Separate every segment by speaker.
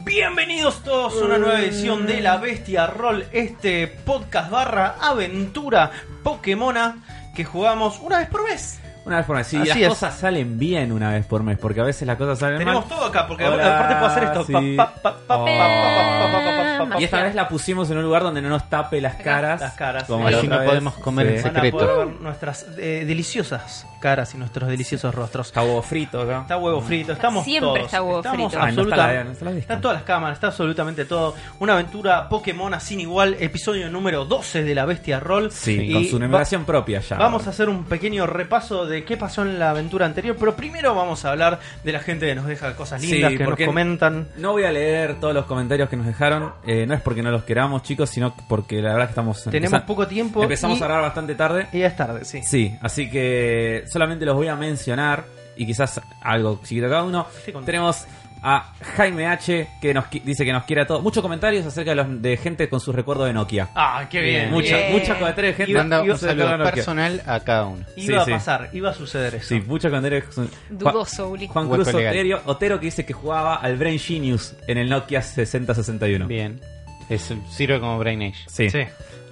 Speaker 1: Bienvenidos todos a una nueva
Speaker 2: Eh.
Speaker 1: edición de La Bestia Roll, este podcast barra aventura Pokémona que jugamos una vez por mes.
Speaker 2: Una vez por mes. Si
Speaker 1: Así
Speaker 2: las
Speaker 1: es.
Speaker 2: cosas salen bien una vez por mes, porque a veces las cosas salen
Speaker 1: Tenemos
Speaker 2: mal.
Speaker 1: todo acá, porque
Speaker 2: Hola,
Speaker 1: aparte puedo hacer esto.
Speaker 2: sí.
Speaker 1: Pa, pa, pa, pa, pa, pa, pa, pa, pa, pa, pa, pa,
Speaker 2: Y esta
Speaker 1: pa.
Speaker 2: vez la pusimos en un lugar donde no nos tape las caras.
Speaker 1: Las caras,
Speaker 2: como
Speaker 1: sí.
Speaker 2: la
Speaker 1: Así
Speaker 2: otra
Speaker 3: no
Speaker 2: vez.
Speaker 3: podemos comer en
Speaker 1: Van a
Speaker 3: secreto.
Speaker 1: poder ver nuestras eh, deliciosas caras y nuestros deliciosos rostros.
Speaker 2: Está huevo frito acá.
Speaker 1: Está huevo frito, estamos
Speaker 4: Siempre
Speaker 1: todos.
Speaker 4: está huevo
Speaker 1: estamos
Speaker 4: frito.
Speaker 2: Ah, no está la-
Speaker 1: absolutamente.
Speaker 2: no está la vista.
Speaker 1: Están todas las cámaras, está absolutamente todo. Una aventura Pokémona sin igual, episodio número 12 de la Bestia Roll.
Speaker 2: Sí,
Speaker 1: Y
Speaker 2: con su
Speaker 1: va-
Speaker 2: numeración propia ya.
Speaker 1: Vamos a hacer un pequeño repaso de qué pasó en la aventura anterior, pero primero vamos a hablar de la gente que nos deja cosas
Speaker 2: Sí,
Speaker 1: lindas, que nos
Speaker 2: porque-
Speaker 1: comentan.
Speaker 2: No voy a leer todos los comentarios que nos dejaron. eh, no es porque no los queramos, chicos, sino porque la verdad que estamos.
Speaker 1: Tenemos
Speaker 2: empezando-
Speaker 1: poco tiempo.
Speaker 2: Empezamos
Speaker 1: y-
Speaker 2: a grabar bastante tarde.
Speaker 1: Y ya es tarde, sí.
Speaker 2: Sí, así que solamente los voy a mencionar y quizás algo chiquito cada uno.
Speaker 1: Sí, con-
Speaker 2: Tenemos a Jaime H que nos qui- dice que nos quiere a todos. Muchos comentarios acerca de, los, de gente con sus recuerdos de Nokia.
Speaker 1: Ah, qué bien.
Speaker 2: Muchos
Speaker 4: Eh,
Speaker 1: bien.
Speaker 2: muchos comentarios de gente.
Speaker 3: Manda
Speaker 2: con
Speaker 3: un
Speaker 2: sus recuerdos
Speaker 3: saludo
Speaker 2: de Nokia.
Speaker 3: personal a cada uno.
Speaker 1: Iba
Speaker 2: sí, sí.
Speaker 1: a pasar, iba a suceder eso.
Speaker 2: Sí, muchos comentarios. Juan-
Speaker 4: Dudoso, Uli.
Speaker 2: Juan
Speaker 3: Hueco
Speaker 2: Cruz
Speaker 3: legal.
Speaker 2: Otero, Otero que dice que jugaba al Brain Genius en el Nokia 6061.
Speaker 3: Bien. Eso sirve como Brain Age.
Speaker 2: Sí.
Speaker 1: Sí.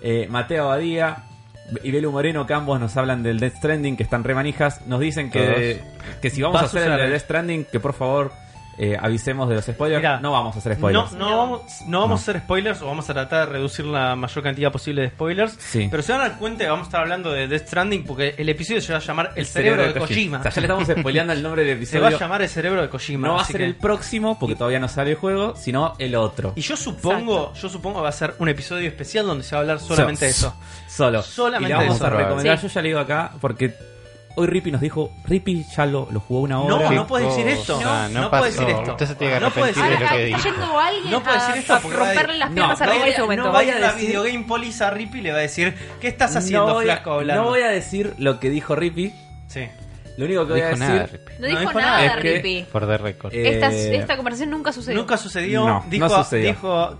Speaker 2: Eh, Mateo Abadía y Belu Moreno, que ambos nos hablan del Death Stranding, que están remanijas. Nos dicen que, que si vamos
Speaker 1: Va
Speaker 2: a
Speaker 1: a
Speaker 2: hacer
Speaker 1: suceder. eh.
Speaker 2: el Death Stranding, que por favor eh, avisemos de los spoilers.
Speaker 1: Mirá,
Speaker 2: no vamos a hacer
Speaker 1: No,
Speaker 2: spoilers.
Speaker 1: no, vamos, no vamos a hacer spoilers o vamos a tratar de reducir la mayor cantidad posible de spoilers.
Speaker 2: Sí.
Speaker 1: Pero se van a dar cuenta que vamos a estar hablando de Death Stranding porque el episodio se va a llamar El, cerebro, de Kojima.
Speaker 2: O sea, ya le estamos spoileando el nombre del
Speaker 1: se va
Speaker 2: episodio.
Speaker 1: a llamar El cerebro de Kojima.
Speaker 2: no va a
Speaker 1: así
Speaker 2: ser
Speaker 1: que-
Speaker 2: el próximo, porque todavía no sale el juego, sino el otro.
Speaker 1: Y yo supongo, yo supongo que va a ser un episodio especial donde se va a hablar solamente de
Speaker 2: So-
Speaker 1: eso.
Speaker 2: Solo.
Speaker 1: Solamente
Speaker 2: y le vamos
Speaker 1: eso.
Speaker 2: a recomendar.
Speaker 4: Sí.
Speaker 2: Yo ya le digo acá, porque hoy Rippy nos dijo: Rippy ya lo, lo jugó una hora.
Speaker 1: No,
Speaker 3: Qué
Speaker 1: no puedes decir esto.
Speaker 3: cosa,
Speaker 1: No, no
Speaker 3: Oh, pasó.
Speaker 1: puedes decir esto.
Speaker 3: Usted se tiene que
Speaker 1: No puedes
Speaker 3: arrepentir
Speaker 1: decir
Speaker 3: de
Speaker 4: Ahora
Speaker 3: lo que
Speaker 4: Ah, está
Speaker 3: dijo.
Speaker 4: yendo alguien
Speaker 1: No puede decir esto
Speaker 4: a
Speaker 1: porque va a-
Speaker 4: romperle las
Speaker 2: no,
Speaker 4: piernas
Speaker 2: no
Speaker 4: arriba
Speaker 1: vaya-
Speaker 4: en ese momento.
Speaker 1: no vaya a la
Speaker 2: decir-
Speaker 1: video Game Police a Rippy y le va a decir, ¿qué estás haciendo,
Speaker 2: no voy, a-
Speaker 1: flaco? Hablando?
Speaker 2: no voy a decir lo que dijo Rippy.
Speaker 1: Sí.
Speaker 2: Lo único que voy a
Speaker 3: dijo
Speaker 2: decir.
Speaker 3: nada, Rippy.
Speaker 4: No dijo, nada,
Speaker 2: nada. Es que-
Speaker 4: Rippy.
Speaker 3: Por de récord.
Speaker 2: Eh,
Speaker 4: Esta, esta conversación nunca sucedió.
Speaker 1: Nunca sucedió.
Speaker 2: No, no
Speaker 1: dijo,
Speaker 2: sucedió.
Speaker 1: dijo,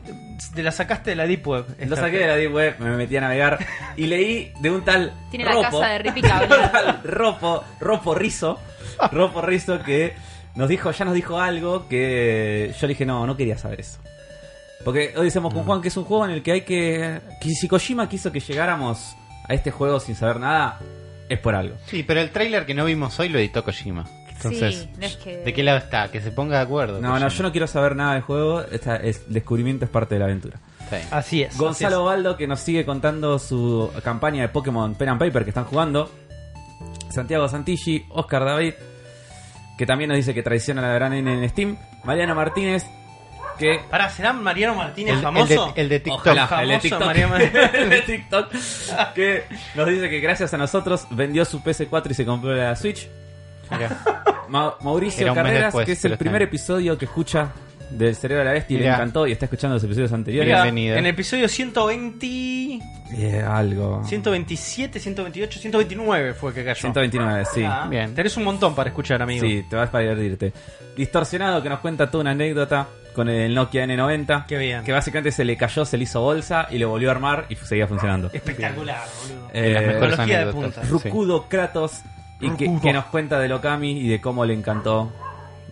Speaker 1: te la sacaste de la Deep Web.
Speaker 2: Lo saqué de la Deep Web, me metí a navegar y leí de un tal
Speaker 4: Tiene
Speaker 2: Ropo,
Speaker 4: la casa de Rippy Cable.
Speaker 2: tal Ropo, Ropo Rizo, Ropo Rizo que nos dijo, ya nos dijo algo que yo le dije, no, no quería saber eso. Porque hoy decimos con Juan que es un juego en el que hay que... que si Kojima quiso que llegáramos a este juego sin saber nada, es por algo.
Speaker 3: Sí, pero el tráiler que no vimos hoy lo editó Kojima. Entonces,
Speaker 4: Sí, no es que-
Speaker 3: ¿de qué lado está? Que se ponga de acuerdo.
Speaker 2: No, no, yo no quiero saber nada del juego, esta- el descubrimiento es parte de la aventura.
Speaker 3: Ah,
Speaker 1: Así es.
Speaker 2: Gonzalo Baldo que nos sigue contando su campaña de Pokémon Pen and Paper que están jugando. Santiago Santilli, Oscar David, que también nos dice que traiciona a la gran N en Steam. Mariano Martínez, que.
Speaker 1: Para, ¿será Mariano Martínez
Speaker 3: El, el
Speaker 1: famoso?
Speaker 3: de, el de TikTok.
Speaker 2: Ojalá, el de
Speaker 1: Famoso
Speaker 2: TikTok.
Speaker 1: Mariano-
Speaker 2: El de TikTok, Que nos dice que gracias a nosotros vendió su PS4 y se compró la Switch.
Speaker 3: Mirá,
Speaker 2: Ma- Mauricio
Speaker 3: Era un mes
Speaker 2: Carreras,
Speaker 3: después,
Speaker 2: que es
Speaker 3: pero
Speaker 2: el
Speaker 3: está
Speaker 2: primer
Speaker 3: bien.
Speaker 2: episodio que escucha del Cerebro de la Bestia y le
Speaker 3: Mirá.
Speaker 2: encantó y está escuchando los episodios anteriores.
Speaker 1: Mira,
Speaker 3: Bienvenido.
Speaker 1: En el episodio 120...
Speaker 2: Eh, algo.
Speaker 1: 127, 128, 129 fue que cayó.
Speaker 2: 129, sí.
Speaker 1: Ah,
Speaker 3: Bien.
Speaker 1: Tenés un montón para escuchar, amigo.
Speaker 2: Sí, te vas para divertirte. Distorsionado que nos cuenta toda una anécdota con el Nokia N90.
Speaker 1: Qué bien.
Speaker 2: Que básicamente se le cayó, se le hizo bolsa y lo volvió a armar y seguía funcionando.
Speaker 1: Espectacular, boludo.
Speaker 2: Eh,
Speaker 3: las mejores
Speaker 1: tecnología de
Speaker 3: anécdotas.
Speaker 1: punta.
Speaker 3: Sí.
Speaker 2: Rukudo Kratos y que,
Speaker 1: Rukudo.
Speaker 2: que nos cuenta de Lokami y de cómo le encantó.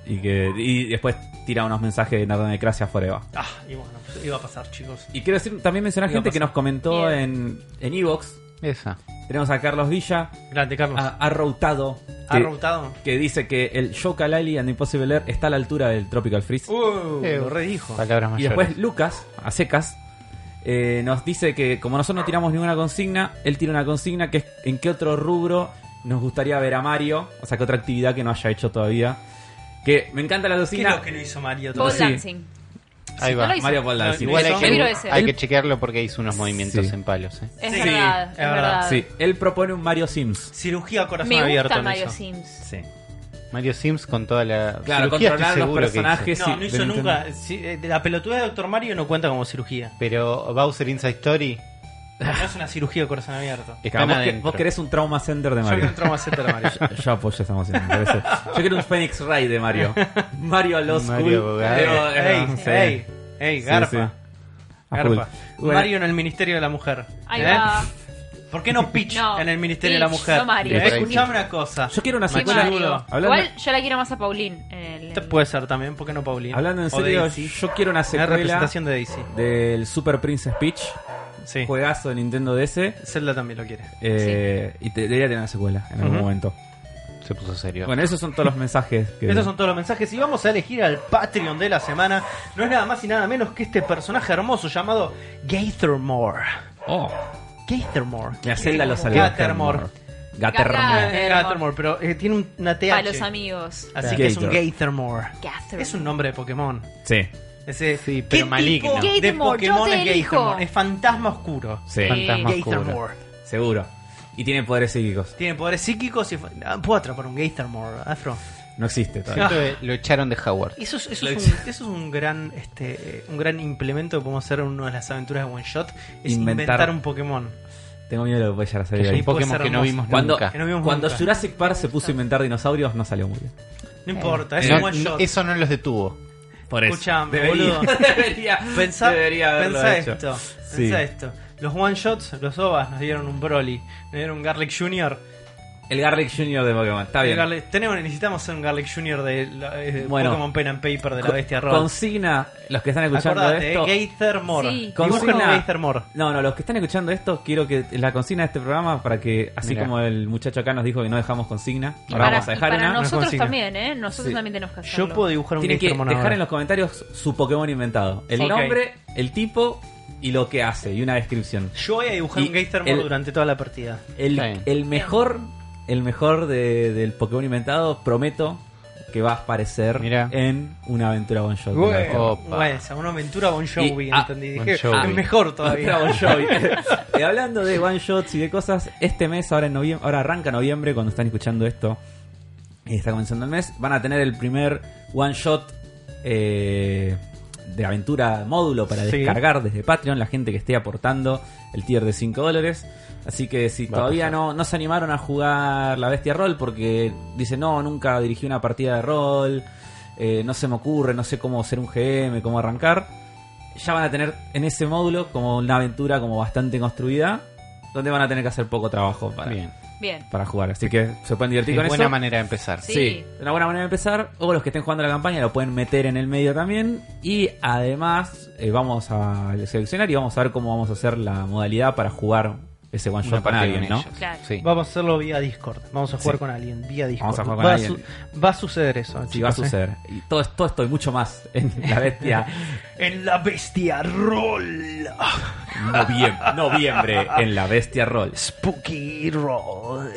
Speaker 2: Y que y después tira unos mensajes de Nardonecracia Foreva.
Speaker 1: Ah, y bueno, pues iba a pasar, chicos.
Speaker 2: Y quiero decir, también mencionar
Speaker 1: Iba a
Speaker 2: gente que
Speaker 1: pasar.
Speaker 2: nos comentó
Speaker 4: Bien.
Speaker 2: en en Evox.
Speaker 3: Esa.
Speaker 2: Tenemos a Carlos Villa,
Speaker 1: Grande, Carlos.
Speaker 2: a, a Routado,
Speaker 1: ha
Speaker 2: que-
Speaker 1: routado.
Speaker 2: que dice que el Shokalali and Impossible Air está a la altura del Tropical Freeze.
Speaker 1: Uh,
Speaker 3: Eh,
Speaker 1: lo redijo.
Speaker 3: Palabras
Speaker 2: Y
Speaker 3: mayores.
Speaker 2: después Lucas, a secas, eh, nos dice que como nosotros no tiramos ninguna consigna, él tira una consigna que es en qué otro rubro nos gustaría ver a Mario, o sea, qué otra actividad que no haya hecho todavía. Que me encanta la
Speaker 1: ¿Qué es
Speaker 2: consigna.
Speaker 1: lo que no hizo Mario?
Speaker 4: Pole
Speaker 2: Sí.
Speaker 4: dancing.
Speaker 3: Ahí
Speaker 4: no
Speaker 3: va.
Speaker 4: lo hizo.
Speaker 2: Mario Pol Dancing.
Speaker 3: Igual hay
Speaker 1: Yo
Speaker 4: miro
Speaker 3: que,
Speaker 4: ese.
Speaker 3: hay
Speaker 2: Él-
Speaker 3: que chequearlo porque hizo unos movimientos
Speaker 2: Sí.
Speaker 3: en palos. ¿eh?
Speaker 4: Es
Speaker 1: Sí,
Speaker 4: verdad,
Speaker 1: es
Speaker 4: es
Speaker 1: verdad.
Speaker 4: verdad.
Speaker 2: Sí, él propone un Mario Sims.
Speaker 1: Cirugía a corazón
Speaker 4: Me
Speaker 1: abierto.
Speaker 4: gusta
Speaker 1: no
Speaker 4: Mario
Speaker 1: hizo.
Speaker 4: Sims.
Speaker 2: Sí.
Speaker 3: Mario Sims con toda la.
Speaker 2: Claro,
Speaker 3: cirugía,
Speaker 2: controlar
Speaker 3: estoy
Speaker 2: los
Speaker 3: seguro que hizo.
Speaker 2: personajes.
Speaker 1: No, no hizo
Speaker 2: de
Speaker 1: nunca. Sí, eh, La pelotudez de Doctor Mario no cuenta como cirugía.
Speaker 3: Pero Bowser Inside Story.
Speaker 1: No es una cirugía a corazón abierto.
Speaker 2: Claro, vos, que-
Speaker 3: adentro.
Speaker 2: vos querés un Trauma Center de
Speaker 1: Yo
Speaker 2: Mario.
Speaker 1: quiero un trauma center de Mario.
Speaker 2: Yo, yo apoyo esa moción, me parece. Yo quiero un Phoenix Ray de Mario. Mario Los
Speaker 3: Mario
Speaker 2: Cool.
Speaker 3: Bogart.
Speaker 2: Pero, eh,
Speaker 1: ey,
Speaker 2: sí.
Speaker 1: ey, ey, garpa.
Speaker 2: Sí, sí. A full.
Speaker 1: garpa.
Speaker 2: Bueno,
Speaker 1: Mario en el Ministerio de la Mujer.
Speaker 4: Ahí
Speaker 1: ¿Eh?
Speaker 4: va.
Speaker 1: ¿Por qué no Peach
Speaker 4: No,
Speaker 1: en el Ministerio de la
Speaker 4: Peach,
Speaker 1: Mujer?
Speaker 4: no Mario.
Speaker 1: Eh, Escuchame una cosa.
Speaker 2: Yo quiero una
Speaker 4: Sí,
Speaker 2: secuela.
Speaker 4: Mario.
Speaker 2: Hablando,
Speaker 4: Igual yo la quiero más a Pauline. en el-
Speaker 1: Esta puede ser también, ¿por qué no Paulina?
Speaker 2: hablando en
Speaker 1: O
Speaker 2: serio,
Speaker 1: Daisy.
Speaker 2: yo quiero una
Speaker 1: Una
Speaker 2: secuela
Speaker 1: representación de Daisy.
Speaker 2: del Super Princess Peach,
Speaker 1: Sí.
Speaker 2: juegazo de Nintendo DS.
Speaker 1: Zelda también lo quiere.
Speaker 2: eh, Y te- debería tener una secuela en algún
Speaker 1: Ujú.
Speaker 2: momento.
Speaker 3: Se puso serio.
Speaker 2: Bueno, esos son todos los mensajes que.
Speaker 1: Esos son todos los mensajes. Y vamos a elegir al Patreon de la semana. No es nada más y nada menos que este personaje hermoso llamado Gaithermore.
Speaker 2: Oh,
Speaker 1: Gaithermore.
Speaker 2: la celda lo salió.
Speaker 1: Gattermore.
Speaker 2: Gattermore.
Speaker 1: Eh, Gaithermore, pero eh, tiene un- una TH.
Speaker 4: Ah, Para los amigos.
Speaker 1: Así que es un
Speaker 2: Gator.
Speaker 1: Gaithermore.
Speaker 4: Catherine.
Speaker 1: Es un nombre de Pokémon.
Speaker 2: Sí,
Speaker 1: Ese,
Speaker 3: Sí,
Speaker 1: ¿qué
Speaker 3: pero maligno.
Speaker 1: tipo de
Speaker 4: Gatormore, yo
Speaker 1: Pokémon
Speaker 4: te
Speaker 1: es
Speaker 4: elijo.
Speaker 1: Gatormore? Es fantasma oscuro.
Speaker 2: sí.
Speaker 3: Fantasma oscuro.
Speaker 1: Gatormore.
Speaker 2: Seguro. Y tiene poderes psíquicos.
Speaker 1: Tiene poderes psíquicos y... fa- Ah, Puedo atrapar un Gatormore, Afro.
Speaker 2: No existe todavía.
Speaker 3: Siento que lo echaron de Howard.
Speaker 1: Eso es, eso
Speaker 2: Lo
Speaker 1: es un, eso es un gran este, eh, un gran implemento que podemos hacer en una de las aventuras de One Shot. Es
Speaker 2: Inventar.
Speaker 1: inventar, un Pokémon.
Speaker 2: Tengo miedo de lo que puede llegar a salir de
Speaker 3: Es
Speaker 1: Sí,
Speaker 3: un
Speaker 2: ahí.
Speaker 1: puede
Speaker 3: Pokémon
Speaker 1: ser
Speaker 3: que no
Speaker 1: hermoso.
Speaker 3: vimos
Speaker 2: Cuando,
Speaker 3: nunca.
Speaker 1: Que no vimos
Speaker 2: cuando
Speaker 1: nunca.
Speaker 2: Jurassic Park se puso a inventar dinosaurios, no salió muy bien. Eh.
Speaker 1: No importa, es
Speaker 3: No,
Speaker 1: un One
Speaker 3: no,
Speaker 1: Shot.
Speaker 3: eso no los detuvo.
Speaker 2: Por
Speaker 1: eso. Escuchame, boludo.
Speaker 2: debería,
Speaker 1: Pensá,
Speaker 2: debería haberlo
Speaker 1: pensá
Speaker 2: hecho.
Speaker 1: esto.
Speaker 2: Sí.
Speaker 1: Pensá esto. Los One Shots, los OVAs, nos dieron un Broly, nos dieron un Garlic Jr.
Speaker 2: El Garlic Jr. de Pokémon. Está
Speaker 1: El
Speaker 2: bien.
Speaker 1: Garlic- tenemos, necesitamos hacer un Garlic Jr. de la- eh,
Speaker 2: Bueno.
Speaker 1: Pokémon Pen and Paper de la
Speaker 2: Co-
Speaker 1: bestia Roll.
Speaker 2: Consigna, los que están escuchando
Speaker 1: Acordate,
Speaker 2: esto.
Speaker 1: eh, Gaithermore.
Speaker 4: Sí.
Speaker 1: Dibujen
Speaker 2: Consigna-
Speaker 1: a Gaithermore.
Speaker 2: No, no, los que están escuchando esto, quiero que la consigna de este programa, para que, así
Speaker 3: Mirá.
Speaker 2: como el muchacho acá nos dijo que no dejamos consigna,
Speaker 4: Y
Speaker 2: ahora
Speaker 4: para,
Speaker 2: vamos a dejar
Speaker 4: y para
Speaker 2: una.
Speaker 4: nosotros
Speaker 1: consigna.
Speaker 4: también, ¿eh? Nosotros
Speaker 2: Sí.
Speaker 4: también tenemos que hacerlo.
Speaker 1: Yo puedo dibujar un
Speaker 2: Tienen que
Speaker 1: Gaithermore
Speaker 2: dejar
Speaker 1: ahora.
Speaker 2: en los comentarios su Pokémon inventado. El
Speaker 1: Ok.
Speaker 2: nombre, el tipo y lo que hace, y una descripción.
Speaker 1: Yo voy a dibujar
Speaker 2: Y
Speaker 1: un Gaithermore
Speaker 2: el-
Speaker 1: durante toda la partida.
Speaker 2: El,
Speaker 3: Está bien.
Speaker 2: el mejor, el mejor de- del Pokémon inventado, prometo que va a aparecer
Speaker 3: Mirá.
Speaker 2: en una aventura one shot.
Speaker 3: Bueno. Opa.
Speaker 1: Bueno, esa, una aventura Bon Jovi,
Speaker 2: Y- ah,
Speaker 1: entendí.
Speaker 3: Bon
Speaker 1: Dije,
Speaker 3: Jovi.
Speaker 1: es mejor todavía.
Speaker 2: Otra one shot. Y hablando de one shots y de cosas, este mes, ahora en noviembre, ahora arranca noviembre cuando están escuchando esto. y Está comenzando el mes. Van a tener el primer one shot eh, de aventura módulo para
Speaker 1: Sí.
Speaker 2: descargar desde Patreon. La gente que esté aportando el tier de 5 dólares. Así que si
Speaker 3: Va a
Speaker 2: todavía
Speaker 3: pasar.
Speaker 2: no, no se animaron a jugar la bestia rol porque dicen no, nunca dirigí una partida de rol. eh, no se me ocurre, no sé cómo ser un GM, cómo arrancar ya van a tener en ese módulo como una aventura como bastante construida, donde van a tener que hacer poco trabajo para,
Speaker 3: Bien.
Speaker 4: Bien.
Speaker 2: para jugar. Así que se pueden divertir
Speaker 3: Es
Speaker 2: con
Speaker 3: buena
Speaker 2: eso.
Speaker 3: manera de empezar.
Speaker 4: Sí.
Speaker 2: Sí, una buena manera de empezar. O los que estén jugando la campaña lo pueden meter en el medio también. Y además eh, vamos a seleccionar y vamos a ver cómo vamos a hacer la modalidad para jugar ese one
Speaker 3: Una
Speaker 2: shot con
Speaker 3: partida
Speaker 2: alguien,
Speaker 3: con
Speaker 2: ¿no?
Speaker 3: ellos.
Speaker 4: Claro.
Speaker 3: Sí.
Speaker 1: Vamos a hacerlo vía Discord. Vamos a jugar
Speaker 2: Sí.
Speaker 1: con alguien, vía Discord.
Speaker 2: Vamos a jugar con
Speaker 1: va,
Speaker 2: alguien.
Speaker 1: su- va a suceder eso.
Speaker 2: Sí, va a
Speaker 1: chicos, ¿eh?
Speaker 2: suceder. Y todo, todo esto y mucho más en La Bestia
Speaker 1: En la bestia roll.
Speaker 2: noviembre, noviembre en La Bestia Roll.
Speaker 1: Spooky roll.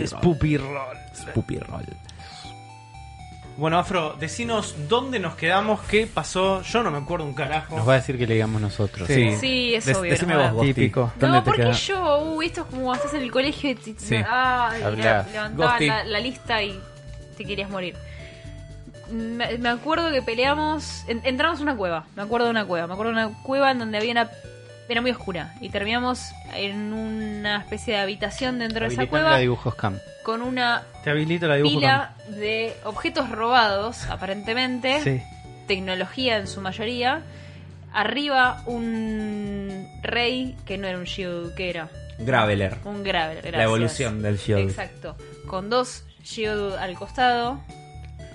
Speaker 2: Spooky roll.
Speaker 1: Spooky roll.
Speaker 2: Puppy Roll.
Speaker 1: Bueno, Afro, decinos dónde nos quedamos, qué pasó. Yo no me acuerdo un carajo.
Speaker 3: Nos va a decir que le digamos nosotros.
Speaker 4: Sí, es
Speaker 2: Des-
Speaker 4: obvio,
Speaker 2: Decime
Speaker 4: ¿no?
Speaker 2: vos, Gosti,
Speaker 1: Típico.
Speaker 2: ¿dónde
Speaker 4: No,
Speaker 2: te
Speaker 4: porque
Speaker 2: queda?
Speaker 4: yo, uh, esto es como estás en el colegio y te,
Speaker 2: Sí.
Speaker 4: ay, le-
Speaker 3: Hablás.
Speaker 4: levantaba
Speaker 2: Gosti.
Speaker 4: la, la lista y te querías morir. Me, me acuerdo que peleamos, en- entramos a una cueva, me acuerdo de una cueva, me acuerdo de una cueva en donde había una... Era muy oscura y terminamos en una especie de habitación dentro de esa
Speaker 3: Habilitando
Speaker 4: cueva
Speaker 3: a dibujos camp.
Speaker 4: con una
Speaker 1: Te habilito la dibujo.
Speaker 4: pila ¿eh? de objetos robados, aparentemente
Speaker 1: con- Sí.
Speaker 4: tecnología en su mayoría. Arriba un rey que no era un Geodude, que era
Speaker 2: Graveler.
Speaker 4: un Graveler. gracias.
Speaker 2: La evolución del Shield.
Speaker 4: Exacto. Con dos Geodude al costado.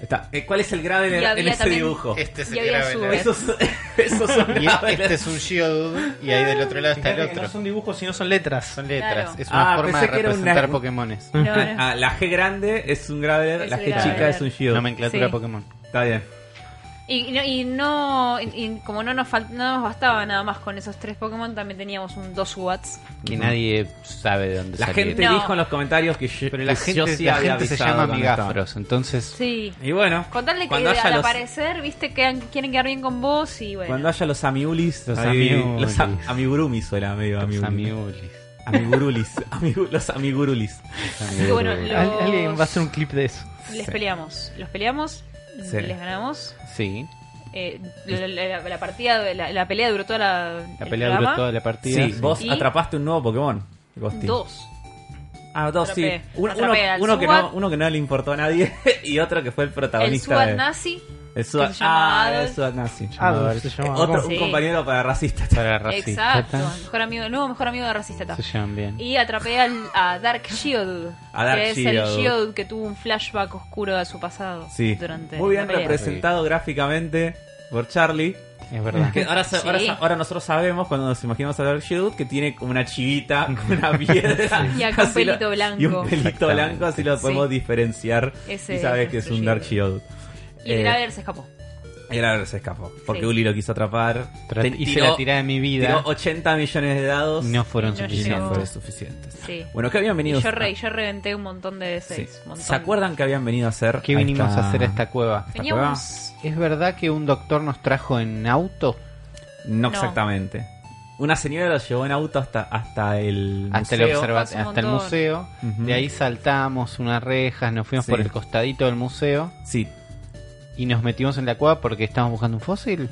Speaker 2: Está. Eh, ¿Cuál es el
Speaker 4: Y
Speaker 2: Graveler en
Speaker 4: había
Speaker 2: este
Speaker 4: también-
Speaker 2: dibujo?
Speaker 3: Este
Speaker 4: es Y el había Graveler. sube.
Speaker 2: Esos, esos son
Speaker 3: Y
Speaker 2: Graveler.
Speaker 3: este es un Geodude y ahí del otro lado está el
Speaker 1: Fíjate que No
Speaker 3: otro.
Speaker 1: son dibujos, sino son letras.
Speaker 3: Son letras.
Speaker 4: Claro.
Speaker 3: Es una
Speaker 2: Ah,
Speaker 3: forma
Speaker 2: pensé
Speaker 3: de
Speaker 2: que era una-
Speaker 3: representar Pokémones.
Speaker 4: No, no.
Speaker 2: Ah, la G grande es un Graveler,
Speaker 4: Es
Speaker 2: la
Speaker 4: el
Speaker 2: G
Speaker 4: Graveler.
Speaker 2: chica es un Shield.
Speaker 3: Nomenclatura
Speaker 4: Sí.
Speaker 3: Pokémon.
Speaker 2: Está bien.
Speaker 4: Y, y no, y no- y- y como no nos, fal- no nos bastaba nada más con esos tres Pokémon, también teníamos un dos Watts.
Speaker 3: Que nadie sabe de dónde
Speaker 2: La
Speaker 3: salieron.
Speaker 2: gente
Speaker 4: No.
Speaker 2: dijo en los comentarios que yo,
Speaker 3: Pero la
Speaker 2: que
Speaker 3: gente,
Speaker 2: yo sí
Speaker 3: la
Speaker 2: había
Speaker 3: gente se
Speaker 2: avisado
Speaker 3: llama
Speaker 2: cuando estaba.
Speaker 3: Migafros, entonces
Speaker 4: Sí.
Speaker 2: Y bueno,
Speaker 4: Contarle que
Speaker 2: cuando
Speaker 4: al
Speaker 2: haya los,
Speaker 4: aparecer, viste, que quieren quedar bien con vos y bueno.
Speaker 2: cuando haya los Amiulis,
Speaker 3: Los
Speaker 2: ahí-
Speaker 3: Amiulis.
Speaker 2: los a- Amigurumis suena medio
Speaker 3: los
Speaker 2: Amigurumis.
Speaker 3: Amiulis.
Speaker 2: Amigurulis. Amigu- los Amigurulis.
Speaker 4: que bueno, lo-
Speaker 1: Al- Alguien va a hacer un clip de eso.
Speaker 4: Les
Speaker 2: Sí.
Speaker 4: peleamos. Los peleamos,
Speaker 2: Sí.
Speaker 4: les ganamos.
Speaker 3: Sí,
Speaker 4: Eh, la, la- la- la partida, la, la pelea duró toda la.
Speaker 3: la
Speaker 4: el
Speaker 3: pelea duró
Speaker 4: programa.
Speaker 3: toda la partida.
Speaker 2: Sí, vos
Speaker 4: Y-
Speaker 2: atrapaste un nuevo Pokémon. Gosti.
Speaker 4: Dos.
Speaker 2: Ah, dos, sí.
Speaker 4: Atrapé.
Speaker 2: Uno, uno-
Speaker 4: Atrapé al
Speaker 2: uno que
Speaker 4: Zubat.
Speaker 2: no, uno que no le importó a nadie y otro que fue el
Speaker 4: El
Speaker 2: protagonista.
Speaker 4: Suat
Speaker 2: de-
Speaker 4: Nazi
Speaker 2: El SWAT,
Speaker 4: Que se llama
Speaker 2: ah, el
Speaker 4: Adolf.
Speaker 2: SWAT nazi.
Speaker 1: Adolf se llama.
Speaker 2: Otro,
Speaker 4: Sí.
Speaker 2: un compañero para racistas.
Speaker 3: Para racista.
Speaker 4: Exacto. Mejor amigo, el nuevo mejor amigo de Racista. Ta.
Speaker 3: Se llaman bien.
Speaker 4: Y atrapé al, a Dark Shield.
Speaker 2: A Dark
Speaker 4: que es el
Speaker 2: Shield.
Speaker 4: Shield que tuvo un flashback oscuro a su pasado.
Speaker 2: Sí.
Speaker 4: Durante
Speaker 2: Muy bien
Speaker 4: la pelea.
Speaker 2: representado gráficamente por Charlie.
Speaker 3: Es verdad.
Speaker 2: Que ahora, sa-
Speaker 4: Sí.
Speaker 2: ahora sa- ahora nosotros sabemos, cuando nos imaginamos a Dark Shield, que tiene como una chivita, con una piedra.
Speaker 4: Y acá un
Speaker 2: Así lo-
Speaker 4: pelito blanco.
Speaker 2: Y un pelito
Speaker 3: Exactamente.
Speaker 2: blanco, así lo podemos
Speaker 4: Sí.
Speaker 2: diferenciar.
Speaker 4: Ese
Speaker 2: y sabes
Speaker 4: es
Speaker 2: que es
Speaker 4: nuestro
Speaker 2: un Dark Shield.
Speaker 4: Y
Speaker 2: Eh,
Speaker 4: el Aver se escapó.
Speaker 2: y el Adder se escapó. Porque
Speaker 4: Sí.
Speaker 2: Uli lo quiso atrapar.
Speaker 3: Tra-
Speaker 2: Te-
Speaker 3: Hice
Speaker 2: tiró-
Speaker 3: la tirada de mi vida.
Speaker 2: Tiró 80 millones de dados.
Speaker 3: No fueron
Speaker 4: No
Speaker 2: y
Speaker 3: suficientes.
Speaker 2: no
Speaker 4: llegó.
Speaker 2: fueron suficientes.
Speaker 4: Sí.
Speaker 2: Bueno, ¿qué habían
Speaker 4: Y
Speaker 2: venido
Speaker 4: yo, re-
Speaker 2: a-
Speaker 4: yo reventé un montón de
Speaker 2: sí.
Speaker 4: D6. un montón.
Speaker 2: ¿Se acuerdan que habían venido a hacer?
Speaker 3: ¿Qué
Speaker 2: a
Speaker 3: vinimos
Speaker 2: esta-
Speaker 3: a hacer a esta cueva?
Speaker 4: Veníamos.
Speaker 3: ¿Es verdad que un doctor nos trajo en auto
Speaker 2: No,
Speaker 4: No.
Speaker 2: exactamente. Una señora los llevó en auto hasta, hasta el.
Speaker 3: hasta el,
Speaker 2: museo.
Speaker 3: observa-
Speaker 4: Hace un
Speaker 3: hasta el
Speaker 4: montón.
Speaker 3: museo?
Speaker 2: Ujú.
Speaker 3: De ahí saltamos unas rejas, nos fuimos
Speaker 2: Sí.
Speaker 3: por el costadito del museo
Speaker 2: Sí.
Speaker 3: y nos metimos en la cueva porque estábamos buscando un fósil.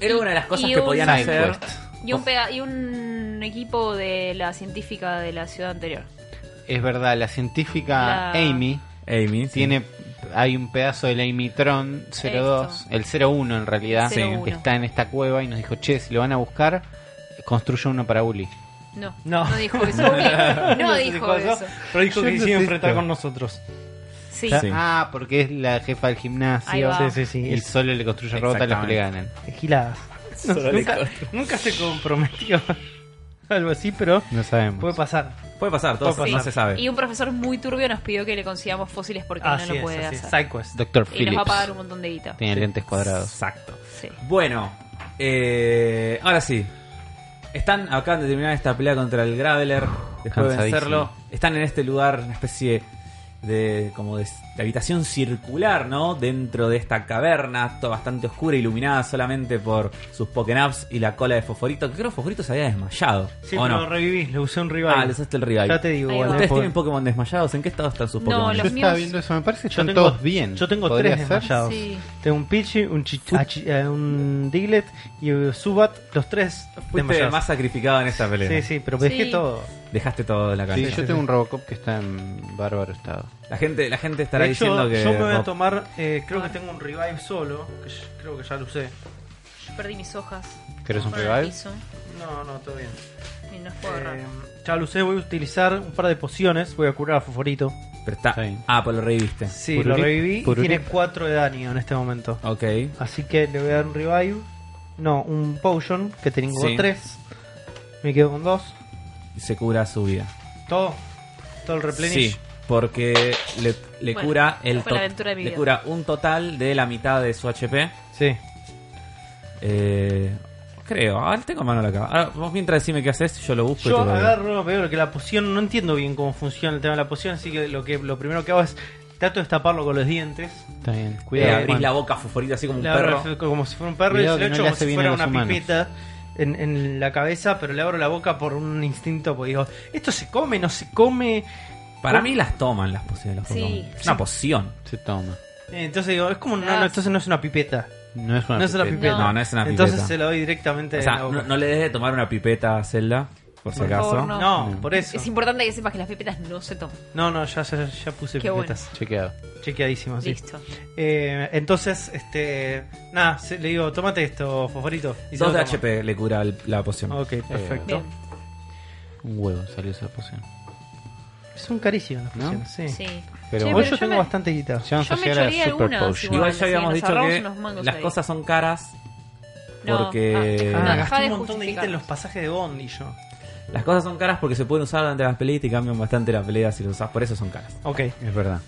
Speaker 2: Era una de las cosas
Speaker 4: Y
Speaker 2: que
Speaker 4: un-
Speaker 2: podían
Speaker 4: Side
Speaker 2: hacer.
Speaker 3: quest.
Speaker 4: Y un, pega- y un equipo de la científica de la ciudad anterior.
Speaker 3: Es verdad, la científica
Speaker 4: La-
Speaker 3: Amy
Speaker 2: Amy. sí.
Speaker 3: tiene hay un pedazo del Amy Tron 02, el 01 en realidad,
Speaker 4: El 01.
Speaker 3: que está en esta cueva y nos dijo, "Che, si lo van a buscar, construye uno para Uli."
Speaker 4: No.
Speaker 1: No.
Speaker 4: No dijo eso. No,
Speaker 1: sé si
Speaker 4: dijo eso.
Speaker 1: Pero dijo
Speaker 3: Yo
Speaker 1: que
Speaker 3: no
Speaker 1: se iba a
Speaker 3: sé
Speaker 1: enfrentar
Speaker 3: esto.
Speaker 1: con nosotros.
Speaker 4: Sí.
Speaker 2: Sí.
Speaker 3: Ah, porque es la jefa del
Speaker 4: Ahí
Speaker 3: gimnasio
Speaker 4: va.
Speaker 1: Sí, sí, sí.
Speaker 3: y
Speaker 1: Es
Speaker 3: solo le construye robot a los que le ganan.
Speaker 1: giladas. No, nunca, nunca se comprometió. Algo así, pero
Speaker 3: No
Speaker 1: puede
Speaker 3: sabemos.
Speaker 1: pasar.
Speaker 2: Puede pasar, todo
Speaker 1: Puede
Speaker 2: no
Speaker 1: pasar.
Speaker 2: se sabe.
Speaker 4: Y un profesor muy turbio nos pidió que le consigamos fósiles porque
Speaker 1: Así
Speaker 4: no lo
Speaker 1: es,
Speaker 4: puede
Speaker 1: así es.
Speaker 4: hacer.
Speaker 1: Sidequest.
Speaker 3: Doctor
Speaker 4: Y nos va a pagar
Speaker 3: Phillips
Speaker 4: un montón de guita.
Speaker 3: tiene lentes cuadrados.
Speaker 2: Exacto.
Speaker 4: Sí.
Speaker 2: Bueno, eh, ahora sí. Están, acaban de terminar esta pelea contra el Graveler. Después de
Speaker 3: Cansadísimo.
Speaker 2: vencerlo, están en este lugar, una especie de como de, de habitación circular, ¿no? Dentro de esta caverna, todo bastante oscura, iluminada solamente por sus Pokénaps y la cola de Fosforito. Que creo que Fosforito se había desmayado.
Speaker 1: Sí,
Speaker 2: ¿o
Speaker 1: pero
Speaker 2: no?
Speaker 1: lo revivís, le usé un rival.
Speaker 2: Ah, le usaste el revive.
Speaker 1: Ya te digo,
Speaker 4: Ahí
Speaker 1: igual,
Speaker 4: va.
Speaker 2: ¿Ustedes
Speaker 1: después-
Speaker 2: tienen Pokémon desmayados? ¿En qué estado están sus
Speaker 4: No,
Speaker 2: Pokémon?
Speaker 3: Yo
Speaker 4: Los
Speaker 3: estaba
Speaker 4: míos-
Speaker 3: viendo eso, me parece que
Speaker 1: Yo
Speaker 3: están
Speaker 1: tengo-
Speaker 3: todos bien.
Speaker 1: Yo tengo
Speaker 3: ¿Podría
Speaker 1: tres
Speaker 3: ser?
Speaker 1: desmayados.
Speaker 4: Sí.
Speaker 1: Tengo un Pidgey, un Chichu, eh, un Diglett y un Zubat. Los tres
Speaker 2: Fuiste
Speaker 1: desmayados.
Speaker 2: más sacrificado en esta pelea.
Speaker 1: Sí, sí, pero dejé
Speaker 4: Sí.
Speaker 1: todo.
Speaker 2: Dejaste todo en la
Speaker 3: Sí,
Speaker 2: cancha.
Speaker 3: yo tengo un Robocop que está en bárbaro estado.
Speaker 2: La gente, la gente estará
Speaker 1: De hecho,
Speaker 2: diciendo que.
Speaker 1: yo me voy a
Speaker 2: Rob-
Speaker 1: tomar. eh, creo que tengo un revive solo. Que yo- creo que ya lo usé.
Speaker 4: Yo perdí mis hojas.
Speaker 3: ¿Querés un
Speaker 4: Por el
Speaker 3: revive?
Speaker 4: piso
Speaker 1: No, no, todo bien.
Speaker 4: Y no puedo agarrar.
Speaker 1: Eh, ya lo usé. Voy a utilizar un par de pociones. Voy a curar a Foforito.
Speaker 2: Pero está.
Speaker 3: Está bien.
Speaker 2: Ah, pues lo reviviste.
Speaker 1: Sí,
Speaker 3: Pururip,
Speaker 1: lo reviví. Y
Speaker 3: pururip.
Speaker 1: tiene 4 de daño en este momento.
Speaker 2: Ok.
Speaker 1: Así que le voy a dar un revive. No, un potion. Que tengo
Speaker 2: Sí.
Speaker 1: 3. Me quedo con 2.
Speaker 2: Y se cura su vida.
Speaker 1: Todo. Todo el replenish.
Speaker 2: Sí, porque le, le
Speaker 4: Bueno,
Speaker 2: cura el
Speaker 4: fue
Speaker 2: tot-
Speaker 4: la aventura de mi
Speaker 2: Le
Speaker 4: vida.
Speaker 2: cura un total de la mitad de su HP.
Speaker 1: Sí.
Speaker 2: Eh, creo. Ahora tengo mano acá. Ahora, vos mientras decime qué haces, yo lo busco y
Speaker 1: Yo
Speaker 2: te lo digo.
Speaker 1: agarro, veo que la poción, no entiendo bien cómo funciona el tema de la poción, así que lo que lo primero que hago es trato de destaparlo con los dientes.
Speaker 3: Está bien.
Speaker 2: Eh,
Speaker 3: Cuidado.
Speaker 2: abrís
Speaker 3: Juan.
Speaker 2: la boca fosforita así como un
Speaker 1: Le
Speaker 2: perro.
Speaker 1: abro como si fuera un perro
Speaker 3: Cuidado
Speaker 1: y se lo
Speaker 3: que no
Speaker 1: echo
Speaker 3: le
Speaker 1: como
Speaker 3: hace
Speaker 1: si
Speaker 3: bien
Speaker 1: fuera
Speaker 3: a los
Speaker 1: una
Speaker 3: humanos.
Speaker 1: pipeta en, en la cabeza, pero le abro la boca por un instinto, porque digo, esto se come, no se come. Eh,
Speaker 2: Para
Speaker 1: ¿Cómo?
Speaker 2: mí las toman las pociones. Las
Speaker 4: Sí.
Speaker 2: Pokémon. Es una poción.
Speaker 3: Se toma.
Speaker 1: Eh, Entonces digo, es como una,
Speaker 4: Ah.
Speaker 1: no, entonces no es una pipeta.
Speaker 3: No es una
Speaker 1: No es una
Speaker 3: pipeta.
Speaker 1: pipeta.
Speaker 2: No, no es una pipeta.
Speaker 1: entonces se lo doy directamente
Speaker 2: O sea,
Speaker 1: en la boca.
Speaker 2: no, no le des de tomar una pipeta a Zelda, por si
Speaker 1: Por
Speaker 2: acaso.
Speaker 4: favor, no.
Speaker 1: No,
Speaker 3: No.
Speaker 1: por eso.
Speaker 4: Es importante que sepas que las pipetas no se toman.
Speaker 1: No, no, ya, ya, ya puse
Speaker 4: Qué bueno.
Speaker 1: pipetas.
Speaker 3: Chequeado.
Speaker 1: Chequeadísimo, Ah, sí.
Speaker 4: Listo.
Speaker 1: Eh, entonces, este. Nada, se- le digo, tómate esto, fosforito. Y se
Speaker 2: Dos
Speaker 1: lo
Speaker 2: de
Speaker 1: toma.
Speaker 2: HP le cura el- la poción.
Speaker 1: Ok, perfecto.
Speaker 4: Bien.
Speaker 3: Un huevo salió esa poción.
Speaker 1: Es un caricio las
Speaker 3: ¿No?
Speaker 1: pociones, sí.
Speaker 4: Sí.
Speaker 3: Pero
Speaker 4: Che,
Speaker 1: Hoy
Speaker 3: bueno,
Speaker 1: yo
Speaker 4: yo
Speaker 1: tengo
Speaker 4: me-
Speaker 1: bastante guita.
Speaker 3: ya vamos
Speaker 4: yo
Speaker 3: a
Speaker 4: me
Speaker 3: llegar a
Speaker 4: choré
Speaker 3: Super
Speaker 4: algunas
Speaker 3: Potion.
Speaker 4: igual.
Speaker 2: Igual ya habíamos
Speaker 4: sí, nos
Speaker 2: dicho que
Speaker 4: ahorramos unos mangos
Speaker 2: las
Speaker 4: ahí.
Speaker 2: cosas son caras
Speaker 4: No.
Speaker 2: porque
Speaker 4: Ah,
Speaker 1: Ah,
Speaker 4: dejá
Speaker 1: gasté
Speaker 4: de
Speaker 1: un montón de guita en
Speaker 4: justificarnos.
Speaker 1: los pasajes de Bond y yo.
Speaker 2: las cosas son caras porque se pueden usar durante las peleas y te cambian bastante la pelea si lo usas, por eso son caras.
Speaker 1: Ok,
Speaker 2: Es verdad.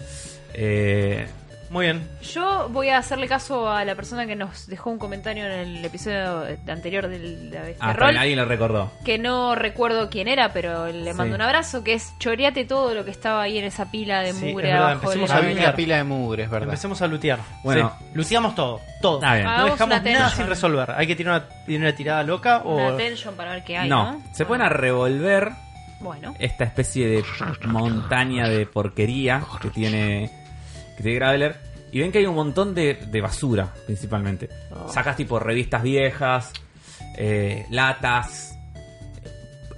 Speaker 2: Eh,
Speaker 1: muy bien.
Speaker 4: Yo voy a hacerle caso a la persona que nos dejó un comentario en el episodio anterior del- de la bestia
Speaker 2: ah,
Speaker 4: Roll,
Speaker 2: también alguien lo recordó.
Speaker 4: que no recuerdo quién era, pero le
Speaker 2: Sí.
Speaker 4: mando un abrazo, que es choreate todo lo que estaba ahí en esa pila de
Speaker 1: Sí,
Speaker 4: mugre
Speaker 1: es verdad,
Speaker 4: abajo. del-
Speaker 1: empecemos a
Speaker 3: Había
Speaker 1: lutear.
Speaker 3: una pila de mugre, es verdad.
Speaker 1: Empecemos a lutear.
Speaker 2: Bueno.
Speaker 1: Sí, luteamos todo, todo.
Speaker 2: Está bien.
Speaker 1: No
Speaker 4: Hagamos
Speaker 1: dejamos
Speaker 4: una
Speaker 1: nada
Speaker 4: tension.
Speaker 1: sin resolver. Hay que tirar una, tirar una tirada loca
Speaker 4: Una
Speaker 1: o.
Speaker 4: attention para ver qué hay,
Speaker 2: no,
Speaker 4: ¿no?
Speaker 2: se pueden a revolver
Speaker 4: Bueno.
Speaker 2: esta especie de montaña de porquería que tiene, que tiene Graveler. Y ven que hay un montón de, de basura, principalmente.
Speaker 3: Ah.
Speaker 2: Sacas tipo revistas viejas, eh, latas,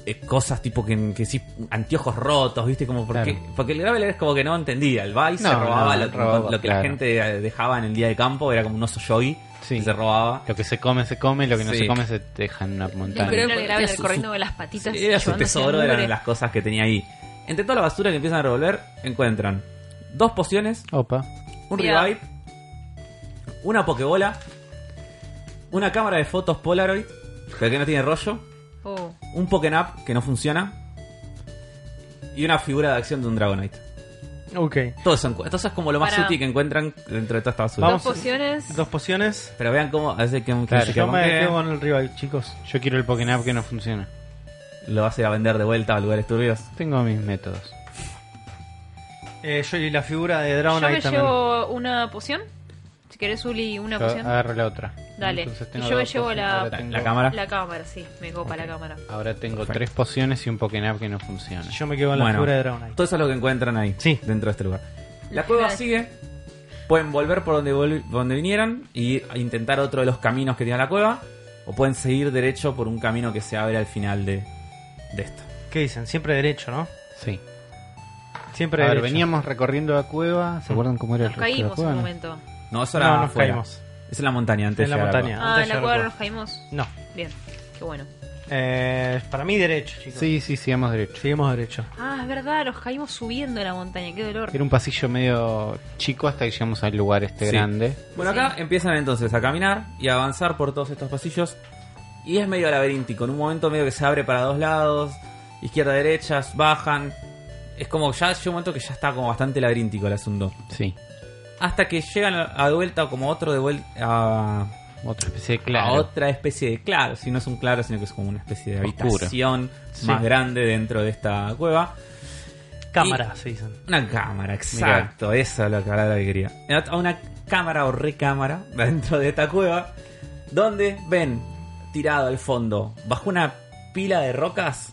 Speaker 2: eh, cosas tipo que, que sí, anteojos rotos, ¿viste? Como porque,
Speaker 3: Claro.
Speaker 2: porque el Graveler es como que no entendía. El Vice se
Speaker 3: No,
Speaker 2: robaba
Speaker 3: no,
Speaker 2: lo,
Speaker 3: robaba,
Speaker 2: lo que la
Speaker 3: claro.
Speaker 2: gente eh, dejaba en el día de campo, era como un oso yogi
Speaker 3: Sí.
Speaker 2: que se robaba.
Speaker 3: Lo que se come, se come, lo que no
Speaker 2: Sí.
Speaker 3: se come, se deja en una montaña.
Speaker 2: pero-
Speaker 4: Imagino que la
Speaker 2: era
Speaker 4: ves
Speaker 2: su-
Speaker 4: corriendo
Speaker 2: su-
Speaker 4: con las patitas.
Speaker 2: Sí, era su
Speaker 4: llevándose
Speaker 2: tesoro,
Speaker 4: al mugre.
Speaker 2: eran las cosas que tenía ahí. Entre toda la basura que empiezan a revolver, encuentran dos pociones,
Speaker 3: Opa.
Speaker 2: un
Speaker 4: Mirá.
Speaker 2: revive, una pokebola, una cámara de fotos Polaroid, pero que no tiene rollo,
Speaker 4: Oh.
Speaker 2: un Pokénap que no funciona y una figura de acción de un Dragonite.
Speaker 1: Ok.
Speaker 2: Todo eso, encu- todo eso es como lo más
Speaker 4: Pará.
Speaker 2: útil que encuentran dentro de toda esta basura.
Speaker 1: Vamos.
Speaker 4: Dos pociones.
Speaker 1: Dos pociones.
Speaker 2: Pero vean cómo hace que, que
Speaker 3: Claro,
Speaker 2: se
Speaker 1: Yo me
Speaker 2: camuflee.
Speaker 1: quedo con el rival, chicos.
Speaker 3: Yo quiero el Pokénap que no funciona.
Speaker 2: lo vas a ir a vender de vuelta a lugares turbios.
Speaker 3: Tengo mis métodos.
Speaker 1: Eh, yo y la figura de
Speaker 4: Yo
Speaker 1: Dragon
Speaker 4: me
Speaker 1: Eye también.
Speaker 4: llevo una poción. Si querés, Uli, una
Speaker 3: Yo
Speaker 4: poción.
Speaker 3: agarro la otra.
Speaker 4: Dale.
Speaker 3: Entonces
Speaker 4: Y
Speaker 3: tengo
Speaker 4: yo me
Speaker 3: dos
Speaker 4: llevo
Speaker 3: pociones.
Speaker 4: la,
Speaker 3: Ahora tengo-
Speaker 2: La cámara.
Speaker 4: la cámara, sí. Me copa la cámara.
Speaker 3: Ahora tengo
Speaker 2: Perfecto.
Speaker 3: tres pociones y un Pokénap que no funciona.
Speaker 1: Yo me quedo con la
Speaker 2: Bueno.
Speaker 1: figura de Dragon Eye.
Speaker 2: Todo eso es lo que encuentran ahí,
Speaker 1: Sí.
Speaker 2: dentro de este lugar. La
Speaker 4: Las
Speaker 2: cueva
Speaker 4: ciudades.
Speaker 2: sigue. Pueden volver por donde, volvi- donde vinieran y intentar otro de los caminos que tiene la cueva. O pueden seguir derecho por un camino que se abre al final de, de esto.
Speaker 1: ¿Qué dicen? Siempre derecho, ¿no?
Speaker 3: Sí.
Speaker 1: Siempre
Speaker 3: A ver,
Speaker 1: derecho.
Speaker 3: veníamos recorriendo la cueva. ¿Se acuerdan cómo era
Speaker 4: Nos
Speaker 3: el resto de la
Speaker 4: caímos un
Speaker 3: cueva? no?
Speaker 4: momento.
Speaker 2: No, eso era
Speaker 1: No, nos
Speaker 2: afuera.
Speaker 1: caímos.
Speaker 2: Es en la montaña antes.
Speaker 1: En la
Speaker 2: de llegar a
Speaker 1: montaña.
Speaker 4: Ah,
Speaker 1: Antes
Speaker 4: en
Speaker 1: yo
Speaker 4: la cuadra
Speaker 1: recuerdo.
Speaker 4: nos caímos.
Speaker 1: No.
Speaker 4: Bien, qué bueno.
Speaker 1: Eh, para mí derecho, chicos.
Speaker 3: Sí, sí, sigamos derecho.
Speaker 1: Seguimos derecho.
Speaker 4: Ah, es verdad, nos caímos subiendo la montaña, qué dolor.
Speaker 3: Era un pasillo medio chico hasta que llegamos al lugar este
Speaker 2: Sí.
Speaker 3: grande.
Speaker 2: Bueno, acá empiezan entonces a caminar y a avanzar por todos estos pasillos. Y es medio laberíntico. En un momento medio que se abre para dos lados. Izquierda, derecha, bajan. Es como ya llega un momento que ya está como bastante laberíntico el asunto.
Speaker 3: Sí.
Speaker 2: Hasta que llegan a- a de vuelta como otro de vuelta a,
Speaker 3: Otra especie de
Speaker 2: a
Speaker 3: claro.
Speaker 2: otra especie de claro. Si no es un claro, sino que es como una especie de
Speaker 3: Oscuro.
Speaker 2: habitación
Speaker 3: Sí.
Speaker 2: más grande dentro de esta cueva.
Speaker 1: Cámara, se dicen.
Speaker 2: Una cámara, exacto. Eso es lo que hablaba que quería. A Una cámara o recámara dentro de esta cueva. Donde ven tirado al fondo, bajo una pila de rocas,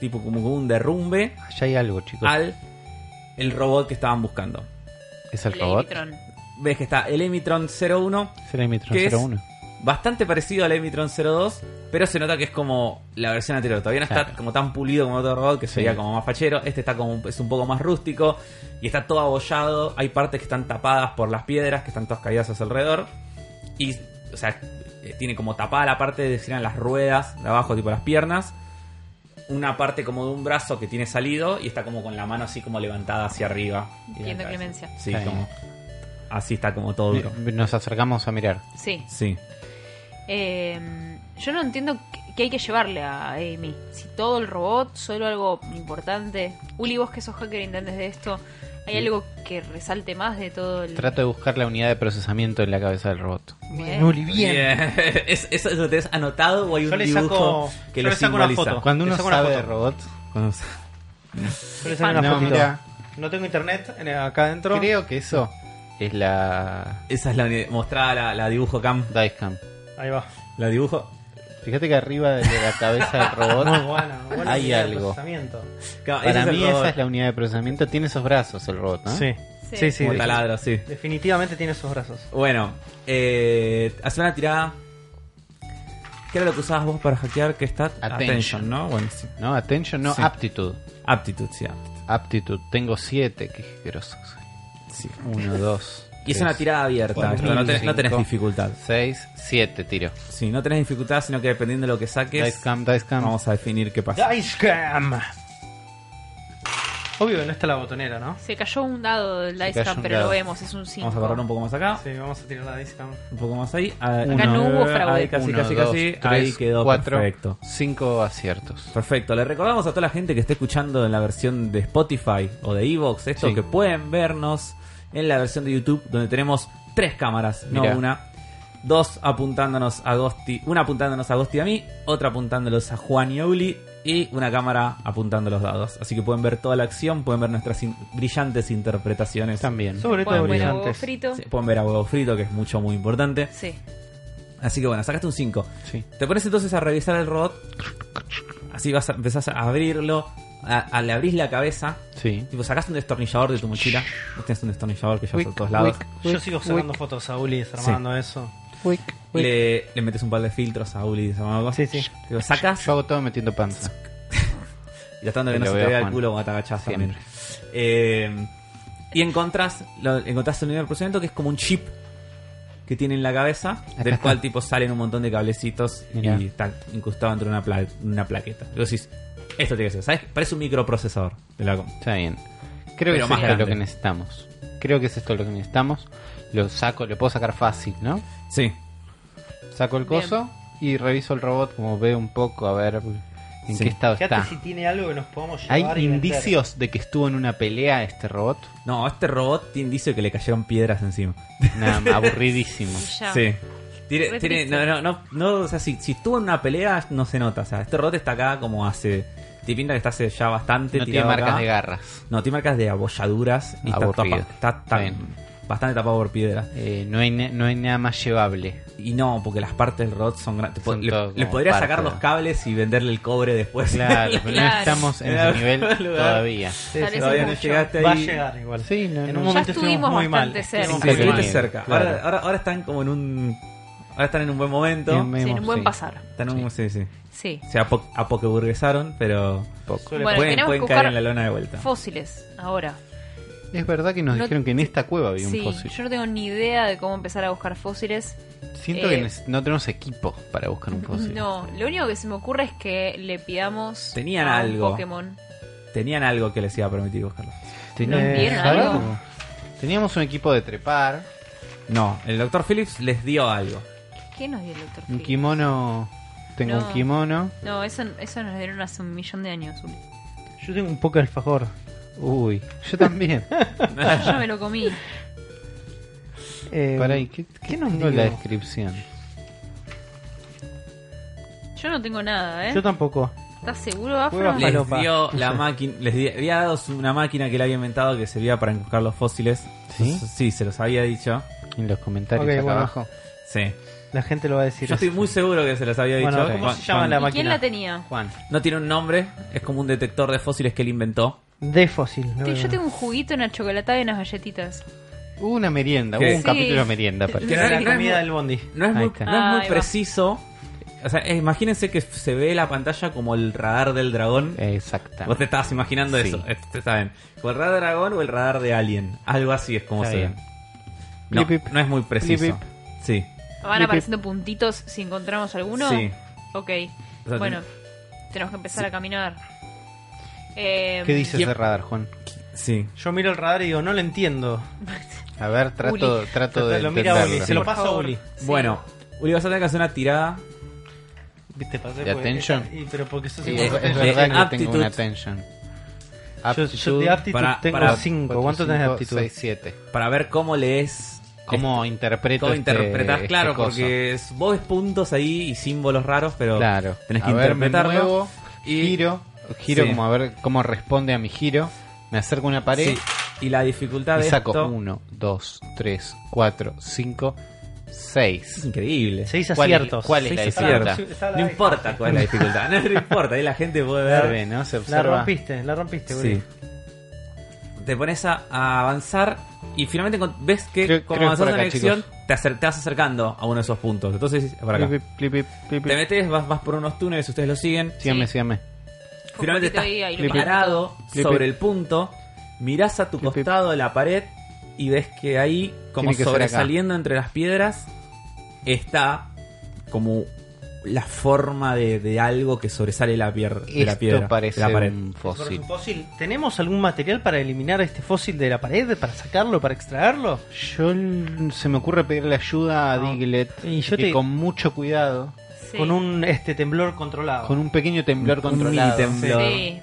Speaker 2: tipo como un derrumbe,
Speaker 3: Allá hay algo, chicos.
Speaker 2: al el robot que estaban buscando.
Speaker 3: ¿Es el robot?
Speaker 4: Emitron.
Speaker 2: Ves que está el Emitron 01,
Speaker 3: Es el Emitron
Speaker 2: ¿Qué es?
Speaker 3: 01.
Speaker 2: bastante parecido al Emitron 02, pero se nota que es como la versión anterior. Todavía no está
Speaker 3: Claro.
Speaker 2: como tan pulido como otro robot que
Speaker 3: Sí.
Speaker 2: sería como más fachero. Este está como es un poco más rústico y está todo abollado. Hay partes que están tapadas por las piedras, que están todas caídas hacia alrededor. Y, o sea, eh, tiene como tapada la parte de eran las ruedas de abajo, tipo las piernas. Una parte como de un brazo que tiene salido y está como con la mano así como levantada hacia arriba. Y la
Speaker 4: Entiendo,
Speaker 2: cabeza.
Speaker 4: Clemencia.
Speaker 2: Sí,
Speaker 3: Sí.
Speaker 2: como. Así está como todo duro.
Speaker 3: Nos acercamos a mirar.
Speaker 4: Sí.
Speaker 2: Sí.
Speaker 4: Eh, yo no entiendo qué- qué hay que llevarle a Amy. Si todo el robot, solo algo importante. Uli, vos que sos hacker e entendés de esto, ¿hay
Speaker 2: Sí.
Speaker 4: algo que resalte más de todo el...
Speaker 3: Trato de buscar la unidad de procesamiento en la cabeza del robot.
Speaker 4: Bien.
Speaker 1: Uli,
Speaker 2: ¿Es, ¿Eso lo tenés anotado o hay
Speaker 1: Yo
Speaker 2: un
Speaker 1: le
Speaker 2: dibujo
Speaker 1: saco-
Speaker 2: que
Speaker 1: yo
Speaker 2: lo
Speaker 1: le saco una
Speaker 2: simboliza?
Speaker 1: foto.
Speaker 3: Cuando
Speaker 1: Le
Speaker 3: uno
Speaker 1: saco una
Speaker 3: sabe de
Speaker 1: foto.
Speaker 3: robots,
Speaker 2: Cuando-
Speaker 1: Yo les saco una
Speaker 3: No,
Speaker 1: fotito.
Speaker 3: mirá.
Speaker 1: No tengo internet en- acá adentro.
Speaker 3: creo que eso es la
Speaker 2: Esa es la unidad. Mostrada la, la dibujo cam.
Speaker 3: Dicecam.
Speaker 1: Ahí va.
Speaker 2: La dibujo.
Speaker 3: Fíjate que arriba de la cabeza del
Speaker 1: Muy
Speaker 3: robot,
Speaker 1: buena. buena
Speaker 3: Hay
Speaker 1: idea de
Speaker 3: algo.
Speaker 1: procesamiento.
Speaker 2: Claro, ese
Speaker 3: para
Speaker 2: el
Speaker 3: mí
Speaker 2: robot.
Speaker 3: esa es la unidad de procesamiento. Tiene esos brazos el robot, ¿no?
Speaker 1: Sí.
Speaker 4: Sí.
Speaker 1: Sí, sí.
Speaker 2: Como
Speaker 1: de-
Speaker 2: taladro, sí.
Speaker 1: Definitivamente tiene esos brazos.
Speaker 2: Bueno, eh, hace una tirada. ¿Qué era lo que usabas vos para hackear? ¿Qué está?
Speaker 3: Attention.
Speaker 2: ¿no? Bueno, sí.
Speaker 3: No, attention, no,
Speaker 2: Sí.
Speaker 3: aptitud.
Speaker 2: Aptitud, sí, aptitud.
Speaker 3: Aptitud. Tengo siete, qué grosso soy.
Speaker 2: sí.
Speaker 3: Uno, dos.
Speaker 2: Y es una tirada abierta.
Speaker 3: cuatro,
Speaker 2: esto, no, tenés, no tenés
Speaker 3: cinco.
Speaker 2: dificultad.
Speaker 3: 6, 7 tiro.
Speaker 2: Sí, no tenés dificultad, sino que dependiendo de lo que saques,
Speaker 3: Dicecam, Dicecam.
Speaker 2: vamos a definir qué pasa.
Speaker 1: Dicecam. Obvio que no está la botonera, ¿no?
Speaker 4: Se cayó un dado del
Speaker 3: Se
Speaker 4: Dice
Speaker 3: cayó
Speaker 4: Cam,
Speaker 3: un
Speaker 4: pero
Speaker 3: dado.
Speaker 4: lo vemos, es un 5.
Speaker 2: Vamos a correr un poco más acá.
Speaker 1: Sí, vamos a tirar la Dicecam.
Speaker 2: Un poco más ahí. Ah,
Speaker 3: Acá
Speaker 4: no hubo
Speaker 2: eh,
Speaker 4: fraude.
Speaker 2: Ahí casi, casi, casi. ahí quedó perfecto.
Speaker 3: 5 aciertos.
Speaker 2: Perfecto. Le recordamos a toda la gente que esté escuchando en la versión de Spotify o de Evox esto,
Speaker 3: Sí.
Speaker 2: que pueden vernos en la versión de YouTube donde tenemos tres cámaras,
Speaker 3: Mirá.
Speaker 2: no una. Dos apuntándonos a Gosti, una apuntándonos a Gosti y a mí, otra apuntándolos a Juan y a Uli y una cámara apuntando los dados. Así que pueden ver toda la acción, pueden ver nuestras in- brillantes interpretaciones.
Speaker 3: También.
Speaker 1: Sobre todo
Speaker 4: Bueno, bueno, huevo
Speaker 1: brillantes.
Speaker 4: frito.
Speaker 2: Sí,
Speaker 4: Sí.
Speaker 2: pueden ver a Huevo Frito, que es mucho, muy importante. Así que bueno, sacaste un 5.
Speaker 3: Sí.
Speaker 2: Te pones entonces a revisar el robot. Así vas a, empezás a abrirlo. A, a- le abrís la cabeza.
Speaker 3: Sí.
Speaker 2: Tipo, sacás un destornillador de tu mochila. Vos tenés un destornillador que llevas por todos lados.
Speaker 1: Yo sigo sacando fotos a Uli desarmando eso.
Speaker 2: Le, le metes un par de filtros a Uli y esas cosas.
Speaker 1: Sí, sí.
Speaker 2: Tipo, sacas.
Speaker 3: Yo hago todo metiendo panza.
Speaker 2: Y tratando de que
Speaker 3: Lo
Speaker 2: no se te
Speaker 3: veo,
Speaker 2: vea el
Speaker 3: Juan.
Speaker 2: culo cuando te agachás también.
Speaker 3: Siempre.
Speaker 2: Eh, y encontrás, lo- encontrás el nivel de procesamiento que es como un chip que tiene en la cabeza, del
Speaker 3: está.
Speaker 2: cual tipo salen un montón de cablecitos
Speaker 3: Mirá.
Speaker 2: y está incrustado dentro de una, pla- una plaqueta. Y vos decís, esto tiene que ser, ¿sabes? Parece un microprocesador de la com.
Speaker 3: Está bien. Creo que
Speaker 2: Pero
Speaker 3: es
Speaker 2: más
Speaker 3: esto
Speaker 2: grande.
Speaker 3: lo que necesitamos. Creo que es esto lo que necesitamos. Lo saco, lo puedo sacar fácil, ¿no?
Speaker 2: Sí.
Speaker 3: Saco el
Speaker 4: Bien.
Speaker 3: coso y reviso el robot como veo un poco a ver en
Speaker 2: Sí.
Speaker 3: qué estado
Speaker 1: Fíjate
Speaker 3: está.
Speaker 1: si tiene algo que nos podamos llevar.
Speaker 3: ¿Hay
Speaker 1: y meter.
Speaker 3: indicios de que estuvo en una pelea este robot?
Speaker 2: No, este robot tiene indicio que le cayeron piedras encima.
Speaker 3: Nada, aburridísimo.
Speaker 4: Y ya.
Speaker 2: Sí. Tiene-
Speaker 4: Re
Speaker 2: tiene-
Speaker 4: triste.
Speaker 2: no, no, no, no, o sea, si, si estuvo en una pelea no se nota. O sea, este robot está acá como hace... Te pinta que está hace ya bastante
Speaker 3: No tiene
Speaker 2: tirado
Speaker 3: marcas
Speaker 2: acá.
Speaker 3: de garras.
Speaker 2: No, tiene marcas de abolladuras y está,
Speaker 3: Aburrido.
Speaker 2: tapa- está tan-
Speaker 3: Bien.
Speaker 2: bastante tapado por piedras.
Speaker 3: Eh, no, hay na- no hay nada más llevable.
Speaker 2: Y no, porque las partes del robot son grandes.
Speaker 3: Son todo
Speaker 2: Le,
Speaker 3: como
Speaker 2: le podría sacar
Speaker 3: parte.
Speaker 2: los cables y venderle el cobre después.
Speaker 3: Claro, pero no
Speaker 4: Claro.
Speaker 3: estamos en
Speaker 2: Claro.
Speaker 3: ese nivel todavía.
Speaker 2: Sí,
Speaker 4: Parece
Speaker 2: todavía no
Speaker 4: mucho.
Speaker 2: llegaste ahí.
Speaker 1: Va a llegar igual.
Speaker 3: Sí, no,
Speaker 1: en
Speaker 3: no.
Speaker 1: un
Speaker 3: Ya
Speaker 1: momento
Speaker 4: estuvimos
Speaker 1: muy mal.
Speaker 4: bastante cerca.
Speaker 2: Sí,
Speaker 3: Nunca
Speaker 2: estuviste
Speaker 3: llegué.
Speaker 2: cerca.
Speaker 3: Claro.
Speaker 2: Ahora, ahora, ahora están como en un. Ahora están en un buen momento.
Speaker 3: Bien,
Speaker 4: Sí, en un buen
Speaker 3: Sí.
Speaker 4: pasar.
Speaker 2: Están en un. Sí, sí.
Speaker 4: Sí.
Speaker 2: Se apo- apoqueburguesaron, pero.
Speaker 3: Poco.
Speaker 1: Suele
Speaker 4: Bueno,
Speaker 1: pasar.
Speaker 2: pueden
Speaker 4: tenemos
Speaker 2: pueden
Speaker 4: que
Speaker 2: caer
Speaker 4: buscar
Speaker 2: en la lona de vuelta.
Speaker 4: Fósiles, ahora.
Speaker 3: Es verdad que nos
Speaker 4: No-
Speaker 3: dijeron que en esta cueva había un
Speaker 4: Sí,
Speaker 3: fósil.
Speaker 4: yo no tengo ni idea de cómo empezar a buscar fósiles.
Speaker 3: Siento
Speaker 4: eh,
Speaker 3: que nes- no tenemos equipo para buscar un fósil.
Speaker 4: No, lo único que se me ocurre es que le pidamos
Speaker 2: Tenían
Speaker 4: a un
Speaker 2: algo.
Speaker 4: Pokémon.
Speaker 2: Tenían algo que les iba a permitir buscarlo.
Speaker 4: ¿Nos dieron
Speaker 3: ¿sabes?
Speaker 4: algo?
Speaker 3: Teníamos un equipo de trepar,
Speaker 2: No, el doctor Phillips les dio algo.
Speaker 4: ¿Qué nos dio el doctor?
Speaker 3: un
Speaker 4: Phil?
Speaker 3: kimono. Tengo
Speaker 4: No.
Speaker 3: un kimono.
Speaker 4: No, eso, eso nos dieron hace un millón de años. Uli.
Speaker 1: Yo tengo un poco de alfajor.
Speaker 3: Uy, yo también.
Speaker 4: Yo me lo comí.
Speaker 1: Eh,
Speaker 3: Pará, ¿y ¿qué, qué nos dio
Speaker 1: digo?
Speaker 3: la descripción?
Speaker 4: Yo no tengo nada, ¿eh?
Speaker 1: Yo tampoco.
Speaker 4: ¿Estás seguro,
Speaker 1: Juega
Speaker 4: Afro?
Speaker 1: Fal-
Speaker 2: Les
Speaker 1: Falopa.
Speaker 2: dio la máquina, les di- había dado su- una máquina que le había inventado que servía para buscar los fósiles.
Speaker 3: ¿Sí?
Speaker 2: Sí, se los había dicho.
Speaker 3: En los comentarios
Speaker 1: Ok,
Speaker 3: acá
Speaker 1: bueno.
Speaker 3: abajo.
Speaker 2: Sí.
Speaker 1: La gente lo va a decir.
Speaker 2: Yo estoy muy seguro que se los había dicho.
Speaker 1: Bueno, ¿cómo
Speaker 2: Juan-
Speaker 1: se llama
Speaker 2: Juan-
Speaker 1: la
Speaker 4: ¿Y quién
Speaker 1: máquina?
Speaker 4: la tenía?
Speaker 3: Juan.
Speaker 2: No tiene un nombre, es como un detector de fósiles que él inventó.
Speaker 1: De fósil. no,
Speaker 4: Te- Yo
Speaker 1: no.
Speaker 4: tengo un juguito, una chocolatada y unas galletitas.
Speaker 3: Hubo una merienda,
Speaker 2: ¿Qué?
Speaker 3: hubo un
Speaker 4: Sí.
Speaker 3: capítulo de merienda. parece.
Speaker 2: Que no
Speaker 1: Era
Speaker 2: es-
Speaker 1: la
Speaker 2: no es
Speaker 1: comida
Speaker 2: muy-
Speaker 1: del bondi.
Speaker 2: No es
Speaker 3: Ahí
Speaker 2: muy,
Speaker 3: está.
Speaker 2: no es muy
Speaker 4: Ahí va.
Speaker 2: preciso. O sea, eh, imagínense que se ve la pantalla como el radar del dragón. Vos te
Speaker 3: Exactamente.
Speaker 2: estabas imaginando
Speaker 3: Eh, Sí.
Speaker 2: eso. Este, Está bien. ¿O el radar de dragón o el radar de alien? Algo así es como
Speaker 3: Está
Speaker 2: se ve.
Speaker 3: bien.
Speaker 2: No,
Speaker 3: Plip, plip.
Speaker 2: no es muy preciso.
Speaker 3: Plip,
Speaker 2: Sí.
Speaker 4: Van
Speaker 3: Yupi.
Speaker 4: apareciendo puntitos si encontramos alguno.
Speaker 2: Sí.
Speaker 4: Ok.
Speaker 2: O sea,
Speaker 4: bueno, tenemos que empezar a caminar. Eh,
Speaker 3: ¿Qué dice
Speaker 2: ¿Quién-
Speaker 3: ese radar, Juan?
Speaker 2: Sí.
Speaker 1: Yo miro el radar y digo, no lo entiendo.
Speaker 3: A ver, trato,
Speaker 4: Uli.
Speaker 3: trato de
Speaker 1: lo mira Uli,
Speaker 3: entenderlo.
Speaker 1: se lo
Speaker 4: Por
Speaker 1: paso a
Speaker 4: favor.
Speaker 1: Uli.
Speaker 4: Sí.
Speaker 2: Bueno, Uli, vas a tener que hacer una tirada.
Speaker 1: Viste, pasé
Speaker 3: ¿De
Speaker 1: porque-
Speaker 3: attention?
Speaker 1: Y, pero porque sos
Speaker 3: Sí,
Speaker 1: igual.
Speaker 3: es,
Speaker 2: Eh,
Speaker 3: es
Speaker 2: eh,
Speaker 3: verdad que
Speaker 2: aptitud.
Speaker 3: tengo una tension.
Speaker 1: Yo, yo de aptitud
Speaker 2: para- para-
Speaker 1: tengo 5. ¿Cuánto tenés de aptitud?
Speaker 3: 6, 7.
Speaker 2: para ver cómo lees.
Speaker 3: ¿Cómo interpreto
Speaker 2: cómo
Speaker 3: este-
Speaker 2: interpretar?
Speaker 3: este
Speaker 2: claro,
Speaker 3: coso?
Speaker 2: porque es- vos ves puntos ahí y símbolos raros, pero
Speaker 3: Claro.
Speaker 2: tenés que
Speaker 3: a ver, me
Speaker 2: interpretarlo.
Speaker 3: muevo,
Speaker 2: y-
Speaker 3: giro, giro
Speaker 2: Sí.
Speaker 3: como a ver cómo responde a mi giro. Me acerco a una pared
Speaker 2: Sí, Y la dificultad
Speaker 3: y
Speaker 2: de
Speaker 3: saco
Speaker 2: esto
Speaker 3: 1, 2, 3, 4, 5,
Speaker 2: es
Speaker 3: 6.
Speaker 2: increíble.
Speaker 1: 6
Speaker 3: ¿Cuál es-
Speaker 1: aciertos.
Speaker 3: cuál es
Speaker 2: Seis
Speaker 3: la
Speaker 2: es
Speaker 3: dificultad?
Speaker 2: cierto.
Speaker 1: Está la-
Speaker 2: No importa cuál es la dificultad, no, no importa, ahí la gente puede
Speaker 3: Se
Speaker 2: ver.
Speaker 3: ve, ¿no? Se
Speaker 1: La
Speaker 3: observa.
Speaker 1: rompiste, la rompiste, Uli.
Speaker 2: Sí. Te pones a, a avanzar y finalmente con- ves que
Speaker 3: Creo-
Speaker 2: como
Speaker 3: creo que
Speaker 2: avanzas
Speaker 3: es por
Speaker 2: en la
Speaker 3: acá,
Speaker 2: dirección te, acer- te vas acercando a uno de esos puntos. Entonces, para acá.
Speaker 3: Plip, plip, plip, plip,
Speaker 2: Te
Speaker 3: plip.
Speaker 2: metes, vas, vas por unos túneles, ustedes lo siguen.
Speaker 3: Síganme,
Speaker 4: Sí.
Speaker 3: síganme.
Speaker 4: fue
Speaker 2: Finalmente
Speaker 4: un poquito
Speaker 2: estás
Speaker 4: ahí a iluminar
Speaker 2: parado
Speaker 3: Clipe.
Speaker 2: sobre el punto, mirás a tu
Speaker 3: Clipe.
Speaker 2: costado de la pared y ves que ahí, como
Speaker 3: Tiene que ser
Speaker 2: sobresaliendo entre las piedras, está como la forma de, de algo que sobresale la pier- de la
Speaker 3: Esto
Speaker 2: piedra.
Speaker 3: parece
Speaker 2: de la pared.
Speaker 3: un
Speaker 1: Sobre
Speaker 3: fósil.
Speaker 1: su fósil, ¿tenemos algún material para eliminar este fósil de la pared? ¿Para sacarlo? ¿Para extraerlo?
Speaker 3: Yo l- se me ocurre pedirle ayuda a
Speaker 1: No.
Speaker 3: Diglett
Speaker 1: Y yo
Speaker 3: que
Speaker 1: te-
Speaker 3: con mucho cuidado,
Speaker 4: todo. Sí.
Speaker 1: Con un este temblor controlado.
Speaker 3: con un pequeño temblor
Speaker 2: Un mini
Speaker 3: controlado.
Speaker 2: temblor.
Speaker 4: Sí.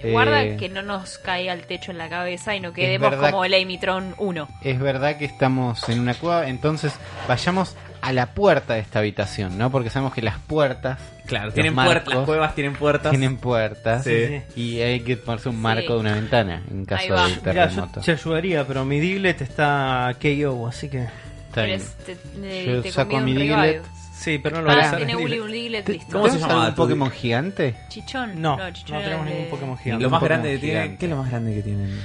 Speaker 3: Eh,
Speaker 4: Guarda que no nos caiga el techo en la cabeza y no quedemos
Speaker 3: verdad
Speaker 4: como el Amitron 1.
Speaker 3: Es verdad que estamos en una cueva, entonces vayamos a la puerta de esta habitación, ¿no? Porque sabemos que las puertas
Speaker 2: Claro,
Speaker 3: Los
Speaker 2: tienen puertas,
Speaker 3: marcos
Speaker 2: las cuevas tienen puertas.
Speaker 3: tienen puertas
Speaker 2: Sí.
Speaker 1: Sí,
Speaker 3: y hay que ponerse un marco
Speaker 4: Sí.
Speaker 3: de una ventana en
Speaker 4: Ahí
Speaker 3: caso
Speaker 4: va.
Speaker 3: de
Speaker 1: Mirá, yo
Speaker 3: terremoto.
Speaker 1: te ayudaría, pero mi Diglett está KO, así que.
Speaker 3: Está bien.
Speaker 4: Te,
Speaker 3: Yo
Speaker 4: te
Speaker 3: saco
Speaker 4: comió
Speaker 3: a mi
Speaker 4: un revive.
Speaker 3: Diglett.
Speaker 1: Sí, pero no lo voy a
Speaker 4: Ah,
Speaker 1: usar.
Speaker 4: tiene
Speaker 1: Diglett.
Speaker 4: Uli un Diglett, listo.
Speaker 2: ¿Cómo se
Speaker 3: ¿Tenemos
Speaker 2: llama
Speaker 3: algún
Speaker 2: tu-
Speaker 3: Pokémon gigante?
Speaker 4: ¿Chichón?
Speaker 1: No, no,
Speaker 4: chichón era
Speaker 1: tenemos
Speaker 4: el
Speaker 1: ningún
Speaker 4: de-
Speaker 1: Pokémon gigante.
Speaker 2: lo más
Speaker 3: Pokémon
Speaker 2: grande que tienen.
Speaker 3: gigante.
Speaker 2: ¿Qué es lo más grande que tienen?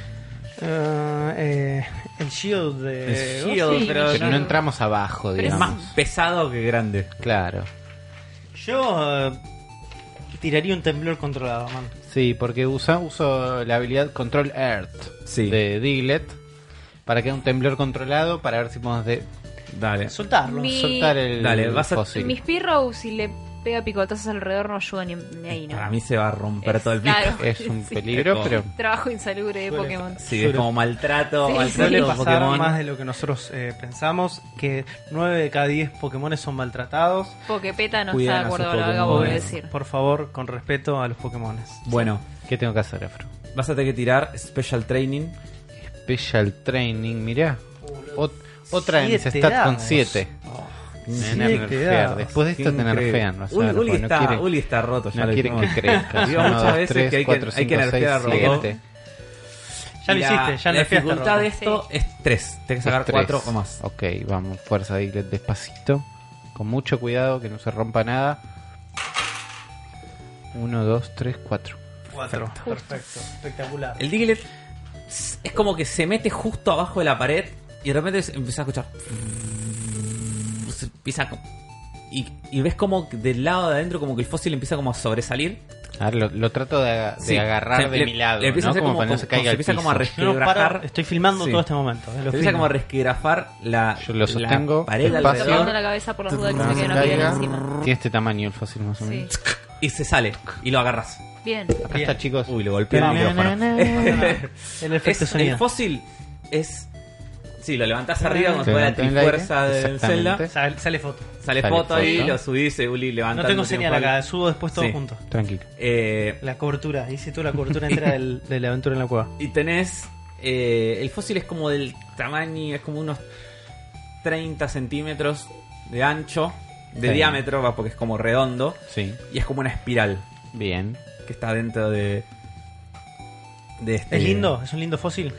Speaker 1: Ah, eh, el Shield de.
Speaker 2: El Shield,
Speaker 4: sí,
Speaker 2: pero
Speaker 3: Pero
Speaker 2: no-
Speaker 3: no entramos abajo,
Speaker 4: Pero
Speaker 2: es
Speaker 4: es
Speaker 3: digamos.
Speaker 2: más pesado que grande.
Speaker 3: Claro.
Speaker 1: Yo eh, tiraría un temblor controlado, man.
Speaker 3: Sí, porque usa, uso la habilidad Control Earth
Speaker 2: Sí.
Speaker 3: de Diglett para que haga un temblor controlado para ver si podemos de-
Speaker 2: Dale.
Speaker 1: Soltarlo.
Speaker 4: Mi- Y-
Speaker 3: soltar el
Speaker 2: Dale, vas a-
Speaker 3: fósil.
Speaker 4: Mis Pirrow, si le pega picotazos alrededor, no ayuda ni, ni ahí, ¿no?
Speaker 2: Para mí se va a romper todo el pico.
Speaker 4: Claro.
Speaker 3: Es un
Speaker 4: Sí.
Speaker 3: peligro,
Speaker 2: Sí.
Speaker 3: pero
Speaker 4: Trabajo insalubre de
Speaker 3: Suele
Speaker 4: Pokémon.
Speaker 2: Sí, es como maltrato,
Speaker 4: Sí, sí.
Speaker 2: maltrato
Speaker 1: Suele
Speaker 2: de
Speaker 1: pasar
Speaker 2: Pokémon.
Speaker 1: más de lo que nosotros eh, pensamos, que 9 de cada 10 Pokémon son maltratados.
Speaker 4: Pokepeta no
Speaker 2: Cuidan
Speaker 4: está
Speaker 2: a
Speaker 4: de acuerdo
Speaker 2: sus
Speaker 4: con lo que
Speaker 2: Pokémon.
Speaker 4: acabo de
Speaker 2: Bueno.
Speaker 4: decir.
Speaker 1: Por favor, con respeto a los Pokémones.
Speaker 2: Bueno,
Speaker 3: ¿qué tengo que hacer, Afro?
Speaker 2: vas a tener que tirar Special Training.
Speaker 3: Special Training, mirá. Ot- otra en
Speaker 1: Siete
Speaker 3: está con
Speaker 1: dados. Oh,
Speaker 3: 7.
Speaker 1: Siete dados.
Speaker 3: Después de esto te nerfean, vas a
Speaker 2: Uli,
Speaker 3: ver,
Speaker 2: Uli
Speaker 3: porque no
Speaker 2: está,
Speaker 3: quieren-
Speaker 2: Uli está roto, ya
Speaker 3: No
Speaker 2: lo
Speaker 3: Pues quieren que
Speaker 2: dijimos.
Speaker 3: crezca.
Speaker 2: Digo
Speaker 3: Uno,
Speaker 2: muchas
Speaker 3: dos,
Speaker 2: veces
Speaker 3: tres,
Speaker 2: que hay que-
Speaker 3: cuatro,
Speaker 2: hay que
Speaker 3: cinco,
Speaker 2: nerfear a
Speaker 3: seis,
Speaker 2: Robocop.
Speaker 3: siete.
Speaker 1: Ya lo
Speaker 2: Y la-
Speaker 1: hiciste, ya nerfeaste
Speaker 2: La
Speaker 1: a
Speaker 2: dificultad de
Speaker 1: Robocop.
Speaker 2: esto es 3. Tenés que sacar
Speaker 3: Tres.
Speaker 2: 4 o más.
Speaker 3: Ok, vamos, fuerza Diglett, despacito. Con mucho cuidado, que no se rompa nada. 1, 2, 3, 4.
Speaker 1: Cuatro. Perfecto. Espectacular.
Speaker 2: El Diglett s- es como que se mete justo abajo de la pared y de repente se- empieza a escuchar. Se empieza a co- y, y ves como que del lado de adentro como que el fósil empieza como a sobresalir.
Speaker 3: A ver, lo, lo trato de, aga- de
Speaker 2: Sí.
Speaker 3: agarrar
Speaker 2: O sea,
Speaker 3: de
Speaker 2: le-
Speaker 3: mi lado.
Speaker 2: le empieza
Speaker 3: ¿no?
Speaker 2: a hacer
Speaker 3: como,
Speaker 2: como-
Speaker 3: para que no
Speaker 2: como-
Speaker 3: se caiga
Speaker 2: como se
Speaker 3: al
Speaker 2: empieza como a
Speaker 3: piso.
Speaker 1: No, no, para,
Speaker 2: resquebrajar.
Speaker 1: estoy filmando
Speaker 2: Sí.
Speaker 1: todo este momento. eh, lo
Speaker 2: Empieza
Speaker 1: filmo.
Speaker 2: como a resquegrafar la,
Speaker 3: Yo lo sostengo,
Speaker 2: la pared
Speaker 3: despacio.
Speaker 4: Estoy tocando
Speaker 2: alrededor
Speaker 4: la cabeza por las dudas que
Speaker 3: No
Speaker 4: se
Speaker 3: se
Speaker 4: me quedan bien
Speaker 3: caiga.
Speaker 4: encima.
Speaker 3: Tiene este tamaño el fósil más o
Speaker 4: Sí.
Speaker 3: menos.
Speaker 2: y se sale y lo agarras.
Speaker 4: Bien.
Speaker 3: Acá
Speaker 1: Bien.
Speaker 3: está, chicos.
Speaker 2: Uy, le golpeé el
Speaker 1: Ah.
Speaker 2: micrófono.
Speaker 1: El efecto
Speaker 2: Es-
Speaker 1: sonido.
Speaker 2: el fósil es... Sí, lo levantás
Speaker 1: Ah.
Speaker 2: arriba con
Speaker 3: Se
Speaker 2: toda la
Speaker 3: levanta en el aire,
Speaker 2: trifuerza de
Speaker 3: exactamente.
Speaker 2: Zelda.
Speaker 1: Sale, sale foto.
Speaker 2: Sale,
Speaker 3: Sale
Speaker 2: foto, ahí,
Speaker 3: foto.
Speaker 2: lo subís y Uli levanta.
Speaker 1: No tengo señal acá, subo después todo
Speaker 2: Sí.
Speaker 1: junto.
Speaker 3: Tranquilo.
Speaker 2: Eh,
Speaker 1: La cobertura, hice toda la cobertura entera del- de la aventura en la cueva.
Speaker 2: y tenés. eh, el fósil es como del tamaño, es como unos 30 centímetros de ancho, de
Speaker 3: Sí.
Speaker 2: diámetro, va, porque es como redondo.
Speaker 3: Sí,
Speaker 2: Y es como una espiral
Speaker 3: bien.
Speaker 2: que está dentro de. de este-
Speaker 1: Es lindo, es un lindo fósil.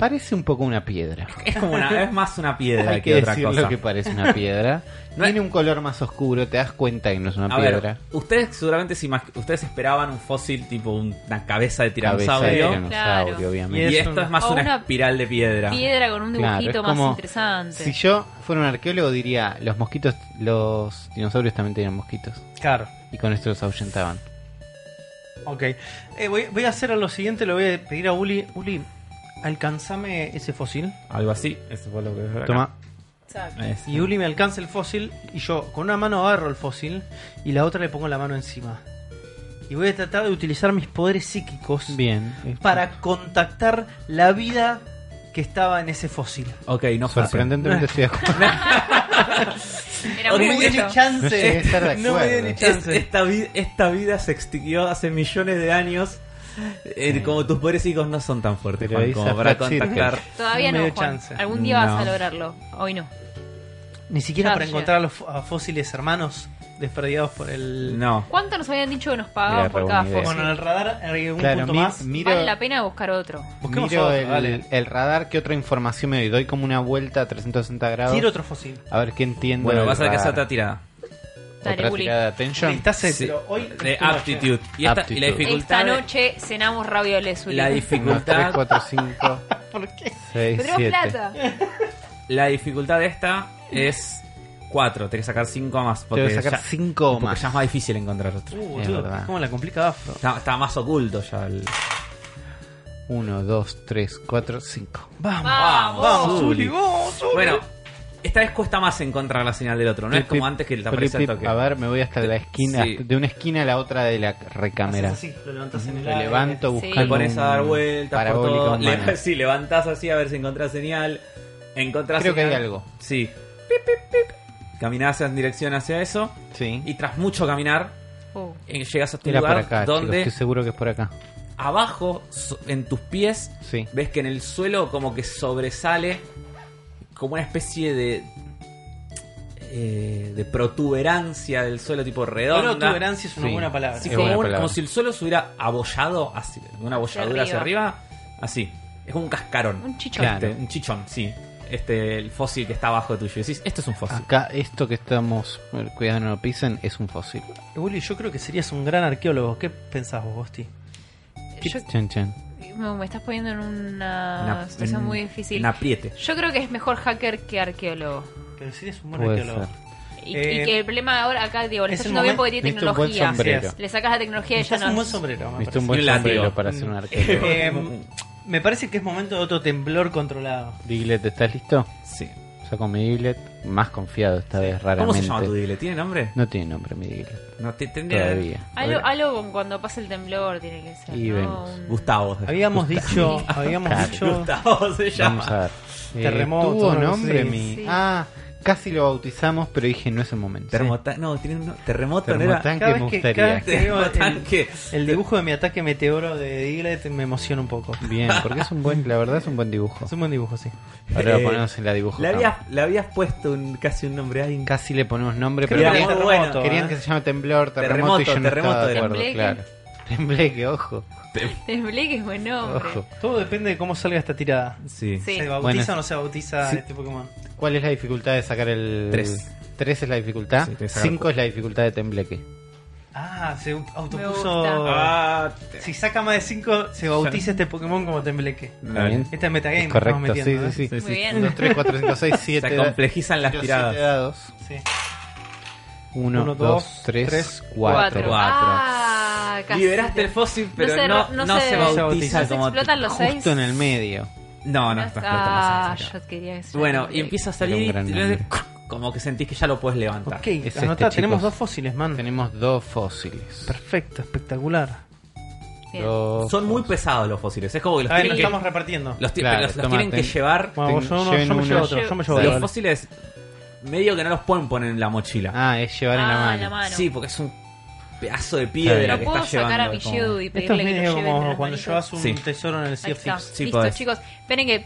Speaker 3: Parece un poco una piedra.
Speaker 2: Es como una. Es más una piedra
Speaker 3: Hay
Speaker 2: que,
Speaker 3: que
Speaker 2: otra
Speaker 3: decir
Speaker 2: cosa.
Speaker 3: lo que parece una piedra.
Speaker 2: No
Speaker 3: Tiene un color más oscuro, te das cuenta que no es una
Speaker 2: A
Speaker 3: piedra.
Speaker 2: ver, ustedes seguramente se imag- ustedes esperaban un fósil tipo una cabeza de
Speaker 3: Cabeza de
Speaker 2: tiranosaurio.
Speaker 3: tiranosaurio,
Speaker 4: Claro.
Speaker 1: Y
Speaker 3: obviamente.
Speaker 1: es
Speaker 2: Y esto
Speaker 1: un-
Speaker 2: es más
Speaker 4: o
Speaker 2: una,
Speaker 4: una
Speaker 2: espiral de piedra.
Speaker 4: Piedra con un
Speaker 3: Claro,
Speaker 4: dibujito
Speaker 3: es
Speaker 4: más
Speaker 3: como-
Speaker 4: interesante.
Speaker 3: Si yo fuera un arqueólogo diría, los mosquitos, los dinosaurios también tenían mosquitos.
Speaker 1: Claro.
Speaker 3: Y con esto los ahuyentaban.
Speaker 1: Ok. Eh, voy, voy a hacer lo siguiente, le voy a pedir a Uli. Uli, alcanzame ese fósil.
Speaker 2: Algo así. Eso fue lo que acá.
Speaker 3: Toma,
Speaker 4: Exacto.
Speaker 2: Ahí está.
Speaker 1: Y Uli me alcanza el fósil y yo con una mano agarro el fósil y la otra le pongo la mano encima. Y voy a tratar de utilizar mis poderes psíquicos
Speaker 3: bien.
Speaker 1: para contactar la vida que estaba en ese fósil.
Speaker 2: Ok, no fue así.
Speaker 3: Sorprendentemente estoy de acuerdo.
Speaker 4: Era
Speaker 1: No me
Speaker 2: Ok,
Speaker 4: muy
Speaker 1: dio
Speaker 4: bueno.
Speaker 1: ni chance.
Speaker 3: No llegué a estar
Speaker 1: No
Speaker 3: de
Speaker 1: me dio
Speaker 3: acuerdo.
Speaker 1: ni
Speaker 2: Es-
Speaker 1: chance.
Speaker 2: esta, vi- esta vida se extinguió hace millones de años. Eh,
Speaker 3: Sí.
Speaker 2: Como tus poderes hijos no son tan fuertes,
Speaker 3: Pero
Speaker 2: Juan,
Speaker 3: ahí se
Speaker 2: como para
Speaker 3: fue
Speaker 2: contactar.
Speaker 4: Todavía
Speaker 1: No me
Speaker 4: no,
Speaker 1: dio
Speaker 4: Juan.
Speaker 1: chance.
Speaker 4: Algún día vas
Speaker 2: No.
Speaker 4: a lograrlo. Hoy no.
Speaker 1: Ni siquiera
Speaker 4: Ya
Speaker 1: para
Speaker 4: sé.
Speaker 1: encontrar los fó- a fósiles hermanos desperdiciados por el.
Speaker 2: No.
Speaker 4: ¿Cuánto nos habían dicho que nos pagaban
Speaker 3: Mira,
Speaker 4: por
Speaker 3: re
Speaker 4: cada
Speaker 3: buena idea.
Speaker 1: Bueno, en el
Speaker 4: fósil?
Speaker 1: radar hay un
Speaker 3: Claro,
Speaker 1: punto
Speaker 3: mi-
Speaker 1: más.
Speaker 3: miro,
Speaker 4: Vale la pena buscar otro.
Speaker 1: Busquemos
Speaker 3: miro
Speaker 1: otro,
Speaker 3: el,
Speaker 1: dale.
Speaker 3: el radar, ¿qué otra información me doy? Doy como una vuelta a 360 grados.
Speaker 1: Quiero otro fósil.
Speaker 3: A ver qué entiendo.
Speaker 2: Bueno,
Speaker 3: del
Speaker 2: vas a tener que hacer
Speaker 3: radar.
Speaker 2: otra tirada.
Speaker 4: Dale,
Speaker 3: Otra
Speaker 4: Uli.
Speaker 3: tirada de attention.
Speaker 1: Estás
Speaker 2: Sí.
Speaker 1: pero hoy
Speaker 2: De
Speaker 1: es tu noche.
Speaker 2: aptitud. Y, esta- y la
Speaker 3: Aptitud.
Speaker 4: Esta
Speaker 2: dificultad. de-
Speaker 4: noche cenamos ravioles, Uli.
Speaker 2: la
Speaker 3: Uno, tres,
Speaker 2: dificultad.
Speaker 3: cuatro, cinco,
Speaker 1: ¿Por qué?
Speaker 3: seis,
Speaker 4: Pero tenemos
Speaker 3: siete.
Speaker 4: plata.
Speaker 2: La dificultad de esta es 4. Tenés que sacar 5 más. Porque,
Speaker 3: Tengo que sacar
Speaker 2: ya,
Speaker 3: 5
Speaker 2: porque
Speaker 3: más.
Speaker 2: ya es más difícil encontrar otro.
Speaker 1: Uh,
Speaker 3: Es
Speaker 1: boludo,
Speaker 3: verdad.
Speaker 1: ¿Cómo la complica Afro?
Speaker 2: Está, está más oculto ya. el-
Speaker 3: 1, 2, 3, 4, 5.
Speaker 1: Vamos,
Speaker 4: Vamos.
Speaker 1: vamos,
Speaker 2: Uli.
Speaker 1: Uli, vamos, Uli.
Speaker 2: Bueno, esta vez cuesta más encontrar la señal del otro. No es como antes que te aparece el toque.
Speaker 3: A ver, me voy hasta la esquina,
Speaker 2: Sí.
Speaker 3: de una esquina a la otra de la recámera.
Speaker 1: Haces así, lo levantás en el
Speaker 3: Lo
Speaker 1: aire.
Speaker 3: levanto
Speaker 4: Sí.
Speaker 3: buscando.
Speaker 2: Te pones a dar
Speaker 3: un
Speaker 2: vueltas por
Speaker 3: parabólica
Speaker 2: todo.
Speaker 3: humana.
Speaker 2: Le, sí, levantás así a ver si encontrás señal. Encontrás
Speaker 3: Creo que hay
Speaker 2: señal.
Speaker 3: algo.
Speaker 2: Sí. Pip, pip, pip. Caminás en dirección hacia eso.
Speaker 3: Sí.
Speaker 2: Y tras mucho caminar,
Speaker 4: Uh,
Speaker 2: eh, llegas a tu
Speaker 3: Era por
Speaker 2: lugar
Speaker 3: acá, chicos,
Speaker 2: donde
Speaker 3: estoy seguro que es por acá.
Speaker 2: abajo, so- en tus pies,
Speaker 3: Sí.
Speaker 2: ves que en el suelo como que sobresale como una especie de. eh, de protuberancia del suelo tipo redonda.
Speaker 1: Protuberancia es una
Speaker 3: Sí.
Speaker 1: buena palabra.
Speaker 2: Así
Speaker 3: Es
Speaker 2: como,
Speaker 3: buena
Speaker 2: un-
Speaker 3: palabra.
Speaker 2: como si el suelo se hubiera abollado, así, una
Speaker 4: Hacia
Speaker 2: abolladura hacia arriba. así. Es como un cascarón.
Speaker 4: Un chichón.
Speaker 3: Claro.
Speaker 2: Este, un chichón, sí. Este, el fósil que está abajo tuyo. Y Decís, esto es un fósil.
Speaker 3: Acá, esto que estamos. eh, Cuidado, no lo pisen, es un fósil.
Speaker 1: Uli, yo creo que serías un gran arqueólogo. ¿Qué pensás vos, Gosti?
Speaker 4: Yo-
Speaker 3: Chan, chan.
Speaker 4: me, me estás poniendo en una,
Speaker 2: Una-
Speaker 4: situación muy difícil.
Speaker 2: Un apriete.
Speaker 4: Yo creo que es mejor hacker que arqueólogo.
Speaker 1: Que serías un buen
Speaker 3: Puede
Speaker 1: arqueólogo.
Speaker 3: ser.
Speaker 4: Y,
Speaker 1: Eh,
Speaker 4: y que el problema ahora acá, digo, le
Speaker 1: es
Speaker 4: está
Speaker 1: el
Speaker 4: yendo
Speaker 1: momento-
Speaker 4: bien porque tiene
Speaker 3: Necesito un buen
Speaker 4: tecnología.
Speaker 3: sombrero.
Speaker 1: Así
Speaker 4: Le sacas la tecnología y ya
Speaker 1: Necesitas
Speaker 4: no.
Speaker 1: un buen sombrero. me
Speaker 3: Necesito
Speaker 1: parece.
Speaker 3: un buen
Speaker 2: Y un látigo.
Speaker 3: sombrero para hacer un arquero.
Speaker 1: Eh, me parece que es momento de otro temblor controlado.
Speaker 3: Diglett, ¿estás listo?
Speaker 2: Sí.
Speaker 3: Saco mi Diglett, más confiado esta vez, raramente.
Speaker 2: ¿Cómo se llama tu Diglett? ¿Tiene nombre?
Speaker 3: No tiene nombre mi Diglett,
Speaker 2: No, te- tendría-
Speaker 3: todavía.
Speaker 4: Algo, algo con cuando pasa el temblor tiene que ser.
Speaker 3: Y
Speaker 4: ¿no?
Speaker 3: vemos.
Speaker 4: Un-
Speaker 2: Gustavo.
Speaker 1: Habíamos dicho, habíamos
Speaker 3: Claro.
Speaker 1: dicho
Speaker 2: Gustavo se llama.
Speaker 3: Vamos a ver. Eh,
Speaker 1: Terremoto,
Speaker 3: tuvo
Speaker 1: no
Speaker 3: nombre
Speaker 1: sé.
Speaker 3: mi...
Speaker 4: Sí.
Speaker 3: Ah, casi lo bautizamos, pero dije no es el momento.
Speaker 2: Termota- No, tiene un terremoto. ¿no era?
Speaker 3: Termotanque
Speaker 1: Cada
Speaker 3: me
Speaker 1: vez que-
Speaker 3: gustaría.
Speaker 1: cada vez que veo el-
Speaker 2: Termotanque.
Speaker 1: el dibujo de mi ataque meteoro de Diglett me emociona un poco.
Speaker 3: Bien, porque es un buen, la verdad es un buen dibujo.
Speaker 1: Es un buen dibujo, sí.
Speaker 3: Ahora
Speaker 2: Eh,
Speaker 3: lo ponemos en la dibujo.
Speaker 2: Le
Speaker 3: cam.
Speaker 2: habías, le habías puesto un, casi un nombre a alguien.
Speaker 3: Casi le ponemos nombre,
Speaker 1: Creo
Speaker 3: pero
Speaker 1: que
Speaker 2: era
Speaker 1: era
Speaker 3: querían,
Speaker 2: muy
Speaker 1: terremoto,
Speaker 2: bueno,
Speaker 3: querían
Speaker 2: ¿eh?
Speaker 3: que se llame temblor, terremoto, y yo no
Speaker 2: Terremoto,
Speaker 3: estaba de
Speaker 2: terremoto
Speaker 3: acuerdo, claro.
Speaker 4: era.
Speaker 3: Tembleque, ojo,
Speaker 4: Tembleque es buen nombre.
Speaker 3: ojo.
Speaker 1: ¿eh? Todo depende de cómo salga esta tirada.
Speaker 2: Sí.
Speaker 4: Sí.
Speaker 1: ¿Se bautiza
Speaker 3: Bueno.
Speaker 1: o no se bautiza
Speaker 2: Sí.
Speaker 1: este Pokémon?
Speaker 3: ¿Cuál es la dificultad de sacar el...?
Speaker 2: Tres.
Speaker 3: Tres es la dificultad,
Speaker 2: Sí, tenés que sacar
Speaker 3: cinco es la dificultad de tembleque.
Speaker 1: Ah, se
Speaker 4: Me
Speaker 1: autopuso. Ah.
Speaker 4: gusta.
Speaker 2: Ah,
Speaker 3: Ah.
Speaker 1: Si saca más de 5, se bautiza este Pokémon como Tembleque.
Speaker 3: ¿Está bien?
Speaker 1: Este es metagame.
Speaker 3: Es
Speaker 1: que estamos
Speaker 3: correcto,
Speaker 1: metiendo, ¿eh?
Speaker 3: sí, sí, sí.
Speaker 4: Muy bien.
Speaker 3: 2, 3, 4, 5, 6, 7.
Speaker 2: Se complejizan las tiradas.
Speaker 3: dados.
Speaker 1: ¿eh? Sí.
Speaker 3: 1,
Speaker 1: Uno,
Speaker 3: 2,
Speaker 1: dos,
Speaker 3: 3,
Speaker 1: tres,
Speaker 3: 4.
Speaker 2: cuatro.
Speaker 4: Ah, casi.
Speaker 2: Liberaste el fósil, pero
Speaker 4: se-
Speaker 2: no,
Speaker 4: no
Speaker 2: no,
Speaker 4: se-
Speaker 2: se,
Speaker 4: no se
Speaker 2: bautiza
Speaker 1: bautiza.
Speaker 2: como.
Speaker 4: explotan los seis.
Speaker 3: Justo en el medio.
Speaker 2: No, no,
Speaker 4: Ah,
Speaker 2: está explotando los seis, no.
Speaker 4: yo quería decir.
Speaker 2: Bueno, y empieza a salir
Speaker 3: Era un
Speaker 2: y
Speaker 3: gran
Speaker 2: te- como que sentís que ya lo puedes levantar.
Speaker 1: Ok,
Speaker 3: Es
Speaker 1: anotá,
Speaker 3: este,
Speaker 1: tenemos
Speaker 3: chicos.
Speaker 1: dos fósiles, man.
Speaker 3: Tenemos dos fósiles.
Speaker 1: Perfecto, espectacular.
Speaker 4: Bien.
Speaker 3: Dos
Speaker 2: Son muy
Speaker 3: fósiles.
Speaker 2: pesados los fósiles. Es como que los
Speaker 1: A ver, nos
Speaker 2: tienen
Speaker 1: estamos
Speaker 2: que,
Speaker 1: repartiendo.
Speaker 2: los ti-
Speaker 3: Claro,
Speaker 2: pero los- los
Speaker 3: toma,
Speaker 2: tienen que
Speaker 3: ten-
Speaker 2: llevar.
Speaker 1: Bueno, vos- yo, no-
Speaker 3: lleven
Speaker 1: yo me
Speaker 3: uno.
Speaker 1: llevo otro, yo me llevo
Speaker 4: Dale.
Speaker 2: Los
Speaker 1: otro.
Speaker 2: fósiles medio que no los pueden poner en la mochila.
Speaker 3: Ah, es llevar en la
Speaker 4: Ah,
Speaker 3: mano.
Speaker 4: la mano.
Speaker 2: Sí, porque es un pedazo de
Speaker 3: Está
Speaker 2: piedra
Speaker 3: bien.
Speaker 4: Lo
Speaker 2: que
Speaker 4: puedo
Speaker 2: está
Speaker 4: sacar
Speaker 2: llevando.
Speaker 4: a mi
Speaker 2: como-
Speaker 4: Yudu y
Speaker 1: Esto es
Speaker 4: pedirle que
Speaker 1: medio
Speaker 4: lo lleven
Speaker 1: como
Speaker 4: de las
Speaker 1: cuando
Speaker 4: manitos.
Speaker 1: llevas un
Speaker 2: Sí.
Speaker 1: tesoro en el
Speaker 4: Ahí
Speaker 1: Sea of
Speaker 4: está.
Speaker 1: Thieves.
Speaker 2: Sí,
Speaker 4: Listo,
Speaker 2: podés.
Speaker 4: chicos. Esperen que.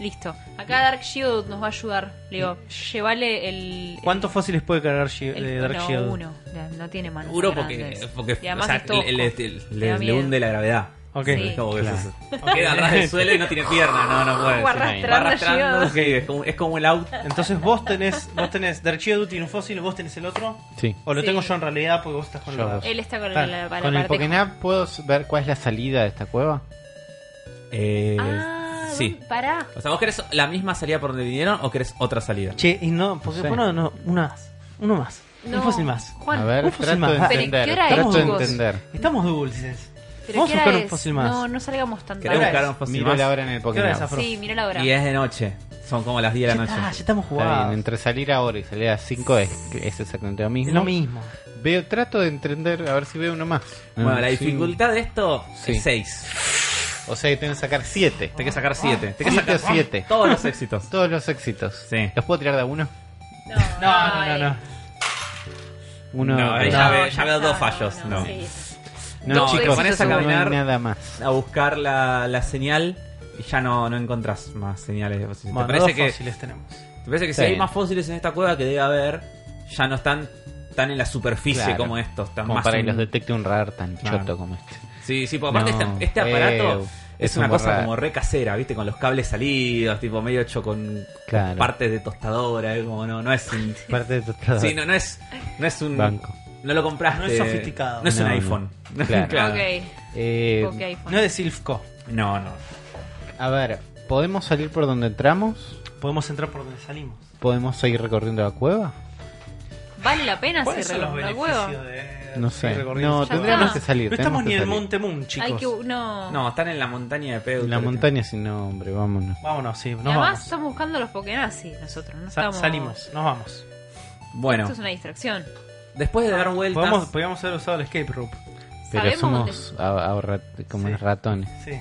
Speaker 4: Listo. Acá Dark Shield nos va a ayudar. Le digo, llévale el.
Speaker 1: ¿Cuántos fósiles puede cargar Shi-
Speaker 4: el-
Speaker 1: eh, Dark
Speaker 4: no,
Speaker 1: Shield?
Speaker 4: uno. Ya, No tiene manos.
Speaker 2: Seguro porque,
Speaker 4: grandes.
Speaker 2: porque
Speaker 4: Y además
Speaker 2: o sea,
Speaker 4: es tosco.
Speaker 2: le, le- le-
Speaker 4: Me da
Speaker 2: le
Speaker 4: miedo.
Speaker 2: hunde la gravedad.
Speaker 1: Ok.
Speaker 4: Sí.
Speaker 2: Es como que
Speaker 3: Claro.
Speaker 2: se- se- queda atrás del suelo y no tiene pierna, no, no puede.
Speaker 4: Como
Speaker 2: sí.
Speaker 4: arrastrando
Speaker 2: Va arrastrando,
Speaker 4: Shield.
Speaker 2: sí, es, como, es como el out.
Speaker 1: Entonces vos tenés, vos tenés, Dark Shield tiene un fósil, vos tenés el otro.
Speaker 3: Sí.
Speaker 1: O lo
Speaker 4: Sí. Eh.
Speaker 1: tengo yo en realidad porque vos estás con
Speaker 3: Yo.
Speaker 1: el otro.
Speaker 4: Él está con el-
Speaker 1: Claro,
Speaker 4: la, la
Speaker 3: Con el
Speaker 4: parte-
Speaker 3: Pokénap puedo ver cuál es la salida de esta cueva.
Speaker 2: Eh,
Speaker 4: Ah,
Speaker 2: sí.
Speaker 4: Pará.
Speaker 2: O sea, ¿vos querés la misma salida por donde vinieron o querés otra salida?
Speaker 1: Che, y no, porque
Speaker 3: Sí.
Speaker 1: bueno, no, uno más. Uno más.
Speaker 4: No.
Speaker 1: Un fósil más.
Speaker 4: Juan,
Speaker 3: a ver,
Speaker 1: un fósil
Speaker 3: trato
Speaker 1: más.
Speaker 3: de
Speaker 1: Pero,
Speaker 4: ¿qué
Speaker 3: entender.
Speaker 4: hora es,
Speaker 3: trato de
Speaker 4: chicos?
Speaker 3: entender.
Speaker 1: Estamos dulces.
Speaker 4: ¿pero
Speaker 1: Vamos
Speaker 4: qué
Speaker 1: a
Speaker 4: hora
Speaker 1: buscar un
Speaker 4: es?
Speaker 1: fósil más.
Speaker 4: No, no salgamos tan
Speaker 2: ¿Querés
Speaker 1: hora
Speaker 4: tarde.
Speaker 2: buscar
Speaker 1: es?
Speaker 2: un fósil
Speaker 3: Miro
Speaker 2: más?
Speaker 3: la hora en el
Speaker 1: hora es,
Speaker 3: Pokénap.
Speaker 1: Afro?
Speaker 4: Sí, mira la hora.
Speaker 2: Y es de noche. Son como las 10 de
Speaker 1: Ya,
Speaker 2: la
Speaker 1: está, Ah, ya
Speaker 2: noche.
Speaker 1: estamos
Speaker 3: Está
Speaker 1: jugados.
Speaker 3: bien, entre salida ahora y salida 5 es, es exactamente lo
Speaker 1: Es
Speaker 3: mismo.
Speaker 1: lo mismo.
Speaker 3: Veo, trato de entender, a ver si veo uno más.
Speaker 2: Bueno, la
Speaker 3: Sí.
Speaker 2: dificultad de esto
Speaker 3: Mm, Sí.
Speaker 2: es 6.
Speaker 3: O sea que tengo que sacar 7.
Speaker 2: Tenés que sacar
Speaker 4: Ah.
Speaker 2: 7. Tenés que
Speaker 3: Siete
Speaker 2: sacar
Speaker 3: o siete.
Speaker 2: Todos los éxitos.
Speaker 3: Todos los éxitos.
Speaker 2: Sí.
Speaker 3: ¿Los puedo tirar de a uno?
Speaker 4: No, eh,
Speaker 1: No, no, no, no.
Speaker 3: Uno,
Speaker 2: No,
Speaker 3: dos.
Speaker 2: ahí ya veo- ya veo dos
Speaker 4: no,
Speaker 2: fallos, no.
Speaker 4: sí, sí.
Speaker 3: No,
Speaker 2: No,
Speaker 4: te
Speaker 3: chicos,
Speaker 4: pones a
Speaker 3: no hay
Speaker 2: caminar.
Speaker 3: nada más.
Speaker 2: a buscar la, la señal y ya no, no encontrás más señales. de fósiles.
Speaker 1: Bueno,
Speaker 2: ¿Te,
Speaker 1: dos
Speaker 2: parece que,
Speaker 1: fósiles tenemos.
Speaker 2: te parece que si
Speaker 3: Está
Speaker 2: hay
Speaker 3: bien.
Speaker 2: más fósiles en esta cueva que debe haber, ya no están tan en la superficie
Speaker 3: Claro.
Speaker 2: como estos? Están
Speaker 3: Como
Speaker 2: más
Speaker 3: para
Speaker 2: en-
Speaker 3: que los detecte un radar tan
Speaker 2: Claro.
Speaker 3: choto como este.
Speaker 2: Sí, sí, porque aparte
Speaker 3: No,
Speaker 2: este, este aparato
Speaker 3: feo.
Speaker 2: es,
Speaker 3: Es
Speaker 2: una
Speaker 3: un
Speaker 2: cosa
Speaker 3: borrar.
Speaker 2: como re casera, ¿viste? Con los cables salidos, tipo medio hecho con,
Speaker 3: Claro.
Speaker 2: con partes de tostadora, ¿eh? como no, no es un...
Speaker 3: Parte de tu
Speaker 2: Sí, no, no es, no es un...
Speaker 3: Banco.
Speaker 2: No lo compraste.
Speaker 1: No es sofisticado.
Speaker 2: No es un
Speaker 3: No, no.
Speaker 2: iPhone.
Speaker 3: Claro.
Speaker 4: Ok,
Speaker 3: Eh,
Speaker 4: ok, iPhone.
Speaker 1: No es de Silfco.
Speaker 2: No, no.
Speaker 3: A ver, ¿podemos salir por donde entramos?
Speaker 1: Podemos entrar por donde salimos.
Speaker 3: ¿Podemos seguir recorriendo la cueva?
Speaker 4: ¿Vale la pena hacer
Speaker 1: ¿Cuáles son los
Speaker 4: una
Speaker 1: beneficios
Speaker 4: cueva?
Speaker 1: de
Speaker 3: No sé.
Speaker 1: de recorrido?
Speaker 3: No,
Speaker 1: Ya
Speaker 3: tendríamos
Speaker 1: está.
Speaker 3: que salir.
Speaker 1: No
Speaker 3: tenemos
Speaker 1: estamos
Speaker 3: que
Speaker 1: ni en el
Speaker 3: salir.
Speaker 1: Monte Moon,
Speaker 4: Hay
Speaker 1: chicos.
Speaker 4: que. No.
Speaker 2: No, están en la montaña de Peu.
Speaker 3: En La montaña sin nombre, vámonos.
Speaker 1: Vámonos, sí, nos
Speaker 4: y además
Speaker 1: vamos.
Speaker 4: estamos buscando a los Pokénazi nosotros. No
Speaker 1: Sa-
Speaker 4: estamos...
Speaker 1: Salimos, nos vamos.
Speaker 2: Bueno,
Speaker 4: Esto es una distracción.
Speaker 2: después de dar vueltas...
Speaker 1: Podemos, podríamos haber usado el escape rope.
Speaker 3: Pero
Speaker 4: Sabemos
Speaker 3: somos a- ahorra- como
Speaker 1: Sí.
Speaker 3: ratones.
Speaker 1: Sí.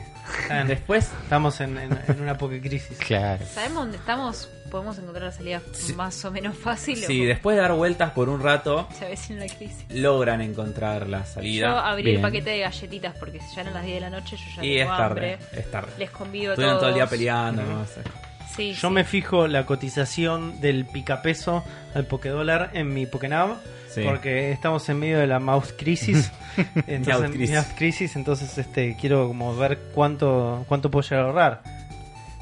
Speaker 1: Está bien.
Speaker 2: Después
Speaker 1: Estamos en, en- en una pokecrisis.
Speaker 3: Claro.
Speaker 4: dónde, sabemos dónde estamos. Podemos encontrar la salida
Speaker 2: Sí.
Speaker 4: más o menos fácil. o-
Speaker 2: Sí, después de dar vueltas por un rato,
Speaker 4: Se avecina la crisis.
Speaker 2: logran encontrar la
Speaker 4: Yo
Speaker 2: salida.
Speaker 4: abrí el
Speaker 3: Bien.
Speaker 4: paquete de galletitas porque ya eran las 10 de la noche. Yo ya
Speaker 2: y
Speaker 4: tengo
Speaker 2: es tarde,
Speaker 4: hambre.
Speaker 2: es tarde.
Speaker 4: Les convido a
Speaker 2: Estuvieron
Speaker 4: todos.
Speaker 2: todo el día peleando.
Speaker 1: Ujú.
Speaker 2: no sé.
Speaker 4: Sí,
Speaker 1: Yo
Speaker 4: sí.
Speaker 1: me fijo la cotización del picapeso al pokedólar en mi Pokénav.
Speaker 2: Sí.
Speaker 1: Porque estamos en medio de la mouse crisis. entonces,
Speaker 2: Mouse crisis.
Speaker 1: mouse crisis, entonces este, quiero como ver cuánto, cuánto puedo llegar a ahorrar.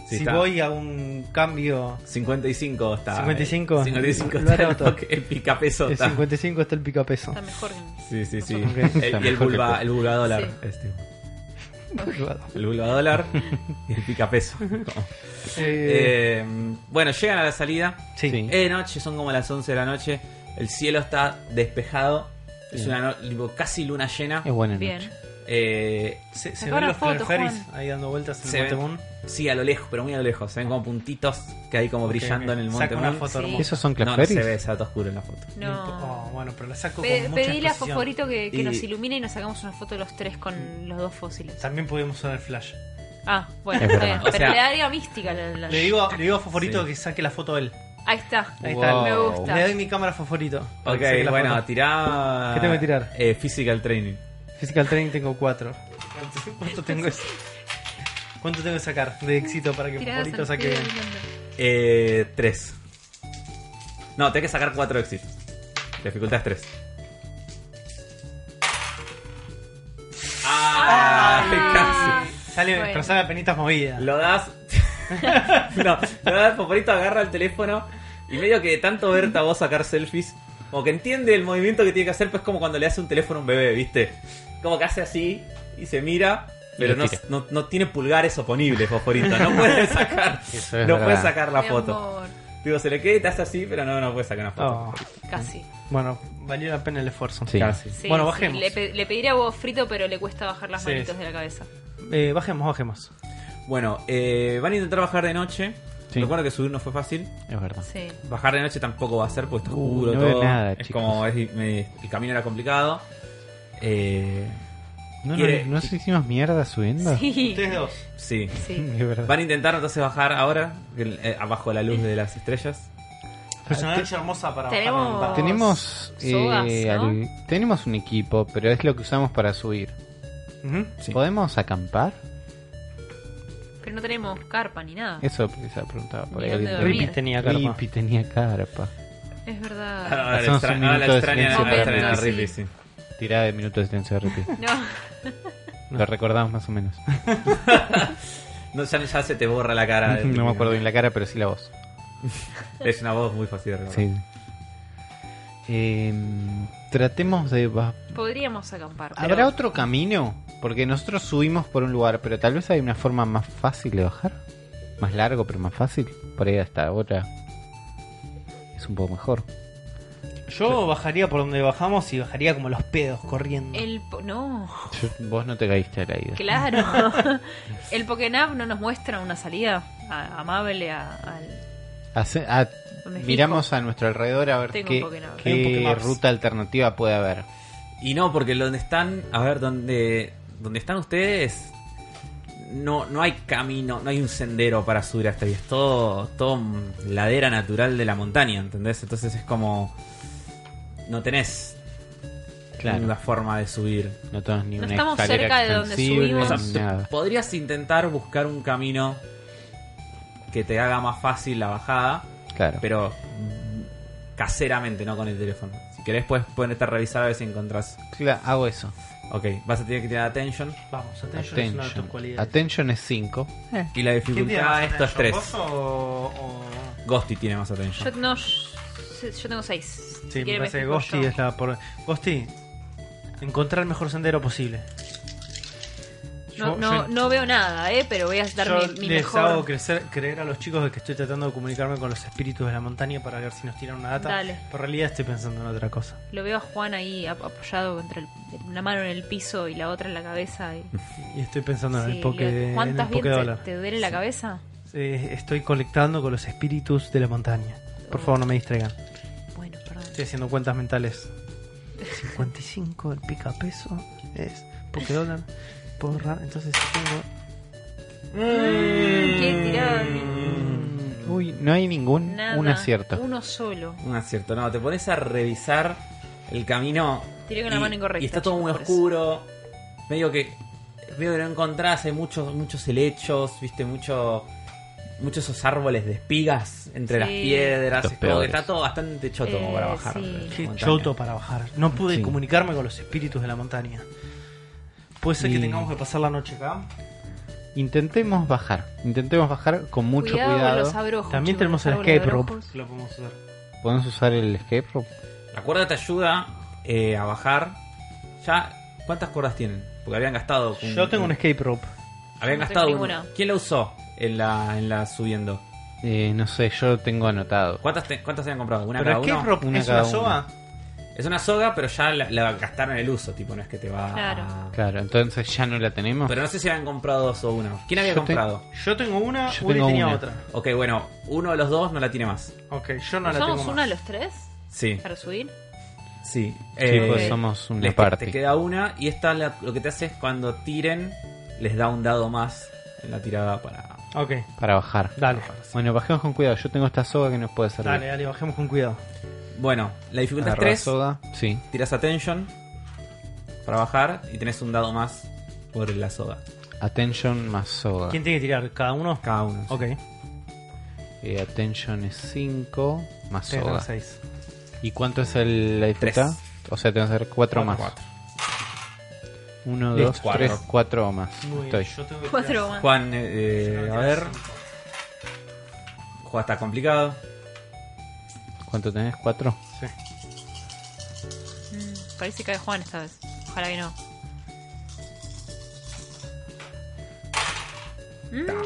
Speaker 2: Sí,
Speaker 1: si
Speaker 2: está.
Speaker 1: voy a un cambio...
Speaker 2: 55 está. eh,
Speaker 1: 55.
Speaker 2: 55
Speaker 1: Lo
Speaker 2: está el,
Speaker 1: anoto.
Speaker 2: toque, el picapeso.
Speaker 1: El
Speaker 2: Está.
Speaker 1: 55 está el picapeso.
Speaker 4: Está mejor.
Speaker 2: Sí,
Speaker 4: que-
Speaker 2: sí, sí.
Speaker 1: Ok.
Speaker 2: El- y el,
Speaker 3: Mejor que
Speaker 2: vulva,
Speaker 3: tú.
Speaker 2: el vulva dólar.
Speaker 4: Sí.
Speaker 2: este. el dólar y el pica peso. Eh, bueno, llegan a la salida.
Speaker 1: sí.
Speaker 3: sí.
Speaker 2: Es de noche, son como las 11 de la noche. El cielo está despejado. Es una no- tipo, casi luna llena.
Speaker 3: Es buena
Speaker 4: Bien.
Speaker 3: noche.
Speaker 2: Eh,
Speaker 1: Se, se
Speaker 4: Sacá
Speaker 1: ven
Speaker 4: una
Speaker 1: los
Speaker 4: foto,
Speaker 1: Ferferis
Speaker 4: Juan.
Speaker 1: ahí dando vueltas en
Speaker 2: Se
Speaker 1: el
Speaker 2: ven.
Speaker 1: Monte Moon.
Speaker 2: sí, a lo lejos, pero muy a lo lejos. Se ven como puntitos que hay como
Speaker 1: Ok,
Speaker 2: brillando
Speaker 1: ok.
Speaker 2: en el monte.
Speaker 1: Saca una
Speaker 2: Moon.
Speaker 1: foto
Speaker 4: Sí.
Speaker 1: hermosa.
Speaker 3: ¿Esos son
Speaker 2: No, no se
Speaker 3: Clasferis?
Speaker 2: ve, está todo oscuro en la foto.
Speaker 4: No.
Speaker 1: Oh, bueno, pero la saco
Speaker 4: Pe-
Speaker 1: con mucha
Speaker 4: pedile a
Speaker 1: expresión.
Speaker 4: Fosforito que, que
Speaker 2: Y-
Speaker 4: nos ilumine y nos sacamos una foto de los tres con los dos fósiles.
Speaker 1: También podemos usar el flash.
Speaker 4: Ah, bueno,
Speaker 3: Es
Speaker 4: está
Speaker 3: verdad.
Speaker 4: bien.
Speaker 2: O
Speaker 4: Pero
Speaker 2: sea-
Speaker 4: le daría mística la- la-
Speaker 1: Le digo, a- le digo a Fosforito
Speaker 2: Sí.
Speaker 1: que saque la foto él.
Speaker 4: Ahí está.
Speaker 1: Ahí está.
Speaker 3: Wow.
Speaker 4: Me gusta.
Speaker 1: Le doy mi cámara a Fosforito. para
Speaker 2: Ok,
Speaker 1: que saque la
Speaker 2: bueno,
Speaker 1: foto.
Speaker 2: tirá.
Speaker 1: ¿Qué tengo que tirar?
Speaker 2: Eh, physical training.
Speaker 1: Physical Training tengo 4. ¿Cuánto tengo que, ¿Cuánto tengo que sacar de éxito para que
Speaker 4: Tiradas
Speaker 1: Fosforito
Speaker 4: al
Speaker 1: saque
Speaker 4: pedo,
Speaker 1: bien?
Speaker 4: me encanta.
Speaker 2: Eh, 3. No, tenés que sacar 4 éxitos. Dificultad es 3. ¡Ah!
Speaker 4: Ah.
Speaker 1: Sale,
Speaker 4: Bueno.
Speaker 1: pero sale a penitas movidas.
Speaker 2: Casi. Lo das. no, lo das, Poporito agarra el teléfono y medio que de tanto verte a vos sacar selfies, como que entiende el movimiento que tiene que hacer, pues como cuando le hace un teléfono a un bebé, ¿viste? Como que hace así y se mira. Pero
Speaker 3: Y
Speaker 2: no,
Speaker 3: lo tira.
Speaker 2: no, no tiene pulgares oponibles, Poporito. No puede sacar,
Speaker 3: Eso es
Speaker 2: no puede
Speaker 3: verdad.
Speaker 2: sacar la
Speaker 4: Mi
Speaker 2: foto.
Speaker 4: amor.
Speaker 2: Digo, se le queda y te hace así, pero no, no puede sacar una foto.
Speaker 1: Oh,
Speaker 4: Casi.
Speaker 1: bueno, valió la pena el esfuerzo.
Speaker 3: Sí.
Speaker 2: Casi.
Speaker 4: Sí,
Speaker 1: Bueno,
Speaker 4: sí.
Speaker 1: bajemos.
Speaker 4: Le, pe- le pediría huevo frito, pero le cuesta bajar las
Speaker 1: Sí,
Speaker 4: manitos
Speaker 1: sí.
Speaker 4: de la cabeza.
Speaker 1: Eh, bajemos, bajemos.
Speaker 2: Bueno, eh, van a intentar bajar de noche.
Speaker 3: Ah. Sí.
Speaker 2: Recuerdo que subir no fue fácil.
Speaker 3: Es verdad.
Speaker 4: Sí.
Speaker 2: Bajar de noche tampoco va a ser porque está
Speaker 3: Uh,
Speaker 2: oscuro
Speaker 3: no veo
Speaker 2: todo.
Speaker 3: nada,
Speaker 2: es
Speaker 3: chicos.
Speaker 2: como es- me- el camino era complicado. Eh,
Speaker 3: No, no,
Speaker 2: ¿Quiere-
Speaker 3: ¿No nos hicimos mierda subiendo?
Speaker 4: Sí.
Speaker 1: Ustedes dos.
Speaker 2: sí.
Speaker 4: Sí.
Speaker 3: Es verdad.
Speaker 2: Van a intentar entonces bajar ahora, el- eh, abajo de la luz de las estrellas.
Speaker 1: Personalidad hermosa para
Speaker 4: Tenemos-
Speaker 1: bajar en el
Speaker 3: Tenemos, eh,
Speaker 4: Sogas, ¿no?
Speaker 3: al- tenemos un equipo, pero es lo que usamos para subir.
Speaker 1: Ujú.
Speaker 2: Sí.
Speaker 3: ¿Podemos acampar?
Speaker 4: Pero no tenemos carpa ni nada. Es,
Speaker 3: Eso se ha preguntado por
Speaker 4: Ni
Speaker 3: ahí.
Speaker 4: dónde
Speaker 3: alguien.
Speaker 4: dormir.
Speaker 1: Rippy tenía carpa.
Speaker 3: Rippy tenía carpa.
Speaker 1: Ah.
Speaker 4: verdad.
Speaker 2: Ahora la
Speaker 3: Hacemos un
Speaker 2: extra-
Speaker 3: minuto
Speaker 2: ahora la
Speaker 3: de
Speaker 2: extraña
Speaker 3: silencio
Speaker 2: ahora la
Speaker 4: para
Speaker 2: extraña a
Speaker 4: Rippy.
Speaker 2: Rippy, sí.
Speaker 3: Tirada de minutos de silencio de Rippy.
Speaker 4: No.
Speaker 3: Lo recordamos más o menos.
Speaker 2: No, ya, ya se te borra la cara. de-
Speaker 3: no me acuerdo bien la cara, pero sí la voz.
Speaker 2: Es una voz muy fácil de recordar.
Speaker 3: Sí. Em, tratemos de... ba-
Speaker 4: Podríamos acampar. pero-
Speaker 3: ¿Habrá otro camino? Porque nosotros subimos por un lugar, pero tal vez hay una forma más fácil de bajar. Más largo, pero más fácil. Por ahí hasta otra. Es un poco mejor.
Speaker 1: Yo bajaría por donde bajamos y bajaría como los pedos corriendo.
Speaker 4: El po- no,
Speaker 3: Yo- vos no te caíste a la ida.
Speaker 4: claro. el Pokénap no nos muestra una salida a- amable a- al.
Speaker 3: Hace- ah,
Speaker 4: Me fijo.
Speaker 3: miramos a nuestro alrededor a ver
Speaker 4: Tengo
Speaker 3: qué,
Speaker 4: un Pokémon.
Speaker 3: qué
Speaker 1: Hay un Pokémon.
Speaker 3: ruta alternativa puede haber.
Speaker 2: Y no, porque donde están, a ver, donde, donde están ustedes, no, no hay camino, no hay un sendero para subir hasta ahí. Es todo, todo ladera natural de la montaña, ¿entendés? Entonces es como. No tenés
Speaker 3: Claro.
Speaker 2: una forma de subir.
Speaker 3: No tenemos ni
Speaker 4: No
Speaker 3: una
Speaker 4: estamos
Speaker 3: escalera
Speaker 4: cerca de donde
Speaker 3: extensible,
Speaker 4: subimos.
Speaker 2: O
Speaker 3: ni
Speaker 2: sea,
Speaker 3: nada.
Speaker 2: podrías intentar buscar un camino que te haga más fácil la bajada,
Speaker 3: Claro.
Speaker 2: pero mm, caseramente, no con el teléfono. Si querés, puedes ponerte a revisar a ver si encontrás.
Speaker 3: Cla- hago eso.
Speaker 2: Ok, vas a tener que tirar attention.
Speaker 1: Vamos, attention, es una de tus
Speaker 3: Attention.
Speaker 1: cualidades.
Speaker 3: Attention es 5.
Speaker 2: Y la
Speaker 1: Ah,
Speaker 2: dificultad esto es 3.
Speaker 1: o, o...
Speaker 2: Ghosty tiene más
Speaker 4: Yo
Speaker 2: atención.
Speaker 4: no. Yo tengo seis. Si
Speaker 1: Sí, me
Speaker 4: quiere
Speaker 1: parece que
Speaker 4: fijo
Speaker 1: Ghosty
Speaker 4: yo.
Speaker 1: es la por... Ghosty, encontrar el mejor sendero posible.
Speaker 4: No,
Speaker 1: Yo-
Speaker 4: no,
Speaker 1: yo-
Speaker 4: no veo nada, eh, pero voy a dar
Speaker 1: yo
Speaker 4: mi, mi
Speaker 1: les
Speaker 4: mejor.
Speaker 1: hago crecer, creer a los chicos de que estoy tratando de comunicarme con los espíritus de la montaña para ver si nos tiran una data.
Speaker 4: Dale.
Speaker 1: Pero en realidad estoy pensando en otra cosa.
Speaker 4: Lo veo a Juan ahí ap- apoyado contra el- una mano en el piso y la otra en la cabeza. Y,
Speaker 1: Y estoy pensando en
Speaker 4: Sí,
Speaker 1: el poke,
Speaker 4: le-
Speaker 1: en el
Speaker 4: ¿Cuántas bien
Speaker 1: poke
Speaker 4: te,
Speaker 1: dólar.
Speaker 4: te duele la cabeza?
Speaker 1: Eh, estoy conectando con los espíritus de la montaña. Por favor, no me distraigan.
Speaker 4: Bueno, perdón.
Speaker 1: Estoy haciendo cuentas mentales. 55 el pica peso es porque dólar por ra- entonces si
Speaker 4: Mm, qué tirada.
Speaker 1: Mm.
Speaker 3: Uy, no hay ningún.
Speaker 4: Nada.
Speaker 3: Un acierto.
Speaker 4: Uno solo.
Speaker 2: Mm. Un acierto, no, te pones a revisar el camino.
Speaker 4: Tiré con la mano incorrecta,
Speaker 2: Y está todo
Speaker 4: chicos,
Speaker 2: muy
Speaker 4: por eso.
Speaker 2: oscuro. Medio que. Medio que no encontrás, hay muchos, muchos helechos, viste, mucho. Muchos esos árboles de espigas entre
Speaker 4: Sí.
Speaker 2: las piedras.
Speaker 3: Los
Speaker 2: Es como que
Speaker 3: peores.
Speaker 2: está todo bastante choto como
Speaker 4: Eh,
Speaker 2: para bajar.
Speaker 4: sí.
Speaker 2: de la
Speaker 1: tengo qué
Speaker 2: montaña.
Speaker 1: choto para bajar. No pude
Speaker 3: Sí.
Speaker 1: comunicarme con los espíritus de la montaña. Puede ser que
Speaker 3: Y-
Speaker 1: tengamos que pasar la noche acá.
Speaker 3: Intentemos bajar. Intentemos bajar con mucho
Speaker 4: cuidado.
Speaker 3: cuidado.
Speaker 4: Con los abrojos,
Speaker 1: También
Speaker 4: chicos,
Speaker 1: tenemos
Speaker 4: los
Speaker 1: el
Speaker 4: árboles
Speaker 1: escape
Speaker 4: de
Speaker 1: rope
Speaker 4: abrojos.
Speaker 1: que lo podemos usar.
Speaker 3: Podemos usar el escape rope.
Speaker 2: La cuerda te ayuda eh, a bajar. Ya, ¿cuántas cuerdas tienen? Porque habían gastado. un-
Speaker 1: Yo tengo un escape rope.
Speaker 2: Habían
Speaker 4: No tengo
Speaker 2: gastado. un-
Speaker 4: ninguna.
Speaker 2: ¿Quién la usó en la, en la subiendo?
Speaker 3: Eh, no sé, yo lo tengo anotado.
Speaker 2: ¿Cuántas, te- ¿Cuántas habían comprado? ¿Una cada
Speaker 1: Pero
Speaker 2: uno?
Speaker 1: escape rope
Speaker 3: Una
Speaker 1: es
Speaker 3: cada
Speaker 1: una
Speaker 3: uno.
Speaker 1: soga.
Speaker 2: Es una soga, pero ya la, la gastaron el uso, tipo, no es que te va. a-
Speaker 4: Claro.
Speaker 3: Claro, entonces ya no la tenemos.
Speaker 2: Pero no sé si habían comprado dos o una. ¿Quién había
Speaker 3: Yo te-
Speaker 2: comprado?
Speaker 1: Yo tengo una,
Speaker 3: Yo
Speaker 1: Uri
Speaker 3: tengo
Speaker 1: tenía
Speaker 3: una.
Speaker 1: otra.
Speaker 2: Ok, bueno, uno de los dos no la tiene más.
Speaker 1: Ok, yo no la tengo.
Speaker 4: ¿Usamos
Speaker 1: más.
Speaker 4: una los tres
Speaker 2: Sí,
Speaker 4: para subir?
Speaker 2: sí.
Speaker 3: Sí,
Speaker 2: Eh,
Speaker 3: pues somos una
Speaker 2: les-
Speaker 3: parte.
Speaker 2: Te queda una y esta la- lo que te hace es cuando tiren, les da un dado más en la tirada para.
Speaker 1: Ok,
Speaker 3: Para bajar.
Speaker 1: dale.
Speaker 3: Bueno, bajemos con cuidado. Yo tengo esta soga que nos puede servir.
Speaker 1: Dale, dale, bajemos con cuidado.
Speaker 2: Bueno, la dificultad
Speaker 3: Agarrás
Speaker 2: es 3.
Speaker 3: soga. Sí.
Speaker 2: Tiras attention para bajar y tenés un dado más por la soga.
Speaker 3: Attention más soga.
Speaker 1: ¿Quién tiene que tirar? ¿Cada uno?
Speaker 2: Cada uno.
Speaker 1: Ok,
Speaker 3: Eh, attention es 5 más
Speaker 1: ustedes dan
Speaker 3: soga.
Speaker 1: seis.
Speaker 3: ¿Y cuánto es el, la dificultad? O sea, tengo que hacer 4 más.
Speaker 2: Cuatro.
Speaker 3: 1,
Speaker 2: Listo.
Speaker 3: 2,
Speaker 2: Cuatro.
Speaker 3: 3, 4 más.
Speaker 1: Muy bien,
Speaker 3: Estoy.
Speaker 1: yo tengo que
Speaker 4: Cuatro
Speaker 1: tirar-
Speaker 4: más.
Speaker 2: Juan, eh, eh, a ver, juega está complicado.
Speaker 3: ¿Cuánto tenés? 4.
Speaker 1: Sí.
Speaker 4: Mm, parece que cae Juan esta vez. Ojalá que no.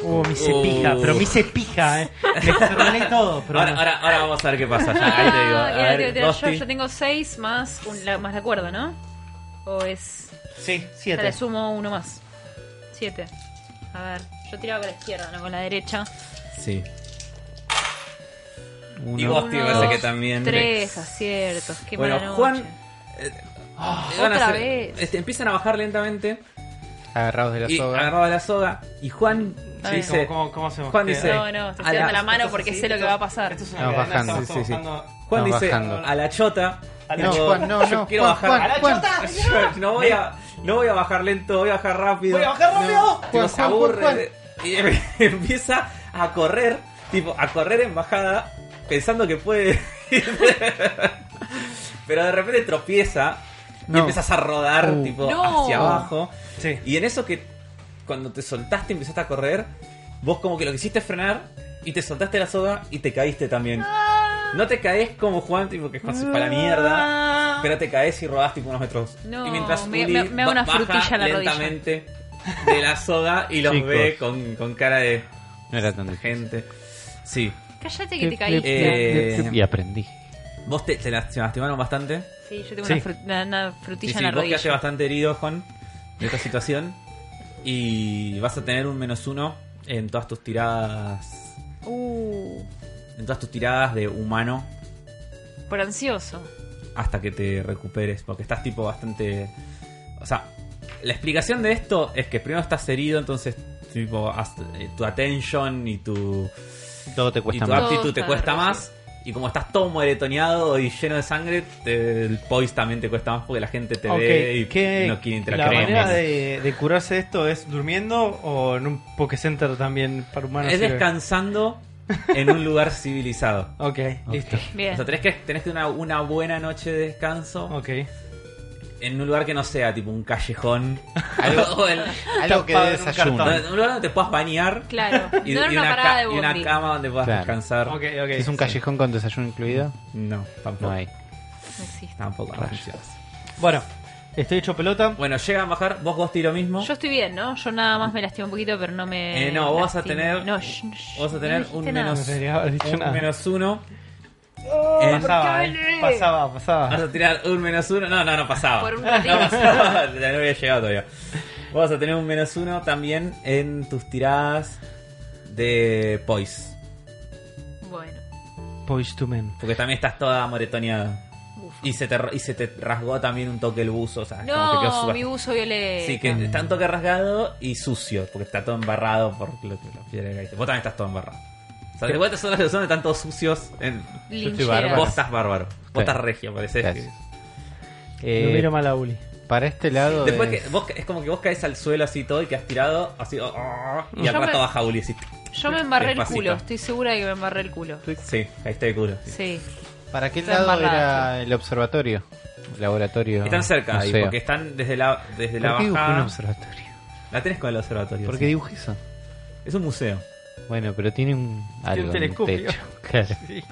Speaker 1: Oh, me hice pija,
Speaker 3: Uh.
Speaker 2: Oh.
Speaker 1: pero me hice pija, eh. Me estorné todo, pero
Speaker 2: Ahora,
Speaker 1: no.
Speaker 2: ahora, ahora vamos a ver qué pasa. Ya, ahí te digo.
Speaker 4: Ah,
Speaker 2: A
Speaker 4: ya,
Speaker 2: ver,
Speaker 4: te- te- yo,
Speaker 2: Dosti.
Speaker 4: yo tengo 6 más, un- la, más la cuerda, ¿no? O es.
Speaker 1: Sí,
Speaker 4: o sea,
Speaker 1: siete.
Speaker 4: le sumo uno más. 7. A ver, yo tiraba con la izquierda, no con la derecha.
Speaker 2: Sí.
Speaker 3: 1,
Speaker 2: Y vos, tío,
Speaker 4: Uno,
Speaker 2: parece
Speaker 4: dos,
Speaker 2: que también.
Speaker 4: Tres aciertos. Qué
Speaker 2: bueno,
Speaker 4: mala noche.
Speaker 2: Juan. eh, le van a
Speaker 4: otra
Speaker 2: hacer-
Speaker 4: vez.
Speaker 2: este, empiezan a bajar lentamente.
Speaker 3: agarrados de la
Speaker 2: y
Speaker 3: soga.
Speaker 2: agarraba la soga. Y Juan
Speaker 4: Está bien.
Speaker 2: dice.
Speaker 1: ¿Cómo, cómo, cómo hacemos?
Speaker 2: Juan
Speaker 1: ¿Qué?
Speaker 2: dice-
Speaker 4: No, no,
Speaker 2: eh,
Speaker 4: estoy
Speaker 2: A la-
Speaker 4: tirando la mano
Speaker 1: Esto es
Speaker 4: porque
Speaker 1: así,
Speaker 4: sé lo que
Speaker 1: esto-
Speaker 4: va a pasar.
Speaker 1: Esto es una
Speaker 3: Vamos
Speaker 1: cadena,
Speaker 3: bajando,
Speaker 1: estamos
Speaker 2: sí, sí, sí.
Speaker 1: bajando-
Speaker 2: Juan
Speaker 3: No,
Speaker 2: dice
Speaker 3: bajando.
Speaker 2: a la chota.
Speaker 1: A la
Speaker 2: Yo-
Speaker 1: chota.
Speaker 3: Juan, no,
Speaker 2: yo
Speaker 3: no,
Speaker 2: quiero
Speaker 3: Juan,
Speaker 2: bajar.
Speaker 3: Juan,
Speaker 1: ¡A la
Speaker 3: Juan.
Speaker 1: chota!
Speaker 2: Yo no voy a no voy a bajar lento, voy a bajar rápido.
Speaker 1: ¡Voy a bajar rápido!
Speaker 2: Tipo,
Speaker 3: Juan,
Speaker 2: se
Speaker 3: Juan,
Speaker 2: aburre
Speaker 3: Juan,
Speaker 2: y em, empieza a correr, tipo a correr en bajada pensando que puede Pero de repente tropieza y
Speaker 3: No.
Speaker 2: empiezas a rodar
Speaker 3: Uh.
Speaker 2: tipo
Speaker 4: No.
Speaker 2: hacia abajo.
Speaker 1: Sí.
Speaker 2: Y en eso que cuando te soltaste y empezaste a correr, vos como que lo quisiste frenar y te soltaste la soga y te caíste también. No te caes como Juan, tipo que es así para la mierda, pero te caes y rodás tipo unos metros.
Speaker 4: No,
Speaker 2: y mientras
Speaker 4: me-
Speaker 2: Uli
Speaker 4: me- me hago
Speaker 2: ba-
Speaker 4: una frutilla en la rodilla.
Speaker 2: lentamente de la soga y los
Speaker 3: Chicos.
Speaker 2: ve con, con cara de
Speaker 3: No era tan difícil.
Speaker 2: gente. Sí,
Speaker 4: Cállate que te
Speaker 2: Eh,
Speaker 4: caíste.
Speaker 3: Y aprendí.
Speaker 2: vos te, te las- te lastimaron bastante.
Speaker 4: Sí, yo tengo
Speaker 1: sí.
Speaker 4: una, fru- una- una
Speaker 2: Sí,
Speaker 4: frutilla
Speaker 2: sí,
Speaker 4: en la
Speaker 2: vos quedaste
Speaker 4: rodilla.
Speaker 2: bastante herido, Juan, de esta situación. Y vas a tener un menos uno en todas tus tiradas
Speaker 4: Uh,
Speaker 2: en todas tus tiradas de humano
Speaker 4: por ansioso.
Speaker 2: hasta que te recuperes, porque estás tipo bastante... O sea, la explicación de esto es que primero estás herido, entonces tipo haz- eh, tu attention y tu,
Speaker 3: Todo te
Speaker 2: y
Speaker 3: cuesta
Speaker 2: tu
Speaker 3: más.
Speaker 4: Todo
Speaker 2: aptitud te
Speaker 4: está
Speaker 2: cuesta
Speaker 4: re-
Speaker 2: más. Y como estás todo moretoneado y lleno de sangre, te- el poise también te cuesta más porque la gente te
Speaker 1: Ok,
Speaker 2: ve y
Speaker 1: ¿qué-
Speaker 2: no quiere
Speaker 1: ¿La
Speaker 2: interactuar. con
Speaker 1: manera
Speaker 2: vos.
Speaker 1: de, de curarse de esto es durmiendo o en un Pokécenter también para humanos?
Speaker 2: Es
Speaker 1: sirve?
Speaker 2: descansando en un lugar civilizado.
Speaker 1: Ok, listo.
Speaker 4: Bien.
Speaker 2: O sea, tenés que, tenés que una, una buena noche de descanso.
Speaker 1: Ok.
Speaker 2: en un lugar que no sea tipo un callejón o el-
Speaker 3: Algo que
Speaker 1: Tapado
Speaker 3: de
Speaker 1: en un
Speaker 3: desayuno.
Speaker 1: cartón.
Speaker 2: un lugar donde te puedas bañar
Speaker 4: Claro.
Speaker 2: y,
Speaker 4: no era
Speaker 2: y
Speaker 4: una, parada
Speaker 2: ca-
Speaker 4: de
Speaker 2: y una
Speaker 4: bombi.
Speaker 2: cama donde puedas
Speaker 3: Claro.
Speaker 2: descansar
Speaker 1: Ok, ok.
Speaker 3: ¿Es un callejón con desayuno incluido?
Speaker 2: no tampoco
Speaker 3: No hay.
Speaker 4: No existe.
Speaker 2: tampoco no
Speaker 3: Rayos.
Speaker 2: funciona.
Speaker 1: Bueno, estoy hecho pelota.
Speaker 2: bueno llegan a bajar vos Gosti lo mismo
Speaker 4: Yo estoy bien, ¿no? Yo nada más me lastimé un poquito, pero no me.
Speaker 2: Eh, no, vos vas a
Speaker 4: lastimo.
Speaker 2: tener-
Speaker 4: No, sh- sh-
Speaker 2: vas a
Speaker 4: no
Speaker 2: tener
Speaker 4: dijiste
Speaker 2: un
Speaker 4: nada.
Speaker 1: No
Speaker 2: menos-
Speaker 1: debería haber dicho
Speaker 2: un
Speaker 1: nada.
Speaker 2: menos uno
Speaker 1: Eh,
Speaker 2: En-
Speaker 1: pasaba,
Speaker 4: ¿por qué
Speaker 1: eh.
Speaker 4: hablé?
Speaker 1: pasaba,
Speaker 2: vas
Speaker 1: pasaba.
Speaker 2: a tirar un menos uno no no no pasaba
Speaker 4: Por un
Speaker 2: no
Speaker 4: ratito.
Speaker 2: pasaba no había llegado todavía vos vas a tener un menos uno también en tus tiradas de poise
Speaker 4: Bueno.
Speaker 1: Poise to men.
Speaker 2: porque también estás toda moretoneada
Speaker 4: Uf.
Speaker 2: Y se, te, y se te rasgó también un toque el buzo, o sea, Ah, como que quedó
Speaker 4: No,
Speaker 2: suave.
Speaker 4: mi uso violeta.
Speaker 3: Eh,
Speaker 2: Sí, que está un toque rasgado y sucio, porque está todo embarrado por lo que la piedra que caíste. Vos también estás todo embarrado. O sea, de vuelta son las personas que están todos sucios. En...
Speaker 4: Linchera.
Speaker 2: Vos estás bárbaro. Vos estás
Speaker 3: Sí.
Speaker 2: regio, parece.
Speaker 3: Gracias.
Speaker 1: Lo
Speaker 3: Eh,
Speaker 1: miro mal a Uli.
Speaker 3: para este lado.
Speaker 2: Después
Speaker 3: es-
Speaker 2: que vos, ca- es como que vos caes al suelo así todo y que has tirado así. oh, oh, y al
Speaker 4: Yo
Speaker 2: rato
Speaker 4: me-
Speaker 2: baja Uli así.
Speaker 4: Yo me embarré el
Speaker 2: Despacito.
Speaker 4: culo, estoy segura de que me embarré el culo.
Speaker 2: Sí, caíste de culo. sí.
Speaker 4: Sí.
Speaker 3: ¿Para qué
Speaker 4: Está
Speaker 3: lado
Speaker 4: embarrada,
Speaker 3: era el observatorio? El laboratorio.
Speaker 2: Están cerca ahí,
Speaker 3: museo.
Speaker 2: porque están desde la, desde
Speaker 3: ¿Por
Speaker 2: la
Speaker 3: qué dibujé un
Speaker 2: bajada.
Speaker 3: observatorio?
Speaker 2: La tenés con el observatorio.
Speaker 3: ¿Por
Speaker 2: sí.
Speaker 3: qué dibujé eso?
Speaker 2: Es un museo.
Speaker 3: Bueno, pero tiene un.
Speaker 1: Tiene
Speaker 3: Algo
Speaker 1: un
Speaker 3: en el
Speaker 1: telescopio.
Speaker 3: techo. Claro.
Speaker 1: Sí.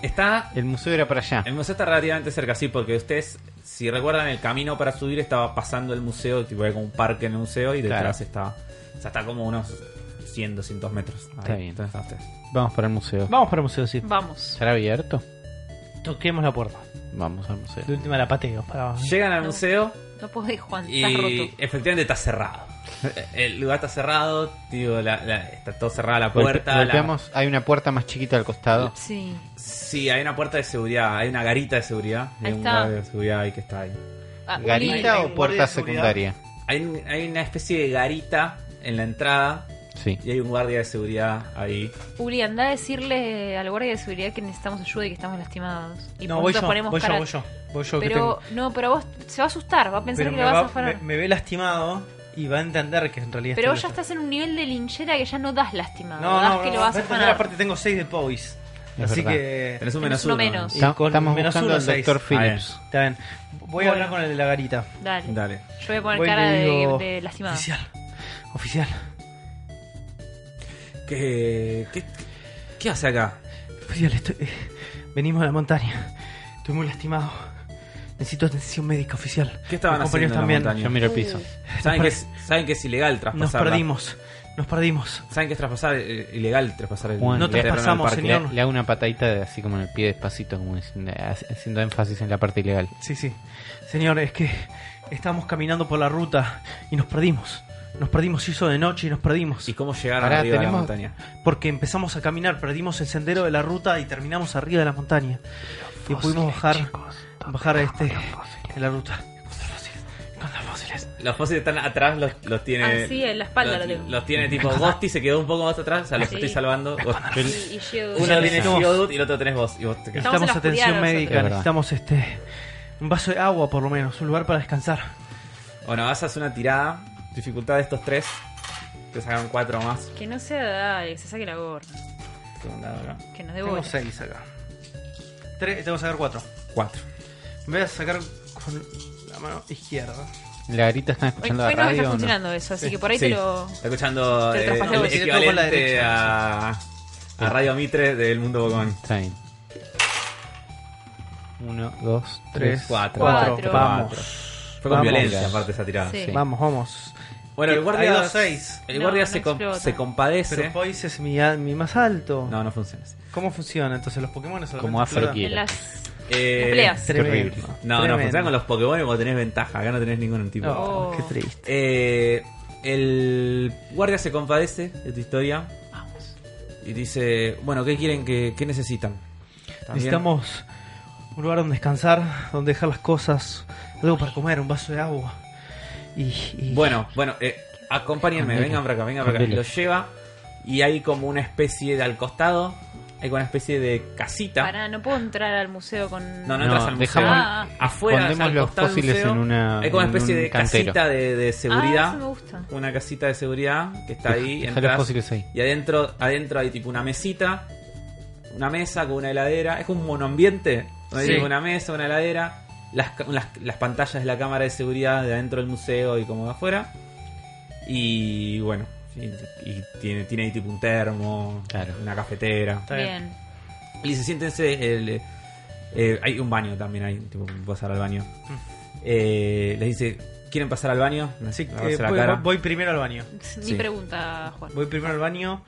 Speaker 2: Está.
Speaker 3: El museo era para allá.
Speaker 2: El museo está relativamente cerca, sí, porque ustedes, si recuerdan, el camino para subir estaba pasando el museo, tipo hay como un parque en el museo y detrás está. O sea, está como unos 100, 200 metros. Ahí,
Speaker 3: Está bien.
Speaker 2: donde están ustedes.
Speaker 3: Vamos para el museo.
Speaker 1: Vamos para el museo, sí.
Speaker 4: Vamos.
Speaker 3: ¿Será abierto?
Speaker 1: Toquemos la puerta.
Speaker 3: Vamos al museo.
Speaker 1: De última la pateo. Para...
Speaker 2: Llegan al museo
Speaker 4: No podés, Juan, estás
Speaker 2: y
Speaker 4: roto.
Speaker 2: efectivamente está cerrado. El lugar está cerrado, tío, la- la- está todo cerrada la
Speaker 3: Golpe-
Speaker 2: puerta. la-
Speaker 3: golpeamos, hay una puerta más chiquita al costado.
Speaker 4: Sí.
Speaker 2: Sí, hay una puerta de seguridad, hay una garita de seguridad. Hay
Speaker 4: Ahí
Speaker 2: un
Speaker 4: está.
Speaker 2: guardia de seguridad ahí que está ahí.
Speaker 4: Ah,
Speaker 5: Ahí hay
Speaker 3: ¿Garita
Speaker 5: un
Speaker 3: o
Speaker 5: guardia
Speaker 3: puerta
Speaker 5: de seguridad.
Speaker 3: secundaria?
Speaker 2: Hay, un- hay una especie de garita en la entrada
Speaker 3: Sí.
Speaker 2: y hay un guardia de seguridad ahí.
Speaker 4: Uli, Uli, anda a decirle al guardia de seguridad que necesitamos ayuda y que estamos lastimados. Y
Speaker 1: No,
Speaker 4: por
Speaker 1: voy
Speaker 4: eso
Speaker 1: yo, voy
Speaker 4: ponemos
Speaker 1: yo, voy
Speaker 4: cara-
Speaker 1: yo. Voy yo que
Speaker 4: Pero,
Speaker 1: tengo.
Speaker 4: no, pero vos se va a asustar, va a pensar
Speaker 1: Pero
Speaker 4: que
Speaker 1: me,
Speaker 4: le vas a
Speaker 1: va-
Speaker 4: afanar.
Speaker 1: me- me ve lastimado y va a entender que en realidad.
Speaker 4: Pero vos ya
Speaker 1: estoy
Speaker 4: estás en un nivel de linchera que ya no das lástima.
Speaker 1: No,
Speaker 4: das
Speaker 1: no,
Speaker 4: que
Speaker 1: no,
Speaker 4: lo vas
Speaker 1: va
Speaker 4: a
Speaker 1: a entender,
Speaker 4: afanar.
Speaker 1: aparte tengo 6 de Poise.
Speaker 3: Es
Speaker 1: Así
Speaker 3: verdad.
Speaker 1: que.
Speaker 2: Tenés un menos
Speaker 4: Tenés uno
Speaker 2: uno.
Speaker 4: menos.
Speaker 1: Y
Speaker 3: Está-
Speaker 1: con
Speaker 3: Estamos
Speaker 1: menos
Speaker 3: buscando
Speaker 1: uno,
Speaker 3: al
Speaker 1: seis.
Speaker 3: doctor Phillips.
Speaker 1: Está bien. Voy a hablar con el de la garita.
Speaker 4: Dale.
Speaker 2: Dale.
Speaker 4: Yo voy a poner
Speaker 1: Voy y
Speaker 4: cara
Speaker 1: le
Speaker 4: de,
Speaker 1: digo,
Speaker 4: de lastimada.
Speaker 1: Oficial. Oficial.
Speaker 2: ¿Qué, qué, qué hace acá?
Speaker 1: Oficial, estoy... eh, venimos de la montaña. Estoy muy lastimado. Necesito atención médica, oficial.
Speaker 2: ¿Qué estaban
Speaker 1: Mis compañeros
Speaker 2: haciendo en la
Speaker 1: también.
Speaker 2: montaña?
Speaker 3: Yo miro el piso.
Speaker 2: ¿Saben,
Speaker 1: Nos
Speaker 2: que es, saben que es ilegal
Speaker 1: Nos
Speaker 2: traspasar. la-
Speaker 1: perdimos. Nos perdimos.
Speaker 2: ¿Saben que es traspasar, eh, ilegal traspasar el
Speaker 3: Juan,
Speaker 1: No
Speaker 2: el terreno del
Speaker 1: traspasamos,
Speaker 2: parque?
Speaker 1: señor.
Speaker 3: Le, le hago una patadita de- así como en el pie despacito, como diciendo- haci- haciendo énfasis en la parte ilegal.
Speaker 1: Sí, sí. Señor, es que estábamos caminando por la ruta y nos perdimos. Nos perdimos, hizo de noche y nos perdimos.
Speaker 2: ¿Y cómo llegaron
Speaker 3: Pará,
Speaker 2: arriba
Speaker 3: tenemos-
Speaker 2: de la montaña?
Speaker 1: Porque empezamos a caminar, perdimos el sendero de la ruta y terminamos arriba de la montaña. Y pudimos bajar, bajar este, de la ruta. Encontrar fósiles.
Speaker 2: Los fósiles están atrás, los, los tiene.
Speaker 4: Ah, sí, en la espalda lo
Speaker 2: los,
Speaker 4: tengo. Ah,
Speaker 2: los tiene tipo Ghosty, se quedó un poco más atrás, o sea, los
Speaker 4: Sí.
Speaker 2: estoy salvando. Vos-
Speaker 4: Y, y llego-
Speaker 2: Uno tiene
Speaker 1: Necesitamos-
Speaker 2: Geodude y el otro tenés vos. Y vos te quedás.
Speaker 4: Estamos en la
Speaker 1: Necesitamos
Speaker 4: oscuridad
Speaker 1: atención
Speaker 4: nosotros.
Speaker 1: médica,
Speaker 3: Es verdad.
Speaker 1: necesitamos este un vaso de agua por lo menos, un lugar para descansar.
Speaker 2: Bueno, vas a hacer una tirada. Dificultad de estos tres. Te sacan cuatro más.
Speaker 4: Que no sea Alex, se saque la gorra.
Speaker 2: Te han dado acá.
Speaker 4: Que nos dé
Speaker 1: Tengo
Speaker 4: bola.
Speaker 1: seis acá. Tres, tengo que sacar cuatro.
Speaker 2: Cuatro.
Speaker 1: Voy a sacar con la mano izquierda.
Speaker 3: La garita están
Speaker 4: Hoy,
Speaker 3: escuchando
Speaker 4: hoy
Speaker 3: la
Speaker 4: no me
Speaker 3: radio.
Speaker 4: está
Speaker 3: o no?
Speaker 4: funcionando eso, así que por ahí
Speaker 2: Sí.
Speaker 4: te lo.
Speaker 2: Está escuchando
Speaker 4: Te lo
Speaker 2: eh,
Speaker 4: traspasé
Speaker 2: el
Speaker 4: vos.
Speaker 1: Sigue todo por la
Speaker 2: equivalente
Speaker 1: derecha,
Speaker 2: a, a Radio Mitre del mundo Pokémon.
Speaker 3: Está bien. Uno, dos,
Speaker 1: Tres,
Speaker 3: tres,
Speaker 2: Cuatro.
Speaker 4: Cuatro.
Speaker 1: Vamos.
Speaker 2: Fue con
Speaker 1: Vamos.
Speaker 2: violencia aparte esa tirada.
Speaker 4: Sí.
Speaker 1: Vamos, vamos.
Speaker 2: Bueno, el
Speaker 1: Hay
Speaker 2: guardia.
Speaker 1: dos seis.
Speaker 2: El
Speaker 4: No,
Speaker 2: guardia
Speaker 4: no
Speaker 2: se, com-
Speaker 4: explota.
Speaker 2: se compadece.
Speaker 1: Pero Poise es mi, a- mi más alto.
Speaker 2: No, no funciona. así.
Speaker 1: ¿Cómo funciona? Entonces los Pokémon solamente
Speaker 3: Como Afro
Speaker 1: explotan.
Speaker 3: Kid.
Speaker 4: En las.
Speaker 2: Eh,
Speaker 4: Empleas.
Speaker 1: Tremendo.
Speaker 3: Qué
Speaker 2: No, no,
Speaker 1: Tremendo.
Speaker 2: funciona con los Pokémon porque tenés ventaja. Acá no tenés ningún tipo.
Speaker 1: No,
Speaker 4: Oh.
Speaker 1: qué triste.
Speaker 2: Eh, el guardia se compadece de tu historia
Speaker 4: Vamos.
Speaker 2: y dice: Bueno, ¿qué quieren? que qué necesitan? ¿Están bien?
Speaker 1: Necesitamos un lugar donde descansar, donde dejar las cosas, algo para comer, un vaso de agua. Y, y-
Speaker 2: Bueno, bueno, eh, acompáñenme,
Speaker 3: Candela.
Speaker 2: vengan para acá, vengan para acá.
Speaker 3: Candela.
Speaker 2: Lo lleva y hay como una especie de al costado, hay como una especie de casita.
Speaker 4: Pará, no puedo entrar al museo con.
Speaker 2: No, no
Speaker 3: No,
Speaker 2: entras al museo.
Speaker 3: dejamos-
Speaker 4: Ah.
Speaker 2: Afuera,
Speaker 3: pondemos
Speaker 2: al
Speaker 3: los
Speaker 2: costado del
Speaker 3: fósiles
Speaker 2: museo,
Speaker 3: en una-
Speaker 2: Hay como una
Speaker 3: en
Speaker 2: especie
Speaker 3: un
Speaker 2: de
Speaker 3: cantero.
Speaker 2: casita de, de
Speaker 4: Ah,
Speaker 2: seguridad.
Speaker 4: eso me gusta.
Speaker 2: una casita de seguridad que está ahí.
Speaker 3: Deja
Speaker 2: entras,
Speaker 3: los fósiles ahí.
Speaker 2: Y adentro, adentro hay tipo una mesita, una mesa con una heladera. Es como un monoambiente. Donde
Speaker 1: Sí.
Speaker 2: hay una mesa, una heladera, las, ca- las, las pantallas de la cámara de seguridad de adentro del museo y como de afuera. Y bueno, y, y tiene, tiene ahí tipo un termo,
Speaker 3: Claro.
Speaker 2: una cafetera.
Speaker 1: Está bien.
Speaker 4: Bien.
Speaker 2: Y dice, siéntense, el, eh, eh, hay un baño también, hay tipo pasar al baño.
Speaker 1: Mm.
Speaker 2: Eh, les dice, ¿quieren pasar al baño?
Speaker 1: Así que
Speaker 2: Lavarse la
Speaker 1: voy,
Speaker 2: cara.
Speaker 1: voy primero al baño.
Speaker 4: Mi
Speaker 2: Sí.
Speaker 4: pregunta, Juan.
Speaker 1: Voy primero al baño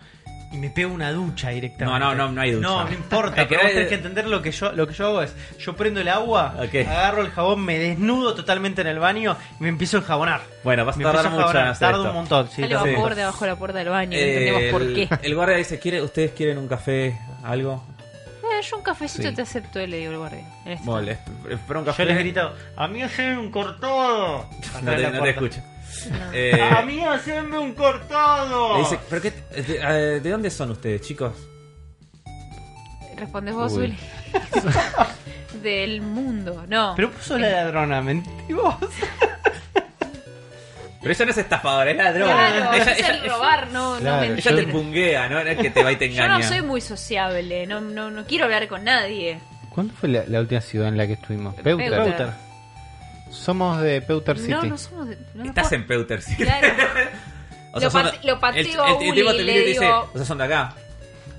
Speaker 1: y me pego una ducha directamente.
Speaker 2: No, no, no, no hay ducha.
Speaker 1: No, no importa,
Speaker 2: Hay que
Speaker 1: pero vos
Speaker 2: ver-
Speaker 1: tenés que entender lo que yo lo que yo hago es, yo prendo el agua,
Speaker 2: Ok.
Speaker 1: agarro el jabón, me desnudo totalmente en el baño y me empiezo a enjabonar.
Speaker 2: Bueno, vas a
Speaker 1: me
Speaker 2: tardar
Speaker 1: empiezo
Speaker 2: mucho en
Speaker 1: enjabonar,
Speaker 2: hacer
Speaker 1: tardo
Speaker 2: esto.
Speaker 1: un montón, sí,
Speaker 4: Sale
Speaker 1: tardo un
Speaker 4: vapor
Speaker 1: montón.
Speaker 4: debajo de la puerta del baño,
Speaker 2: Eh,
Speaker 4: entendemos por
Speaker 2: el-
Speaker 4: qué.
Speaker 2: El guardia dice, ¿quiere, ¿ustedes quieren un café? ¿Algo?
Speaker 4: Eh, yo un cafecito
Speaker 3: Sí.
Speaker 4: te acepto, le digo al guardia. En este
Speaker 2: Bueno, les- espera un
Speaker 1: Yo
Speaker 2: café.
Speaker 1: les grito, a mí haceme un cortado. Atrás
Speaker 2: No
Speaker 1: de
Speaker 2: te,
Speaker 1: la
Speaker 2: no te
Speaker 1: puerta.
Speaker 2: escucho.
Speaker 4: No.
Speaker 2: Eh,
Speaker 1: A mí haceme un cortado.
Speaker 2: le dice, ¿pero qué, de, eh, ¿de dónde son ustedes, chicos?
Speaker 4: Respondes vos,
Speaker 3: Uy.
Speaker 4: Uli. Del mundo, no.
Speaker 1: Pero puso la ladrona, mentí vos.
Speaker 2: Pero ella no es estafadora, es ladrona.
Speaker 4: claro,
Speaker 2: ella,
Speaker 4: es
Speaker 2: ella-
Speaker 4: el robar, no,
Speaker 3: Claro,
Speaker 4: no
Speaker 3: yo-
Speaker 2: ella te
Speaker 4: mentir.
Speaker 2: punguea, ¿no? No es que te va y te
Speaker 4: Yo
Speaker 2: engaña.
Speaker 4: no soy muy sociable, no, no, no quiero hablar con nadie.
Speaker 3: ¿Cuándo fue la, la última ciudad en la que estuvimos? Peuter.
Speaker 4: Peuter.
Speaker 3: Somos de Peuter City.
Speaker 4: No, no somos. de- no nos
Speaker 2: Estás
Speaker 4: puedo-
Speaker 2: en Peuter, sí.
Speaker 4: Claro.
Speaker 2: O
Speaker 4: Lo
Speaker 2: son-
Speaker 4: pat- lo pateo a Uli y
Speaker 2: tipo te
Speaker 4: le
Speaker 2: mira y te
Speaker 4: digo-
Speaker 2: o sea, son de acá.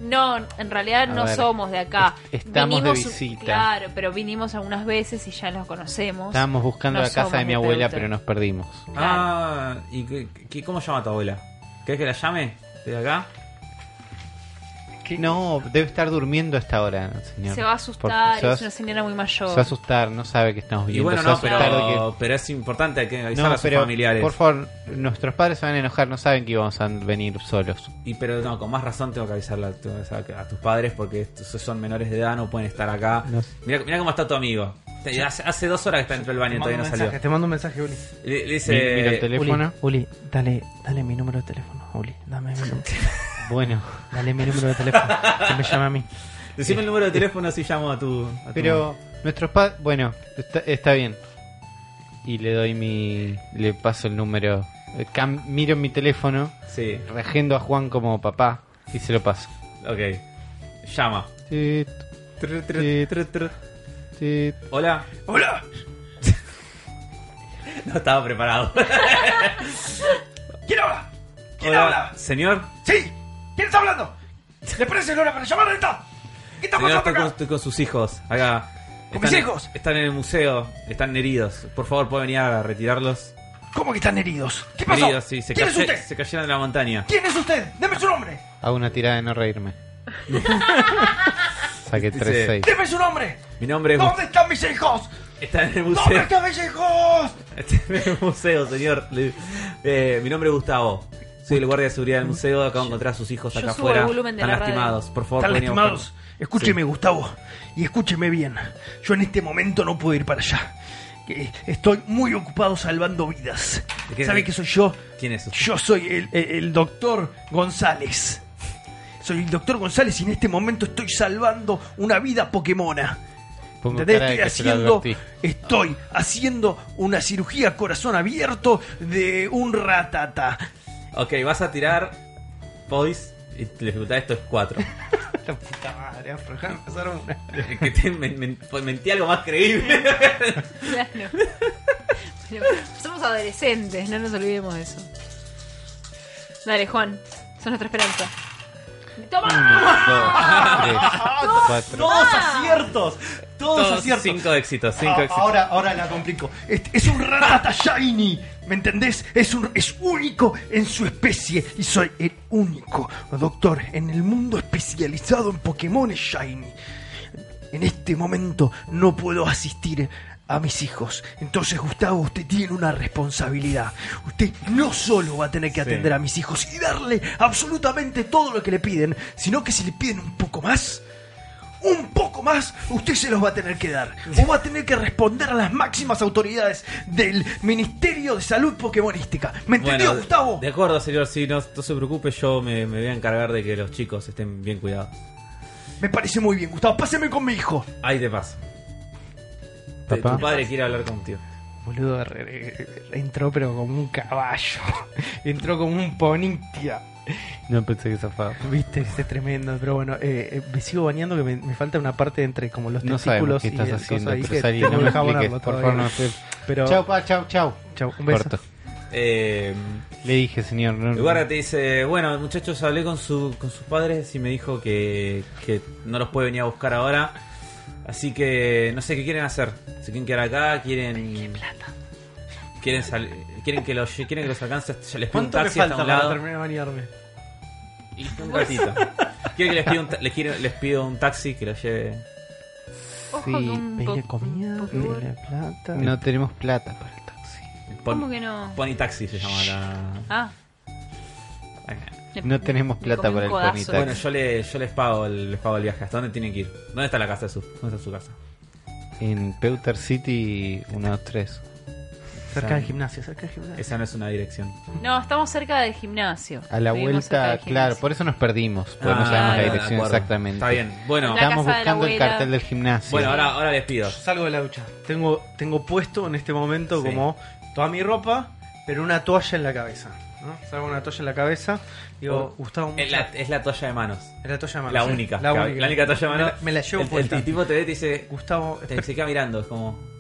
Speaker 4: No, en realidad no
Speaker 3: ver,
Speaker 4: somos de acá.
Speaker 3: est- estamos de
Speaker 4: Vinimos-
Speaker 3: visita.
Speaker 4: Claro, pero vinimos algunas veces y ya los conocemos.
Speaker 3: Estábamos buscando
Speaker 4: No
Speaker 3: la casa
Speaker 4: somos
Speaker 3: de mi
Speaker 4: de
Speaker 3: abuela,
Speaker 4: Peuta.
Speaker 3: pero nos perdimos.
Speaker 2: Ah, ¿y qué, qué- cómo llama tu abuela? ¿Querés que la llame? ¿De acá?
Speaker 3: No, debe estar durmiendo hasta ahora, señor.
Speaker 4: se va a
Speaker 3: Por-
Speaker 4: asustar,
Speaker 3: se va a-
Speaker 4: es una señora muy mayor.
Speaker 3: se va a asustar, no sabe que estamos
Speaker 2: Y
Speaker 3: viendo.
Speaker 2: bueno,
Speaker 3: se va a
Speaker 2: no,
Speaker 3: asustar de pues que-
Speaker 2: pero, pero es importante hay que avisar
Speaker 3: No,
Speaker 2: a sus
Speaker 3: pero,
Speaker 2: familiares.
Speaker 3: Por favor, nuestros padres se van a enojar, no saben que íbamos a venir solos.
Speaker 2: Y pero no, con más razón tengo que avisarle a, tu- a- a tus padres porque estos son menores de edad, no pueden estar acá.
Speaker 3: No.
Speaker 2: Mira, mira cómo está tu amigo. Te- Hace, hace dos horas que está dentro del baño y
Speaker 6: Te mando
Speaker 2: todavía
Speaker 6: un
Speaker 2: no salió.
Speaker 6: mensaje, te mando un mensaje, Uli.
Speaker 2: Le, le dice,
Speaker 3: Mi- Mira el teléfono.
Speaker 6: Uli, Uli, dale, dale mi número de teléfono. Uli, dame mi número.
Speaker 3: Bueno,
Speaker 6: Dale mi número de teléfono. Que me llame a mí.
Speaker 2: decime el número de teléfono si llamo a tu. a tu-
Speaker 3: pero nuestros padres. Bueno, está, está bien. Y le doy mi. Le paso el número. Eh, cam- miro mi teléfono,
Speaker 2: Sí,
Speaker 3: regendo a Juan como papá y se lo paso.
Speaker 2: ok. Llama.
Speaker 3: Tit,
Speaker 2: Tru, tru,
Speaker 3: tit,
Speaker 2: tru, tru.
Speaker 3: tit.
Speaker 2: Hola.
Speaker 6: ¡Hola!
Speaker 2: No estaba preparado.
Speaker 6: ¿Quién habla? ¿Quién
Speaker 2: Hola,
Speaker 6: habla?
Speaker 2: Señor.
Speaker 6: ¡Sí! ¿Quién está hablando? ¿Le parece la hora para llamar a esta? ¿Qué está
Speaker 2: Señor,
Speaker 6: pasando
Speaker 2: estoy con,
Speaker 6: acá?
Speaker 2: estoy con sus hijos. Acá.
Speaker 6: ¿Con
Speaker 2: Están-
Speaker 6: mis hijos?
Speaker 2: Están en el museo. Están heridos. Por favor, pueden venir a retirarlos.
Speaker 6: ¿Cómo que están heridos? ¿Qué pasó?
Speaker 2: Heridos, sí. Se,
Speaker 6: ¿Quién es
Speaker 2: caye-
Speaker 6: usted?
Speaker 2: se cayeron de la montaña.
Speaker 6: ¿Quién es usted? ¡Deme su nombre!
Speaker 3: Hago una tirada de no reírme. Saqué
Speaker 2: Dice-
Speaker 3: 3-6.
Speaker 6: ¡Deme su nombre!
Speaker 2: Mi nombre es...
Speaker 6: ¿Dónde están mis hijos?
Speaker 2: Están en el
Speaker 6: ¿Dónde
Speaker 2: museo.
Speaker 6: están mis hijos?
Speaker 2: Están en el museo, señor. Le- eh, mi nombre es Gustavo. Soy el guardia de seguridad del museo. Acabo de encontrar a sus hijos
Speaker 4: Yo
Speaker 2: acá
Speaker 4: subo el
Speaker 2: afuera.
Speaker 4: volumen de
Speaker 2: Están
Speaker 4: la radio.
Speaker 2: lastimados. Por favor,
Speaker 6: Están
Speaker 2: pueden ir a
Speaker 6: lastimados.
Speaker 2: buscarlos.
Speaker 6: Escúcheme, Gustavo, y escúcheme bien. Yo en este momento no puedo ir para allá. Que Estoy muy ocupado salvando vidas.
Speaker 2: ¿De qué-
Speaker 6: ¿Sabe qué soy yo?
Speaker 2: ¿Quién es usted?
Speaker 6: Yo soy el, el- el doctor González. Soy el doctor González y en este momento estoy salvando una vida Pokémona.
Speaker 3: Pongo
Speaker 6: ¿Entendés?
Speaker 3: cara de
Speaker 6: Estoy
Speaker 3: que se lo
Speaker 6: haciendo,
Speaker 3: advertí.
Speaker 6: estoy haciendo una cirugía a corazón abierto de un ratata.
Speaker 2: Ok, vas a tirar... Poise. Y la dificultad de esto es 4.
Speaker 6: La puta madre, aflojá, empezaron una.
Speaker 2: que te, me- me- mentí algo más creíble.
Speaker 4: Claro. Pero somos adolescentes, no nos olvidemos de eso. Dale, Juan, son nuestra esperanza. ¡Toma!
Speaker 6: Ah,
Speaker 3: 1, 2, 3, 4.
Speaker 1: Todos
Speaker 4: Ah.
Speaker 1: aciertos. Todos,
Speaker 2: Todos
Speaker 1: aciertos.
Speaker 2: cinco éxitos, cinco
Speaker 6: Ah,
Speaker 2: éxitos.
Speaker 6: ahora, ahora la complico. Es, es un ratata shiny. ¿Me entendés? Es, un, es único en su especie. Y soy el único doctor en el mundo especializado en Pokémon shiny. En este momento no puedo asistir a mis hijos. Entonces, Gustavo, usted tiene una responsabilidad. Usted no solo va a tener que
Speaker 2: Sí.
Speaker 6: atender a mis hijos y darle absolutamente todo lo que le piden, sino que si le piden un poco más, un poco más, usted se los va a tener que dar. O va a tener que responder a las máximas autoridades del Ministerio de Salud Pokémonística. ¿Me entendió,
Speaker 2: de-
Speaker 6: Gustavo?
Speaker 2: De acuerdo, señor, sí, no, no se preocupe, yo me, me voy a encargar de que los chicos estén bien cuidados.
Speaker 6: Me parece muy bien, Gustavo. Páseme con mi hijo.
Speaker 2: Ahí te paso. Te-
Speaker 3: Papá.
Speaker 2: Tu padre quiere hablar contigo.
Speaker 6: Boludo, re- re- entró pero como un caballo. Entró como un ponitia.
Speaker 3: No pensé que zafaba.
Speaker 6: Viste, este es tremendo. Pero bueno, eh, eh, me sigo bañando que me, me falta una parte entre como los
Speaker 3: No sabemos
Speaker 6: testículos
Speaker 3: qué estás
Speaker 6: y el
Speaker 3: haciendo,
Speaker 6: coso ahí
Speaker 3: pero
Speaker 6: que
Speaker 3: salí,
Speaker 6: tengo
Speaker 3: no
Speaker 6: que
Speaker 3: me
Speaker 6: jabonarlo
Speaker 3: expliques, por
Speaker 6: todavía.
Speaker 3: favor, no te...
Speaker 6: Pero,
Speaker 3: Chau, pa, chau, chau.
Speaker 6: chau, un beso.
Speaker 3: Corto.
Speaker 2: Eh,
Speaker 3: Le dije, señor, no,
Speaker 2: el guardia te dice, bueno, muchachos, hablé con, su, con sus padres y me dijo que, que no los puede venir a buscar ahora. Así que no sé qué quieren hacer. Se quieren quedar acá, quieren... Quieren, sal- quieren, que los, quieren que los alcance. hasta- Les pido un
Speaker 6: ¿Cuánto me
Speaker 2: taxi hasta
Speaker 6: falta
Speaker 2: un
Speaker 6: para
Speaker 2: lado.
Speaker 6: terminar de bañarme?
Speaker 2: Un ratito. Quiero que les pido un, ta- les quiero- les pido un taxi que los lleve.
Speaker 4: Ojo
Speaker 3: Sí,
Speaker 4: con un
Speaker 6: Pedirle
Speaker 4: po-
Speaker 6: comida,
Speaker 4: un poco-
Speaker 6: pedirle plata.
Speaker 3: no tenemos plata para el taxi.
Speaker 2: Pon-
Speaker 4: ¿Cómo que no?
Speaker 2: Pony Taxi se llama la.
Speaker 4: Ah, le-
Speaker 3: No tenemos
Speaker 4: le comí
Speaker 3: plata
Speaker 4: un
Speaker 3: para el
Speaker 4: codazo.
Speaker 3: Pony Taxi.
Speaker 2: Bueno, yo, le, yo les, pago el, les pago el viaje. ¿Hasta dónde tienen que ir? ¿Dónde está la casa de su, ¿Dónde está su casa?
Speaker 3: En Peuter City 1, 2, 3.
Speaker 6: Cerca del gimnasio, cerca del gimnasio.
Speaker 2: Esa no es una dirección.
Speaker 4: No, estamos cerca del gimnasio.
Speaker 3: A la
Speaker 4: Vivimos cerca
Speaker 3: vuelta,
Speaker 4: del
Speaker 3: claro,
Speaker 4: gimnasio.
Speaker 3: por eso nos perdimos. Porque no
Speaker 2: Ah,
Speaker 3: sabemos la
Speaker 4: claro, de
Speaker 3: dirección
Speaker 2: acuerdo.
Speaker 3: exactamente.
Speaker 2: Está bien. Bueno,
Speaker 4: La
Speaker 3: Estamos
Speaker 4: casa de la
Speaker 3: buscando el
Speaker 4: abuela.
Speaker 3: cartel del gimnasio.
Speaker 2: bueno ahora, ahora les pido.
Speaker 6: Salgo de la ducha. Tengo, tengo puesto en este momento
Speaker 2: Sí.
Speaker 6: como toda mi ropa, pero una toalla en la cabeza. ¿no? Salgo con una toalla en la cabeza. Digo,
Speaker 2: Oh,
Speaker 6: Gustavo,
Speaker 2: Es la, es la toalla de manos.
Speaker 6: es la toalla de mano,
Speaker 2: La
Speaker 6: sí.
Speaker 2: única. La única, toalla de
Speaker 6: Me
Speaker 2: manos.
Speaker 6: la, me la llevo
Speaker 2: el, el,
Speaker 6: puesta.
Speaker 2: tipo te ve y te dice.
Speaker 6: Gustavo,
Speaker 2: Te, se queda mirando, es como.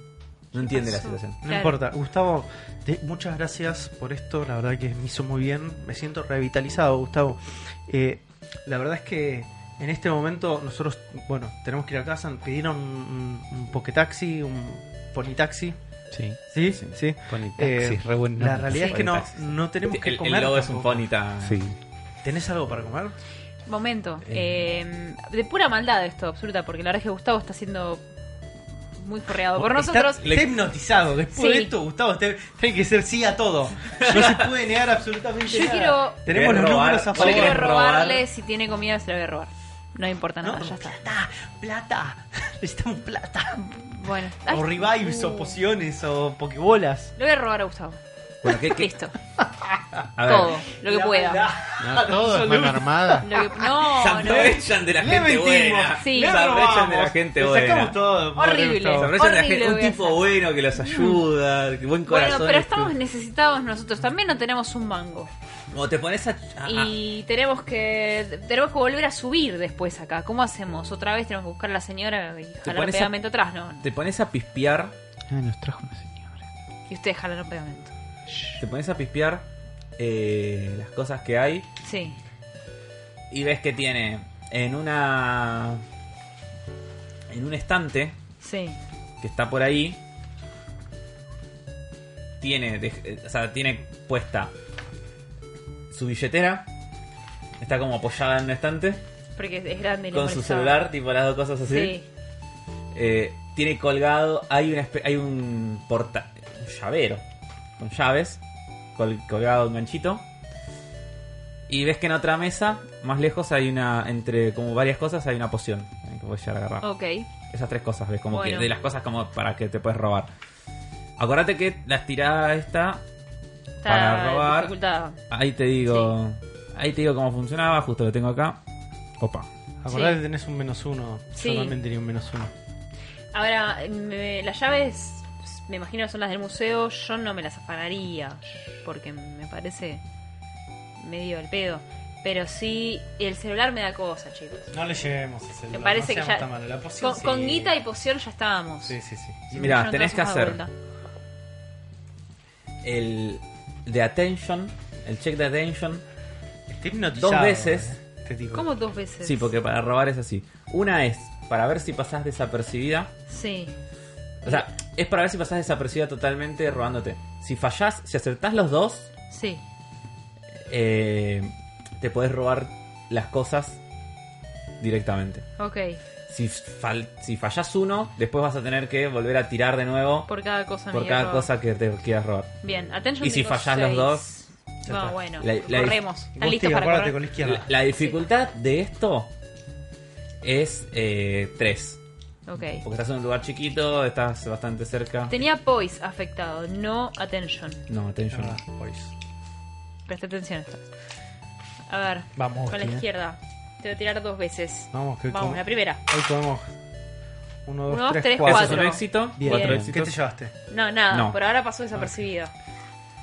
Speaker 2: No entiende la
Speaker 4: pasó?
Speaker 2: situación.
Speaker 6: No
Speaker 4: Claro.
Speaker 6: importa, Gustavo, te- muchas gracias por esto, la verdad que me hizo muy bien, me siento revitalizado, Gustavo. Eh, la verdad es que
Speaker 1: En este momento nosotros, bueno, tenemos que ir a casa, pidieron un, un, un Poketaxi, un Ponitaxi.
Speaker 3: Sí.
Speaker 1: ¿Sí? Sí.
Speaker 3: Ponitaxi,
Speaker 1: Eh,
Speaker 3: re buen
Speaker 1: La
Speaker 3: nombre.
Speaker 1: realidad es que no,
Speaker 2: Ponitaxi, sí.
Speaker 1: no tenemos que
Speaker 2: El,
Speaker 1: comer.
Speaker 2: el logo es un
Speaker 1: tampoco.
Speaker 2: ponita.
Speaker 3: Sí.
Speaker 1: ¿Tenés algo para comer?
Speaker 4: Momento. eh, de pura maldad esto, absoluta, porque la verdad es que Gustavo está siendo muy forreado por
Speaker 1: Está-
Speaker 4: nosotros.
Speaker 1: Está hipnotizado. Después
Speaker 4: Sí.
Speaker 1: de esto, Gustavo te- tiene que ser sí a todo. No se puede negar absolutamente
Speaker 4: Yo
Speaker 1: nada.
Speaker 4: quiero-
Speaker 1: Tenemos los
Speaker 2: ¿Querés robar?
Speaker 1: números a
Speaker 4: Yo
Speaker 2: ¿Vos le
Speaker 1: favor.
Speaker 4: quiero
Speaker 2: querés robar?
Speaker 4: robarle, si tiene comida se la voy a robar. No importa
Speaker 1: No,
Speaker 4: nada, ya está.
Speaker 1: plata, plata. Necesitamos plata.
Speaker 4: Bueno.
Speaker 1: O
Speaker 4: Ay,
Speaker 1: revives, o pociones, o pokebolas.
Speaker 4: Lo voy a robar a Gustavo.
Speaker 2: Bueno, ¿qué, qué-
Speaker 4: Listo.
Speaker 2: A ver.
Speaker 4: Todo. Lo que
Speaker 1: La
Speaker 4: pueda.
Speaker 1: maldad.
Speaker 3: No, todo es mano armada.
Speaker 4: Lo que- No,
Speaker 2: Se
Speaker 4: no.
Speaker 2: aprovechan de la
Speaker 1: Le
Speaker 2: gente
Speaker 1: mentimos.
Speaker 2: buena.
Speaker 4: Sí.
Speaker 1: Le
Speaker 4: Se
Speaker 2: aprovechan de la
Speaker 1: robamos.
Speaker 2: gente
Speaker 1: Le
Speaker 2: buena.
Speaker 1: Sacamos todo.
Speaker 4: Horrible.
Speaker 1: Pobre
Speaker 2: Se
Speaker 1: Gustavo.
Speaker 2: aprovechan de la
Speaker 4: Horrible
Speaker 2: gente. Un
Speaker 4: voy a
Speaker 2: tipo
Speaker 4: hacer.
Speaker 2: bueno que los ayuda, que buen
Speaker 4: Bueno,
Speaker 2: corazón. este.
Speaker 4: pero estamos necesitados nosotros. También no tenemos un mango.
Speaker 2: Como te pones a. a-
Speaker 4: Y tenemos que tenemos que volver a subir después acá. ¿Cómo hacemos? Otra vez tenemos que buscar a la señora y jalar
Speaker 2: pones a-
Speaker 4: pegamento atrás, ¿no?
Speaker 2: Te pones a pispear.
Speaker 3: Ah, nos trajo una señora.
Speaker 4: Y ustedes jalaron pegamento.
Speaker 2: Te pones a pispear eh, las cosas que hay.
Speaker 4: Sí.
Speaker 2: Y ves que tiene en una. En un estante
Speaker 4: Sí.
Speaker 2: que está por ahí. Tiene, de- o sea, tiene puesta su billetera. Está como apoyada en un estante.
Speaker 4: Porque es grande y le
Speaker 2: Con su
Speaker 4: molestaba.
Speaker 2: celular, tipo las dos cosas así.
Speaker 4: Sí.
Speaker 2: Eh, tiene colgado, hay, una, espe- hay un porta, un llavero con llaves, col- colgado un ganchito. Y ves que en otra mesa, más lejos, hay una, entre como varias cosas, hay una poción eh, que puedes llegar a agarrar.
Speaker 4: Ok.
Speaker 2: Esas tres cosas, ves como
Speaker 4: Bueno.
Speaker 2: que de las cosas como para que te puedes robar. Acuérdate que la estirada esta,
Speaker 4: Está
Speaker 2: Para robar.
Speaker 4: dificultad.
Speaker 2: ahí te digo, ahí te digo cómo funcionaba, justo lo tengo acá. Opa.
Speaker 1: Acordate
Speaker 4: Sí.
Speaker 1: que tenés un menos uno.
Speaker 4: Sí.
Speaker 1: Yo también tenía un menos uno.
Speaker 4: Ahora, me- las llaves, me imagino que son las del museo. Yo no me las afanaría. Porque me parece medio el pedo. Pero sí, el celular me da cosa, chicos.
Speaker 1: No le lleguemos ese celular.
Speaker 4: Me parece
Speaker 1: no
Speaker 4: que
Speaker 1: seamos
Speaker 4: ya-
Speaker 1: tan malos. La poción
Speaker 4: Con, con
Speaker 1: sí.
Speaker 4: guita y poción ya estábamos.
Speaker 1: Sí, sí, sí.
Speaker 4: Se me
Speaker 2: Mirá,
Speaker 4: echaron
Speaker 2: tenés
Speaker 4: todas
Speaker 2: que
Speaker 4: hojas
Speaker 2: hacer.
Speaker 4: de vuelta.
Speaker 2: El de attention, el check de attention
Speaker 1: Está hipnotizado.
Speaker 2: Dos veces.
Speaker 1: eh, Este tipo.
Speaker 4: ¿Cómo dos veces?
Speaker 2: Sí, porque para robar es así. Una es para ver si pasás desapercibida.
Speaker 4: Sí.
Speaker 2: O sea, es para ver si pasás desapercibida totalmente robándote. Si fallás, si acertás los dos,
Speaker 4: Sí.
Speaker 2: eh, te podés robar las cosas directamente.
Speaker 4: Ok.
Speaker 2: Si, fal- si fallás uno, después vas a tener que volver a tirar de nuevo por,
Speaker 4: Por cada cosa. me
Speaker 2: cada
Speaker 4: dio-
Speaker 2: cosa que te quieras robar.
Speaker 4: Bien. Attention
Speaker 2: Y si
Speaker 4: tengo
Speaker 2: fallas los
Speaker 4: seis.
Speaker 2: dos,
Speaker 4: No, bueno.
Speaker 2: La- la-
Speaker 4: corremos. ¿Están
Speaker 1: Vos,
Speaker 4: listos
Speaker 1: tío,
Speaker 4: para
Speaker 1: acuérdate
Speaker 4: correr?
Speaker 1: con la izquierda.
Speaker 2: La, la dificultad de esto es 3.
Speaker 4: Ok.
Speaker 2: Porque estás en un lugar chiquito, estás bastante cerca.
Speaker 4: Tenía poise afectado, no attention.
Speaker 2: No, attention.
Speaker 1: Ah,
Speaker 2: no.
Speaker 1: pues.
Speaker 4: Presta atención a esto. A ver.
Speaker 1: Vamos,
Speaker 4: Con la
Speaker 1: Agustín, eh.
Speaker 4: izquierda. Te voy a tirar dos veces.
Speaker 1: Vamos, que hoy
Speaker 4: Vamos,
Speaker 1: com-
Speaker 4: la primera.
Speaker 1: Hoy comemos. Uno, dos,
Speaker 4: Uno, dos,
Speaker 1: tres,
Speaker 4: tres,
Speaker 1: cuatro.
Speaker 2: Eso es un
Speaker 4: Cuatro.
Speaker 2: éxito.
Speaker 1: Bien.
Speaker 2: Cuatro
Speaker 1: Bien. ¿Qué
Speaker 2: éxitos.
Speaker 1: te llevaste?
Speaker 4: No, nada.
Speaker 2: No.
Speaker 4: Por ahora pasó desapercibida.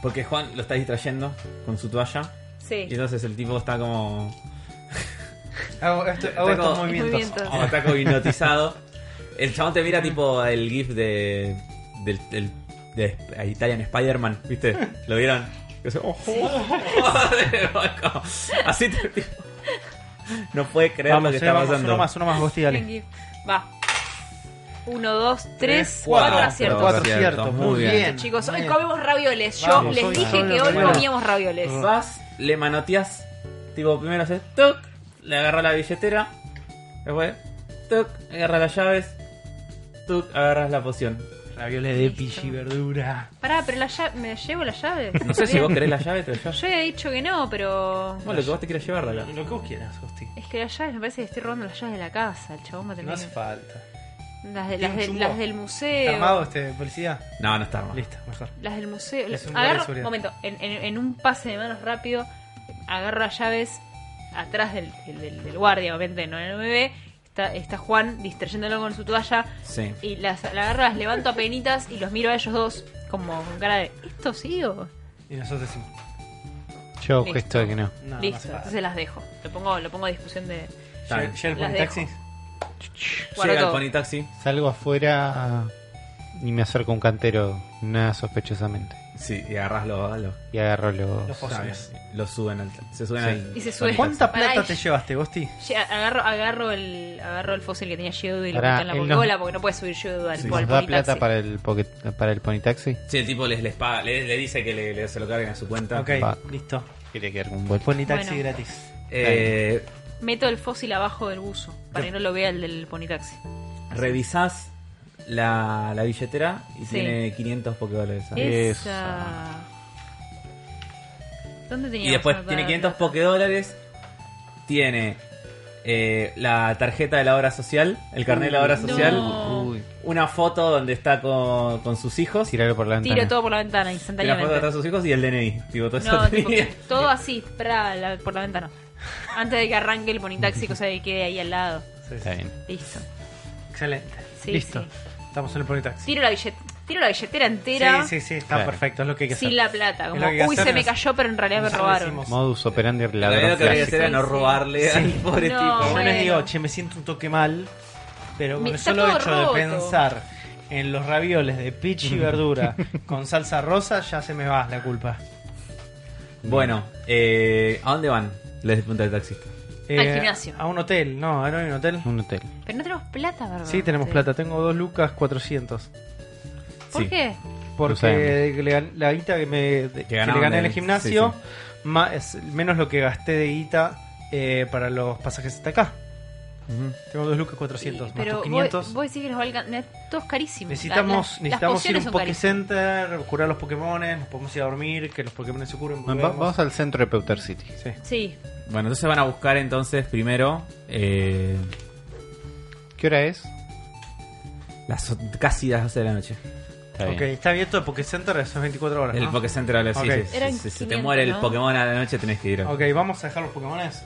Speaker 2: Porque Juan lo está distrayendo con su toalla.
Speaker 4: Sí.
Speaker 2: Y entonces el tipo está como.
Speaker 1: Hago, esto- hago
Speaker 2: Tengo-
Speaker 1: estos movimientos.
Speaker 4: Movimientos.
Speaker 2: como está como hipnotizado. El chabón te mira tipo el GIF de. del. del- de Italian Spider-Man, ¿viste? ¿Lo vieron? Y hace, "Ojo". Así te. tipo, no puede creer lo
Speaker 1: Vamos,
Speaker 2: que
Speaker 1: eh,
Speaker 2: está
Speaker 1: vamos,
Speaker 2: pasando.
Speaker 1: uno más, uno más, Gosti, dale.
Speaker 4: Tengo- Va. Uno, dos, tres,
Speaker 2: cuatro.
Speaker 4: cuatro aciertos.
Speaker 2: Cuatro.
Speaker 1: Cuatro aciertos, muy bien.
Speaker 4: Chicos, hoy
Speaker 1: Bien.
Speaker 4: comemos ravioles. Yo
Speaker 1: Vamos,
Speaker 4: les
Speaker 1: hoy
Speaker 4: dije que hoy
Speaker 1: ravioles. Bueno.
Speaker 4: comíamos ravioles.
Speaker 2: Vas, le manoteas. Tipo, primero haces toc, le agarra la billetera. Después, toc, agarra las llaves. Toc, agarras la poción.
Speaker 1: Ravioles de
Speaker 4: Listo.
Speaker 1: pichi verdura.
Speaker 4: Pará, pero la llave- ¿me llevo la llave?
Speaker 2: No sé si vos querés la llave, te la llevas.
Speaker 4: Yo había dicho que no, pero...
Speaker 2: Bueno, lo que vos te quieras llevar, dale.
Speaker 1: Lo que vos quieras, Gosti.
Speaker 4: Es que las llaves, me parece que estoy robando las llaves de la casa. El chabón va a tener...
Speaker 1: No hace falta.
Speaker 4: Eh, las, de-
Speaker 1: Tiene
Speaker 4: las,
Speaker 1: un
Speaker 4: de-
Speaker 1: chumbo.
Speaker 4: las del museo.
Speaker 1: ¿Está armado este policía?
Speaker 2: No, no está armado.
Speaker 1: Listo, mejor.
Speaker 4: Las del museo.
Speaker 1: Es un lugar de
Speaker 4: Agarro,
Speaker 1: seguridad.
Speaker 4: momento, en, en- en un pase de manos rápido, agarro las llaves atrás del, del- del- del guardia, obviamente, no en el 9 Está, está Juan distrayéndolo con su toalla
Speaker 2: Sí.
Speaker 4: y las, la agarro, las levanto a penitas y los miro a ellos dos como con cara de ¿esto sí o
Speaker 1: Y nosotros decimos,
Speaker 3: Yo
Speaker 4: Listo.
Speaker 3: gesto de que no.
Speaker 1: no, no
Speaker 4: listo?
Speaker 1: hace falta.
Speaker 4: Entonces las dejo. Lo pongo, lo pongo a discusión de
Speaker 2: Está bien.
Speaker 1: Lle- Llega el
Speaker 4: Las
Speaker 1: taxi.
Speaker 4: guardo
Speaker 2: Llega el
Speaker 4: todo.
Speaker 2: ponitaxi.
Speaker 3: Salgo afuera y me acerco a un cantero, nada sospechosamente.
Speaker 2: Sí, y agarras los. los,
Speaker 3: Y agarro los.
Speaker 6: Los fósiles.
Speaker 2: los suben al. Se suben
Speaker 3: Sí.
Speaker 2: al.
Speaker 4: Y se sube.
Speaker 1: ¿Cuánta
Speaker 4: Pará,
Speaker 1: plata
Speaker 4: y-
Speaker 1: te llevaste, Gosti?
Speaker 4: Ye- Agarro, agarro, el, agarro el fósil que tenía Yedo y lo
Speaker 3: Pará,
Speaker 4: meto en la
Speaker 3: él
Speaker 4: Pokébola
Speaker 3: nos-
Speaker 4: porque no puede subir Yedo al,
Speaker 2: Sí,
Speaker 4: al
Speaker 3: ¿Nos da
Speaker 4: Ponytaxi.
Speaker 3: plata para el, pocket, para el Ponytaxi?
Speaker 2: Sí, el tipo les, les paga- le, le dice que le, le- se lo carguen a su cuenta.
Speaker 1: Ok,
Speaker 3: Fuck.
Speaker 1: listo.
Speaker 3: Quería quedar con un bol.
Speaker 1: Pony taxi
Speaker 4: Bueno.
Speaker 1: gratis.
Speaker 2: Eh,
Speaker 4: Meto el fósil abajo del buzo para que no lo vea el del Ponytaxi.
Speaker 2: revisás la, la billetera y
Speaker 4: Sí.
Speaker 2: tiene 500 Pokédoles. ahí.
Speaker 4: Esa. ¿Dónde tenía
Speaker 2: Y después tiene 500 Pokédólares. Tiene eh, la tarjeta de la obra social, el carnet de la obra
Speaker 4: No.
Speaker 2: social.
Speaker 3: Uy,
Speaker 2: Una foto donde está con, con sus hijos.
Speaker 3: tiralo por la ventana.
Speaker 4: Tiro todo por la ventana
Speaker 2: La foto
Speaker 4: instantáneamente.
Speaker 2: donde están sus hijos y el DNI. Tipo, todo eso
Speaker 4: No, tipo,
Speaker 2: tenía.
Speaker 4: todo así, pra, la- por la ventana. Antes de que arranque el ponitaxi, cosa de que quede ahí al lado.
Speaker 3: Está bien.
Speaker 4: Listo.
Speaker 1: Excelente.
Speaker 4: Sí,
Speaker 1: listo.
Speaker 4: sí.
Speaker 1: Estamos en el Pony taxi.
Speaker 4: Tiro la, billet- tiro la billetera entera
Speaker 1: Sí, sí, sí, está
Speaker 3: Claro.
Speaker 1: perfecto, es lo que hay que hacer.
Speaker 4: sin la plata.
Speaker 1: Es lo
Speaker 4: Como,
Speaker 1: que hay que
Speaker 4: uy,
Speaker 1: hacer,
Speaker 4: se me
Speaker 1: es-
Speaker 4: cayó, pero en realidad me
Speaker 1: Eso
Speaker 4: robaron.
Speaker 1: decimos.
Speaker 3: Modus operandi del
Speaker 2: La verdad
Speaker 3: ladrón
Speaker 2: que habría que
Speaker 3: clásico.
Speaker 2: hacer era no
Speaker 4: Sí, sí.
Speaker 2: robarle al
Speaker 1: Sí.
Speaker 2: pobre
Speaker 4: No,
Speaker 2: tipo.
Speaker 1: Yo les digo,
Speaker 4: Bueno.
Speaker 1: che, me siento un toque mal, pero con
Speaker 4: Me-
Speaker 1: el
Speaker 4: está
Speaker 1: solo
Speaker 4: todo
Speaker 1: hecho
Speaker 4: roto.
Speaker 1: de pensar en los ravioles de pichi y verdura con salsa rosa, ya se me va la culpa.
Speaker 2: Bueno, eh, ¿a dónde van? Les pregunta el taxista.
Speaker 4: gimnasio.
Speaker 1: Eh, A un hotel, no, no hay un hotel.
Speaker 3: Un hotel.
Speaker 4: Pero no tenemos plata, ¿verdad?
Speaker 1: Sí, tenemos plata, tengo dos lucas 400.
Speaker 4: ¿Por
Speaker 2: Sí.
Speaker 4: qué?
Speaker 1: Porque le gan- la guita que, me, de- que le
Speaker 2: ganaban
Speaker 1: gané en
Speaker 2: del-
Speaker 1: el gimnasio,
Speaker 2: sí,
Speaker 1: más- menos lo que gasté de guita eh, para los pasajes hasta acá. Tengo dos lucas 400,
Speaker 4: Sí,
Speaker 1: más
Speaker 4: pero
Speaker 1: tus
Speaker 4: vos-
Speaker 1: 500.
Speaker 4: Vos, decís que eh, nos va a alcanzar. Todo es carísimo.
Speaker 1: Necesitamos,
Speaker 4: Las- las
Speaker 1: necesitamos ir a
Speaker 4: pociones
Speaker 1: un
Speaker 4: son
Speaker 1: Poké
Speaker 4: carísimas.
Speaker 1: Center, curar los Pokémones, nos podemos ir a dormir, que los Pokémones se curen.
Speaker 3: Va-
Speaker 1: volvemos.
Speaker 3: vamos al centro de Peuter City.
Speaker 1: Sí.
Speaker 4: Sí,
Speaker 2: Bueno, entonces van a buscar entonces primero eh,
Speaker 3: ¿Qué hora es?
Speaker 2: las o- casi las 12 de la noche.
Speaker 3: Está
Speaker 1: ok,
Speaker 3: bien.
Speaker 1: está abierto el Poké Center, eso es 24 horas.
Speaker 2: El
Speaker 1: ¿no?
Speaker 2: Poké Center habla así.
Speaker 1: Ok.
Speaker 2: sí, sí,
Speaker 4: Eran
Speaker 2: sí, Si se te
Speaker 4: 500,
Speaker 2: muere el
Speaker 4: ¿no?
Speaker 2: Pokémon a la noche tenés que ir.
Speaker 1: Ok, vamos a dejar los Pokémones.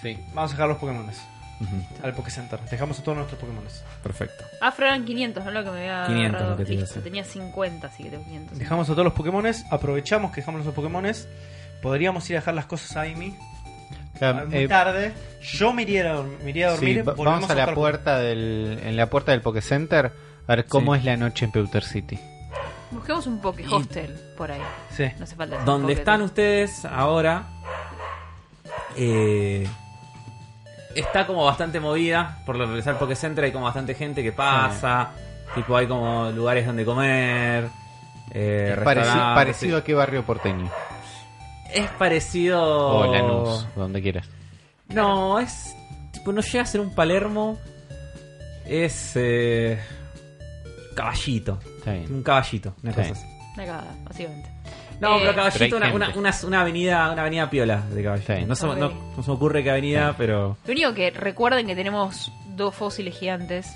Speaker 3: Sí.
Speaker 1: Vamos a dejar los Pokémones
Speaker 2: Ujú,
Speaker 1: al Poké Center. Dejamos a todos nuestros Pokémones.
Speaker 2: Perfecto.
Speaker 4: Afro eran 500, no lo que me había
Speaker 2: 500
Speaker 4: agarrado.
Speaker 2: lo que te iba a
Speaker 4: Listo,
Speaker 2: hacer.
Speaker 4: tenía 50, así que tengo 500.
Speaker 1: Dejamos a todos los Pokémones, aprovechamos que dejamos los Pokémones. Podríamos ir a dejar las cosas a Amy.
Speaker 3: Claro,
Speaker 1: muy
Speaker 3: eh,
Speaker 1: tarde. Yo me iría a, dorm- me iría a dormir.
Speaker 3: sí, va-
Speaker 1: volvemos
Speaker 3: vamos a la
Speaker 1: buscar-
Speaker 3: puerta del, en la puerta del Poké Center a ver cómo
Speaker 2: Sí.
Speaker 3: es la noche en Peuter City.
Speaker 4: Busquemos un Poké Hostel por ahí.
Speaker 1: Sí.
Speaker 4: No hace falta. decir
Speaker 2: Donde
Speaker 4: Poké.
Speaker 2: están ustedes ahora eh, está como bastante movida por lo que al Poké Center hay como bastante gente que pasa, tipo hay como lugares donde comer, eh,
Speaker 3: Es pareci-
Speaker 2: restaurantes.
Speaker 3: parecido a qué barrio porteño.
Speaker 2: es parecido
Speaker 3: O
Speaker 1: Oh.
Speaker 3: Lanús, donde quieras.
Speaker 2: No, es tipo no llega a ser un Palermo, es eh, caballito,
Speaker 3: Está bien.
Speaker 2: un caballito, una
Speaker 3: Sí.
Speaker 2: cosa así.
Speaker 4: Una cagada, básicamente.
Speaker 2: No,
Speaker 4: Eh,
Speaker 2: pero
Speaker 3: pero
Speaker 2: caballito,
Speaker 3: hay
Speaker 2: una, una,
Speaker 3: gente.
Speaker 2: una, una avenida, una avenida piola de caballito.
Speaker 3: Sí.
Speaker 2: No, se,
Speaker 4: Ok.
Speaker 2: no- no se me ocurre qué avenida, pero.
Speaker 4: Lo único que recuerden que tenemos dos fósiles gigantes.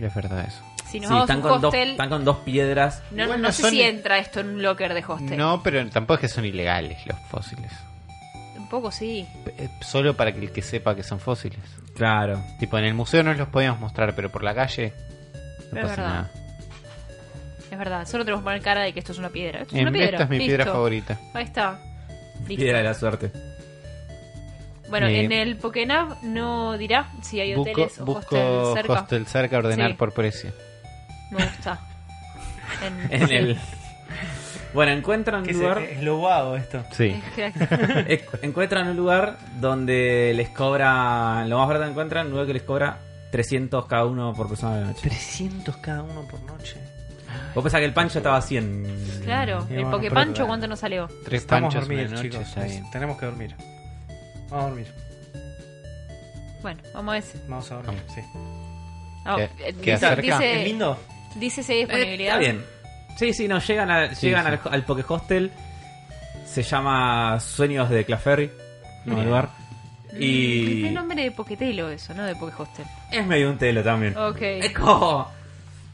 Speaker 3: Y Es verdad eso.
Speaker 4: Si nos
Speaker 2: sí,
Speaker 4: vamos a
Speaker 2: están
Speaker 4: un
Speaker 2: con, dos,
Speaker 4: hostel,
Speaker 2: están con dos piedras.
Speaker 4: no,
Speaker 3: Igual
Speaker 4: no
Speaker 3: no
Speaker 4: sé
Speaker 3: son
Speaker 4: si
Speaker 3: ni-
Speaker 4: entra esto en un locker de hostel.
Speaker 3: No, pero tampoco es que son ilegales los fósiles.
Speaker 4: Un poco sí.
Speaker 3: P- eh, Solo para que el que sepa que son fósiles.
Speaker 2: Claro.
Speaker 3: Tipo, en el museo no los podíamos mostrar, pero por la calle no
Speaker 4: Es
Speaker 3: pasa
Speaker 4: verdad.
Speaker 3: nada.
Speaker 4: Es verdad, solo tenemos que poner cara de que esto es una piedra. Esto es
Speaker 3: Em,
Speaker 4: una piedra.
Speaker 3: Esta es mi piedra
Speaker 4: listo.
Speaker 3: favorita.
Speaker 4: Ahí está. Listo.
Speaker 2: Piedra de la suerte.
Speaker 4: Bueno,
Speaker 3: Eh,
Speaker 4: en el Pokénav no dirá si hay
Speaker 3: Busco,
Speaker 4: hoteles o
Speaker 3: busco
Speaker 4: hostel cerca.
Speaker 3: hostel cerca, ordenar
Speaker 4: Sí.
Speaker 3: por precio.
Speaker 4: Me gusta. En-
Speaker 2: En el. bueno, encuentran
Speaker 1: ¿Qué
Speaker 2: un
Speaker 1: es,
Speaker 2: lugar.
Speaker 1: es lo vago esto.
Speaker 3: Sí.
Speaker 4: este?
Speaker 2: eh, encuentran un lugar donde les cobra. Lo más barato que encuentran, un lugar que les cobra 300 cada uno por persona de la noche.
Speaker 1: 300 cada uno por noche.
Speaker 2: Vos pensás que el pancho estaba a 100.
Speaker 4: Claro,
Speaker 1: Y
Speaker 4: el
Speaker 1: bueno,
Speaker 4: Poképancho,
Speaker 1: pero-
Speaker 4: ¿cuánto nos salió?
Speaker 3: Tres
Speaker 1: Estamos a
Speaker 3: panchos
Speaker 1: dormir,
Speaker 3: una noche,
Speaker 1: chicos.
Speaker 3: está bien.
Speaker 1: Tenemos que dormir. Vamos a dormir.
Speaker 4: Bueno, vamos a ese.
Speaker 1: Vamos a dormir, sí.
Speaker 4: Ah,
Speaker 3: ¿Qué-
Speaker 4: eh,
Speaker 3: qué
Speaker 4: dice-
Speaker 3: acerca?
Speaker 4: dice-
Speaker 1: ¿Es lindo?
Speaker 4: Dice si hay
Speaker 2: Eh,
Speaker 4: disponibilidad.
Speaker 2: está bien. Sí, sí, no, llegan, al
Speaker 3: Sí,
Speaker 2: llegan
Speaker 3: sí.
Speaker 2: Al, al Poké Hostel. Se llama Sueños de Claferry. No, el lugar.
Speaker 4: Mm,
Speaker 2: Y.
Speaker 4: Es el nombre de Poquetelo eso, ¿no? De Poké Hostel.
Speaker 2: Es medio un telo también.
Speaker 4: Ok.
Speaker 2: Es como.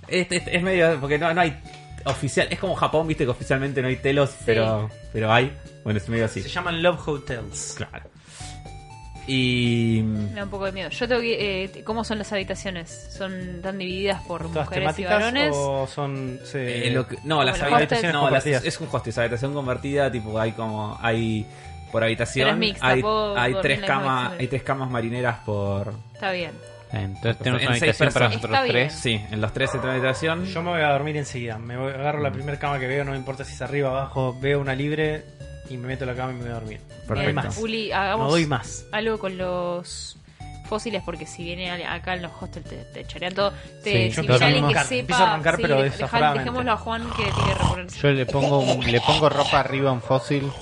Speaker 2: Es, es- es medio. Porque no, no hay. Oficial. Es como Japón, viste que oficialmente no hay telos, pero. Pero hay. Bueno, es medio así.
Speaker 1: Se llaman Love Hotels.
Speaker 2: Claro. Y.
Speaker 4: Me da un poco de miedo. Yo tengo que... eh, ¿Cómo son las habitaciones? ¿Son tan divididas por
Speaker 1: ¿Todas
Speaker 4: mujeres y
Speaker 1: temáticas
Speaker 4: varones?
Speaker 1: o son...? se-
Speaker 2: eh, lo que- no, las
Speaker 4: Bueno,
Speaker 2: habitaciones.
Speaker 1: hostels
Speaker 2: No, las-
Speaker 1: compartidas.
Speaker 2: es un hostel, es habitación convertida, tipo, hay como. Hay. Por habitación.
Speaker 4: Pero es mixta,
Speaker 2: hay,
Speaker 4: puedo
Speaker 2: hay
Speaker 4: dormir
Speaker 2: tres
Speaker 4: en la misma
Speaker 2: camas.
Speaker 4: habitación.
Speaker 2: Hay tres camas marineras por.
Speaker 4: Está bien.
Speaker 3: Entonces tenemos
Speaker 2: En
Speaker 3: una
Speaker 2: seis
Speaker 3: habitación para
Speaker 2: personas.
Speaker 3: nosotros
Speaker 4: Está bien.
Speaker 3: tres.
Speaker 2: Sí, en los tres se trae habitación.
Speaker 1: Yo me voy a dormir enseguida. Me voy, agarro
Speaker 2: Mm.
Speaker 1: la primera cama que veo, no me importa si es arriba, abajo, veo una libre y me meto en la cama y me voy a dormir.
Speaker 2: Perfecto.
Speaker 4: Bien,
Speaker 1: más.
Speaker 4: Uli,
Speaker 1: No
Speaker 4: hagamos
Speaker 1: doy más.
Speaker 4: algo con los fósiles porque si viene al- acá en los hostels te, te chorean todo. Te,
Speaker 3: Sí,
Speaker 4: si
Speaker 3: yo
Speaker 4: viene
Speaker 3: empiezo a
Speaker 4: alguien que
Speaker 1: arrancar, empiezo
Speaker 4: sepa,
Speaker 1: a arrancar, pero
Speaker 4: dej-
Speaker 1: desaforadamente.
Speaker 4: dejémoslo a Juan que tiene que reponerse.
Speaker 3: Yo le pongo un- le pongo ropa arriba a un fósil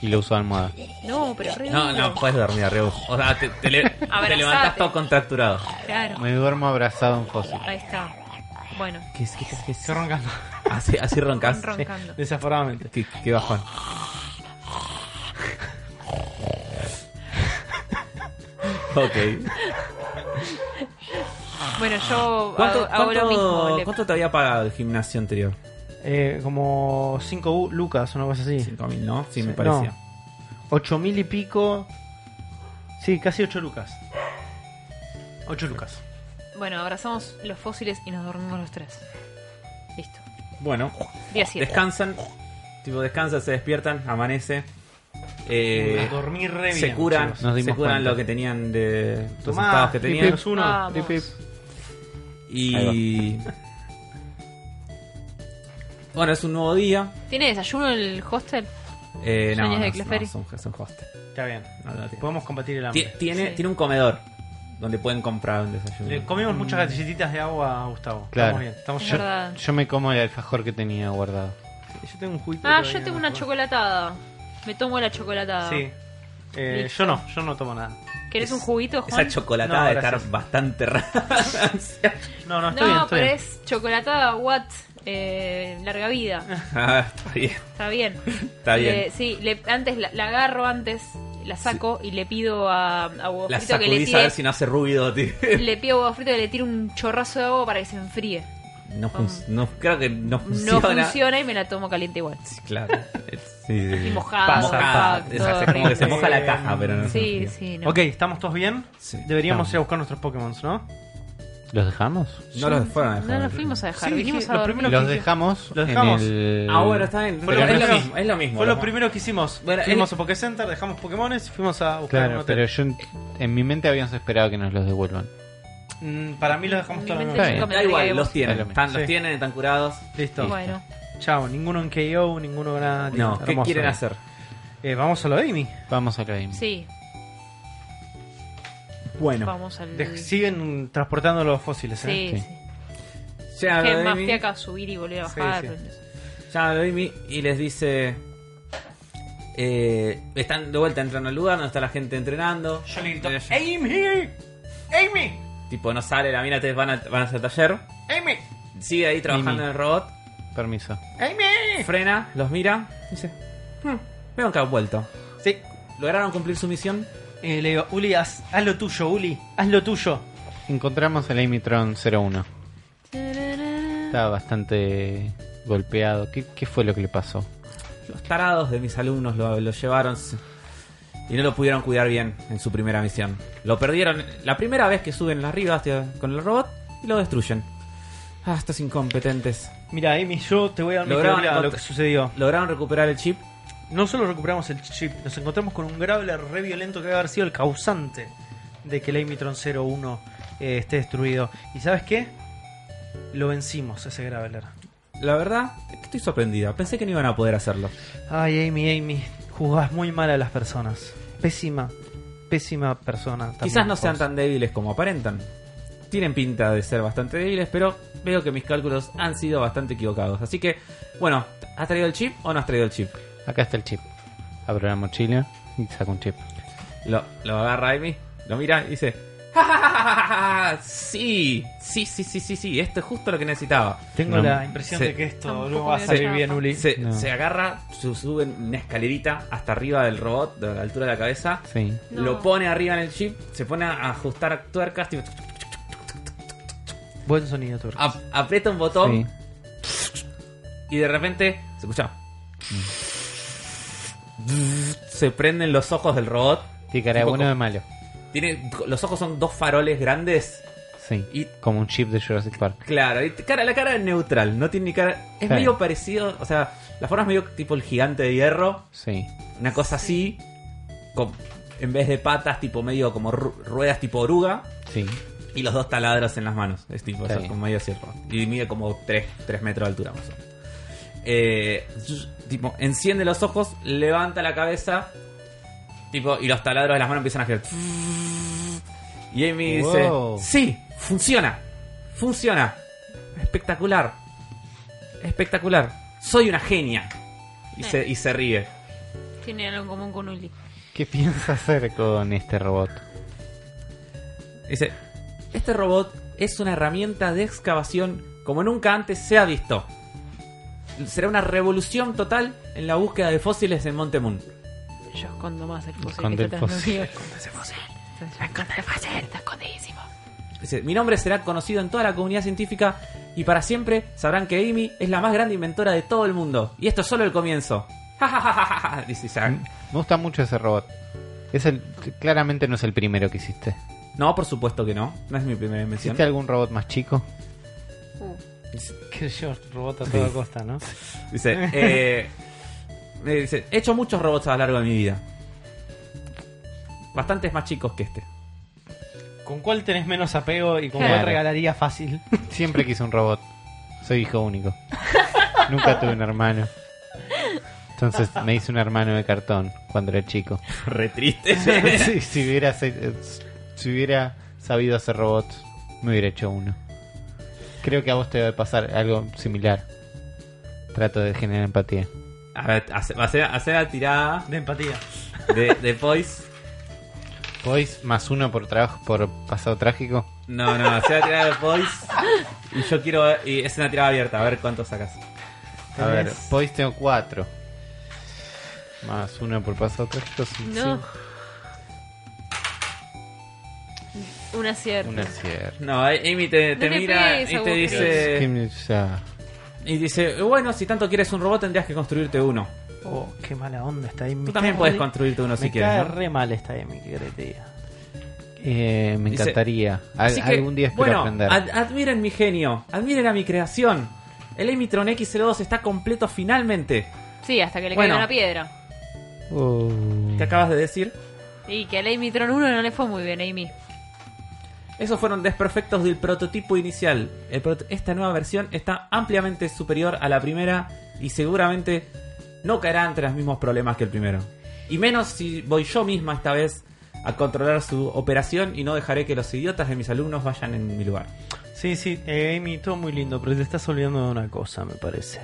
Speaker 3: y lo uso de almohada.
Speaker 4: No, pero re
Speaker 2: No,
Speaker 4: duro.
Speaker 2: no, puedes dormir arriba. O sea, te, te le- te
Speaker 4: Abrazate.
Speaker 2: levantás todo contracturado.
Speaker 4: Claro,
Speaker 3: Me duermo abrazado a un fósil.
Speaker 4: ahí está. Bueno,
Speaker 2: ¿Qué es? ¿Qué es? ¿Qué es?
Speaker 1: Estoy roncando.
Speaker 2: Así, así roncas.
Speaker 4: roncando.
Speaker 1: Desaforadamente.
Speaker 2: Qué, qué bajón. ok.
Speaker 4: Bueno, yo hago,
Speaker 2: ¿Cuánto,
Speaker 4: hago lo
Speaker 2: cuánto-
Speaker 4: mismo. le-
Speaker 2: cuánto te había pagado el gimnasio anterior?
Speaker 1: Eh, como 5 lucas, una cosa así.
Speaker 2: 5.000, ¿no? Sí, me
Speaker 1: Sí,
Speaker 2: parecía.
Speaker 1: no. 8 mil y pico. Sí, casi 8 lucas. 8 lucas.
Speaker 4: Bueno, abrazamos los fósiles y nos dormimos los tres. Listo.
Speaker 2: Bueno,
Speaker 4: Día 7.
Speaker 2: descansan. Tipo, descansan, se despiertan, amanece. Eh,
Speaker 1: Dormir re bien.
Speaker 2: se curan,
Speaker 1: chicos.
Speaker 3: Nos
Speaker 2: se
Speaker 3: dimos
Speaker 2: curan
Speaker 3: cuenta.
Speaker 2: lo que tenían de los
Speaker 1: Tomá,
Speaker 2: estados que
Speaker 1: pip,
Speaker 2: tenían.
Speaker 1: pip, uno.
Speaker 4: Vamos.
Speaker 3: Pip, pip.
Speaker 2: Y. Bueno, es un nuevo día.
Speaker 4: ¿Tiene desayuno el hostel?
Speaker 2: Eh, no,
Speaker 4: Sueños de
Speaker 2: no,
Speaker 4: Clefairy.
Speaker 2: no, son, son hostes.
Speaker 1: Está bien.
Speaker 2: No, no tiene.
Speaker 1: Podemos combatir el
Speaker 2: Tie-
Speaker 1: hambre.
Speaker 2: tiene,
Speaker 4: Sí.
Speaker 2: tiene un comedor donde pueden comprar un desayuno.
Speaker 1: Le comimos muchas galletitas de agua a Gustavo.
Speaker 3: Claro.
Speaker 1: Estamos bien. Estamos
Speaker 4: Es
Speaker 1: yo,
Speaker 4: verdad.
Speaker 3: Yo me como el alfajor que tenía guardado.
Speaker 1: yo tengo un juguito.
Speaker 4: Ah,
Speaker 1: todavía,
Speaker 4: yo tengo
Speaker 1: ¿no?
Speaker 4: una chocolatada. Me tomo la chocolatada.
Speaker 1: Sí. Eh,
Speaker 4: Listo.
Speaker 1: yo no, yo no tomo nada.
Speaker 4: ¿Querés un
Speaker 2: Es-
Speaker 4: juguito,
Speaker 2: Esa
Speaker 4: Juan?
Speaker 2: chocolatada
Speaker 1: No,
Speaker 2: de estar
Speaker 1: gracias.
Speaker 2: bastante rara.
Speaker 1: No, no, estoy bien,
Speaker 4: No,
Speaker 1: estoy
Speaker 4: pero
Speaker 1: bien.
Speaker 4: es chocolatada Watt, eh, larga vida.
Speaker 2: Ah, está bien.
Speaker 4: Está bien.
Speaker 2: Está bien.
Speaker 4: Le- sí, le- antes la, la agarro antes, la saco y le pido a, a Huevo
Speaker 2: La
Speaker 4: Frito que le
Speaker 2: sacudís a
Speaker 4: tire.
Speaker 2: ver si no hace ruido, tío.
Speaker 4: Le pido a Huevo Frito que le tire un chorrazo de agua para que se enfríe.
Speaker 2: No, fun- no- creo que no
Speaker 4: No
Speaker 2: funciona.
Speaker 4: funciona y me la tomo caliente igual.
Speaker 2: Sí, claro. Sí, sí, sí.
Speaker 4: Y mojada,
Speaker 1: Pasa,
Speaker 2: Mojada.
Speaker 4: todo
Speaker 2: Exacto, es como
Speaker 4: horrible.
Speaker 2: que se moja la caja, pero no se
Speaker 4: Sí,
Speaker 2: enfría.
Speaker 4: sí, no.
Speaker 1: Ok, ¿estamos todos bien?
Speaker 2: Sí.
Speaker 1: Deberíamos
Speaker 3: Estamos.
Speaker 1: ir a buscar nuestros Pokémon, ¿no?
Speaker 3: ¿Los dejamos?
Speaker 2: No los fueron a
Speaker 4: No
Speaker 2: dejar.
Speaker 4: nos fuimos a dejar,
Speaker 1: Sí,
Speaker 4: vinimos
Speaker 1: dije,
Speaker 4: a
Speaker 1: lo
Speaker 4: dormir.
Speaker 1: primero-
Speaker 3: Los dejamos,
Speaker 1: Los dejamos.
Speaker 3: en el...
Speaker 2: Ah, bueno, está bien.
Speaker 1: Fue
Speaker 2: Pero
Speaker 1: lo
Speaker 2: es, lo
Speaker 1: primero-
Speaker 2: mismo, es lo mismo.
Speaker 1: Fue lo
Speaker 2: ¿no?
Speaker 1: primero que hicimos.
Speaker 2: Bueno,
Speaker 1: Fuimos
Speaker 2: él-
Speaker 1: a Poké Center, dejamos Pokémones y fuimos a buscar un
Speaker 3: Claro,
Speaker 1: hotel.
Speaker 3: pero yo en, en mi mente habíamos esperado que nos los devuelvan.
Speaker 1: Mm, para mí los dejamos
Speaker 4: Mi
Speaker 1: todos.
Speaker 4: mente
Speaker 1: en la
Speaker 3: es
Speaker 1: noche.
Speaker 3: un
Speaker 2: Da igual, los
Speaker 3: Es lo
Speaker 2: tienen.
Speaker 3: mismo.
Speaker 2: Están, Los
Speaker 1: Sí.
Speaker 2: tienen, están curados.
Speaker 1: Listo.
Speaker 4: Bueno,
Speaker 1: Chao, ninguno en KO, ninguno gratis.
Speaker 2: No, ¿qué
Speaker 1: Hermoso.
Speaker 2: quieren hacer?
Speaker 1: Eh, vamos a lo de Amy.
Speaker 3: Vamos a lo mismo.
Speaker 4: sí,
Speaker 2: Bueno,
Speaker 4: vamos al.
Speaker 1: De- siguen transportando los fósiles, ¿eh?
Speaker 4: Sí,
Speaker 3: Sí.
Speaker 4: sí.
Speaker 2: llega
Speaker 4: Qué más
Speaker 2: Amy,
Speaker 4: fiaca subir y volver a
Speaker 1: Sí,
Speaker 4: bajar.
Speaker 1: sí.
Speaker 2: llega Amy y les dice... eh, están de vuelta, entran al lugar donde está la gente entrenando.
Speaker 1: Yo le grito,
Speaker 2: Eh,
Speaker 1: ¡Amy! ¡Amy!
Speaker 2: Tipo, no sale la mina, entonces van, a, van hacia el taller.
Speaker 1: ¡Amy!
Speaker 2: Sigue ahí trabajando
Speaker 3: Mimi.
Speaker 2: en el robot.
Speaker 3: Permiso.
Speaker 1: ¡Amy!
Speaker 2: Frena, los mira. Dice, "Hmm, veo que han vuelto.
Speaker 1: Sí.
Speaker 2: ¿Lograron cumplir su misión?
Speaker 1: Eh, le digo, Uli, haz, haz lo tuyo, Uli. Haz lo tuyo.
Speaker 3: Encontramos al Amitron 01. Estaba bastante golpeado. ¿Qué, qué fue lo que le pasó?
Speaker 2: Los tarados de mis alumnos lo, lo llevaron se- y no lo pudieron cuidar bien en su primera misión. Lo perdieron la primera vez que suben las rivas con el robot y lo destruyen. Ah, estos incompetentes.
Speaker 1: Mira, Amy, yo te voy a dar mi
Speaker 2: Lograron
Speaker 1: teoría de lo que
Speaker 2: encontr-
Speaker 1: sucedió.
Speaker 2: ¿Lograron recuperar el chip?
Speaker 1: No solo recuperamos el chip, nos encontramos con un grable re violento que debe haber sido el causante de que el Amitron 01 eh, esté destruido. ¿Y sabes qué? Lo vencimos, ese Graveler.
Speaker 2: La verdad, es que estoy sorprendida. Pensé que no iban a poder hacerlo.
Speaker 1: Ay, Amy, Amy, juzgás muy mal a las personas. Pésima, pésima persona. también,
Speaker 2: Quizás no
Speaker 1: vos.
Speaker 2: sean tan débiles como aparentan. Tienen pinta de ser bastante débiles, pero veo que mis cálculos han sido bastante equivocados. Así que, bueno, ¿has traído el chip o no has traído el chip?
Speaker 3: Acá está el chip. Abro la mochila y saco un chip.
Speaker 2: Lo, lo agarra Amy, lo mira y dice: "Ja, ja, ja, ja, ja, ja! Sí, sí, sí, sí, sí, sí, esto es justo lo que necesitaba.
Speaker 1: Tengo
Speaker 3: No,
Speaker 1: la impresión
Speaker 2: se-
Speaker 1: de que esto
Speaker 4: Tampoco
Speaker 1: no va a
Speaker 4: me
Speaker 1: salir
Speaker 4: llama.
Speaker 1: bien, Uli.
Speaker 2: Se,
Speaker 3: No.
Speaker 2: se agarra, su- sube una escalerita hasta arriba del robot, de la altura de la cabeza,
Speaker 3: Sí.
Speaker 4: No.
Speaker 2: lo pone arriba en el chip, se pone a ajustar tuercas, tipo,
Speaker 1: Buen sonido, tú.
Speaker 2: ap- aprieta un
Speaker 3: Sí.
Speaker 2: botón y de repente se escucha. Se prenden los ojos del robot.
Speaker 3: Tiene cara de
Speaker 2: Tipo
Speaker 3: bueno
Speaker 2: co-
Speaker 3: o de malo.
Speaker 2: Tiene, los ojos son dos faroles grandes
Speaker 3: Sí.
Speaker 2: y
Speaker 3: Como un chip de Jurassic Park.
Speaker 2: Claro, y cara, la cara es neutral, no tiene ni cara. Es
Speaker 3: Claro.
Speaker 2: medio parecido, o sea, la forma es medio tipo el gigante de hierro,
Speaker 3: Sí.
Speaker 2: una cosa así, con- en vez de patas, tipo medio como ru- ruedas tipo oruga,
Speaker 3: Sí.
Speaker 2: Y los dos taladros en las manos. Es tipo,
Speaker 3: Está
Speaker 2: así,
Speaker 3: bien.
Speaker 2: como medio cierto. Y mide como 3, metros de altura más o menos. Eh, zzz, tipo, enciende los ojos, levanta la cabeza. Tipo, y los taladros de las manos empiezan a girar. Y Amy
Speaker 3: Wow.
Speaker 2: dice: Sí, funciona. Funciona. Espectacular. Espectacular. Soy una genia. Y, se, y se ríe.
Speaker 4: Tiene algo en común con Uli.
Speaker 3: ¿Qué piensa hacer con este robot?
Speaker 2: Dice, este robot es una herramienta de excavación como nunca antes se ha visto. Será una revolución total en la búsqueda de fósiles en Monte Moon.
Speaker 4: Yo escondo más el fósil.
Speaker 3: Esconde
Speaker 4: que
Speaker 3: el
Speaker 4: está
Speaker 3: fósil.
Speaker 4: transmitido. Esconde el fósil. Está escondidísimo.
Speaker 2: Dice, mi nombre será conocido en toda la comunidad científica y para siempre sabrán que Amy es la más grande inventora de todo el mundo. Y esto es solo el comienzo. Dice Isaac.
Speaker 3: Me gusta mucho ese robot. Es el, claramente no es el primero que hiciste.
Speaker 2: No, por supuesto que no. No es mi primera invención.
Speaker 3: ¿Hiciste algún robot más chico?
Speaker 4: Uh,
Speaker 1: Que yo robot a toda costa, ¿no?
Speaker 2: Dice, eh, me dice, he hecho muchos robots a lo largo de mi vida. Bastantes más chicos que este.
Speaker 1: ¿Con cuál tenés menos apego y con cuál
Speaker 3: Claro.
Speaker 1: regalaría fácil?
Speaker 3: Siempre quise un robot. Soy hijo único. Nunca tuve un hermano. Entonces me hice un hermano de cartón cuando era chico.
Speaker 2: Re triste.
Speaker 3: si, si hubiera, se- eh, si hubiera sabido hacer robots, me hubiera hecho uno. Creo que a vos te va a pasar algo similar. Trato de generar empatía.
Speaker 2: A ver, hace, hace- hace la tirada
Speaker 1: De empatía.
Speaker 2: de, de Poise.
Speaker 3: Voice más uno por trabajo por pasado trágico.
Speaker 2: No, no, hace la tirada de Poise. Y yo quiero ver- y es una tirada abierta, a ver cuánto sacas.
Speaker 3: A ver,
Speaker 1: Tenés-
Speaker 3: Voice tengo cuatro. Más uno por pasado trágico. son
Speaker 4: no.
Speaker 3: cinco.
Speaker 4: Un acierto.
Speaker 3: Un acierto.
Speaker 2: No, eh, Amy te, te
Speaker 4: No le
Speaker 2: mira
Speaker 4: pegues a
Speaker 2: y
Speaker 4: vos,
Speaker 2: te
Speaker 4: Chris.
Speaker 3: Que
Speaker 2: dice.
Speaker 3: me- ya.
Speaker 2: Y dice, bueno, si tanto quieres un robot tendrías que construirte uno.
Speaker 1: Oh, qué mala onda está ahí.
Speaker 2: Tú también puedes construirte uno si
Speaker 1: Me
Speaker 2: quieres.
Speaker 1: cae
Speaker 2: ¿no?
Speaker 1: re mal esta Amy, que querés que te diga.
Speaker 3: Eh, me
Speaker 2: Dice-
Speaker 3: encantaría. Al-
Speaker 2: Así que,
Speaker 3: algún día espero
Speaker 2: bueno,
Speaker 3: aprender.
Speaker 2: ad- admiren mi genio, admiren a mi creación. El Emitron X02 está completo finalmente.
Speaker 4: Sí, hasta que le
Speaker 2: Bueno.
Speaker 4: caiga una piedra.
Speaker 3: Oh.
Speaker 2: ¿Qué acabas de decir?
Speaker 4: Y que a Amy Tron 1 no le fue muy bien, Amy.
Speaker 2: Esos fueron desperfectos del prototipo inicial. El prot- esta nueva versión está ampliamente superior a la primera y seguramente no caerá entre los mismos problemas que el primero. Y menos si voy yo misma esta vez a controlar su operación y no dejaré que los idiotas de mis alumnos vayan en mi lugar.
Speaker 1: Sí, sí, eh, Amy, todo muy lindo, pero te estás olvidando de una cosa, me parece.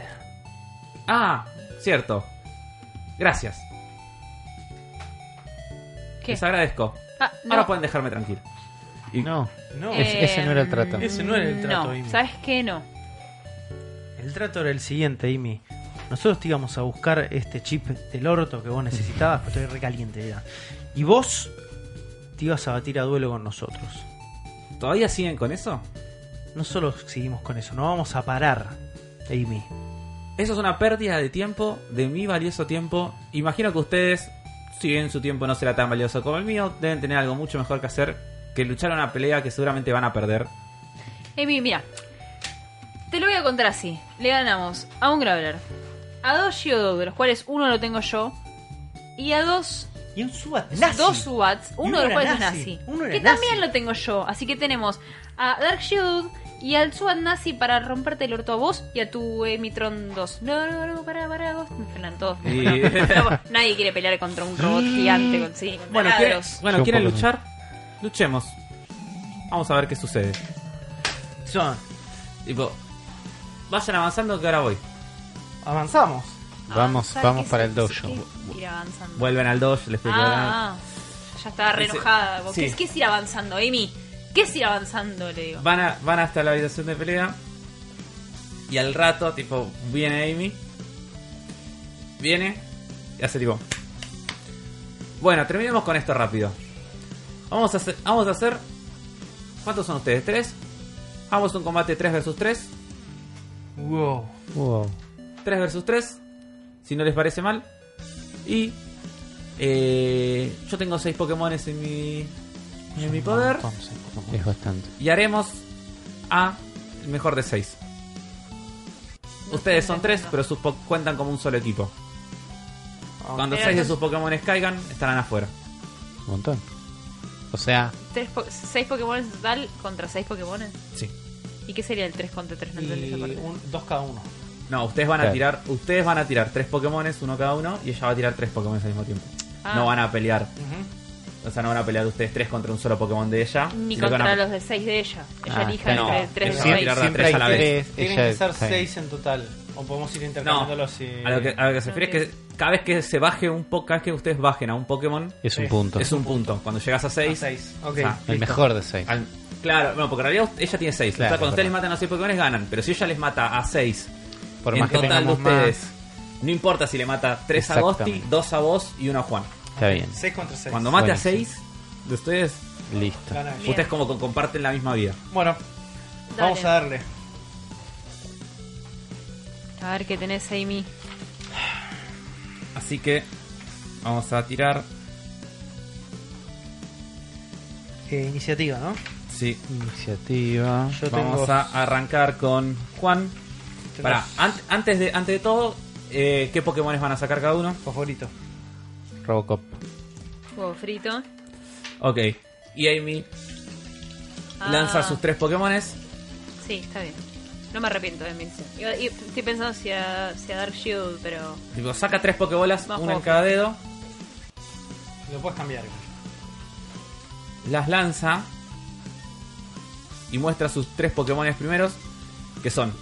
Speaker 2: Ah, cierto. Gracias.
Speaker 4: ¿Qué?
Speaker 2: Les agradezco.
Speaker 4: Ah, no.
Speaker 2: Ahora pueden dejarme tranquilo. Y-
Speaker 3: No,
Speaker 1: pues, No,
Speaker 3: Eh, Ese- ese no era el trato.
Speaker 1: Ese no era el trato, Amy.
Speaker 4: No, ¿sabes qué? No.
Speaker 1: el trato era el siguiente, Amy. Nosotros te íbamos a buscar este chip del orto que vos necesitabas, porque estoy recaliente ya. Y vos te ibas a batir a duelo con nosotros.
Speaker 2: ¿Todavía siguen con eso?
Speaker 1: No solo seguimos con eso, no vamos a parar, Amy.
Speaker 2: Eso es una pérdida de tiempo, de mi valioso tiempo. Imagino que ustedes, si bien su tiempo no será tan valioso como el mío, deben tener algo mucho mejor que hacer que luchar una pelea que seguramente van a perder.
Speaker 4: Amy, mira. Te lo voy a contar así. Le ganamos a un Graveler, a dos Geodog, de los cuales uno lo tengo yo, y a dos,
Speaker 1: Y un SWAT
Speaker 4: dos Subats,
Speaker 1: Y
Speaker 4: uno
Speaker 1: uno
Speaker 4: de los
Speaker 1: era
Speaker 4: cuales
Speaker 1: nazi.
Speaker 4: es nazi.
Speaker 1: Uno era
Speaker 4: que
Speaker 1: nazi.
Speaker 4: también lo tengo yo. Así que tenemos a Dark Geodog y al Subat nazi para romperte el orto a vos y a tu Emitron 2. No, no, no, para, para, vos. Me frenan todos.
Speaker 2: Y-
Speaker 4: No, nadie quiere pelear contra un robot gigante con, sí, con
Speaker 2: bueno, ¿quiere-
Speaker 4: taladros.
Speaker 2: bueno,
Speaker 3: Yo
Speaker 2: ¿quieren
Speaker 3: un poco
Speaker 2: luchar? Luchemos. Vamos a ver qué sucede.
Speaker 1: Son,
Speaker 2: Tipo, vayan avanzando que ahora voy.
Speaker 1: avanzamos.
Speaker 4: Ah,
Speaker 3: vamos,
Speaker 4: Avanzar,
Speaker 3: vamos
Speaker 4: que
Speaker 3: para
Speaker 4: sí,
Speaker 3: el
Speaker 4: sí,
Speaker 3: dojo.
Speaker 4: sí, Ir avanzando.
Speaker 2: Vuelven al dodge, les pido la-
Speaker 4: Ah, ah, ya estaba re
Speaker 2: Ese-
Speaker 4: enojada. Vos,
Speaker 2: sí.
Speaker 4: ¿Qué, es, qué es ir avanzando, Amy? ¿Qué es ir avanzando? Le digo.
Speaker 2: Van, a- van hasta la habitación de pelea. Y al rato, tipo, viene Amy. Viene. Y hace tipo. Bueno, terminemos con esto rápido. Vamos a hacer. Vamos a hacer ¿Cuántos son ustedes? ¿Tres? Vamos a un combate 3 versus 3.
Speaker 1: Wow.
Speaker 3: Wow.
Speaker 2: 3 versus 3. Si no les parece mal. Y. eh, yo tengo 6 Pokémones en mi. En mi poder.
Speaker 3: Es bastante.
Speaker 2: Y haremos a el mejor de seis.
Speaker 4: No
Speaker 2: Ustedes
Speaker 4: estoy
Speaker 2: son tres,
Speaker 4: entendiendo.
Speaker 2: pero sus po- cuentan como un solo equipo.
Speaker 1: Ah,
Speaker 2: Cuando
Speaker 4: Pero
Speaker 2: seis de
Speaker 4: entonces-
Speaker 2: sus Pokémon caigan, estarán afuera.
Speaker 3: Un montón. O sea,
Speaker 4: Tres po- seis Pokémon en total contra seis Pokémon.
Speaker 2: Sí.
Speaker 4: ¿Y qué sería el 3 contra 3? No entendí
Speaker 1: Y
Speaker 4: esa parte.
Speaker 1: un- dos cada uno.
Speaker 2: No, ustedes van a
Speaker 3: Claro.
Speaker 2: tirar, ustedes van a tirar tres Pokémones, uno cada uno, y ella va a tirar tres Pokémones al mismo tiempo.
Speaker 4: Ah.
Speaker 2: No van a pelear.
Speaker 1: Ujú.
Speaker 2: O sea, no van a pelear ustedes tres contra un solo Pokémon de ella.
Speaker 4: Ni
Speaker 2: sino que van
Speaker 4: contra
Speaker 2: a-
Speaker 4: los de 6 de ella. Ella
Speaker 3: Ah,
Speaker 4: elija
Speaker 2: no.
Speaker 4: entre 3 de
Speaker 2: Ella va a
Speaker 4: 6.
Speaker 2: tirar la
Speaker 3: siempre
Speaker 2: tres
Speaker 3: hay
Speaker 2: a la vez.
Speaker 3: tres.
Speaker 1: Tienen
Speaker 3: ella-
Speaker 1: que ser
Speaker 3: está bien.
Speaker 1: seis en total. O podemos ir intercambiándolos y.
Speaker 2: A lo que, a lo que se refiere
Speaker 4: Ok.
Speaker 2: es que cada vez que se baje un po- cada vez que ustedes bajen a un Pokémon,
Speaker 3: Es un
Speaker 1: Sí.
Speaker 3: punto.
Speaker 2: es un punto. Cuando llegas a
Speaker 1: A
Speaker 2: 6,
Speaker 1: seis. Ok.
Speaker 2: Ah,
Speaker 3: el
Speaker 1: listo.
Speaker 3: mejor de seis.
Speaker 2: al- claro, bueno, porque en realidad ella tiene 6.
Speaker 3: Claro,
Speaker 2: cuando
Speaker 3: es
Speaker 2: ustedes les
Speaker 3: verdad.
Speaker 2: matan a 6 Pokémon ganan, pero si ella les mata a 6,
Speaker 3: Por
Speaker 2: en
Speaker 3: más que
Speaker 2: total de
Speaker 3: tengamos
Speaker 2: ustedes,
Speaker 3: más.
Speaker 2: no importa si le mata 3 a Gosti,
Speaker 3: Exactamente.
Speaker 2: 2 a vos y 1 a Juan.
Speaker 3: Está bien.
Speaker 1: Seis contra seis.
Speaker 2: Cuando mate a
Speaker 3: Buenísimo.
Speaker 2: 6 de ustedes,
Speaker 3: Listo.
Speaker 1: Gana él.
Speaker 4: Bien.
Speaker 2: ustedes como que comparten la misma vida.
Speaker 1: Bueno,
Speaker 4: Dale.
Speaker 1: vamos a darle.
Speaker 4: A ver qué tenés, Amy.
Speaker 2: Así que vamos a tirar.
Speaker 1: Eh, iniciativa, ¿no?
Speaker 2: Sí.
Speaker 3: Iniciativa.
Speaker 1: Yo
Speaker 2: vamos
Speaker 1: tengo-
Speaker 2: a arrancar con Juan.
Speaker 1: Tengo
Speaker 2: Pará, an- antes, de, antes de todo, eh, ¿qué Pokémones van a sacar cada uno?
Speaker 1: Fosforito.
Speaker 3: Robocop.
Speaker 4: Huevo frito.
Speaker 2: Ok. Y Amy
Speaker 4: Ah,
Speaker 2: lanza sus tres Pokémones.
Speaker 4: Sí, está bien. No me arrepiento de mi decisión. Iba- i- Estoy pensando si a, si a Dark Shield, pero.
Speaker 2: Tipo, saca tres Pokébolas,
Speaker 4: Más
Speaker 2: una en
Speaker 4: fofo.
Speaker 2: cada dedo.
Speaker 1: Lo puedes cambiar.
Speaker 2: Las lanza. Y muestra sus tres Pokémones primeros. Que son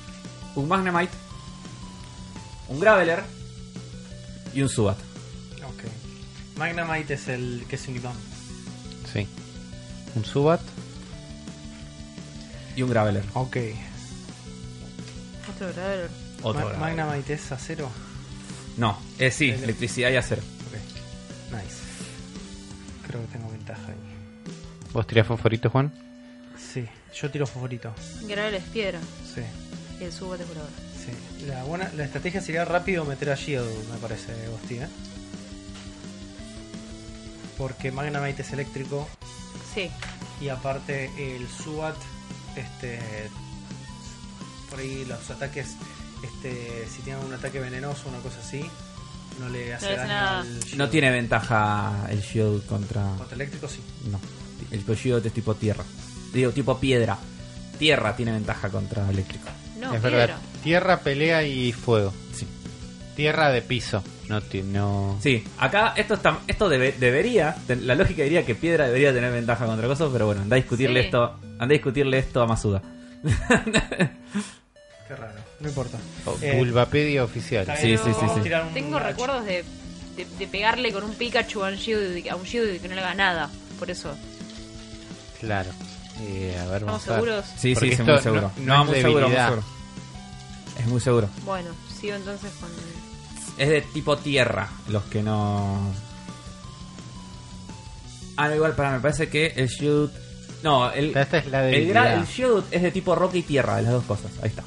Speaker 2: un Magnemite, un Graveler y un Subat.
Speaker 1: Ok. Magnamite es el que es un glitón.
Speaker 3: Sí. Un Subat.
Speaker 2: Y un Graveler.
Speaker 1: Ok.
Speaker 4: Otro verdadero.
Speaker 2: Otro Graveler.
Speaker 1: Magnamite es acero.
Speaker 2: No, eh, sí,
Speaker 1: Ele-
Speaker 2: electricidad y acero.
Speaker 1: Ok. Nice. Creo que tengo ventaja ahí.
Speaker 3: ¿Vos tirás fosforito, Juan?
Speaker 1: Sí, yo tiro fosforito.
Speaker 4: Gravel es piedra.
Speaker 1: Sí,
Speaker 4: Y el subo te ahora.
Speaker 1: sí. La, buena, la estrategia sería rápido meter a Shield, me parece, Agustín. ¿eh? Porque Magnamite es eléctrico
Speaker 4: Sí.
Speaker 1: y aparte el SWAT, este, por ahí los ataques, este, si tienen un ataque venenoso, una cosa así, no le hace
Speaker 4: hace
Speaker 1: daño
Speaker 4: nada.
Speaker 1: al Shield.
Speaker 2: No tiene ventaja el Shield contra.
Speaker 1: Contra eléctrico sí.
Speaker 2: No. El Shield es tipo tierra. Digo, tipo piedra. Tierra tiene ventaja contra eléctrico.
Speaker 4: No,
Speaker 3: es
Speaker 4: piedra.
Speaker 3: verdad. Tierra, pelea y fuego.
Speaker 2: Sí.
Speaker 3: Tierra de piso. No tiene. No...
Speaker 2: Sí, acá esto está, esto debe- debería, ten- la lógica diría que piedra debería tener ventaja contra cosas, pero bueno, anda a discutirle
Speaker 4: Sí.
Speaker 2: esto, anda a discutirle esto a Masuda.
Speaker 1: Qué raro. No importa.
Speaker 3: O
Speaker 1: Eh,
Speaker 3: Bulbapedia Oh, oficial.
Speaker 1: Está
Speaker 2: Sí,
Speaker 1: bien,
Speaker 2: sí,
Speaker 4: Pero
Speaker 2: sí,
Speaker 1: vamos a
Speaker 2: sí.
Speaker 1: tirar un-
Speaker 4: Tengo recuerdos de, de, de pegarle con un Pikachu a un Shield y- a un Shield y que no le haga nada. Por eso.
Speaker 3: Claro. Eh, a ver,
Speaker 4: ¿Estamos
Speaker 3: vamos a ver.
Speaker 4: seguros?
Speaker 2: Sí,
Speaker 3: Porque
Speaker 2: sí, sí,
Speaker 3: esto
Speaker 2: muy seguro.
Speaker 3: no- no es debilidad.
Speaker 2: Es muy seguro.
Speaker 4: Bueno, sigo entonces con.
Speaker 2: Es de tipo tierra, los que no. Ah, no, igual, para me parece que el Shield. No, el,
Speaker 3: Esta es la
Speaker 2: El,
Speaker 3: debilidad.
Speaker 2: gra- el shield es de tipo roca y tierra, de las dos cosas. Ahí está.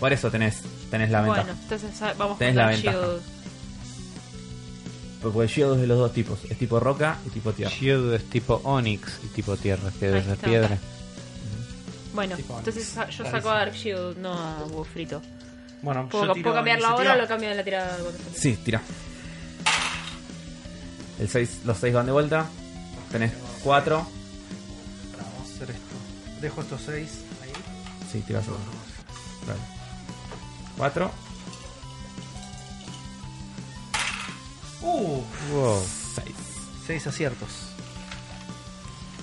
Speaker 2: Por eso tenés, tenés la ventaja.
Speaker 4: Bueno, entonces ah, vamos
Speaker 2: Tenés
Speaker 4: con
Speaker 2: la
Speaker 4: Dark
Speaker 2: ventaja.
Speaker 4: Shield.
Speaker 2: Porque el shield es de los dos tipos. Es tipo roca y tipo tierra.
Speaker 3: Shield es tipo Onix y tipo tierra, que
Speaker 4: Ahí
Speaker 3: es de
Speaker 4: está.
Speaker 3: piedra.
Speaker 4: Bueno,
Speaker 1: Tipo,
Speaker 4: entonces
Speaker 1: es
Speaker 4: sa- yo saco
Speaker 1: rarísimo.
Speaker 4: a Dark Shield, no a huevo frito.
Speaker 1: Bueno,
Speaker 4: ¿Puedo,
Speaker 1: yo tiro
Speaker 4: ¿puedo cambiarlo ahora o lo
Speaker 1: iniciativa.
Speaker 4: cambio en la tirada? cuando termine?
Speaker 2: Sí, tira. El seis, los seis van de vuelta. Tenés cuatro.
Speaker 1: Pará, Vamos a hacer esto. Dejo estos seis ahí.
Speaker 2: Sí, tiras uno. Vale. Cuatro.
Speaker 1: Uh,
Speaker 3: Wow.
Speaker 2: Seis.
Speaker 1: seis aciertos.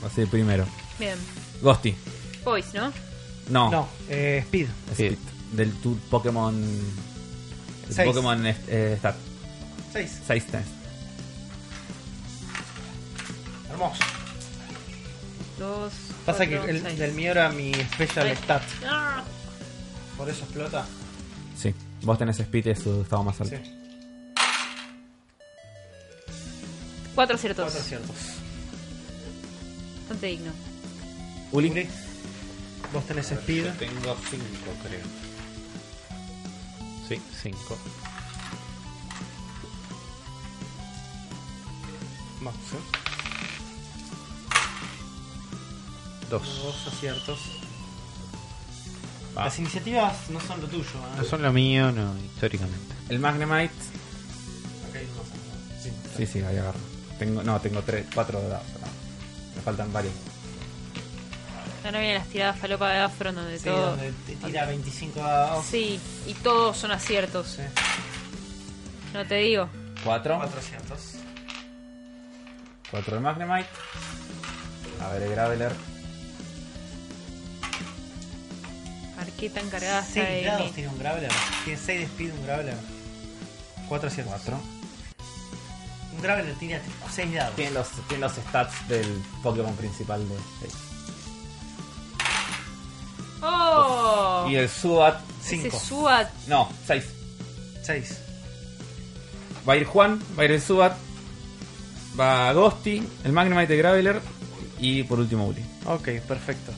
Speaker 2: Va a ser el primero.
Speaker 4: Bien.
Speaker 2: Ghosty.
Speaker 4: Voice, ¿no?
Speaker 2: No.
Speaker 1: No, eh, Speed.
Speaker 2: Speed. Del tu Pokémon. el
Speaker 1: Seis.
Speaker 2: Pokémon eh, stat.
Speaker 1: Seis.
Speaker 2: Seis tenés.
Speaker 1: Hermoso.
Speaker 4: Dos.
Speaker 1: Pasa que
Speaker 4: cuatro,
Speaker 1: el,
Speaker 4: seis.
Speaker 1: el mío era mi special
Speaker 4: Ay.
Speaker 1: stat.
Speaker 4: Ah,
Speaker 1: Por eso explota.
Speaker 2: Sí. Vos tenés Speed, es tu estado más alto.
Speaker 1: Sí. Cuatro
Speaker 4: Cuatro aciertos.
Speaker 1: aciertos.
Speaker 4: Bastante digno.
Speaker 2: Uli.
Speaker 1: Uri, Vos tenés speed.
Speaker 3: Tengo 5, creo. Sí, 5.
Speaker 1: Vamos, ¿eh?
Speaker 3: 2.
Speaker 1: Dos aciertos.
Speaker 2: Va.
Speaker 1: Las iniciativas no son lo tuyo. ¿eh?
Speaker 3: No son lo mío, no, históricamente.
Speaker 2: El Magnemite.
Speaker 1: Ok, no son- sí.
Speaker 2: Sí, sí, ahí agarro. Tengo, no, tengo tres, cuatro dados. acá. Me faltan varios.
Speaker 4: Ahora vienen las tiradas falopa de Afro donde
Speaker 1: Sí,
Speaker 4: todo.
Speaker 1: donde te tira 25 dados.
Speaker 4: Sí, y todos son aciertos.
Speaker 1: Sí.
Speaker 4: No te digo.
Speaker 2: Cuatro.
Speaker 1: 400.
Speaker 2: Cuatro de Magnemite. A ver, el Graveler.
Speaker 4: A ver qué tan cargada está
Speaker 1: 6 dados
Speaker 4: de
Speaker 1: tiene un Graveler. Tiene 6 de speed un Graveler. 4 aciertos. 4. Un Graveler tira 6 dados.
Speaker 2: Tiene los, tiene los stats del Pokémon principal de este.
Speaker 4: ¡Oh!
Speaker 2: Y el Suat.
Speaker 4: Ese
Speaker 1: 5.
Speaker 4: SWAT.
Speaker 2: No, seis.
Speaker 1: 6.
Speaker 2: Va a ir Juan, va a ir el Subat, va Agosti, el Magnemite de Graveler y por último Uli.
Speaker 1: Ok, perfecto.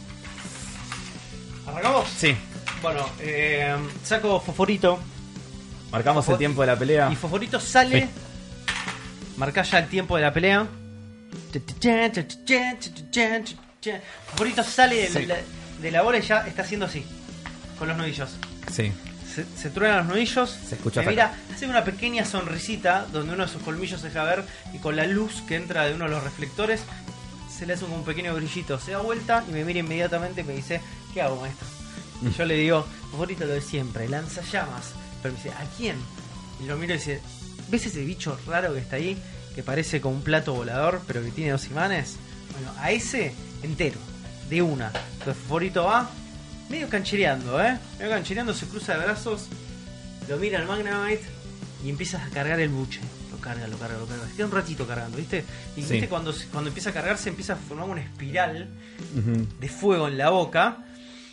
Speaker 1: ¿Arrancamos?
Speaker 2: Sí,
Speaker 1: Bueno, eh, saco Fosforito.
Speaker 2: marcamos el tiempo de la pelea.
Speaker 1: Y Fosforito sale. Marca ya el tiempo de la pelea. Fosforito sale de la, de la bola y ya está haciendo así. Con los nudillos.
Speaker 2: Sí,
Speaker 1: Se, se truenan los nudillos.
Speaker 2: Se escucha
Speaker 1: me mira, hace una pequeña sonrisita donde uno de sus colmillos se deja ver y con la luz que entra de uno de los reflectores se le hace como un pequeño brillito. Se da vuelta y me mira inmediatamente y me dice, ¿qué hago con esto? Y yo le digo, favorito lo de siempre, lanza llamas. Pero me dice, ¿a quién? Y lo miro y dice, ¿ves ese bicho raro que está ahí? Que parece como un plato volador, pero que tiene dos imanes. Bueno, a ese entero, de una. Entonces favorito va, medio canchereando, ¿eh? Medio canchereando, se cruza de brazos, lo mira al Magnamite y empiezas a cargar el buche. Lo carga, lo carga, lo carga. Se queda un ratito cargando, ¿viste? Y
Speaker 2: Sí.
Speaker 1: viste cuando, se- cuando empieza a cargarse, empieza a formar una espiral de fuego en la boca.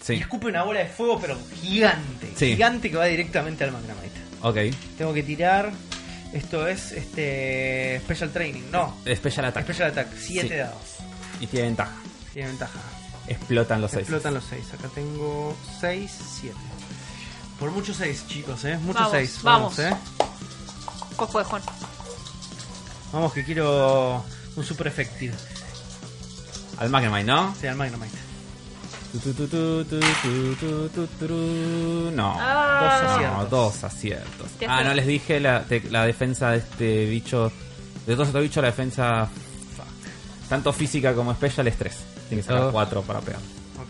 Speaker 1: Y
Speaker 2: sí,
Speaker 1: escupe una bola de fuego, pero gigante.
Speaker 2: Sí.
Speaker 1: Gigante que va directamente al Magnamite.
Speaker 2: ok.
Speaker 1: Tengo que tirar. Esto es este. Special Training, no.
Speaker 2: Special Attack.
Speaker 1: Special Attack, 7
Speaker 2: Sí.
Speaker 1: dados.
Speaker 2: Y tiene ventaja.
Speaker 1: Tiene ventaja.
Speaker 2: Explotan los seis.
Speaker 1: Explotan los 6. Acá tengo 6, 7. Por mucho 6, chicos, ¿eh? Mucho
Speaker 4: Vamos,
Speaker 1: 6.
Speaker 4: vamos.
Speaker 1: ¿eh?
Speaker 4: ¿Cuál fue, Juan?
Speaker 1: Vamos, que quiero un super efectivo.
Speaker 2: Al Magnemite, ¿no?
Speaker 1: Sea el Magnamite.
Speaker 2: Tu, tu, tu, tu, tu, tu, tu, tu, turu. No.
Speaker 4: Ah.
Speaker 1: Dos aciertos.
Speaker 2: No, dos aciertos.
Speaker 4: Te
Speaker 2: Ah,
Speaker 4: hace-
Speaker 2: no les dije la, te- la defensa de este bicho. De todos estos bichos, la defensa. fuck. Tanto física como special es 3. Tiene que sacar
Speaker 1: Oh.
Speaker 3: Todos.
Speaker 2: 4 para pegar.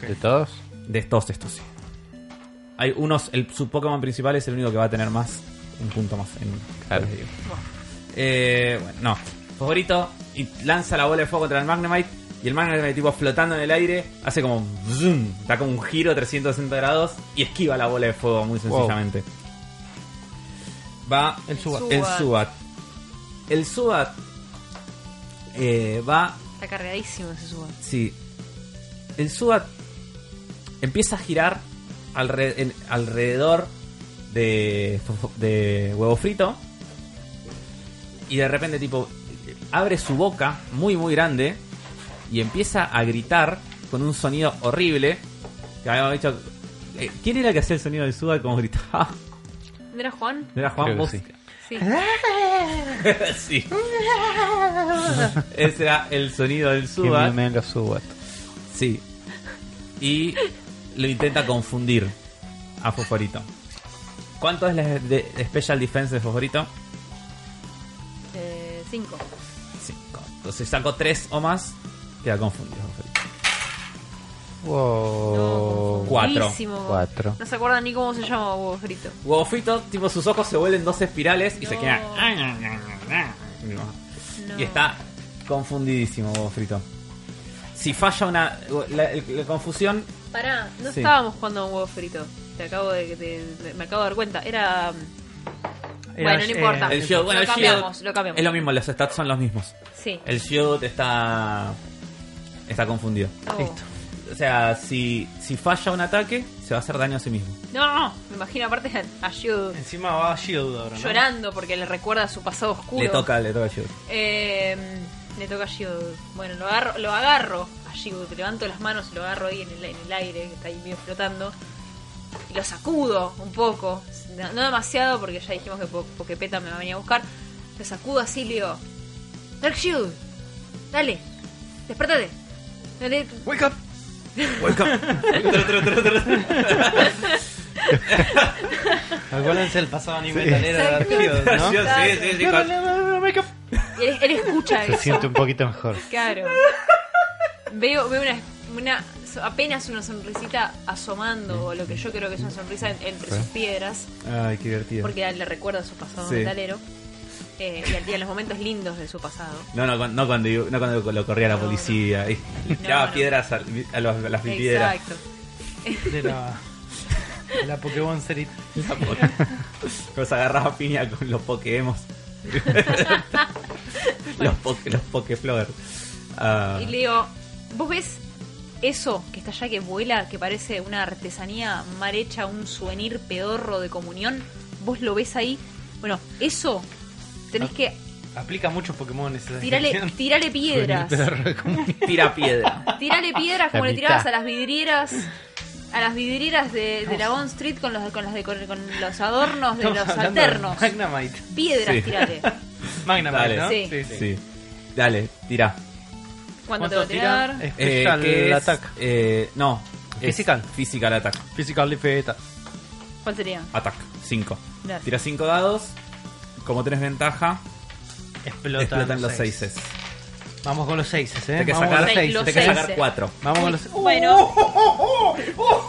Speaker 3: ¿De
Speaker 1: Ok.
Speaker 3: todos?
Speaker 2: De todos estos, sí. Hay unos. El, su Pokémon principal es el único que va a tener más. Un punto más. En,
Speaker 3: Claro.
Speaker 2: les digo. Eh, bueno, no. Favorito. Y lanza la bola de fuego contra el Magnemite. Y el Magnemite, tipo flotando en el aire, hace como. Zoom, da como un giro 360 grados. Y esquiva la bola de fuego muy sencillamente. Va.
Speaker 1: El Subat.
Speaker 2: El Subat. El Subat. eh, va
Speaker 4: Está cargadísimo ese SWAT.
Speaker 2: Sí. El Subat empieza a girar alre- en- alrededor de, de huevo frito. Y de repente, tipo, abre su boca muy, muy grande. Y empieza a gritar con un sonido horrible. Que habíamos dicho. eh, ¿Quién era el que hacía el sonido del Subat como gritaba?
Speaker 4: ¿No era Juan?
Speaker 2: ¿No era Juan
Speaker 3: Creo que
Speaker 2: Vos?
Speaker 3: sí.
Speaker 4: Sí.
Speaker 2: ¿Eh? Sí. Ese era el sonido del
Speaker 3: Que
Speaker 2: Subat.
Speaker 3: me, me lo subo.
Speaker 2: Sí. Y lo intenta confundir a Fosforito. ¿Cuánto es la de Special Defense de Fosforito?
Speaker 4: Eh, cinco.
Speaker 2: 5. Entonces saco 3 o más, queda confundido Fosforito.
Speaker 3: Wow.
Speaker 2: Oh, Cuatro.
Speaker 4: confundidísimo.
Speaker 3: Cuatro.
Speaker 4: No se acuerdan ni cómo se llama huevo frito.
Speaker 2: Huevo frito, tipo sus ojos se vuelven dos espirales y se
Speaker 4: No.
Speaker 2: queda.
Speaker 4: No.
Speaker 2: Y está confundidísimo Huevo frito. Si falla una. La, la- la confusión.
Speaker 4: Pará, no
Speaker 2: Sí.
Speaker 4: estábamos jugando a un huevo frito. Te acabo de, de- me acabo de dar cuenta. Era.
Speaker 1: Era,
Speaker 4: bueno, no
Speaker 1: eh,
Speaker 4: importa.
Speaker 2: El shield, bueno,
Speaker 4: lo
Speaker 2: el shield-
Speaker 4: cambiamos, lo cambiamos.
Speaker 2: Es lo mismo, los stats son los mismos.
Speaker 4: Sí.
Speaker 2: El shield está. Está confundido.
Speaker 4: Oh.
Speaker 1: Listo.
Speaker 2: O sea, si, si falla un ataque, se va a hacer daño a sí mismo.
Speaker 4: No, me imagino aparte a, a Jude
Speaker 1: Encima va Shield ahora, ¿no?
Speaker 4: llorando porque le recuerda su pasado oscuro.
Speaker 2: Le toca, le toca a Jude.
Speaker 4: Eh, le toca a Shield. Bueno, lo agarro, lo agarro a Shield. Levanto las manos y lo agarro ahí en el, en el aire, que está ahí medio flotando. Y lo sacudo un poco. No, no demasiado, porque ya dijimos que Po- Pokepeta me va a venir a buscar. Lo sacudo así y le digo: Dark Shield, dale, despertate. Dale,
Speaker 6: Wake up.
Speaker 1: Acuérdense el pasado anime metalero de
Speaker 4: Exacto.
Speaker 1: Arqueo, ¿no?
Speaker 2: Jude,
Speaker 4: Claro.
Speaker 2: con-
Speaker 4: Y él, él escucha
Speaker 3: Se
Speaker 4: eso.
Speaker 3: siente un poquito mejor.
Speaker 4: Claro. veo, veo una, una- apenas una sonrisita asomando, o lo que yo creo que es una sonrisa en- entre sus piedras,
Speaker 2: Ay, qué divertido.
Speaker 4: porque le recuerda su pasado
Speaker 2: Sí.
Speaker 4: metalero eh, y, al- y a los momentos lindos de su pasado.
Speaker 2: No, no, cuan- no cuando, iba- no cuando lo corría la
Speaker 4: No,
Speaker 2: policía y le
Speaker 4: No,
Speaker 2: daba
Speaker 4: no.
Speaker 2: piedras al- a, los- a las piedras.
Speaker 4: Exacto.
Speaker 1: De la, de la Pokémon Series.
Speaker 2: Los agarraba a piña con los Pokémon. los, poke, los Pokeflower. Ah,
Speaker 4: Y le digo, ¿vos ves eso que está allá que vuela, que parece una artesanía mal hecha, un souvenir pedorro de comunión? ¿Vos lo ves ahí? Bueno, eso
Speaker 2: Ah.
Speaker 4: tenés que
Speaker 1: Aplica muchos Pokémon esa
Speaker 4: tirarle,
Speaker 1: descripción.
Speaker 4: tirarle piedras.
Speaker 2: tira piedra.
Speaker 4: Tirarle piedras como
Speaker 3: La
Speaker 4: le tirabas
Speaker 3: mitad.
Speaker 4: a las vidrieras. A las vidrieras de, de la Bond Street con los, con los, decor- con los adornos de
Speaker 1: Estamos
Speaker 4: los
Speaker 1: hablando de
Speaker 4: alternos.
Speaker 1: Magnamite.
Speaker 4: Piedras
Speaker 2: Sí.
Speaker 4: tirale.
Speaker 1: Magnamite,
Speaker 2: Dale.
Speaker 1: ¿no?
Speaker 4: Sí.
Speaker 2: Sí. Dale, tira.
Speaker 4: Cuando te
Speaker 1: ¿Cuánto
Speaker 4: va a tirar.
Speaker 1: tira?
Speaker 2: Eh,
Speaker 1: Special
Speaker 2: ¿qué es?
Speaker 1: attack.
Speaker 2: Eh, no. es
Speaker 1: Physical.
Speaker 2: Physical attack.
Speaker 1: Physical defense.
Speaker 4: ¿Cuál sería?
Speaker 2: Attack. 5.
Speaker 4: Gracias.
Speaker 2: Tira 5 dados. Como tenés ventaja,
Speaker 1: Explotan,
Speaker 2: explotan los
Speaker 1: seis.
Speaker 2: 6
Speaker 1: Vamos con los 6, ¿eh?
Speaker 2: Te que
Speaker 1: Vamos
Speaker 2: sacar-
Speaker 1: con los
Speaker 4: Seis,
Speaker 1: 6.
Speaker 4: los
Speaker 2: Te que sacar
Speaker 4: seises.
Speaker 2: 4.
Speaker 1: Vamos con los
Speaker 4: Bueno. ya se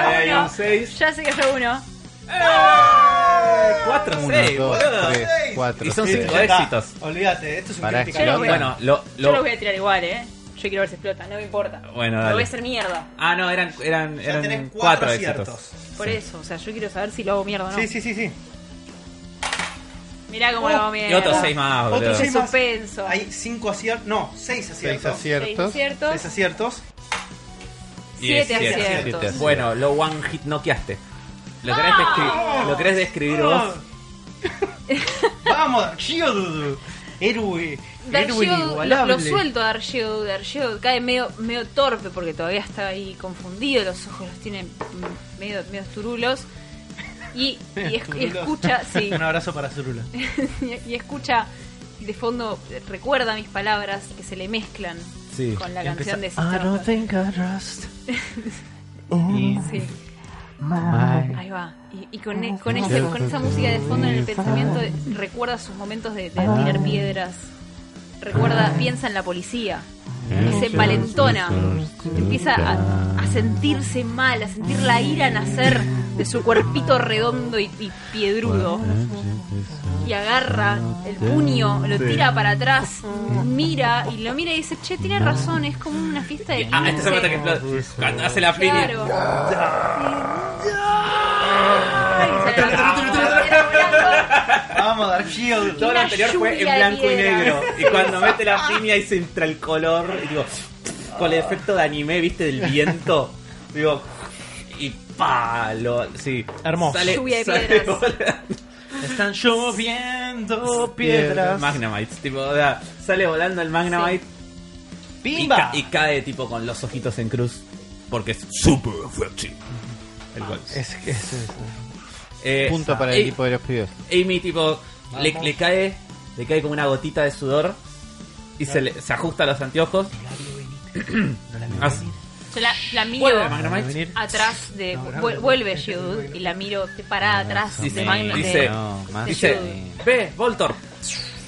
Speaker 2: Ahí
Speaker 4: cayó
Speaker 2: un
Speaker 4: uno.
Speaker 2: seis.
Speaker 4: Ya se cayó uno.
Speaker 1: Eh,
Speaker 2: 4
Speaker 3: Uno,
Speaker 2: 6,
Speaker 3: dos,
Speaker 2: boludo.
Speaker 3: tres, cuatro.
Speaker 2: Y son
Speaker 3: Sí,
Speaker 2: cinco
Speaker 1: ya está.
Speaker 2: éxitos.
Speaker 1: Olvídate, esto es un
Speaker 3: Pará,
Speaker 1: crítico.
Speaker 4: Yo lo voy a-
Speaker 2: Bueno, lo,
Speaker 4: Yo los
Speaker 2: lo-
Speaker 4: voy a tirar igual, eh. Yo quiero ver si explota, no me importa.
Speaker 2: Bueno,
Speaker 4: Lo voy
Speaker 2: dale.
Speaker 4: a hacer mierda.
Speaker 2: Ah, no, eran eran
Speaker 1: Ya
Speaker 2: eran
Speaker 1: tenés
Speaker 2: 4
Speaker 1: cuatro
Speaker 2: éxitos.
Speaker 1: aciertos.
Speaker 4: Por eso, o sea, yo quiero saber si lo hago mierda o no.
Speaker 1: Sí, sí, sí, sí.
Speaker 4: Mirá cómo lo hago mierda.
Speaker 2: Y otros 6 más,
Speaker 1: Otros
Speaker 2: boludo.
Speaker 1: seis más.
Speaker 4: Suspenso.
Speaker 1: Hay 5 aciertos. No, 6
Speaker 3: Seis
Speaker 1: aciertos.
Speaker 4: Seis
Speaker 3: aciertos.
Speaker 4: aciertos.
Speaker 1: 6 aciertos.
Speaker 2: Diez,
Speaker 4: Siete
Speaker 2: siete.
Speaker 4: aciertos.
Speaker 3: Siete.
Speaker 2: Bueno, lo one hit noqueaste. ¿Lo querés,
Speaker 4: Ah.
Speaker 2: descri- ¿Lo querés describir vos?
Speaker 1: Vamos, Dark Shield. Héroe.
Speaker 4: Dark
Speaker 1: héroe
Speaker 4: Shield, lo,
Speaker 1: inigualable.
Speaker 4: lo suelto a Dark Shield, Dark Shield cae medio, medio torpe porque todavía está ahí confundido, los ojos los tiene mm, medio, medio turulos. Y, y es-
Speaker 1: Turulos.
Speaker 4: escucha, sí,
Speaker 1: Un abrazo para Zurula.
Speaker 4: y, y escucha de fondo, eh, recuerda mis palabras que se le mezclan
Speaker 2: Sí.
Speaker 4: con la
Speaker 1: Y empieza, "Ah,
Speaker 4: canción de Sister
Speaker 6: think I rust.
Speaker 4: Rose". Sí,
Speaker 3: Ay.
Speaker 4: ahí va. Y, y con, e-
Speaker 1: Ah,
Speaker 4: con ese- con esa música de fondo en el pensamiento, eh, recuerda sus momentos de, de
Speaker 1: Ah.
Speaker 4: tirar piedras. Recuerda, piensa en la policía.
Speaker 1: Ah.
Speaker 4: Y se envalentona. Empieza a, a sentirse mal, a sentir la ira nacer de su cuerpito redondo y, y piedrudo. Y agarra el puño, lo tira para atrás, mira y lo mira y dice, che, tiene razón, es como una fiesta de
Speaker 2: Ah, este se
Speaker 4: 15".
Speaker 2: mata que explota. Cuando hace la piña.
Speaker 4: Claro. Ay, se la-
Speaker 1: Vamos, Dark Shield.
Speaker 2: Todo lo
Speaker 4: Una
Speaker 2: anterior fue en
Speaker 4: lluvia de
Speaker 2: blanco y
Speaker 4: piedras.
Speaker 2: negro. Y cuando mete la piña y se entra el color, y digo, con el efecto de anime, viste, del viento, digo, y palo, sí.
Speaker 1: Hermoso.
Speaker 2: Sale,
Speaker 4: Lluvia de
Speaker 2: sale
Speaker 4: piedras.
Speaker 2: volando.
Speaker 1: Están lloviendo piedras.
Speaker 2: Magnamite, tipo, o sea, sale volando el Magnamite y,
Speaker 1: ¡Pimba!
Speaker 2: ca- y cae tipo con los ojitos en cruz. Porque es super efectivo. El gol.
Speaker 1: Es, es, es.
Speaker 2: Eh,
Speaker 3: Punto para el
Speaker 2: y-
Speaker 3: equipo de los pibes.
Speaker 2: Amy tipo le,
Speaker 1: Vamos.
Speaker 2: le cae le cae como una gotita de sudor y se, le- se ajusta los anteojos. Hace-
Speaker 4: Yo la, la miro.
Speaker 2: Vuelve Magnamite.
Speaker 1: venir.
Speaker 4: atrás de
Speaker 1: No, no,
Speaker 4: vu-
Speaker 1: no,
Speaker 4: vuelve
Speaker 1: no,
Speaker 4: Shield
Speaker 1: no.
Speaker 4: y la miro te parada atrás
Speaker 2: Dice-
Speaker 4: de Magnum
Speaker 2: dice-
Speaker 3: No, más
Speaker 2: Dice,
Speaker 3: Ah, sí.
Speaker 2: ve, Voltor.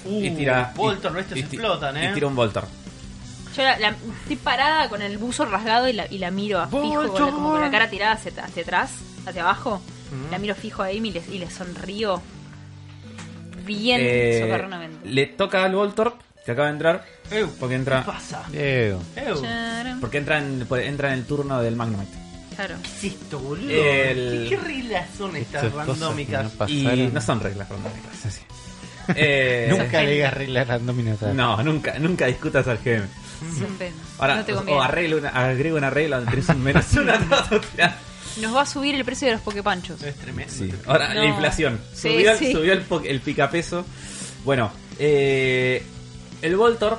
Speaker 1: Uh,
Speaker 2: y tira.
Speaker 1: Voltor,
Speaker 2: y-
Speaker 1: estos
Speaker 2: y ti-
Speaker 1: explotan, eh.
Speaker 2: Y tira un Voltor.
Speaker 4: yo la, la- estoy parada con el buzo rasgado y la, y la miro a fijo con la, como con la cara tirada hacia, hacia atrás hacia abajo la miro fijo a Amy y le, y le sonrío bien
Speaker 2: Eh,
Speaker 4: socarronamente
Speaker 2: le toca al Voltor que acaba de entrar.
Speaker 1: Ew,
Speaker 2: Porque
Speaker 1: ¿Qué
Speaker 2: entra
Speaker 1: pasa?
Speaker 3: Diego.
Speaker 1: Ew. ¿Qué
Speaker 4: Charan.
Speaker 2: porque entra en, pues, entra en el turno del Magnamite.
Speaker 4: claro
Speaker 1: es esto, boludo?
Speaker 2: El-
Speaker 1: ¿Qué, qué reglas son estas
Speaker 3: Estas cosas
Speaker 1: randómicas?
Speaker 3: que no
Speaker 2: Y
Speaker 3: Pasaron.
Speaker 2: no son reglas randómicas, es así. Eh,
Speaker 3: Nunca le digas reglas randómicas. a-
Speaker 2: No, nunca, nunca discutas al GM.
Speaker 4: se ofende.
Speaker 2: Mm. Ahora, oh,
Speaker 4: no te
Speaker 2: o-
Speaker 4: conviene
Speaker 2: o arreglo una, agrego una regla donde tenés un menos una, dos, o tres.
Speaker 4: nos va a subir el precio de los pokepanchos
Speaker 1: Es tremendo.
Speaker 2: Sí. Ahora,
Speaker 4: No.
Speaker 2: la inflación.
Speaker 4: Sí,
Speaker 2: Subió, el-
Speaker 4: sí.
Speaker 2: subió el, po- el picapeso. Bueno, eh, el Voltor.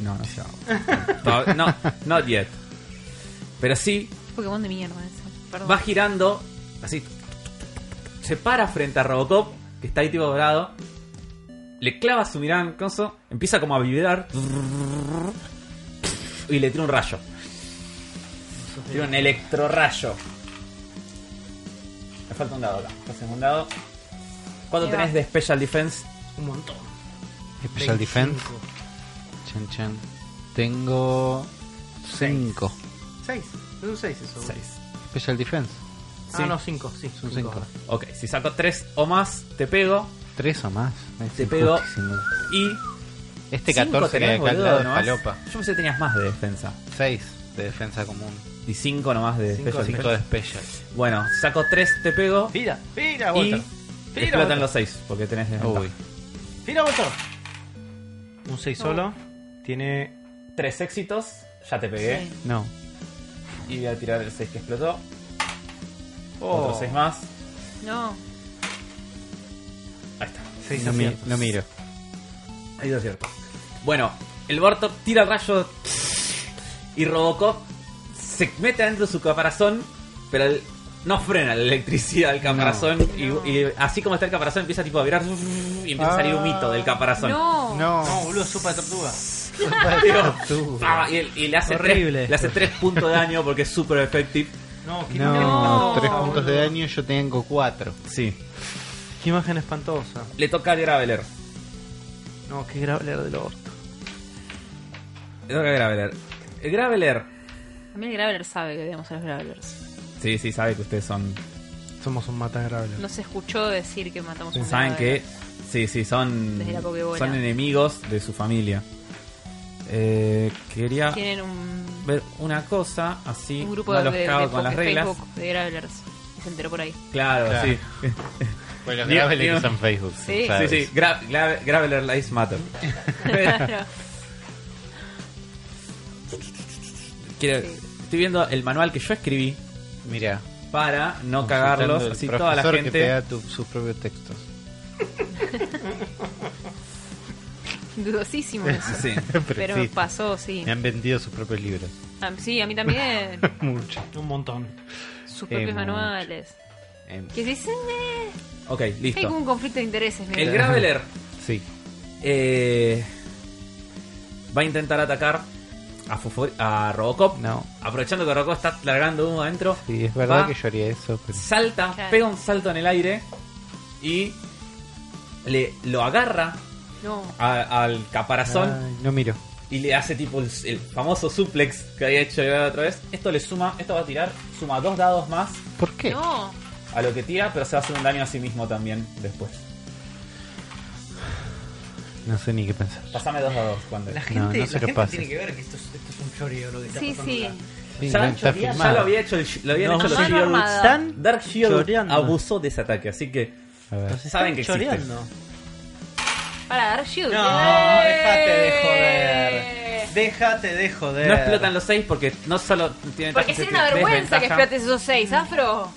Speaker 2: No, no se va. Todavía- No, not yet. Pero sí,
Speaker 4: Pokémon de mierda ese perdón
Speaker 2: va girando así. Se para frente a Robocop, que está ahí tipo dorado. Le clava su mirada en Conso, empieza como a vibrar. Y le tira un rayo. Tira un electrorrayo. Me falta un dado acá. Hacemos un dado. ¿Cuánto
Speaker 4: Ahí va.
Speaker 2: tenés de Special Defense?
Speaker 1: Un montón.
Speaker 3: Special Defense.
Speaker 1: 25.
Speaker 3: Chan, chan. Tengo 5.
Speaker 1: Seis. Es un 6 eso.
Speaker 2: 6.
Speaker 3: Special Defense.
Speaker 1: Ah,
Speaker 2: Sí.
Speaker 1: no, 5. Sí,
Speaker 3: Son 5.
Speaker 2: Ok, si saco 3 o más, te pego.
Speaker 3: 3 o más. Es
Speaker 2: Te pego.
Speaker 3: injustísimo.
Speaker 2: Y.
Speaker 3: Este
Speaker 2: cinco
Speaker 3: 14 que
Speaker 2: tenés,
Speaker 3: hay acá al
Speaker 2: boludo,
Speaker 3: lado es
Speaker 2: nomás.
Speaker 3: palopa.
Speaker 2: Yo pensé que tenías más de defensa.
Speaker 3: 6 de defensa común.
Speaker 2: Y 5 nomás de
Speaker 1: Cinco
Speaker 2: special.
Speaker 3: 5 de Special.
Speaker 2: Bueno, saco 3, te pego.
Speaker 1: Tira, tira,
Speaker 2: Y.
Speaker 1: Walter.
Speaker 2: te
Speaker 1: Tira,
Speaker 2: explotan
Speaker 1: Walter.
Speaker 2: los 6 porque tenés
Speaker 3: Uy.
Speaker 2: desventaja.
Speaker 1: Tira, Walter. Un 6 solo. Tiene
Speaker 2: 3 éxitos, ya te pegué.
Speaker 4: Sí.
Speaker 3: No.
Speaker 2: Y voy a tirar el 6 que explotó.
Speaker 1: Oh.
Speaker 2: Otro 6 más.
Speaker 4: No.
Speaker 2: Ahí está.
Speaker 1: seis
Speaker 3: No, mi-
Speaker 1: aciertos.
Speaker 3: no miro.
Speaker 2: Ahí está cierto. Bueno, el Bortop tira rayos y Robocop se mete dentro de su caparazón, pero el- no frena la electricidad del caparazón. y-
Speaker 4: No.
Speaker 2: Y, así como está el caparazón, empieza tipo a virar y empieza a salir humito del caparazón.
Speaker 4: No.
Speaker 1: No, boludo, sopa de tortuga.
Speaker 3: Tú.
Speaker 2: Ah, y, y le hace
Speaker 1: Horrible.
Speaker 2: tres, le hace tres puntos de daño porque es super efectivo.
Speaker 1: No, qué
Speaker 3: No,
Speaker 4: No,
Speaker 3: 3 puntos de
Speaker 1: boludo.
Speaker 3: daño, yo tengo 4.
Speaker 2: Sí.
Speaker 1: Qué imagen espantosa.
Speaker 2: Le toca al Graveler.
Speaker 1: No, qué grave leer del orto.
Speaker 2: Le toca al Graveler. El Graveler.
Speaker 4: A mí el Graveler sabe que veamos a los Gravelers.
Speaker 2: Sí, sí, sabe que ustedes son
Speaker 1: Somos un mata grave.
Speaker 4: No se escuchó decir que matamos a un
Speaker 2: Saben que.
Speaker 4: Graveler.
Speaker 2: Sí, sí, son.
Speaker 4: Desde la Pokébola.
Speaker 2: Son enemigos de su familia. Eh, quería
Speaker 4: Tienen un,
Speaker 2: ver una cosa así.
Speaker 4: un grupo
Speaker 2: no
Speaker 4: de,
Speaker 2: los
Speaker 4: de,
Speaker 2: cago
Speaker 4: de
Speaker 2: con las
Speaker 4: poke-
Speaker 2: reglas.
Speaker 4: Facebook de Gravelers. Y Se enteró por ahí.
Speaker 2: Claro,
Speaker 3: Claro.
Speaker 2: sí.
Speaker 3: Bueno,
Speaker 2: Digo,
Speaker 3: grábele que
Speaker 2: digo.
Speaker 3: está en Facebook.
Speaker 4: Sí.
Speaker 2: Sí,
Speaker 3: sabes.
Speaker 2: sí. Gra gra- Graveler Lives Matter.
Speaker 4: Claro.
Speaker 2: Quiero-
Speaker 4: Sí.
Speaker 2: Estoy viendo el manual que yo escribí
Speaker 3: Mira.
Speaker 2: para no
Speaker 3: consultando
Speaker 2: cagarlos.
Speaker 3: al
Speaker 2: Así toda la
Speaker 3: profesor que te
Speaker 2: gente.
Speaker 3: da tu- sus propios textos.
Speaker 4: Dudosísimo eso.
Speaker 2: Sí.
Speaker 4: Pero
Speaker 3: sí,
Speaker 4: pasó, sí.
Speaker 3: Me han vendido sus propios libros.
Speaker 4: Ah, sí, a mí también.
Speaker 3: Mucho.
Speaker 1: Un montón.
Speaker 4: Sus
Speaker 3: Eh,
Speaker 4: propios
Speaker 3: mucho.
Speaker 4: manuales.
Speaker 3: Em,
Speaker 4: Que dicen, eh,
Speaker 2: Ok,
Speaker 4: hay como
Speaker 2: listo.
Speaker 4: un conflicto de intereses. medio.
Speaker 2: El Graveler
Speaker 3: sí.
Speaker 2: eh, va a intentar atacar a, Fofo- a Robocop.
Speaker 3: No.
Speaker 2: Aprovechando que Robocop está largando humo adentro.
Speaker 3: Sí, es verdad
Speaker 2: Va,
Speaker 3: que yo haría eso. Pero...
Speaker 2: salta,
Speaker 4: Claro.
Speaker 2: pega un salto en el aire y le lo agarra
Speaker 4: No.
Speaker 2: a- al caparazón
Speaker 1: Ah.
Speaker 3: Ay, no miro.
Speaker 2: y le hace tipo el, el famoso suplex que había hecho la otra vez. Esto le suma, esto va a tirar, suma dos dados más
Speaker 3: ¿Por qué?
Speaker 4: No.
Speaker 2: a lo que tira, pero se va a hacer un daño a sí mismo también después.
Speaker 3: No sé ni qué pensar.
Speaker 2: Pasame dos dados cuando.
Speaker 1: La
Speaker 2: Ya,
Speaker 1: gente,
Speaker 3: No, no se
Speaker 1: la
Speaker 3: lo
Speaker 1: gente
Speaker 3: pases.
Speaker 1: tiene que ver que esto es, esto es un choreo lo que está
Speaker 4: Sí,
Speaker 1: pasando
Speaker 4: sí.
Speaker 1: acá.
Speaker 3: Sí,
Speaker 2: ya
Speaker 3: está
Speaker 2: lo
Speaker 3: filmado.
Speaker 2: había hecho, el- lo habían
Speaker 1: No,
Speaker 2: hecho los
Speaker 1: mano
Speaker 2: Shield
Speaker 4: armada.
Speaker 1: Están
Speaker 2: Dark Shield
Speaker 1: choreando.
Speaker 2: abusó de ese ataque, así que
Speaker 3: A ver.
Speaker 1: Nos están
Speaker 2: Saben que existe.
Speaker 1: choreando.
Speaker 4: Para dar shield.
Speaker 1: No,
Speaker 4: ¡Eh!
Speaker 1: déjate de joder. Déjate de joder.
Speaker 2: no explotan los seis porque no solo tienen
Speaker 4: Porque sería una vergüenza que explotes esos seis, Afro.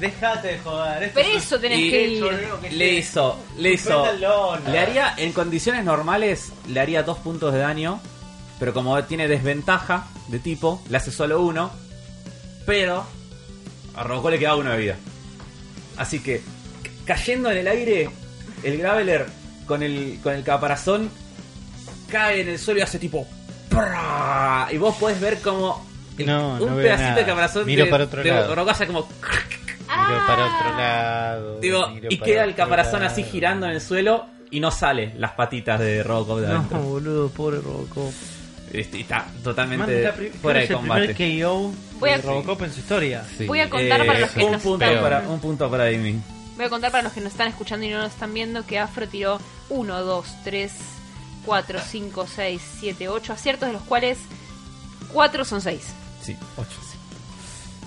Speaker 1: Déjate de joder. Esto
Speaker 4: Pero
Speaker 1: es un-
Speaker 4: eso tenés
Speaker 2: y
Speaker 4: que
Speaker 1: qué
Speaker 4: ir.
Speaker 1: choreo que
Speaker 2: Le
Speaker 1: es.
Speaker 2: hizo, le hizo.
Speaker 1: Suéltalo, no.
Speaker 2: Le haría, en condiciones normales, le haría dos puntos de daño. Pero como tiene desventaja de tipo, le hace solo uno. Pero a Robocop le queda uno de vida. Así que, c- cayendo en el aire, el Graveler con el, con el caparazón cae en el suelo y hace tipo. ¡prrrá! Y vos podés ver como. el-
Speaker 3: No, no
Speaker 2: un
Speaker 3: veo
Speaker 2: pedacito
Speaker 3: nada.
Speaker 2: de caparazón
Speaker 3: Miro
Speaker 2: de-
Speaker 3: para otro
Speaker 2: de
Speaker 3: lado.
Speaker 2: Robocop hace como.
Speaker 3: Miro para otro lado.
Speaker 2: Ah. Digo,
Speaker 3: miro
Speaker 2: y
Speaker 3: para
Speaker 2: queda el
Speaker 3: otro
Speaker 2: caparazón
Speaker 3: lado.
Speaker 2: así girando en el suelo y no sale las patitas de Robocop de
Speaker 1: No,
Speaker 2: adentro.
Speaker 1: boludo, pobre Robocop.
Speaker 2: Este, y está
Speaker 1: Man,
Speaker 2: totalmente
Speaker 1: es la pri-
Speaker 2: fuera de
Speaker 1: creo que Es
Speaker 2: combate.
Speaker 1: el primer KO
Speaker 4: Voy a-
Speaker 1: de Robocop en su historia.
Speaker 3: Sí.
Speaker 4: Voy a contar para los que
Speaker 2: Eh, un,
Speaker 4: nos
Speaker 2: punto
Speaker 4: están-
Speaker 2: para, un punto para Amy.
Speaker 4: Voy a contar para los que nos están escuchando y no nos están viendo que Afro tiró 1, 2, 3, 4, 5, 6, 7, 8 aciertos, de los cuales 4 son 6.
Speaker 2: Sí, 8, sí.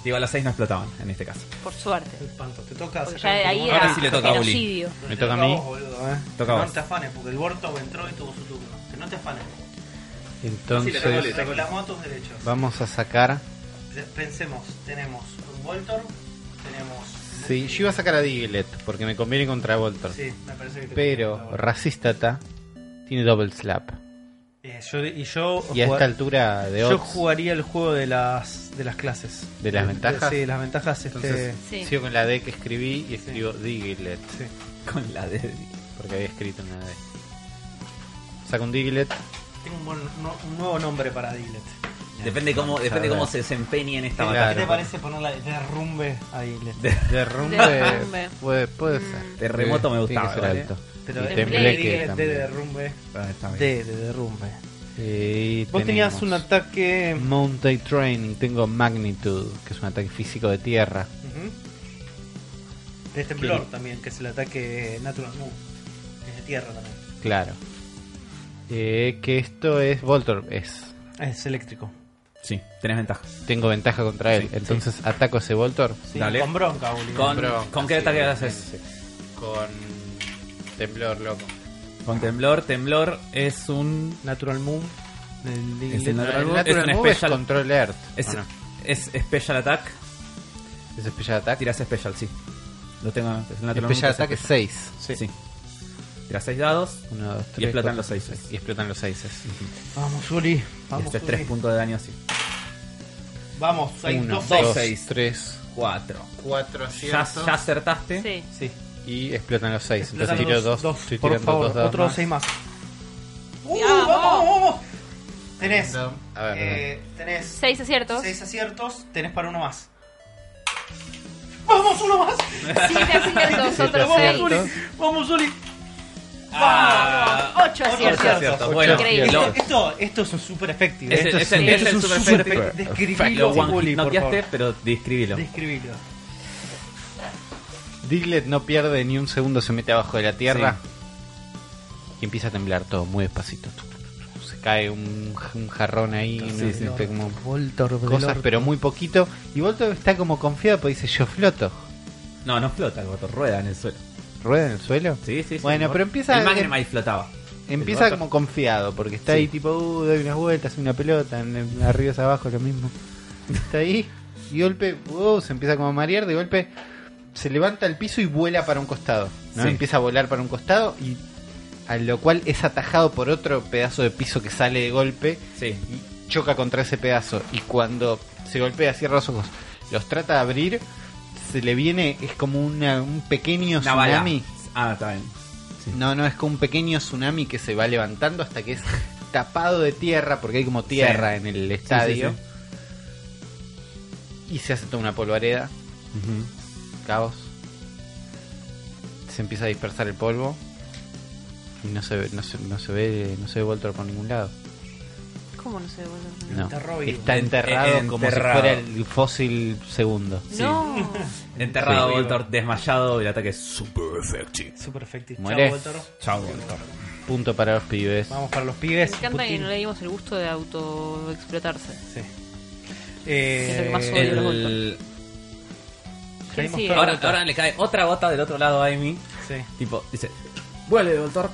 Speaker 2: Digo, las 6 no explotaban en este caso.
Speaker 4: Por suerte.
Speaker 1: Espanto, te toca
Speaker 4: Porque ya
Speaker 1: sacar un
Speaker 4: ahí
Speaker 1: pulmón.
Speaker 2: Ahora
Speaker 4: era
Speaker 2: sí le toca a Uli.
Speaker 4: genocidio.
Speaker 3: Me toca a mí.
Speaker 1: vos, boludo, eh.
Speaker 2: Toca a
Speaker 1: no
Speaker 2: vos.
Speaker 1: te afanes, porque el Borto entró y tuvo su turno. Que no te afanes.
Speaker 3: Entonces,
Speaker 1: Reclamó tus derechos.
Speaker 3: vamos a sacar.
Speaker 1: Pe- Pensemos, tenemos un Voltor, tenemos...
Speaker 3: Sí, yo iba a sacar a Diglett porque me conviene contra Voltor.
Speaker 1: Sí, me parece que te
Speaker 3: Pero Racistata tiene Double Slap.
Speaker 1: Bien, yo, y yo,
Speaker 3: Y a
Speaker 1: jugar-
Speaker 3: esta altura de
Speaker 1: yo
Speaker 3: odds,
Speaker 1: jugaría el juego de las, de las clases.
Speaker 3: ¿De las ventajas?
Speaker 1: Sí, las ventajas. Este,
Speaker 3: Entonces,
Speaker 4: Sí.
Speaker 3: sigo con la D que escribí y escribo Diglett.
Speaker 1: sí.
Speaker 2: Con la de.
Speaker 3: Porque había escrito una D. Saco un Diglett.
Speaker 1: Tengo un, buen- no- un nuevo nombre para Diglett.
Speaker 2: Depende cómo, depende
Speaker 3: ver.
Speaker 2: cómo se desempeñe en esta
Speaker 3: Claro.
Speaker 1: ¿Qué te
Speaker 2: batalla.
Speaker 1: parece ponerla de derrumbe ahí? Le-
Speaker 3: Derrumbe,
Speaker 4: Derrumbe.
Speaker 3: Puede, puede
Speaker 4: Mm.
Speaker 3: ser.
Speaker 2: Terremoto me
Speaker 3: Tiene
Speaker 2: gustaba,
Speaker 3: que ser
Speaker 2: ¿vale?
Speaker 3: alto.
Speaker 1: Pero
Speaker 3: y
Speaker 1: es-
Speaker 3: tembleque
Speaker 1: de, de
Speaker 3: también.
Speaker 1: derrumbe.
Speaker 2: Ah, está bien.
Speaker 1: De, de derrumbe.
Speaker 3: Y
Speaker 1: Vos tenías
Speaker 3: tenemos
Speaker 1: un ataque.
Speaker 3: Mountain Training, tengo Magnitude, que es un ataque físico de tierra.
Speaker 1: Ujú. De temblor también, que es el ataque natural move. Que es de tierra también.
Speaker 3: Claro. Eh, que esto es Voltor, es.
Speaker 1: Es eléctrico.
Speaker 2: Sí, tenés ventajas.
Speaker 3: Tengo ventaja contra él,
Speaker 2: Sí,
Speaker 3: entonces ataco ese Voltor.
Speaker 1: Sí,
Speaker 2: Dale.
Speaker 1: Con bronca, boludo.
Speaker 2: Con,
Speaker 3: Bronca,
Speaker 2: ¿con qué
Speaker 3: sí,
Speaker 2: ataque
Speaker 3: bien,
Speaker 2: haces?
Speaker 3: Con temblor, loco.
Speaker 2: Con temblor. Temblor es un.
Speaker 1: Natural Moon. del
Speaker 2: Es
Speaker 1: inglés.
Speaker 2: el Natural
Speaker 3: El
Speaker 2: Move es
Speaker 3: Natural
Speaker 2: un
Speaker 3: Move Eh, es
Speaker 2: special.
Speaker 3: Control Earth.
Speaker 2: Es,
Speaker 3: ¿o Ah, no?
Speaker 2: es Special Attack.
Speaker 3: Es Special Attack.
Speaker 2: Tirás Special, sí. Lo tengo. Es un natural
Speaker 3: Special
Speaker 2: move,
Speaker 3: Attack es 6.
Speaker 2: Sí. sí. Tirás 6 dados.
Speaker 3: 1, 2, 3.
Speaker 2: explotan los seises.
Speaker 3: Y explotan los 6.
Speaker 1: Vamos, Uli.
Speaker 2: Y
Speaker 1: Vamos,
Speaker 2: haces 3
Speaker 1: Uli.
Speaker 2: puntos de daño, sí.
Speaker 1: Vamos, 6,
Speaker 3: 1,
Speaker 1: 2,
Speaker 3: 2,
Speaker 1: 6.
Speaker 3: 3,
Speaker 2: 4.
Speaker 3: 4
Speaker 2: Ya, ya acertaste.
Speaker 4: Sí.
Speaker 1: Sí.
Speaker 3: Y explotan los 6. Entonces
Speaker 1: Explotan
Speaker 3: tiro
Speaker 1: los
Speaker 3: 2.
Speaker 1: dos,
Speaker 3: Estoy
Speaker 1: por
Speaker 3: tirando
Speaker 1: favor,
Speaker 3: 2 dados.
Speaker 1: otro
Speaker 3: más.
Speaker 1: 6 más. ¡Uh!
Speaker 4: Ya,
Speaker 1: ¡Vamos,
Speaker 4: vamos.
Speaker 1: vamos! Tenés.
Speaker 3: A ver,
Speaker 1: eh, tenés
Speaker 4: Seis aciertos.
Speaker 1: 6 aciertos, tenés para uno más. ¡Vamos, uno más!
Speaker 4: Siete aciertos,
Speaker 3: Siete
Speaker 4: otros
Speaker 1: ¡Vamos,
Speaker 4: seis.
Speaker 3: aciertos.
Speaker 1: Uli! ¡Vamos, Uli!
Speaker 2: Ah,
Speaker 4: Ocho
Speaker 1: Ocho
Speaker 4: aciertos.
Speaker 1: aciertos.
Speaker 2: Ocho Bueno,
Speaker 4: Increíble.
Speaker 2: lo-
Speaker 1: Esto, esto, esto es un super efectivo. eh.
Speaker 2: Es
Speaker 1: esto
Speaker 2: el- es el- es el super efectivo.
Speaker 1: efectivo. Describilo,
Speaker 2: Lo one
Speaker 1: Uli,
Speaker 2: hit
Speaker 1: por
Speaker 2: noqueaste,
Speaker 1: favor.
Speaker 2: pero describilo.
Speaker 1: Describilo.
Speaker 3: Diglett no pierde ni un segundo, se mete abajo de la tierra. Y empieza a temblar todo muy despacito. Se cae un, un jarrón ahí,
Speaker 2: Sí,
Speaker 3: no-
Speaker 2: sí.
Speaker 3: no sé, como
Speaker 1: Voltor
Speaker 3: cosas, pero muy poquito. Y Voltor está como confiado porque dice: Yo floto.
Speaker 2: No, no flota el botón, rueda en el suelo.
Speaker 3: ¿Rueda en el suelo?
Speaker 2: Sí, sí, sí.
Speaker 3: Bueno,
Speaker 2: no-
Speaker 3: pero empieza-
Speaker 2: El Magnemite flotaba.
Speaker 3: Empieza
Speaker 2: El
Speaker 3: como confiado, porque está
Speaker 2: Sí.
Speaker 3: ahí tipo, uh, doy unas vueltas, una pelota, en- en- arriba es abajo, lo mismo. Está ahí, y de golpe, uh, se empieza como a marear, de golpe se levanta al piso y vuela para un costado. ¿no?
Speaker 2: Sí.
Speaker 3: Empieza a volar para un costado, y a lo cual es atajado por otro pedazo de piso que sale de golpe
Speaker 2: Sí.
Speaker 3: y choca contra ese pedazo. Y cuando se golpea, cierra los ojos, los trata de abrir, se le viene, es como una- un pequeño
Speaker 2: Una bala.
Speaker 3: tsunami.
Speaker 2: Ah, está bien. Sí.
Speaker 3: No, no, es como un pequeño tsunami que se va levantando hasta que es tapado de tierra, porque hay como tierra en el estadio.
Speaker 2: sí,
Speaker 3: Y se hace toda una polvareda, caos. Se empieza a dispersar el polvo. Y no se ve, no se, no se ve, no se ve Voltor por ningún lado.
Speaker 4: ¿Cómo no sé, boludo?
Speaker 3: No.
Speaker 1: Enterró vivo.
Speaker 3: Está enterrado,
Speaker 2: En-
Speaker 3: como si
Speaker 2: enterrado.
Speaker 3: fuera el fósil segundo.
Speaker 4: No.
Speaker 2: Enterrado
Speaker 1: Sí.
Speaker 2: Voltor, desmayado, el ataque es super efectivo.
Speaker 1: Super efectivo.
Speaker 3: Muere.
Speaker 1: Chao, Voltor.
Speaker 2: Chao, Voltor.
Speaker 3: Punto para los pibes.
Speaker 1: Vamos para los
Speaker 4: Me
Speaker 1: pibes.
Speaker 4: encanta que
Speaker 1: Putin.
Speaker 4: no le dimos el gusto de autoexplotarse.
Speaker 1: Sí.
Speaker 4: Es lo que más odio.
Speaker 1: Eh, el-
Speaker 2: El-
Speaker 1: Jaime
Speaker 4: sigue?
Speaker 1: Mostaza.
Speaker 2: Ahora, ahora le cae otra gota del otro lado a Amy.
Speaker 1: Sí.
Speaker 2: Tipo, dice, vuelve Voltor.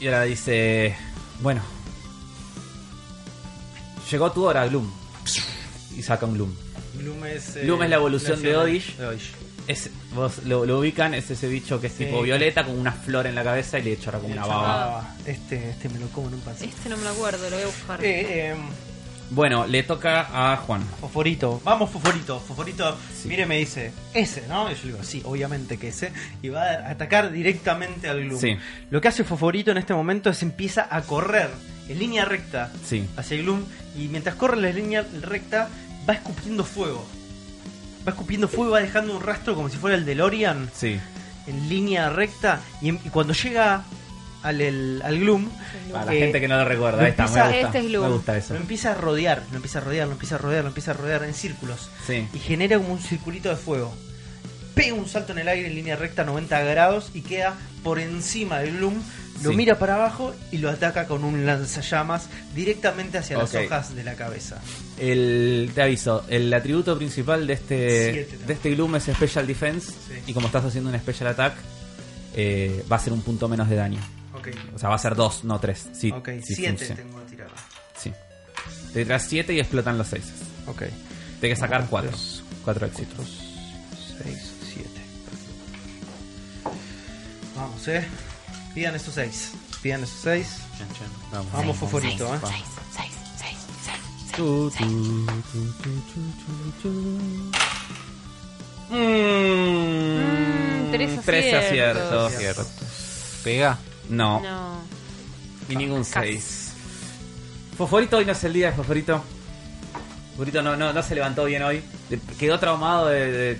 Speaker 2: Y ahora dice, bueno, llegó tu hora, Gloom. Y saca un Gloom.
Speaker 1: Gloom es, eh,
Speaker 2: Gloom es la evolución de Odish.
Speaker 1: de Odish.
Speaker 2: Es, vos lo, lo ubican, es ese bicho que es
Speaker 1: Sí.
Speaker 2: tipo violeta con una flor en la cabeza y le echa ahora como una
Speaker 1: Hecho,
Speaker 2: baba.
Speaker 1: ah, Este, este me lo como en un pancito.
Speaker 4: Este no me lo acuerdo, lo voy a buscar.
Speaker 1: Eh, eh,
Speaker 2: Bueno, le toca a Juan.
Speaker 1: Foforito, vamos Foforito, Foforito,
Speaker 2: Sí.
Speaker 1: mire me dice, ese, ¿no? Y yo le digo, sí, obviamente que ese, y va a atacar directamente al Gloom.
Speaker 2: Sí.
Speaker 1: Lo que hace Foforito en este momento es empieza a correr en línea recta
Speaker 2: Sí.
Speaker 1: hacia el Gloom, y mientras corre en la línea recta va escupiendo fuego. Va escupiendo fuego, va dejando un rastro como si fuera el de Lorian
Speaker 2: Sí.
Speaker 1: en línea recta, y, en- y cuando llega al, el- al Gloom,
Speaker 2: Para la
Speaker 1: Eh,
Speaker 2: gente que no lo recuerda,
Speaker 1: lo
Speaker 2: ahí está, me
Speaker 1: empieza-
Speaker 2: gusta.
Speaker 4: este es Gloom.
Speaker 2: me gusta eso.
Speaker 1: lo empieza a rodear, lo empieza a rodear, lo empieza a rodear, lo empieza a rodear en círculos.
Speaker 2: Sí.
Speaker 1: y genera como un circulito de fuego. Pega un salto en el aire en línea recta 90 grados y queda por encima del Gloom. Lo
Speaker 2: Sí.
Speaker 1: mira para abajo y lo ataca con un lanzallamas directamente hacia
Speaker 2: Ok.
Speaker 1: las hojas de la cabeza.
Speaker 2: El, te aviso, el atributo principal de este,
Speaker 1: Siete, ¿no?
Speaker 2: de este Gloom es Special Defense.
Speaker 1: Sí.
Speaker 2: Y como estás haciendo un Special Attack, eh, va a ser un punto menos de daño.
Speaker 1: Ok,
Speaker 2: O sea, va a ser dos, no tres. Sí,
Speaker 1: ok,
Speaker 2: sí,
Speaker 1: 7
Speaker 2: funciona.
Speaker 1: tengo tirada.
Speaker 2: Sí. Te tiras siete y explotan los seis.
Speaker 1: Ok,
Speaker 2: Tengo que sacar
Speaker 1: Uno,
Speaker 2: cuatro.
Speaker 1: tres,
Speaker 2: Cuatro éxitos.
Speaker 1: 6, 7. Vamos, eh. Pidan esos 6. Pidan esos 6.
Speaker 3: Chan, chan. Vamos.
Speaker 1: Vamos, Foforito, eh.
Speaker 2: Tu, tu, tu, tu, tu, tu, tu.
Speaker 4: Mm, tres
Speaker 2: Tres
Speaker 4: aciertos.
Speaker 2: aciertos.
Speaker 3: Pega.
Speaker 2: No,
Speaker 4: No.
Speaker 2: y ningún
Speaker 4: Casi.
Speaker 2: 6. Fosforito hoy no es el día de Fosforito. Fosforito no, no, no se levantó bien hoy. Eh, Quedó traumado de, de-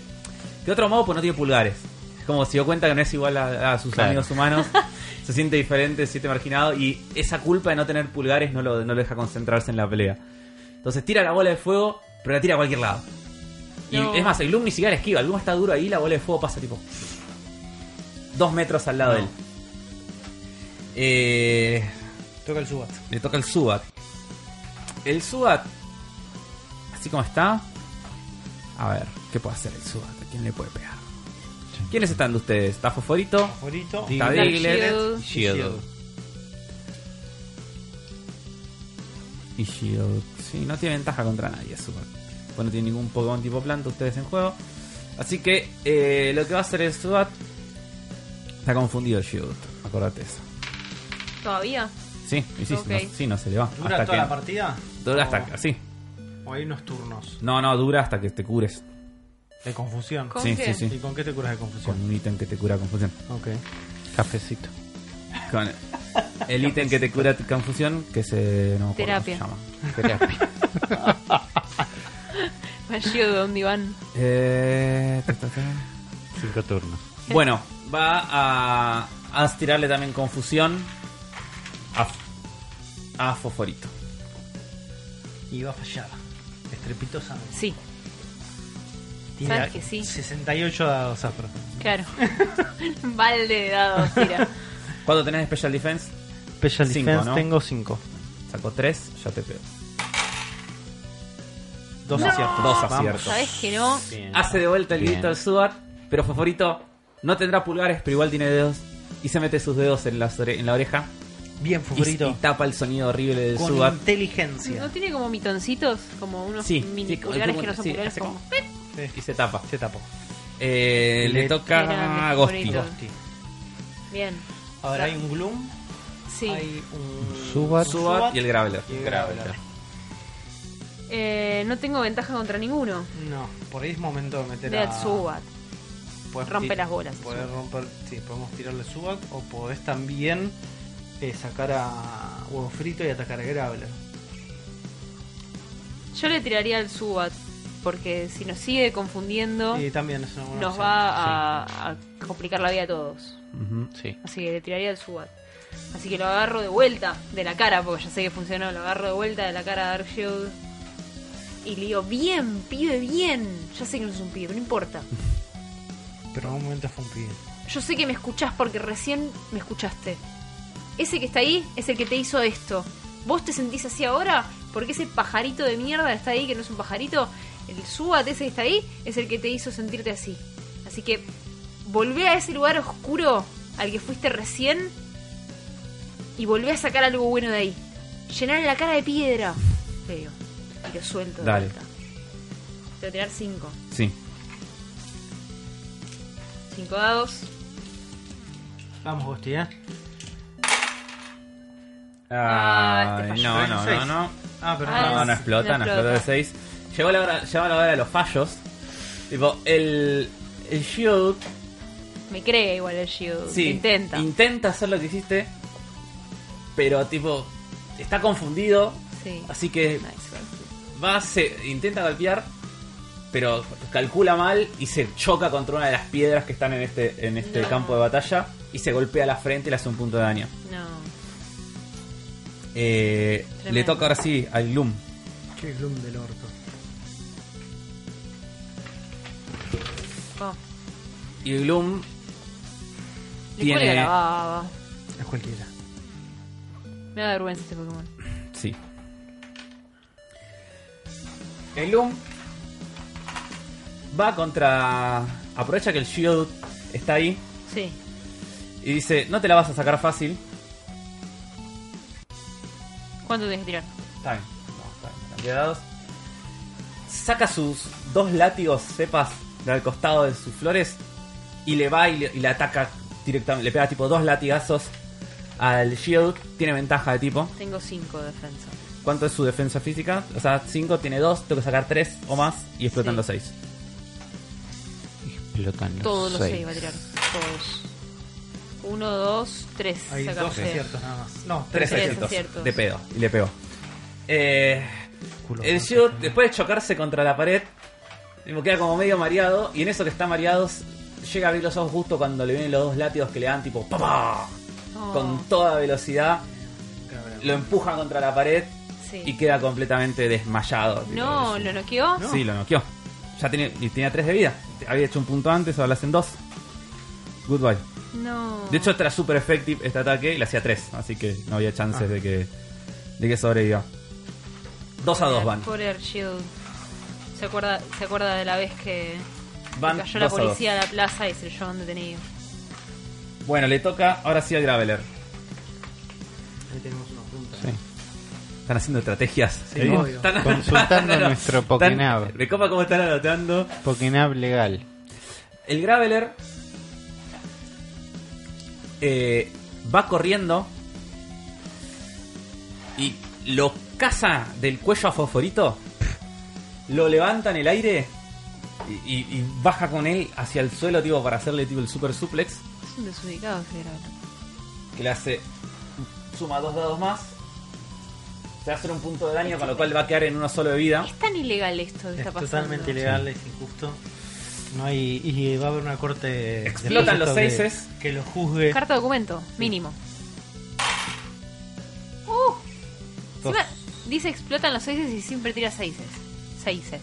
Speaker 2: Quedó traumado porque no tiene pulgares. Es como se dio cuenta que no es igual a, a sus
Speaker 3: Claro.
Speaker 2: amigos humanos. Se siente diferente, se siente marginado. Y esa culpa de no tener pulgares no lo, no lo deja concentrarse en la pelea. Entonces tira la bola de fuego, pero la tira a cualquier lado. Y
Speaker 4: No.
Speaker 2: es más, el Gloom ni siquiera esquiva. El Gloom está duro ahí la bola de fuego pasa tipo. Dos metros al lado de él. Eh.
Speaker 1: Toca el Subat.
Speaker 2: Le toca el Subat. El Subat, así como está. A ver, ¿qué puede hacer el Subat? ¿A quién le puede pegar? ¿Quiénes están de ustedes? ¿Está Fosforito?
Speaker 1: Favorito.
Speaker 2: ¿Está
Speaker 4: Dark
Speaker 2: Diglett?
Speaker 4: Shield.
Speaker 1: Shield.
Speaker 2: Y Shield. Sí, no tiene ventaja contra nadie, Subat. Pues no tiene ningún Pokémon tipo planta ustedes en juego. Así que eh, lo que va a hacer el Subat. Está confundido el Shield, acordate eso.
Speaker 4: ¿Todavía?
Speaker 2: Sí, y sí,
Speaker 4: Ok.
Speaker 2: no, sí, no se le va.
Speaker 1: ¿Dura toda
Speaker 2: hasta que,
Speaker 1: la partida?
Speaker 2: dura
Speaker 1: ¿O-
Speaker 2: hasta, sí.
Speaker 1: O hay unos turnos
Speaker 2: No, no, dura hasta que te cures.
Speaker 1: de confusión.
Speaker 4: ¿Con
Speaker 2: Sí,
Speaker 4: qué?
Speaker 2: sí, sí.
Speaker 1: ¿Y con qué te curas de
Speaker 2: Con
Speaker 1: confusión?
Speaker 2: un ítem que te cura confusión.
Speaker 1: Ok.
Speaker 3: Cafecito.
Speaker 2: Con el ítem que te cura confusión, que se. No me acuerdo
Speaker 4: Terapia.
Speaker 2: cómo se llama.
Speaker 3: Terapia.
Speaker 4: Para Shield, ¿dónde van?
Speaker 2: Eh, ta, ta, ta.
Speaker 3: Cinco turnos.
Speaker 2: Bueno, va a, a tirarle también confusión a, a Fosforito.
Speaker 1: Y va a fallar. Estrepitosamente.
Speaker 4: Sí,
Speaker 1: Tiene
Speaker 4: Sabes que sí.
Speaker 1: 68 dados, ah, Afro.
Speaker 4: claro. Balde de dados, tira.
Speaker 2: ¿Cuánto tenés de Special Defense?
Speaker 1: Special
Speaker 2: Cinco,
Speaker 1: Defense
Speaker 2: ¿no?
Speaker 1: tengo 5.
Speaker 2: Sacó 3, ya te pego.
Speaker 1: Dos
Speaker 2: No.
Speaker 1: aciertos.
Speaker 2: Dos
Speaker 1: Ah, Vamos.
Speaker 2: aciertos.
Speaker 4: ¿Sabes que no?
Speaker 2: Hace de vuelta el
Speaker 3: Bien.
Speaker 2: grito al Subat, pero Fosforito no tendrá pulgares, pero igual tiene dedos. Y se mete sus dedos en, las ore- en la oreja
Speaker 1: Bien,
Speaker 2: y, y
Speaker 1: favorito.
Speaker 2: tapa el sonido horrible del
Speaker 1: Con
Speaker 2: Subat.
Speaker 1: inteligencia.
Speaker 4: ¿No tiene como mitoncitos? Como unos
Speaker 2: Sí,
Speaker 4: mini
Speaker 2: sí,
Speaker 4: pulgares
Speaker 2: como-
Speaker 4: que no son
Speaker 2: sí,
Speaker 4: pulgares.
Speaker 2: hace
Speaker 4: Como...
Speaker 2: como- Y se tapa.
Speaker 1: Se tapó.
Speaker 2: Eh, le
Speaker 1: Le
Speaker 2: toca
Speaker 4: tira
Speaker 2: a Gosti.
Speaker 4: Fosforito. Bien.
Speaker 1: Ahora hay un Gloom.
Speaker 4: Sí.
Speaker 1: Hay un
Speaker 3: Subat.
Speaker 2: Subat y el Graveler.
Speaker 1: Y el Graveler.
Speaker 4: Eh, no tengo ventaja contra ninguno.
Speaker 1: No, por ahí es momento de meter
Speaker 4: Dead
Speaker 1: a...
Speaker 4: Subat.
Speaker 1: Podés
Speaker 4: Rompe
Speaker 1: ti-
Speaker 4: las bolas,
Speaker 1: podés
Speaker 4: Subat.
Speaker 1: romper, sí, podemos tirarle Subat o podés también eh, sacar a Huevo Frito y atacar a Graveler.
Speaker 4: Yo le tiraría al Subat. Porque si nos sigue confundiendo,
Speaker 1: Y también es una buena
Speaker 4: nos
Speaker 1: opción.
Speaker 4: va a, a complicar la vida a todos.
Speaker 2: Ujú.
Speaker 3: Sí.
Speaker 4: Así que le tiraría el Subat. Así que lo agarro de vuelta de la cara, porque ya sé que funcionó. Lo agarro de vuelta de la cara a Dark Shield. Y le digo, bien, pibe, bien. Ya sé que no es un pibe, pero no importa.
Speaker 1: Pero en un momento fue un pibe.
Speaker 4: Yo sé que me escuchás porque recién me escuchaste. Ese que está ahí es el que te hizo esto. ¿Vos te sentís así ahora? Porque ese pajarito de mierda que está ahí, que no es un pajarito, el subat ese que está ahí, es el que te hizo sentirte así. Así que volvé a ese lugar oscuro al que fuiste recién y volvé a sacar algo bueno de ahí. Llenar la cara de piedra. Le digo. Y lo suelto de
Speaker 2: Dale.
Speaker 4: vuelta. Te voy a tirar cinco.
Speaker 2: Sí.
Speaker 4: Cinco dados.
Speaker 1: Vamos, Gosti, ¿eh?
Speaker 4: Ah, este
Speaker 2: Ay,
Speaker 4: falló.
Speaker 2: no, no, no, no.
Speaker 1: Ah, pero
Speaker 4: Ah,
Speaker 2: No, no
Speaker 4: es-
Speaker 2: explota, no
Speaker 4: no
Speaker 2: explota de 6. Llegó la hora, llegó la hora de los fallos. Tipo, el, el Shield
Speaker 4: Me cree igual el Shield.
Speaker 2: sí,
Speaker 4: Intenta.
Speaker 2: intenta hacer lo que hiciste, pero tipo, está confundido,
Speaker 4: Sí.
Speaker 2: así que
Speaker 4: Nice.
Speaker 2: va, se intenta golpear, pero calcula mal y se choca contra una de las piedras que están en este, en este
Speaker 4: No.
Speaker 2: campo de batalla y se golpea la frente y le hace un punto de daño.
Speaker 4: No.
Speaker 2: Eh, le
Speaker 4: Tremendo.
Speaker 2: toca ahora sí al Gloom.
Speaker 1: Qué Gloom del orto.
Speaker 4: Oh,
Speaker 2: Y el Gloom
Speaker 4: le
Speaker 2: Tiene-
Speaker 4: cuelga la baba.
Speaker 1: Es cualquiera.
Speaker 4: Me da vergüenza este Pokémon.
Speaker 2: Sí. El Loom va contra. Aprovecha que el Shield está ahí
Speaker 4: Sí.
Speaker 2: y dice: No te la vas a sacar fácil.
Speaker 4: ¿Cuánto tienes que tirar?
Speaker 2: Está bien. No, está bien. Cantidad de dados. Saca sus dos látigos cepas del costado de sus flores y le va y le, y le ataca directamente. Le pega tipo dos latigazos al Shield. Tiene ventaja de tipo.
Speaker 4: Tengo 5 de defensa.
Speaker 2: ¿Cuánto es su defensa física? O sea, 5, tiene 2, tengo que sacar 3 o más y explotan
Speaker 4: Sí.
Speaker 2: los 6.
Speaker 3: Explotan los
Speaker 4: Todos los
Speaker 3: seis.
Speaker 4: 6 va a tirar. Todos. 1, 2, 3. Ah,
Speaker 1: Hay dos aciertos nada más. No,
Speaker 2: Tres
Speaker 4: Tres
Speaker 2: aciertos.
Speaker 4: aciertos.
Speaker 2: De pedo. Y le pegó. Eh,
Speaker 1: Culo.
Speaker 2: el Gio, después de chocarse contra la pared, como queda como medio mareado. Y en eso que está mareado, llega a abrir los ojos justo cuando le vienen los dos látigos que le dan tipo ¡papá!
Speaker 4: Oh,
Speaker 2: Con toda velocidad. Lo empuja contra la pared
Speaker 4: sí.
Speaker 2: y queda completamente desmayado. tipo,
Speaker 4: No,
Speaker 2: sí.
Speaker 4: lo noqueó.
Speaker 2: Sí, lo noqueó. Ya tenía, y tenía 3 de vida. Había hecho un punto antes, ahora le hacen 2. Goodbye.
Speaker 4: No.
Speaker 2: De hecho, este era super effective este ataque y le hacía 3. Así que no había chances
Speaker 3: Ah.
Speaker 2: de que, de que sobreviva. 2 a 2 van.
Speaker 4: Pobre Archield. Se acuerda, se acuerda de la vez que
Speaker 2: Van
Speaker 4: cayó la
Speaker 2: dos a dos.
Speaker 4: policía a la plaza y se lo llevaron detenido.
Speaker 2: Bueno, le toca ahora sí al Graveler.
Speaker 1: Ahí tenemos una punta.
Speaker 3: Sí.
Speaker 2: Están haciendo estrategias.
Speaker 1: Sí,
Speaker 2: ¿Eh?
Speaker 1: obvio.
Speaker 2: Están
Speaker 3: Consultando
Speaker 2: anotando.
Speaker 3: nuestro
Speaker 2: Están-
Speaker 3: Pokénab.
Speaker 2: Me copa cómo están anotando.
Speaker 3: Pokénab legal.
Speaker 2: El Graveler eh, va corriendo y lo caza del cuello a Fosforito, lo levanta en el aire y, y- y baja con él hacia el suelo tipo, para hacerle tipo, el super suplex
Speaker 4: Es un desubicado ese Graveler.
Speaker 2: que le hace suma dos dados más. Se hace un punto de daño, con lo cual va a quedar en uno solo de vida.
Speaker 4: Es tan ilegal esto que
Speaker 1: Es
Speaker 4: está pasando.
Speaker 1: totalmente ilegal, es injusto. No hay, y va a haber una corte.
Speaker 2: Explotan
Speaker 1: de
Speaker 2: los
Speaker 1: que-
Speaker 2: seises.
Speaker 1: Que, lo juzgue.
Speaker 4: Carta documento, mínimo. Uh,
Speaker 1: Dos.
Speaker 4: encima dice explotan los seises y siempre tira seises. Seises.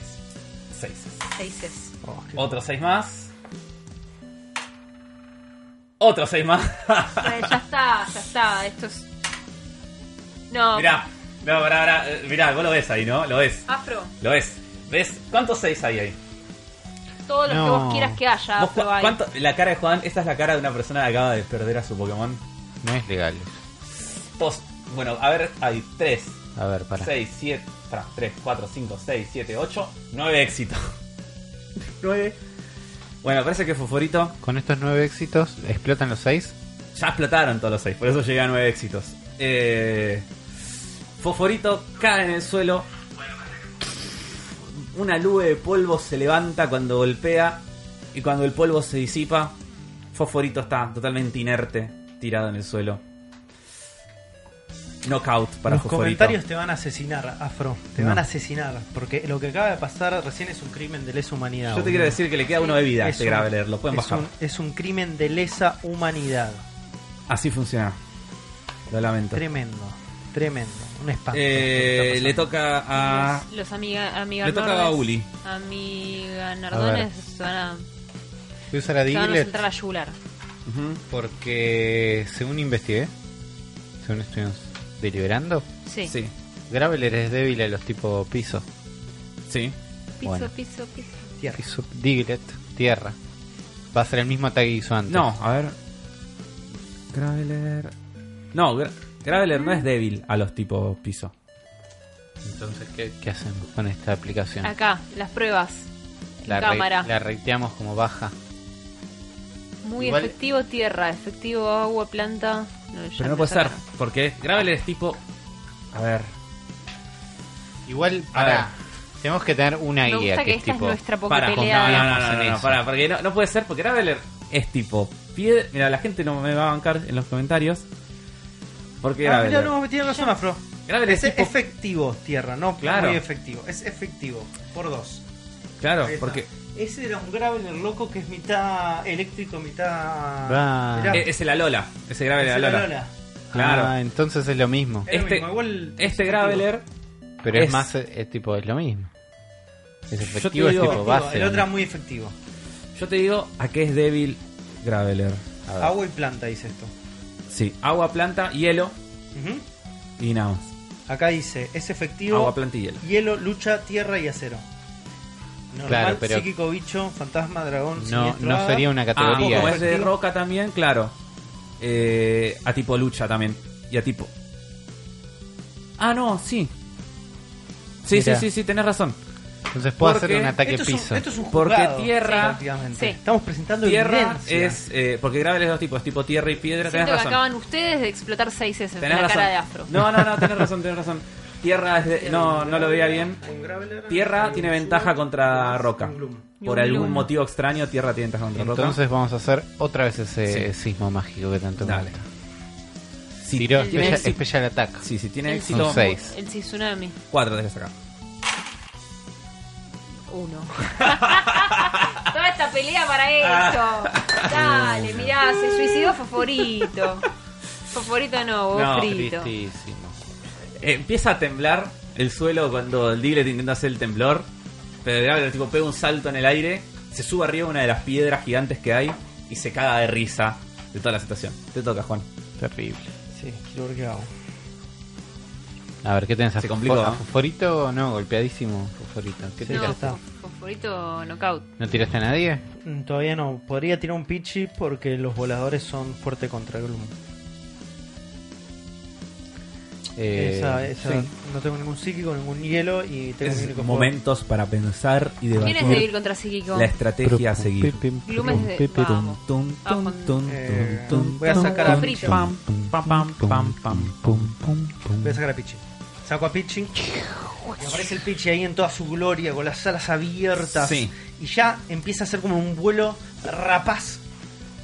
Speaker 2: Seis.
Speaker 4: Seises.
Speaker 1: Oh, qué-
Speaker 2: Otro seis más. Otro seis más.
Speaker 4: Bueno, ya está, ya está. Esto es. No.
Speaker 2: Mirá, no, pará, pará, eh, mirá, vos lo ves ahí, ¿no? Lo ves,
Speaker 4: Afro,
Speaker 2: lo ves. ¿Ves? ¿Cuántos seis hay ahí?
Speaker 4: todo lo que
Speaker 3: No.
Speaker 4: vos quieras que haya,
Speaker 2: ¿Vos cu-
Speaker 4: Afro Ah, hay.
Speaker 2: cuánto- la cara de Juan, esta es la cara de una persona que acaba de perder a su Pokémon.
Speaker 3: No es legal.
Speaker 2: Dos, bueno, a ver, hay tres,
Speaker 3: A ver, para.
Speaker 2: seis, siete, pará, tres, cuatro, cinco, seis, siete, ocho, nueve éxitos. nueve. Bueno, parece que Foforito
Speaker 3: Con estos nueve éxitos, explotan los seis.
Speaker 2: Ya explotaron todos los seis, por eso llegué a nueve éxitos. Eh, Fosforito cae en el suelo. Una nube de polvo se levanta cuando golpea. Y cuando el polvo se disipa, Fosforito está totalmente inerte, tirado en el suelo. Knockout para
Speaker 1: los
Speaker 2: Fosforito.
Speaker 1: comentarios te van a asesinar, Afro. Te
Speaker 2: No.
Speaker 1: van a asesinar. Porque lo que acaba de pasar recién es un crimen de lesa humanidad.
Speaker 2: Yo te
Speaker 1: boludo.
Speaker 2: quiero decir que le queda uno de vida a
Speaker 1: Es
Speaker 2: este
Speaker 1: un-
Speaker 2: Graveler, lo pueden
Speaker 1: es
Speaker 2: bajar.
Speaker 1: un- es un crimen de lesa humanidad.
Speaker 2: Así funciona. Lo lamento.
Speaker 1: Tremendo, tremendo. Un espanto.
Speaker 2: Eh,
Speaker 1: esto que
Speaker 2: le
Speaker 1: está
Speaker 2: toca a.
Speaker 4: Los, los amiga, amiga
Speaker 2: Ah. Le toca a Uli.
Speaker 4: Amiga Nardones se van a,
Speaker 3: Voy a usar a
Speaker 4: se van a
Speaker 3: Diglett
Speaker 4: soltar la yugular.
Speaker 2: Ujú.
Speaker 3: porque, según investigué, según estuvimos deliberando,
Speaker 4: Sí.
Speaker 2: Sí.
Speaker 3: Graveler es débil a los tipo piso.
Speaker 2: Sí.
Speaker 4: Piso,
Speaker 3: Bueno.
Speaker 4: piso, piso.
Speaker 1: Tierra.
Speaker 3: Piso Diglett, tierra. Va a ser el mismo ataque que hizo antes.
Speaker 2: No, a ver. Graveler. No, Gra- Graveler no es débil a los tipos piso.
Speaker 3: Entonces, ¿qué, qué hacemos con esta aplicación?
Speaker 4: Acá, las pruebas. En
Speaker 3: La, re-
Speaker 4: cámara.
Speaker 3: la recteamos como baja.
Speaker 4: Muy
Speaker 3: igual-
Speaker 4: efectivo tierra, efectivo agua, planta. No, ya
Speaker 2: Pero no
Speaker 4: me
Speaker 2: puede ser,
Speaker 4: sacaron.
Speaker 2: porque Graveler es tipo. A ver.
Speaker 3: Igual,
Speaker 2: A
Speaker 3: para. Tenemos que tener una
Speaker 4: Me
Speaker 3: guía
Speaker 4: gusta que
Speaker 3: que es
Speaker 4: esta es
Speaker 3: tipo.
Speaker 4: nuestra poca
Speaker 2: Para, no,
Speaker 4: pelea.
Speaker 2: no,
Speaker 4: de-
Speaker 2: no, no,
Speaker 3: en
Speaker 2: no, no,
Speaker 3: eso.
Speaker 2: para, porque no, no puede ser, porque Graveler es tipo. Piedra. Mira, la gente no me va a bancar en los comentarios. Porque
Speaker 1: Ah, mirá,
Speaker 2: Graveler.
Speaker 1: no, me tiene razón, Afro.
Speaker 2: Graveler
Speaker 1: Es
Speaker 2: es tipo.
Speaker 1: efectivo, tierra, no
Speaker 2: Claro.
Speaker 1: muy efectivo. Es efectivo, por dos.
Speaker 2: Claro,
Speaker 1: Ahí está.
Speaker 2: porque.
Speaker 1: Ese era un Graveler loco que es mitad eléctrico, mitad.
Speaker 3: Va.
Speaker 1: Mirá,
Speaker 2: eh, Es el Alola. Ese
Speaker 1: es
Speaker 2: Graveler
Speaker 1: el
Speaker 2: Alola.
Speaker 1: Alola.
Speaker 2: Claro.
Speaker 3: Ah, entonces es lo mismo.
Speaker 1: Es lo
Speaker 2: Este-
Speaker 1: mismo, igual
Speaker 2: Este
Speaker 1: efectivo.
Speaker 2: Graveler.
Speaker 3: Pero es,
Speaker 2: es-
Speaker 3: más, eh, es tipo, es lo mismo. Es
Speaker 2: te
Speaker 3: efectivo, es
Speaker 2: digo-
Speaker 3: tipo
Speaker 1: Efectivo,
Speaker 3: base.
Speaker 1: El otro era muy efectivo.
Speaker 2: Yo te digo a qué es débil Graveler.
Speaker 3: A ver.
Speaker 1: Agua y planta dice esto.
Speaker 2: Sí, agua, planta, hielo
Speaker 1: Ujú.
Speaker 2: y nada más.
Speaker 1: Acá dice, es efectivo.
Speaker 2: Agua, planta y hielo.
Speaker 1: Hielo, lucha, tierra y acero. Normal,
Speaker 3: Claro, pero-
Speaker 1: psíquico, bicho, fantasma, dragón,
Speaker 3: No,
Speaker 1: siniestro,
Speaker 3: no
Speaker 1: hada.
Speaker 3: sería una
Speaker 2: Ah,
Speaker 3: categoría.
Speaker 2: como
Speaker 1: eh.
Speaker 2: es de roca también, claro. Eh, a tipo lucha también. Y a tipo. Ah, no, sí. Sí,
Speaker 3: Mirá.
Speaker 2: sí, sí, sí, tenés razón.
Speaker 3: Entonces puedo
Speaker 2: Porque
Speaker 3: hacer un ataque
Speaker 1: esto es un-
Speaker 3: piso.
Speaker 1: esto es un
Speaker 2: Porque
Speaker 1: juzgado,
Speaker 2: tierra-
Speaker 1: prácticamente.
Speaker 4: Sí.
Speaker 1: Estamos presentando
Speaker 2: Tierra
Speaker 1: evidencia.
Speaker 2: es. eh, porque gravel es dos tipos, tipo tierra y piedra,
Speaker 4: Siento que
Speaker 2: tenés razón.
Speaker 4: acaban ustedes de explotar seises en
Speaker 2: Tenés
Speaker 4: la
Speaker 2: razón.
Speaker 4: cara de Afro.
Speaker 2: No, no, no, tenés razón, tenés razón. Tierra es de. No, no lo veía bien. Tierra tiene ventaja contra roca. Por
Speaker 4: Y un
Speaker 2: algún
Speaker 4: gloom.
Speaker 2: motivo extraño, tierra tiene ventaja contra roca.
Speaker 3: Entonces vamos a hacer otra vez ese sismo mágico que tanto me
Speaker 2: Dale.
Speaker 3: gusta.
Speaker 2: Si
Speaker 3: Tiró
Speaker 2: tiene
Speaker 3: especial,
Speaker 2: éxito-
Speaker 3: especial attack.
Speaker 2: sí, si tiene
Speaker 4: El
Speaker 2: éxito,
Speaker 3: Un seis.
Speaker 4: El tsunami.
Speaker 2: cuatro tenés que sacar.
Speaker 4: Uno. Toda esta pelea para
Speaker 2: Ah.
Speaker 4: eso. Dale, mirá, se suicidó Favorito. Favorito no, vos
Speaker 2: No,
Speaker 4: frito.
Speaker 3: Tristísimo.
Speaker 2: Eh, Empieza a temblar el suelo cuando el Diglett intenta hacer el temblor. Pero grave, el tipo pega un salto en el aire, se sube arriba a una de las piedras gigantes que hay y se caga de risa de toda la situación. Te toca, Juan.
Speaker 3: Terrible.
Speaker 1: Sí, quiero ver qué hago.
Speaker 3: A ver, ¿qué tenés? ¿A
Speaker 2: Se
Speaker 3: fosfo-
Speaker 2: complicó,
Speaker 3: a
Speaker 2: ¿no?
Speaker 3: Fosforito? No, golpeadísimo. Fosforito. ¿Qué
Speaker 4: No,
Speaker 3: tiraste?
Speaker 1: está.
Speaker 4: fa- Favorito knockout.
Speaker 3: ¿No tiraste a nadie?
Speaker 1: Mm, Todavía no. Podría tirar un pichi porque los voladores son fuerte contra Gloom.
Speaker 3: Eh,
Speaker 1: esa, esa-
Speaker 3: sí.
Speaker 1: No tengo ningún psíquico, ningún hielo y tengo
Speaker 2: Es
Speaker 1: un único
Speaker 2: momentos para pensar y
Speaker 4: ¿Quién es débil
Speaker 2: debatir
Speaker 4: contra psíquico?
Speaker 2: la estrategia a
Speaker 3: Pum,
Speaker 2: seguir.
Speaker 3: pim, pim,
Speaker 4: Gloom es de-
Speaker 3: pim, pim,
Speaker 4: vamos.
Speaker 2: Tum, tum,
Speaker 4: Vamos.
Speaker 2: tum,
Speaker 1: Eh,
Speaker 2: tum, tum,
Speaker 1: voy a
Speaker 2: tum,
Speaker 1: sacar a
Speaker 2: tum,
Speaker 4: Frito.
Speaker 2: pam, pam, pam, pam, pam, pum, pum, pum.
Speaker 1: juego. Voy a sacar a Pichi. Saco a Pichi. Y aparece el Pichi ahí en toda su gloria, con las alas abiertas.
Speaker 2: Sí.
Speaker 1: Y ya empieza a hacer como un vuelo rapaz,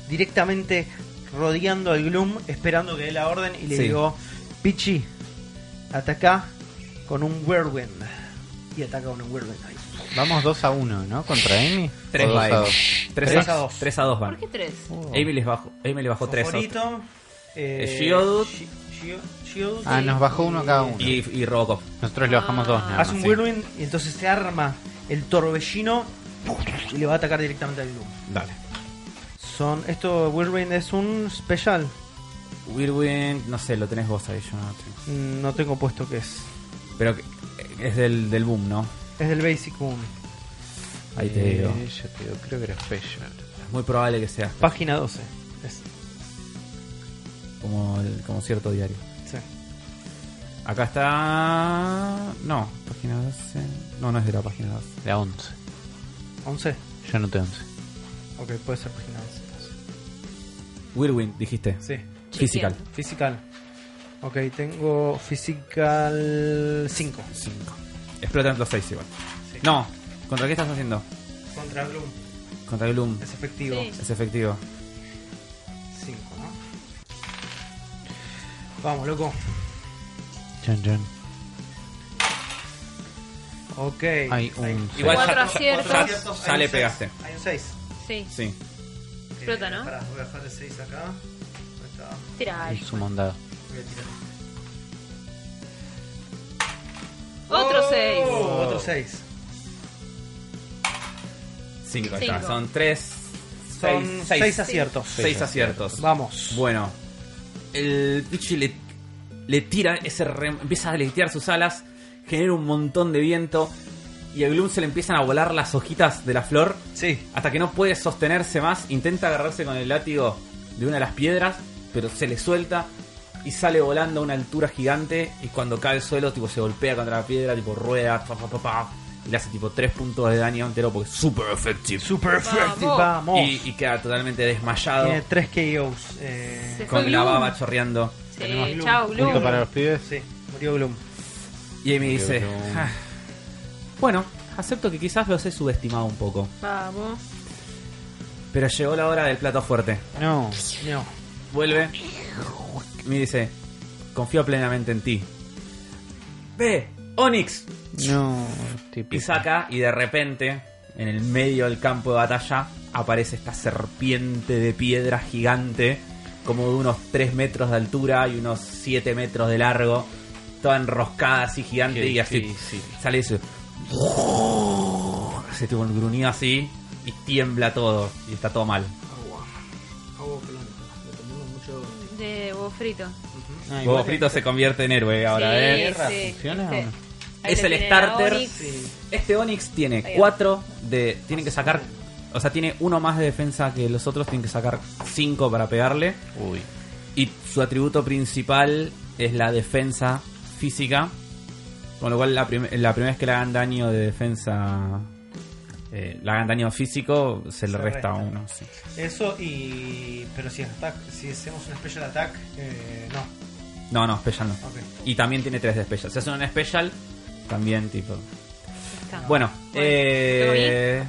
Speaker 1: directamente rodeando al Gloom, esperando que dé la orden. Y le
Speaker 2: Sí.
Speaker 1: digo: Pichi, ataca con un Whirlwind. Y ataca con un Whirlwind ahí.
Speaker 3: Vamos 2 a 1, ¿no? Contra Amy.
Speaker 2: Tres
Speaker 3: ¿O dos
Speaker 2: va
Speaker 3: a
Speaker 2: Amy.
Speaker 3: dos?
Speaker 2: Tres
Speaker 1: Tres
Speaker 2: a
Speaker 1: a
Speaker 2: dos.
Speaker 1: dos.
Speaker 2: Tres a dos
Speaker 4: ¿Por
Speaker 2: van.
Speaker 4: qué tres?
Speaker 2: Amy les bajó, Amy les bajó tres.
Speaker 1: Favorito.
Speaker 2: Eh, Geodude.
Speaker 1: Shi- Geo- Geodude.
Speaker 3: Ah, nos bajó uno cada uno.
Speaker 2: Y, y Robocop.
Speaker 3: Nosotros le bajamos dos nada más.
Speaker 1: Hace un
Speaker 3: sí.
Speaker 1: whirlwind y entonces se arma el torbellino y le va a atacar directamente al Gloom.
Speaker 2: Dale.
Speaker 1: Son, esto whirlwind es un special.
Speaker 2: Whirlwind, no sé, lo tenés vos ahí, yo no lo tengo.
Speaker 1: Mm, No tengo puesto que es.
Speaker 2: Pero que- es del, del boom, ¿no?
Speaker 1: Es del Basic Boom.
Speaker 2: Ahí te
Speaker 3: Eh,
Speaker 2: digo.
Speaker 3: Yo te digo, creo que era Special.
Speaker 2: Es muy probable que sea
Speaker 1: Página 12. Es-
Speaker 2: como, el- como cierto diario.
Speaker 1: sí.
Speaker 2: Acá está. No, página 12. No, no es de la página 12.
Speaker 3: La 11.
Speaker 1: 11.
Speaker 3: Yo no tengo 11.
Speaker 1: Ok, puede ser página 11. entonces.
Speaker 2: Whirlwind, dijiste.
Speaker 1: Sí.
Speaker 2: Physical.
Speaker 1: Physical. Ok, tengo Physical 5.
Speaker 2: 5. Explotan los 6 igual.
Speaker 1: Sí.
Speaker 2: No, ¿contra qué estás haciendo?
Speaker 1: Contra Gloom.
Speaker 2: Contra Gloom.
Speaker 1: Es efectivo.
Speaker 4: Sí.
Speaker 2: Es efectivo.
Speaker 1: 5, ¿no? Vamos, loco.
Speaker 3: Chan, chan.
Speaker 1: Ok.
Speaker 3: Hay un.
Speaker 2: Igual
Speaker 4: Cuatro
Speaker 2: ya-
Speaker 4: aciertos.
Speaker 1: Cuatro aciertos,
Speaker 2: Ya
Speaker 1: hay
Speaker 2: le
Speaker 1: un seis.
Speaker 2: pegaste.
Speaker 1: Hay un 6.
Speaker 4: Sí.
Speaker 2: Sí.
Speaker 4: Explota, ¿no?
Speaker 1: Pará, voy a dejar el 6 acá. Ahí está.
Speaker 4: Tira.
Speaker 3: seis. Sumo un dado.
Speaker 1: Voy a tirar.
Speaker 4: Otro seis.
Speaker 1: Oh, Otro 6.
Speaker 2: 5
Speaker 4: Cinco.
Speaker 2: ya. Son 3.
Speaker 1: Son 6 aciertos.
Speaker 2: 6 aciertos.
Speaker 1: Vamos.
Speaker 2: Bueno, el Pichi le, le tira ese rem- empieza a deleitear sus alas, genera un montón de viento y a Gloom se le empiezan a volar las hojitas de la flor
Speaker 1: Sí.
Speaker 2: hasta que no puede sostenerse más, intenta agarrarse con el látigo de una de las piedras, pero se le suelta y sale volando a una altura gigante y cuando cae al suelo tipo se golpea contra la piedra, tipo rueda, pa, pa, pa, pa, y le hace tipo 3 puntos de daño entero porque es super efectivo.
Speaker 1: Super effective.
Speaker 4: Vamos.
Speaker 1: Vamos.
Speaker 2: Y, y queda totalmente desmayado
Speaker 1: Tiene 3 KOs. Eh,
Speaker 4: Se-
Speaker 2: con
Speaker 4: Fue
Speaker 2: la
Speaker 4: Gloom.
Speaker 2: baba chorreando.
Speaker 1: Tenemos
Speaker 4: Sí,
Speaker 1: Gloom.
Speaker 4: chao,
Speaker 3: Punto para
Speaker 4: Gloom.
Speaker 3: los pibes.
Speaker 1: Sí, murió Gloom.
Speaker 2: Y me dice,
Speaker 3: Creo que no.
Speaker 2: "Ah, bueno, acepto que quizás los he subestimado un poco,
Speaker 4: Vamos.
Speaker 2: pero llegó la hora del plato fuerte.
Speaker 3: No.
Speaker 1: No.
Speaker 2: Vuelve. Me dice, confío plenamente en ti. Ve, Onix.
Speaker 3: No.
Speaker 2: Y
Speaker 3: Típico.
Speaker 2: saca y de repente, en el medio del campo de batalla, aparece esta serpiente de piedra gigante, como de unos 3 metros de altura y unos 7 metros de largo, toda enroscada así gigante
Speaker 3: Qué
Speaker 2: y así
Speaker 3: difícil.
Speaker 2: sale eso. Hace tipo un gruñido así y tiembla todo y está todo mal.
Speaker 1: Agua planta. Le tomamos mucho.
Speaker 4: De huevo frito.
Speaker 3: Ah, igual
Speaker 2: Huevo Frito se convierte en héroe ahora,
Speaker 4: sí,
Speaker 2: ¿eh?
Speaker 3: guerra
Speaker 4: sí,
Speaker 3: funciona
Speaker 4: sí.
Speaker 3: o no?
Speaker 4: Ahí
Speaker 2: Es
Speaker 4: lo
Speaker 2: el
Speaker 4: tienen a
Speaker 2: starter.
Speaker 4: Onix.
Speaker 1: Sí.
Speaker 2: Este Onix tiene
Speaker 4: Ahí va.
Speaker 2: 4 de. Tienen que sacar. O sea, tiene uno más de defensa que los otros, tienen que sacar 5 para pegarle.
Speaker 3: Uy.
Speaker 2: Y su atributo principal es la defensa física. Con lo cual, la, prim- la primera vez que le hagan daño de defensa. eh, le hagan daño físico, se le
Speaker 1: Se
Speaker 2: resta,
Speaker 1: resta.
Speaker 2: uno. sí.
Speaker 1: Eso y. Pero si, es attack, si hacemos un special attack, eh, no.
Speaker 2: No, no, Special no.
Speaker 1: Ok.
Speaker 2: Y también tiene 3 de Special. Si hacen un Special, también tipo.
Speaker 4: Está.
Speaker 2: Bueno,
Speaker 4: Ah, Bueno,
Speaker 2: eh,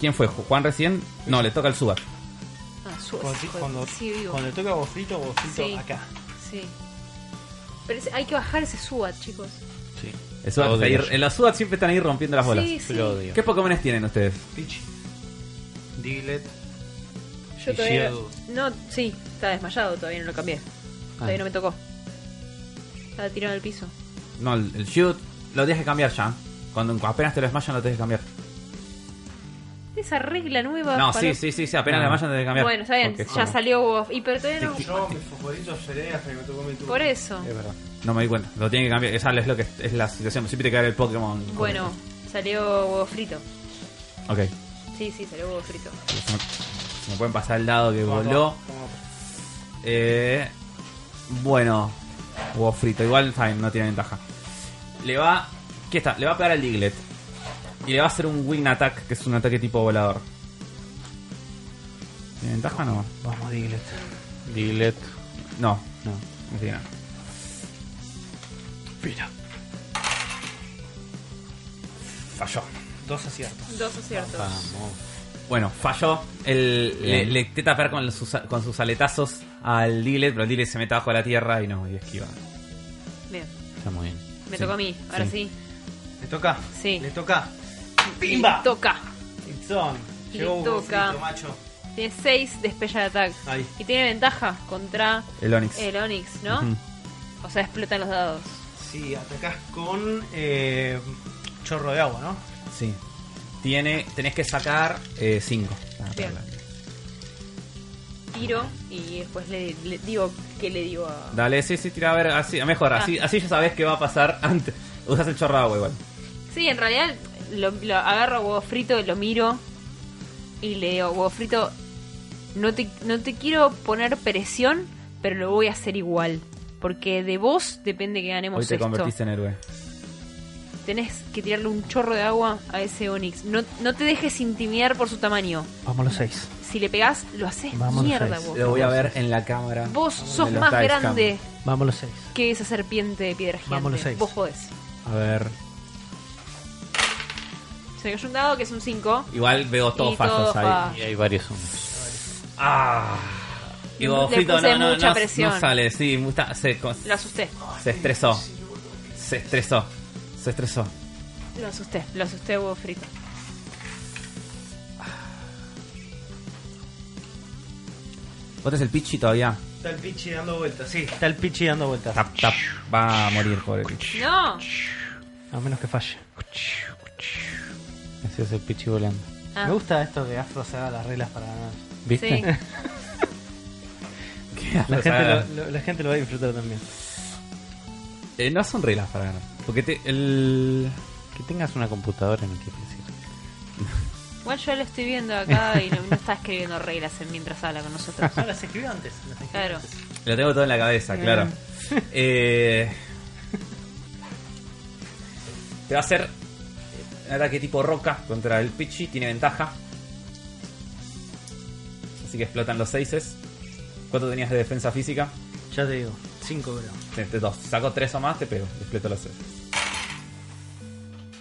Speaker 2: ¿quién fue? ¿Juan recién? No, le toca al Suba.
Speaker 4: Ah, su-
Speaker 1: Cuando,
Speaker 4: hijo de-
Speaker 1: cuando,
Speaker 4: sí, vivo.
Speaker 1: cuando le toca a Bofrito, Bofrito
Speaker 4: Sí.
Speaker 1: acá.
Speaker 4: Sí. Pero es- hay que bajar ese SWAT, chicos.
Speaker 7: Sí.
Speaker 2: El SWAT está ahí- en los SWAT siempre están ahí rompiendo las bolas.
Speaker 4: Sí, sí.
Speaker 7: Lo odio.
Speaker 2: ¿Qué Pokémones tienen ustedes?
Speaker 7: Peach, Diglett,
Speaker 4: Yo todavía.
Speaker 7: Shield.
Speaker 4: No, sí, está desmayado, todavía no lo cambié. Todavía no me tocó. Estaba tirado al piso.
Speaker 2: No, el, el Shoot lo dejes cambiar ya. Cuando apenas te lo desmayan lo dejes cambiar.
Speaker 4: Esa regla nueva.
Speaker 2: No,
Speaker 4: para-
Speaker 2: sí, sí, sí, sí, apenas lo desmayan lo dejes cambiar.
Speaker 4: Bueno, está bien,
Speaker 2: Porque
Speaker 4: ya
Speaker 2: es como-
Speaker 4: salió. Y pero todavía no-
Speaker 7: Yo, mis favoritos seré hasta que me tocó mi turno.
Speaker 4: Por eso.
Speaker 2: No me di cuenta, lo tienen que cambiar. Esa es lo que es la situación. Siempre te cae el Pokémon.
Speaker 4: Bueno, salió huevo frito.
Speaker 2: Ok.
Speaker 4: Sí, sí, salió huevo frito.
Speaker 2: Se me- se me pueden pasar al lado que voló. Eh, bueno, huevo frito. Igual fine, no tiene ventaja. Le va. ¿Qué está? Le va a pegar al Diglett. Y le va a hacer un Wing Attack, que es un ataque tipo volador. ¿Tiene ventaja o no?
Speaker 1: Vamos, Diglett.
Speaker 3: Diglett.
Speaker 2: No, no, no tiene nada.
Speaker 1: Mira.
Speaker 2: Falló.
Speaker 4: e-
Speaker 1: Dos aciertos.
Speaker 4: Dos aciertos.
Speaker 2: Bueno, falló. El, le,
Speaker 3: Bien.
Speaker 2: le intenta pegar con sus, con sus aletazos al Diglett, pero el Diglett se mete abajo a la tierra y no, y esquiva.
Speaker 4: Bien,
Speaker 3: Está muy bien.
Speaker 4: me
Speaker 2: Sí,
Speaker 4: tocó a mí. Ahora sí.
Speaker 1: Le toca.
Speaker 4: Sí.
Speaker 1: Le toca.
Speaker 4: Le
Speaker 1: ¡Pimba!
Speaker 4: Toca.
Speaker 1: It's on.
Speaker 4: Le
Speaker 1: Llegó un
Speaker 4: toca.
Speaker 1: frito, macho.
Speaker 4: Tiene 6 de Special Attack.
Speaker 1: Ahí.
Speaker 4: Y tiene ventaja contra
Speaker 2: El Onix.
Speaker 4: el Onix, ¿no?
Speaker 2: Ujú.
Speaker 4: O sea, explotan los dados.
Speaker 1: Sí, atacás con eh, chorro de agua, ¿no?
Speaker 2: Sí. Tiene, tenés que sacar eh, 5.
Speaker 4: Bien. Tiro y después le, le digo que le digo a.
Speaker 2: Dale, sí, sí, tira a ver, así, mejor,
Speaker 4: Ah.
Speaker 2: así, así ya sabés qué va a pasar antes. Usas el chorro de agua igual.
Speaker 4: Sí, en realidad lo, lo agarro a huevo frito, lo miro y le digo, huevo frito, no te, no te quiero poner presión, pero lo voy a hacer igual. Porque de vos depende que ganemos
Speaker 2: Hoy te
Speaker 4: esto.
Speaker 2: convertiste en héroe.
Speaker 4: Tenés que tirarle un chorro de agua a ese Onix. No, no te dejes intimidar por su tamaño.
Speaker 1: Vamos los seis.
Speaker 4: Si le pegás, lo haces
Speaker 1: Vamos,
Speaker 4: mierda,
Speaker 1: Face.
Speaker 4: vos.
Speaker 2: Lo voy a ver en la cámara.
Speaker 4: Vos sos
Speaker 2: en los
Speaker 4: más
Speaker 2: Dice
Speaker 4: grande
Speaker 1: Vamos los seis.
Speaker 4: que esa serpiente de piedra gigante.
Speaker 1: Vamos los seis.
Speaker 4: Vos jodés.
Speaker 2: A ver.
Speaker 4: Se me cayó un dado que es un 5.
Speaker 2: Igual veo
Speaker 4: Y
Speaker 2: todos
Speaker 4: todo
Speaker 2: fallos ahí.
Speaker 4: fa-
Speaker 3: Y hay varios unos.
Speaker 2: Ah. Y vos,
Speaker 4: Le
Speaker 2: Fito,
Speaker 4: puse
Speaker 2: no, no,
Speaker 4: mucha
Speaker 2: no,
Speaker 4: presión.
Speaker 2: no sale, sí, mucha- se, con-
Speaker 4: Lo asusté.
Speaker 2: se estresó. Se estresó. Se estresó.
Speaker 4: Lo asusté. Lo asusté, huevo frito.
Speaker 2: ¿Vos tenés el pichi todavía?
Speaker 1: Está el pichi dando vueltas. Sí, está el pichi dando vueltas.
Speaker 2: Tap, tap. Va a morir, pobre pichi.
Speaker 4: No.
Speaker 1: A menos que falle.
Speaker 3: Ese es el pichi volando.
Speaker 4: Ah,
Speaker 1: Me gusta esto que Afro se haga las reglas para ganar.
Speaker 3: ¿Viste?
Speaker 4: Sí.
Speaker 1: La gente,
Speaker 2: O sea,
Speaker 1: lo, lo- la gente lo va a disfrutar también.
Speaker 2: eh, no son reglas para ganar. Porque te- el.
Speaker 3: Que tengas una computadora no quiere decir.
Speaker 4: Igual yo lo estoy viendo acá y no, no está escribiendo reglas en mientras habla con nosotros.
Speaker 1: No, Ah, las escribió antes. las escribió
Speaker 4: Claro.
Speaker 1: antes.
Speaker 2: Lo tengo todo en la cabeza, claro. Eh, te va a hacer un ataque tipo roca contra el Pichi, tiene ventaja. Así que explotan los seises. ¿Cuánto tenías de defensa física?
Speaker 1: Ya te digo, 5 gramos.
Speaker 2: Este, dos. Saco tres o más, te pego. Exploto los seises.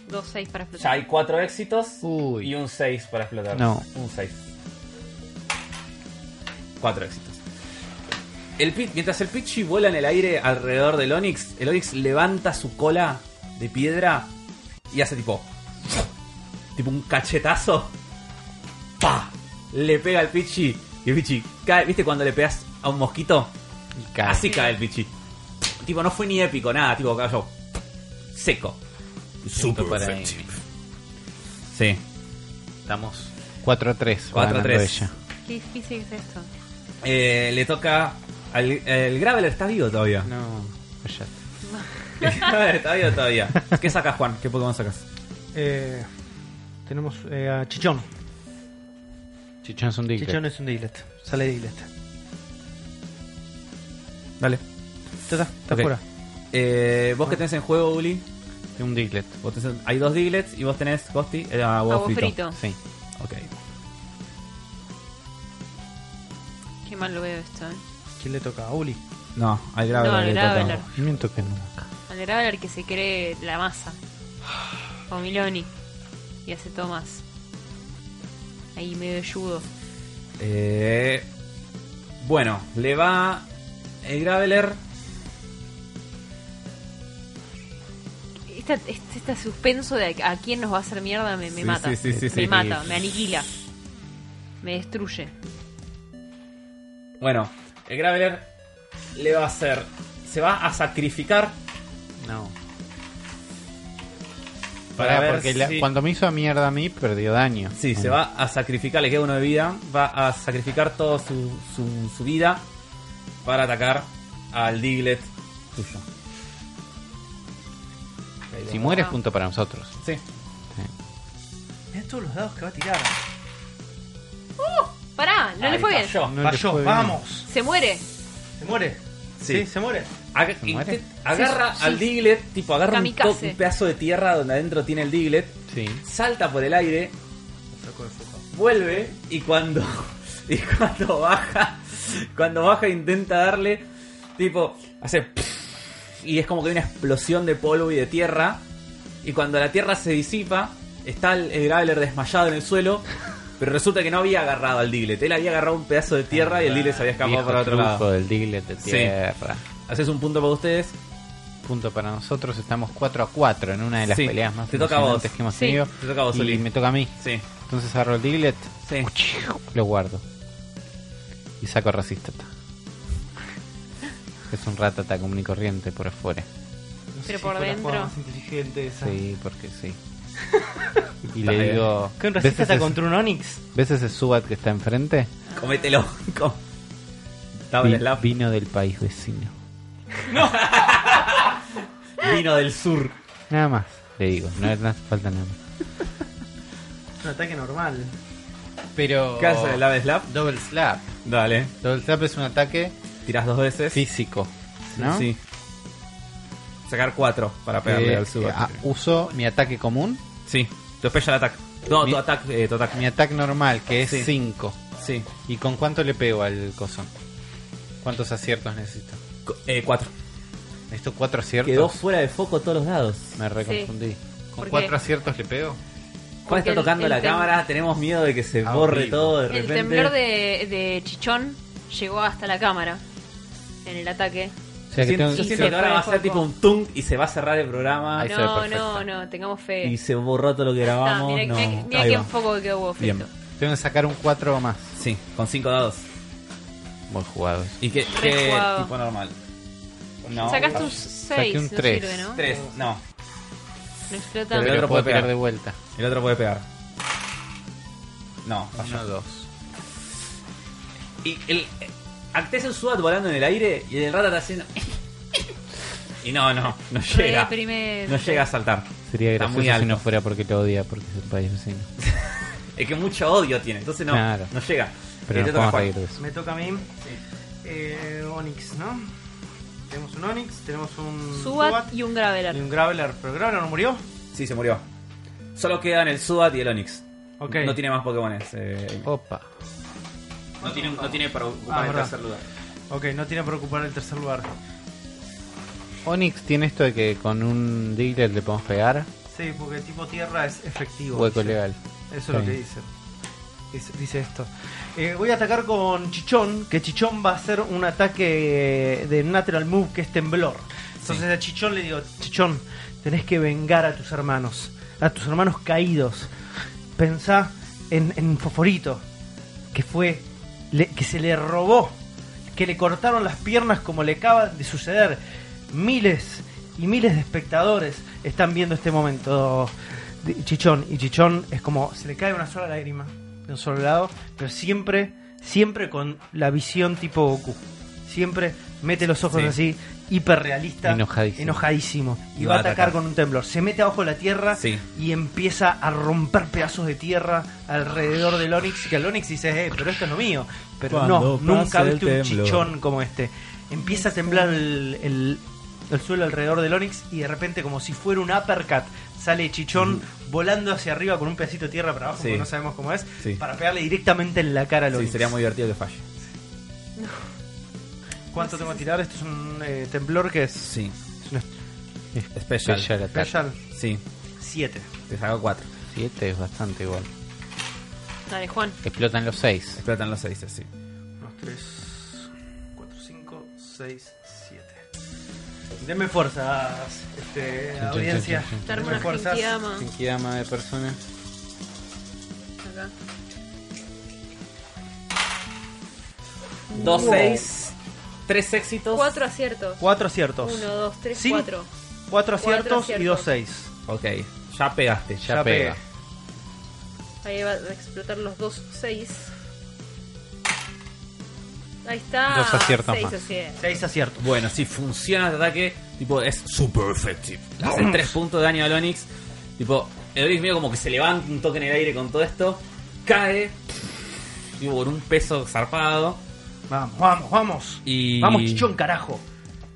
Speaker 4: Dos seis para
Speaker 2: Ya
Speaker 4: explotar.
Speaker 2: hay cuatro éxitos
Speaker 3: Uy.
Speaker 2: y un 6 para explotar.
Speaker 3: No.
Speaker 2: Un 6. Cuatro éxitos. El Pi- mientras el Pichi vuela en el aire alrededor del Onix, el Onix levanta su cola de piedra y hace tipo. Tipo un cachetazo. ¡Pa! Le pega al Pichi y el Pichi cae. ¿Viste cuando le pegas a un mosquito?
Speaker 3: Y cae.
Speaker 2: Así cae el Pichi. Tipo, no fue ni épico, nada. Tipo, cayó seco.
Speaker 3: Punto para Amy.
Speaker 2: Sí.
Speaker 3: Estamos 4-3.
Speaker 2: 4-3.
Speaker 3: 4-3.
Speaker 4: Qué difícil es esto.
Speaker 2: Eh, le toca al el Graveler, ¿está vivo todavía?
Speaker 3: No. Callate.
Speaker 2: El Graveler está vivo todavía. ¿Qué sacas, Juan? ¿Qué Pokémon sacas?
Speaker 1: Eh, tenemos eh, a Chichón.
Speaker 3: Chichón es un Diglett.
Speaker 1: Chichón es un Diglett. Sale Diglett.
Speaker 2: Dale.
Speaker 1: Ya está, está
Speaker 2: Ok. Eh,
Speaker 1: fuera.
Speaker 2: vos que tenés en juego, Uli,
Speaker 3: Es un Diglett.
Speaker 2: vos tenés- hay dos Diglets y vos tenés, Costi, el a
Speaker 4: Huevo frito.
Speaker 3: Sí.
Speaker 2: Ok.
Speaker 4: Qué mal lo veo esto, eh.
Speaker 1: ¿Quién le toca? A Uli.
Speaker 2: No, al Graveler.
Speaker 4: No, al
Speaker 2: le toca.
Speaker 4: Graveler.
Speaker 3: Miento que no.
Speaker 4: Al Graveler que se cree la masa. O Miloni. Y hace tomas. Ahí medio yudo.
Speaker 2: Eh, bueno, le va el Graveler.
Speaker 4: esta, este, este suspenso de a, a quién nos va a hacer mierda me, me
Speaker 2: Sí,
Speaker 4: mata.
Speaker 2: sí, sí, sí,
Speaker 4: me
Speaker 2: sí.
Speaker 4: mata, me aniquila. Me destruye.
Speaker 2: Bueno, el Graveler le va a hacer. Se va a sacrificar
Speaker 3: No.
Speaker 2: para ver
Speaker 3: porque la-
Speaker 2: si-
Speaker 3: cuando Mm. me hizo mierda a mí, perdió daño.
Speaker 2: Sí, se va a sacrificar, le queda uno de vida. Va a sacrificar toda su, su, su vida para atacar al Diglett suyo.
Speaker 3: Si muere, es punto para nosotros.
Speaker 2: Sí.
Speaker 1: Mirá todos los dados que va a tirar.
Speaker 4: Pará, no le
Speaker 2: Ahí
Speaker 4: fue bien.
Speaker 2: cayó.
Speaker 3: No le
Speaker 1: Falló,
Speaker 3: fue bien.
Speaker 1: vamos.
Speaker 4: Se muere.
Speaker 1: Se muere.
Speaker 2: Sí.
Speaker 1: Sí, se muere.
Speaker 2: Aga-
Speaker 3: ¿Se muere?
Speaker 2: intent- agarra
Speaker 4: Sí, sí.
Speaker 2: al Diglett, tipo agarra un,
Speaker 4: Kamikaze.
Speaker 2: to- un pedazo de tierra donde adentro tiene el Diglett,
Speaker 3: Sí.
Speaker 2: salta por el aire, vuelve y cuando y cuando baja, cuando baja intenta darle tipo hace y es como que hay una explosión de polvo y de tierra y cuando la tierra se disipa está el, el Graveler desmayado en el suelo. Pero resulta que no había agarrado al Diglett, él había agarrado un pedazo de tierra y el Diglett se había escapado
Speaker 3: Viejo
Speaker 2: para otro
Speaker 3: truco
Speaker 2: lado.
Speaker 3: del Diglett de
Speaker 2: Sí.
Speaker 3: tierra.
Speaker 2: Haces un punto para ustedes.
Speaker 3: Punto para nosotros. Estamos 4 a 4 en una de las
Speaker 2: Sí.
Speaker 3: peleas más
Speaker 2: Te toca a vos.
Speaker 3: emocionantes que hemos
Speaker 4: Sí.
Speaker 3: tenido.
Speaker 2: Te toca a vos,
Speaker 3: y
Speaker 2: Oli.
Speaker 3: me toca a mí.
Speaker 2: Sí,
Speaker 3: Entonces agarro el Diglett,
Speaker 2: sí.
Speaker 3: lo guardo. Y saco Resistata. Es un ratata común y corriente por afuera.
Speaker 4: Pero por
Speaker 7: fue la
Speaker 4: dentro.
Speaker 7: jugada más inteligente esa.
Speaker 3: Sí, porque sí. Y
Speaker 2: Ah. Está
Speaker 3: le
Speaker 2: bien.
Speaker 3: digo.
Speaker 1: ¿Qué un
Speaker 3: ¿ves
Speaker 1: racista está
Speaker 3: ese-
Speaker 1: contra un Onix?
Speaker 3: ¿Ves ese Subat que está enfrente?
Speaker 2: Comételo. Com- Double
Speaker 3: Vi-
Speaker 2: slap.
Speaker 3: Vino del país vecino.
Speaker 2: Vino del sur.
Speaker 3: Nada más, le digo. No, no hace falta nada más.
Speaker 1: Es un ataque normal.
Speaker 3: Pero.
Speaker 2: ¿Qué hace el double slap?
Speaker 3: Double Slap.
Speaker 2: Dale.
Speaker 3: Double Slap es un ataque
Speaker 2: Tirás dos veces.
Speaker 3: físico. ¿no?
Speaker 2: Sí. Sacar cuatro para pegarle
Speaker 3: Eh,
Speaker 2: al sur.
Speaker 3: eh, ah, uso mi ataque común,
Speaker 2: Sí. Tu special attack. No,
Speaker 3: Mi-
Speaker 2: tu attack. Eh, tu attack.
Speaker 3: mi ataque normal, que es
Speaker 2: Sí.
Speaker 3: 5.
Speaker 2: Sí.
Speaker 3: ¿Y con cuánto le pego al coso? ¿Cuántos aciertos necesito?
Speaker 2: Co- Eh, cuatro.
Speaker 3: Necesito 4 aciertos.
Speaker 2: Quedó fuera de foco todos los dados.
Speaker 3: Me reconfundí. ¿Con
Speaker 4: Porque-
Speaker 3: 4 aciertos le pego?
Speaker 2: Juan
Speaker 4: Porque
Speaker 2: está
Speaker 4: el-
Speaker 2: tocando
Speaker 4: el
Speaker 2: la
Speaker 4: tem-
Speaker 2: cámara. Tenemos miedo de que se
Speaker 3: Ah,
Speaker 2: borre
Speaker 3: vivo.
Speaker 2: todo de
Speaker 4: El
Speaker 2: repente.
Speaker 4: temblor de, de Chichón llegó hasta la cámara en el ataque.
Speaker 3: O sea que
Speaker 2: Siento-
Speaker 3: tengo
Speaker 2: yo
Speaker 4: Y
Speaker 2: siento
Speaker 4: se
Speaker 2: que ahora
Speaker 4: fue
Speaker 2: va a
Speaker 4: de
Speaker 2: ser
Speaker 4: foco.
Speaker 2: tipo un tung y se va a cerrar el programa.
Speaker 3: Ahí se ve
Speaker 4: no,
Speaker 3: perfecto.
Speaker 4: no, no, tengamos fe.
Speaker 2: Y se borró todo lo que
Speaker 4: Ah,
Speaker 2: grabamos.
Speaker 4: mira
Speaker 2: no.
Speaker 4: mira- mira
Speaker 2: Ahí
Speaker 4: qué
Speaker 2: va.
Speaker 4: enfoco que quedó
Speaker 2: Bien.
Speaker 4: Fito.
Speaker 3: tengo que sacar un 4 o más.
Speaker 2: Sí, con cinco dados.
Speaker 3: Buen jugado. eso.
Speaker 2: ¿Y qué,
Speaker 4: qué jugado.
Speaker 2: tipo
Speaker 4: tipo
Speaker 2: normal? No.
Speaker 4: Sacaste un 6,
Speaker 3: un
Speaker 4: no
Speaker 3: tres.
Speaker 4: sirve, ¿no?
Speaker 2: Tres, no.
Speaker 4: No explota.
Speaker 3: Pero,
Speaker 2: el otro
Speaker 3: puedo
Speaker 2: puede
Speaker 3: pegar
Speaker 2: pegar.
Speaker 3: de vuelta.
Speaker 2: El otro puede pegar. No, falló.
Speaker 3: 1, 2.
Speaker 2: Y el. Actés el SWAT volando en el aire y el rata está haciendo. y no, no, no llega.
Speaker 4: Reprimente.
Speaker 2: No llega a saltar.
Speaker 3: Sería
Speaker 2: Está muy
Speaker 3: gracioso si
Speaker 2: alto.
Speaker 3: no fuera porque te odia, porque es el país vecino.
Speaker 2: Es que mucho odio tiene, entonces no,
Speaker 3: Claro.
Speaker 2: no llega.
Speaker 3: Pero
Speaker 2: Y te
Speaker 3: nos
Speaker 2: toca
Speaker 3: podemos
Speaker 2: Juan.
Speaker 3: reír de eso.
Speaker 1: Me toca a mí. Eh, Onix, ¿no? Tenemos un Onix, tenemos un
Speaker 4: Subat y un
Speaker 1: y
Speaker 4: Graveler.
Speaker 1: un Graveler, pero Graveler no murió.
Speaker 2: Sí, se murió. Solo quedan el SWAT y el Onix.
Speaker 1: Ok.
Speaker 2: No tiene más Pokémones. eh,
Speaker 3: Opa.
Speaker 2: no, tiene, no tiene para ocupar
Speaker 1: Ah,
Speaker 2: el
Speaker 1: verdad.
Speaker 2: tercer lugar.
Speaker 1: Ok, no tiene para ocupar el tercer lugar.
Speaker 3: Onix tiene esto de que con un Diglett le podemos pegar.
Speaker 1: Sí, porque tipo tierra es efectivo.
Speaker 3: Hueco
Speaker 1: dice.
Speaker 3: legal.
Speaker 1: Eso es lo que dice. Dice, dice esto. Eh, voy a atacar con Chichón, que Chichón va a hacer un ataque de natural move que es temblor. Entonces a Chichón le digo, Chichón, tenés que vengar a tus hermanos, a tus hermanos caídos. Pensá en, en Foforito, que fue, le- que se le robó, que le cortaron las piernas como le acaba de suceder. Miles y miles de espectadores están viendo este momento de Chichón. Y Chichón es como, se le cae una sola lágrima de un solo lado, pero siempre, siempre con la visión tipo Goku. Siempre mete los ojos
Speaker 2: Sí.
Speaker 1: así, hiperrealista,
Speaker 3: Enojadísimo.
Speaker 1: enojadísimo, Y va a atacar con un temblor. Se mete abajo de la tierra
Speaker 2: Sí.
Speaker 1: y empieza a romper pedazos de tierra alrededor del Onix. Que el Onix dice, eh, pero esto es lo mío. Pero
Speaker 2: Cuando
Speaker 1: no, nunca
Speaker 2: pase el
Speaker 1: viste un
Speaker 2: temblor.
Speaker 1: chichón como este. Empieza a temblar el, el- el suelo alrededor del Onix y de repente, como si fuera un uppercut, sale chichón volando hacia arriba con un pedacito de tierra para abajo,
Speaker 2: Sí.
Speaker 1: porque no sabemos cómo es,
Speaker 2: Sí.
Speaker 1: para pegarle directamente en la cara al
Speaker 2: Sí,
Speaker 1: Onix.
Speaker 2: sería muy divertido que falle.
Speaker 1: ¿Cuánto tengo que tirar? Esto es un eh, temblor que es
Speaker 2: Sí.
Speaker 1: es un
Speaker 2: Special.
Speaker 3: Special attack.
Speaker 1: especial
Speaker 2: Sí,
Speaker 1: 7.
Speaker 2: te sacó cuatro.
Speaker 3: 7 es bastante igual.
Speaker 4: Dale, Juan.
Speaker 3: Explotan los 6.
Speaker 2: Explotan los seis, sí.
Speaker 1: 1, 3, 4, 5, 6, 7. Denme fuerzas, este,
Speaker 3: chun,
Speaker 1: audiencia.
Speaker 3: chun, chun, chun.
Speaker 8: Te armo
Speaker 1: Denme
Speaker 8: una
Speaker 1: fuerzas.
Speaker 8: genkidama
Speaker 3: Genkidama de personas.
Speaker 8: acá.
Speaker 2: 2, 6, 3 éxitos.
Speaker 8: Cuatro aciertos.
Speaker 1: Cuatro aciertos.
Speaker 8: Uno, dos, tres,
Speaker 1: Sí.
Speaker 8: cuatro.
Speaker 1: Cuatro aciertos y
Speaker 8: aciertos.
Speaker 1: dos seis.
Speaker 2: Ok, ya pegaste.
Speaker 3: Ya, pega.
Speaker 1: pegué.
Speaker 8: Ahí va a explotar los dos seis. Ahí está.
Speaker 3: Dos aciertos
Speaker 8: Seis
Speaker 3: más.
Speaker 8: aciertos.
Speaker 1: Seis aciertos.
Speaker 2: Bueno, si funciona este ataque, tipo, es super effective. Le hace 3 puntos de daño al Onix. Tipo, el Onix medio como que se levanta un toque en el aire con todo esto. Cae. Tipo, con un peso zarpado.
Speaker 1: Vamos, vamos, vamos.
Speaker 2: Y.
Speaker 1: Vamos, chichón, carajo.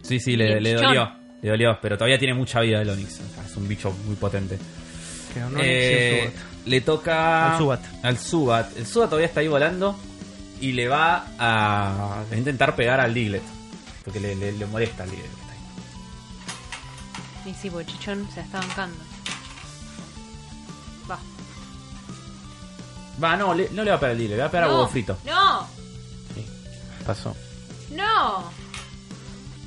Speaker 2: Sí, sí,
Speaker 4: Y
Speaker 2: le,
Speaker 4: el
Speaker 2: le
Speaker 4: chichón.
Speaker 2: dolió. Le dolió, pero todavía tiene mucha vida el Onix. O sea, es un bicho muy potente.
Speaker 1: Que no
Speaker 2: Eh,
Speaker 1: es
Speaker 2: le toca.
Speaker 1: Al Zubat.
Speaker 2: Al Zubat. El Zubat todavía está ahí volando. Y le va a, a intentar pegar al Diglett. Porque le, le- le molesta al Diglett. que está ahí.
Speaker 4: Y sí, porque Chichón se la está bancando. Va.
Speaker 2: Va, no, le- no le va a pegar al Diglett, le va a pegar a
Speaker 4: no,
Speaker 2: huevo frito.
Speaker 4: No,
Speaker 3: Pasó.
Speaker 4: no.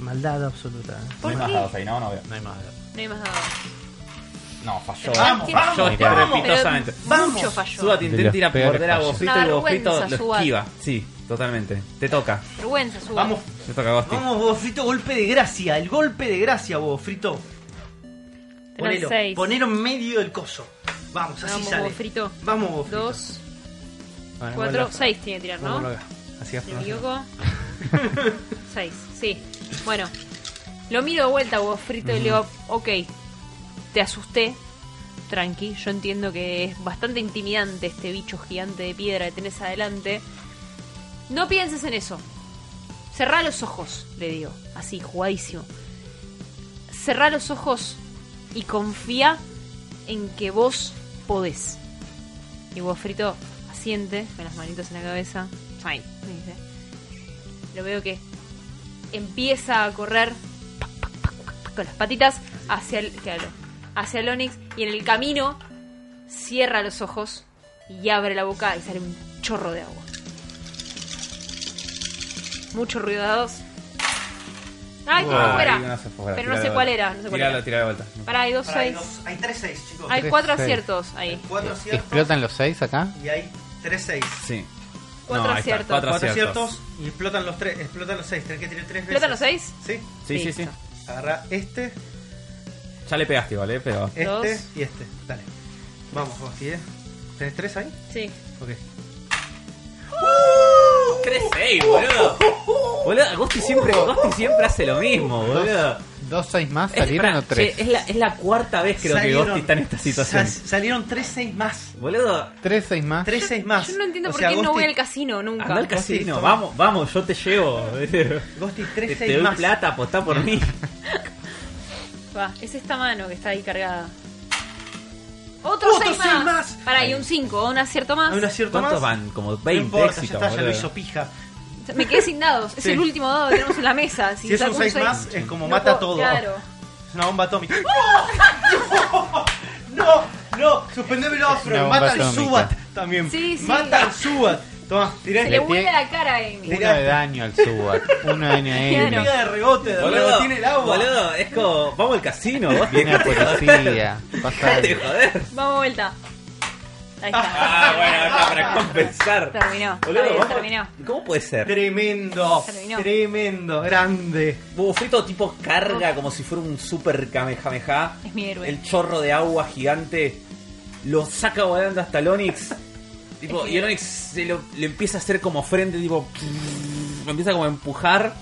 Speaker 1: Maldad absoluta.
Speaker 2: No hay
Speaker 4: ¿Por
Speaker 2: más
Speaker 4: qué?
Speaker 2: dados ahí, no, no veo.
Speaker 3: No hay más.
Speaker 4: No hay más dados.
Speaker 2: No, falló.
Speaker 4: Vamos, vamos,
Speaker 2: falló
Speaker 3: mira.
Speaker 2: estrepitosamente.
Speaker 4: Pero mucho falló.
Speaker 2: Zubat
Speaker 3: De los
Speaker 2: intenta ir a
Speaker 3: peores
Speaker 2: morder a
Speaker 3: fallos.
Speaker 2: Bofrito
Speaker 4: Una
Speaker 2: y Bofrito
Speaker 4: vergüenza,
Speaker 2: lo
Speaker 4: Zubat.
Speaker 2: esquiva. Sí, totalmente. Te toca.
Speaker 4: Vergüenza, suba.
Speaker 1: Vamos,
Speaker 2: Te toca, Gosti.
Speaker 1: vamos, vos frito, golpe de gracia. El golpe de gracia, vos frito. Ponelo,
Speaker 4: seis.
Speaker 1: ponelo en medio del coso. Vamos, así
Speaker 4: Vamos,
Speaker 1: sale.
Speaker 4: vos frito.
Speaker 1: Vamos, vos frito.
Speaker 4: Dos,
Speaker 1: Bueno,
Speaker 4: cuatro,
Speaker 1: igual
Speaker 4: seis tiene que tirar,
Speaker 1: la-
Speaker 4: ¿no?
Speaker 1: igual la- Así
Speaker 4: Si no me
Speaker 1: afloja.
Speaker 4: equivoco. Seis, sí. Bueno, lo miro de vuelta, huevo frito, y le digo, ok, te asusté. Tranqui, yo entiendo que es bastante intimidante este bicho gigante de piedra que tenés adelante. No pienses en eso. Cerrá los ojos, le digo, así, jugadísimo. Cerrá los ojos y confía en que vos podés. Y huevo frito asiente con las manitos en la cabeza. Fine, me dice. Lo veo que empieza a correr pac, pac, pac, pac, pac, con las patitas hacia el, claro, hacia el Onix y en el camino cierra los ojos y abre la boca y sale un chorro de agua. Mucho ruido de dados. ¡Ay, qué
Speaker 2: Ay,
Speaker 4: fuera!
Speaker 2: no se fue fuera.
Speaker 4: Pero no
Speaker 2: Tirala
Speaker 4: sé
Speaker 2: de
Speaker 4: cuál
Speaker 2: vuelta.
Speaker 4: era. No sé cuál
Speaker 2: Tirala,
Speaker 4: era.
Speaker 2: tirala de vuelta.
Speaker 4: Pará, hay dos
Speaker 1: Pará, hay,
Speaker 4: seis.
Speaker 1: dos- hay tres seis, chicos.
Speaker 4: Hay
Speaker 3: tres,
Speaker 4: cuatro
Speaker 3: seis.
Speaker 4: aciertos ahí.
Speaker 1: Cuatro aciertos.
Speaker 3: ¿Explotan los seis acá?
Speaker 1: Y hay tres seis.
Speaker 2: Sí.
Speaker 4: Cuatro
Speaker 2: ahí está,
Speaker 4: aciertos.
Speaker 2: Cuatro,
Speaker 1: Cuatro
Speaker 2: aciertos.
Speaker 1: aciertos y explotan los tres. Explotan los seis. Tenés que tirar tres veces.
Speaker 4: ¿Explotan los seis?
Speaker 1: Sí.
Speaker 2: Sí, sí, sí.
Speaker 4: Listo.
Speaker 1: Agarra este,
Speaker 2: Ya le pegaste, ¿vale? Pero.
Speaker 1: este
Speaker 4: Dos.
Speaker 1: y este. Dale. Vamos, Gosti, ¿eh? ¿Tenés tres ahí?
Speaker 8: Sí.
Speaker 1: Ok.
Speaker 2: 3-6, boludo. Boludo, Gosti siempre, Gosti siempre hace lo mismo, boludo.
Speaker 3: ¿Dos seis más
Speaker 2: Es-
Speaker 3: salieron
Speaker 2: pará,
Speaker 3: o tres?
Speaker 2: che, es, la, es la cuarta vez creo
Speaker 1: Salieron-
Speaker 2: que Gosti está en esta situación.
Speaker 1: sa- salieron tres seis más.
Speaker 2: Boludo,
Speaker 3: ¿Tres seis más?
Speaker 1: Tres seis más.
Speaker 4: Yo no entiendo
Speaker 1: O
Speaker 4: por
Speaker 1: sea,
Speaker 4: qué no
Speaker 1: Gosti-
Speaker 4: voy al casino nunca.
Speaker 2: anda al
Speaker 1: Gosti,
Speaker 2: casino.
Speaker 1: toma.
Speaker 2: Vamos, vamos, yo te llevo. Te,
Speaker 1: Gosti
Speaker 2: te
Speaker 1: tres seis
Speaker 2: doy
Speaker 1: más.
Speaker 2: plata, apostá por mí.
Speaker 4: Va, es esta mano que está ahí cargada. Otro,
Speaker 1: Otro
Speaker 4: seis,
Speaker 1: seis
Speaker 4: más.
Speaker 1: más.
Speaker 4: Para, y un 5, un acierto más.
Speaker 1: Hay un acierto
Speaker 2: ¿Cuántos
Speaker 1: más.
Speaker 2: van? Como
Speaker 1: No
Speaker 2: 20
Speaker 1: importa,
Speaker 2: éxitos.
Speaker 1: ya está, ya lo
Speaker 2: boludo.
Speaker 1: hizo pija.
Speaker 4: Me quedé sin dados. Es
Speaker 1: Sí.
Speaker 4: el último dado que tenemos en la mesa. Si,
Speaker 1: Si es
Speaker 4: saco
Speaker 1: un 6
Speaker 4: seis,
Speaker 1: más, es como
Speaker 4: no
Speaker 1: mata
Speaker 4: puedo-
Speaker 1: todo.
Speaker 4: Claro.
Speaker 1: Es una bomba atómica. ¡No! ¡No! Suspendémelo,
Speaker 3: una
Speaker 1: Afro.
Speaker 3: bomba
Speaker 1: Mata al
Speaker 3: atómica.
Speaker 1: Subat también.
Speaker 4: Sí, sí.
Speaker 1: Mata al Subat. Toma, tirá.
Speaker 4: Se le
Speaker 3: Le
Speaker 4: vuela
Speaker 3: pide-
Speaker 4: la cara a Amy.
Speaker 3: Uno de daño al Subat. Uno de daño a
Speaker 4: Claro.
Speaker 3: Amy.
Speaker 1: Pega de rebote, de
Speaker 2: Boludo,
Speaker 1: rebote. Tiene el agua.
Speaker 2: boludo, es como. Vamos al casino, Gosti.
Speaker 3: Viene la policía. Pasa
Speaker 2: Dejate de
Speaker 3: algo.
Speaker 2: joder.
Speaker 4: Vamos vuelta. Ahí está.
Speaker 2: Ah, bueno, está para compensar.
Speaker 4: Terminó.
Speaker 2: Boludo,
Speaker 4: Está bien,
Speaker 2: vamos-
Speaker 4: terminó.
Speaker 2: ¿Cómo puede ser?
Speaker 1: Tremendo.
Speaker 4: Terminó.
Speaker 1: Tremendo. Grande.
Speaker 2: Bobo Frito tipo carga como si fuera un super kamehameha.
Speaker 4: Es mi héroe.
Speaker 2: El chorro de agua gigante lo saca volando hasta el Onix. Tipo, y el Onix se lo, le empieza a hacer como frente, tipo. Lo empieza como a empujar.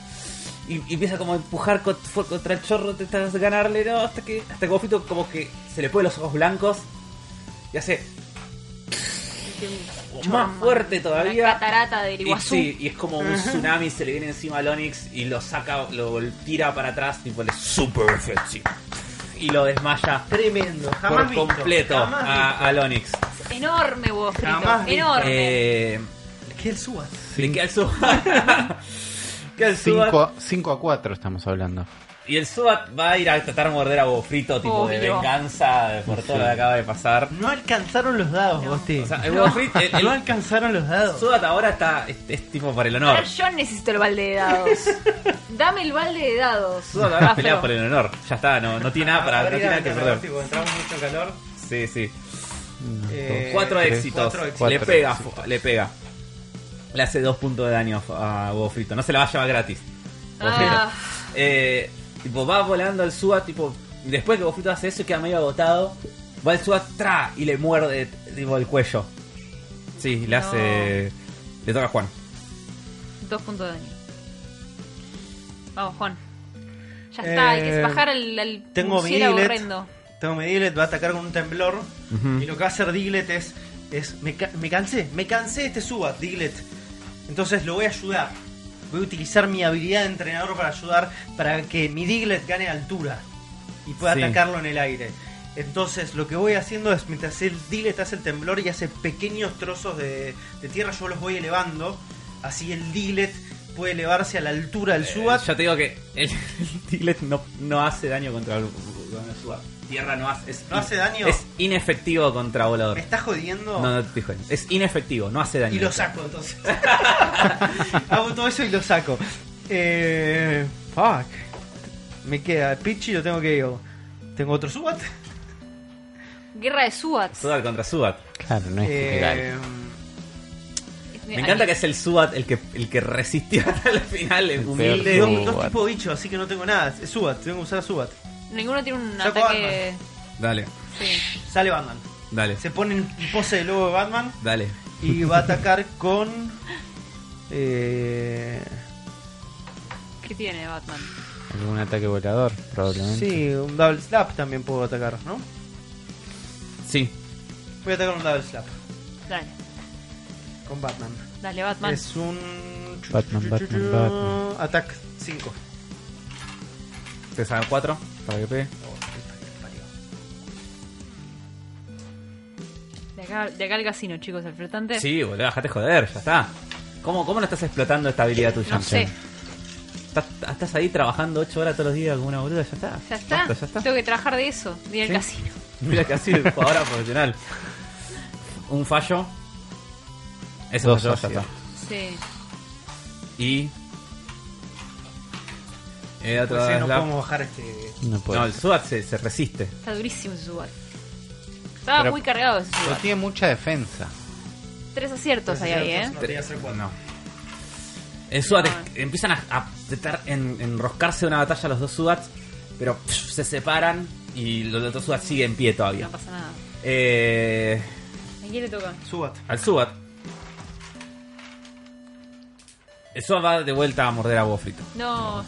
Speaker 2: Y, y empieza como a empujar co- fue contra el chorro, te estás ganarle, ¿no? Hasta que, hasta que Bobo Frito como que se le pone los ojos blancos. Y hace más fuerte todavía.
Speaker 4: Una catarata del
Speaker 2: Y,
Speaker 4: Iguazú.
Speaker 2: sí, y es como un tsunami, se le viene encima al Onix y lo saca, lo tira para atrás, tipo le super effective. Y lo desmaya
Speaker 1: Tremendo. Jamás
Speaker 2: por
Speaker 1: visto.
Speaker 2: completo
Speaker 1: Jamás
Speaker 2: a-
Speaker 1: visto.
Speaker 2: al Onix.
Speaker 4: Enorme huevo frito.
Speaker 1: Jamás vi-
Speaker 4: Enorme.
Speaker 2: Eh,
Speaker 1: ¿Qué el Subat?
Speaker 2: Le queda el sub. queda el sub.
Speaker 3: Cinco- cinco a cuatro estamos hablando.
Speaker 2: Y el SWAT va a ir a tratar de morder a Bofrito, tipo de
Speaker 4: Obvio.
Speaker 2: venganza por todo lo que acaba de pasar.
Speaker 1: No alcanzaron los dados, Gosti.
Speaker 2: O sea, el
Speaker 1: no,
Speaker 2: Bofrito- el- el-
Speaker 1: no alcanzaron los dados.
Speaker 2: SWAT ahora está, es, es tipo por el honor.
Speaker 4: Ahora yo necesito el balde de dados. Dame el balde de dados.
Speaker 2: SWAT ahora
Speaker 4: Afro.
Speaker 2: pelea por el honor. Ya está, no, no tiene nada para, Ah, no tiene nada que perder.
Speaker 7: Tipo, entramos mucho calor.
Speaker 2: Sí, sí.
Speaker 1: Eh,
Speaker 2: cuatro
Speaker 3: tres,
Speaker 2: éxitos.
Speaker 1: cuatro éxitos.
Speaker 2: Le
Speaker 3: Cuatro
Speaker 2: pega,
Speaker 3: éxitos.
Speaker 2: fo- le pega. Le hace dos puntos de daño a Huevo Frito. No se la va a llevar gratis. Huevo
Speaker 4: Ah,
Speaker 2: Frito. Eh, tipo, va volando el SWAT, tipo. Después que Huevo Frito hace eso y queda medio agotado. Va el SWAT tra y le muerde tipo el cuello. Sí, le
Speaker 4: No.
Speaker 2: hace. Le toca a Juan.
Speaker 4: dos puntos de daño. Vamos, Juan. Ya está, hay que
Speaker 1: Eh,
Speaker 4: bajar al, al
Speaker 1: tengo mi
Speaker 4: murciélago
Speaker 1: Diglett.
Speaker 4: horrendo.
Speaker 1: Tengo que Diglett, va a atacar con un temblor. Y lo que va a hacer Diglett es. es me, ca- me cansé, me cansé de este suba, Diglett. Entonces lo voy a ayudar. Voy a utilizar mi habilidad de entrenador para ayudar para que mi Diglett gane altura y pueda
Speaker 2: Sí.
Speaker 1: atacarlo en el aire. Entonces lo que voy haciendo es mientras el Diglett hace el temblor y hace pequeños trozos de, de tierra, yo los voy elevando. Así el Diglett puede elevarse a la altura del Subat.
Speaker 2: Eh, ya te digo que el, el Diglett no, no hace daño contra el, contra el SWAT. Tierra no hace. es
Speaker 1: ¿No hace daño?
Speaker 2: Es inefectivo contra volador.
Speaker 1: ¿Me estás jodiendo?
Speaker 2: No, no te dijo. Es inefectivo, no hace daño.
Speaker 1: Y lo saco entonces. Hago todo eso y lo saco. Eh, fuck. Me queda Pichi, lo tengo que digo. Tengo otro subat.
Speaker 4: Guerra de Subats.
Speaker 2: Subat contra Subat.
Speaker 3: Claro, no es
Speaker 1: Eh,
Speaker 3: legal.
Speaker 2: Me
Speaker 4: Eh,
Speaker 2: encanta que es el Subat el que, el que resistió hasta el final, eh, el
Speaker 3: El
Speaker 2: humilde.
Speaker 3: peor
Speaker 1: tengo dos
Speaker 3: Subat.
Speaker 1: tipos de bichos, así que no tengo nada. Es subat, tengo que usar subat.
Speaker 4: Ninguno tiene un
Speaker 1: Saco
Speaker 4: ataque.
Speaker 2: Dale,
Speaker 4: Sí.
Speaker 1: Sale Batman.
Speaker 2: dale,
Speaker 1: Se pone en pose de lobo de Batman
Speaker 2: dale.
Speaker 1: y va a atacar con. Eh,
Speaker 4: ¿Qué tiene Batman?
Speaker 3: Algún ataque volador, probablemente.
Speaker 1: sí, un double slap también puedo atacar, ¿no?
Speaker 2: Sí,
Speaker 1: Voy a atacar un double slap
Speaker 4: Dale,
Speaker 1: con Batman.
Speaker 4: dale, Batman.
Speaker 1: Es un.
Speaker 3: Batman, Batman, Batman.
Speaker 1: Attack 5.
Speaker 2: te sacan 4 para que pegue.
Speaker 4: De, acá, de acá al casino, chicos, al flotante.
Speaker 2: Sí, boludo, dejate joder, ya está. ¿Cómo, ¿Cómo no estás explotando esta habilidad tuya?
Speaker 4: No sé,
Speaker 2: Estás, estás ahí trabajando 8 horas todos los días como una boluda, ya está.
Speaker 4: ya está.
Speaker 2: Basta, ya está.
Speaker 4: Tengo que trabajar de eso, de ir al
Speaker 2: Sí.
Speaker 4: casino.
Speaker 2: Mira que así jugadora profesional. Un fallo. Eso
Speaker 3: Dos
Speaker 2: falló, ya
Speaker 3: aciertos.
Speaker 2: está.
Speaker 4: Sí.
Speaker 2: Y. Eh, otro
Speaker 1: Pues sí, no
Speaker 2: slap.
Speaker 1: podemos bajar este.
Speaker 3: No puede
Speaker 2: No, el
Speaker 3: ser.
Speaker 2: SWAT se, se resiste.
Speaker 4: Está durísimo ese Subat. Estaba
Speaker 3: Pero-
Speaker 4: muy cargado ese
Speaker 3: Pero
Speaker 4: Subat.
Speaker 3: tiene mucha defensa.
Speaker 4: Tres aciertos
Speaker 1: Tres
Speaker 4: hay ahí, ¿eh?
Speaker 1: aciertos, no. Podría hacer cuatro.
Speaker 2: No. El SWAT
Speaker 4: Ah.
Speaker 2: es- empiezan a, a tratar en, enroscarse una batalla los dos SWATs, pero pff, se separan y los otros SWAT siguen en pie todavía.
Speaker 4: No pasa nada.
Speaker 2: Eh,
Speaker 4: ¿A quién le toca?
Speaker 1: Subat.
Speaker 2: al SWAT. El SWAT va de vuelta a morder a Bofrito.
Speaker 4: No.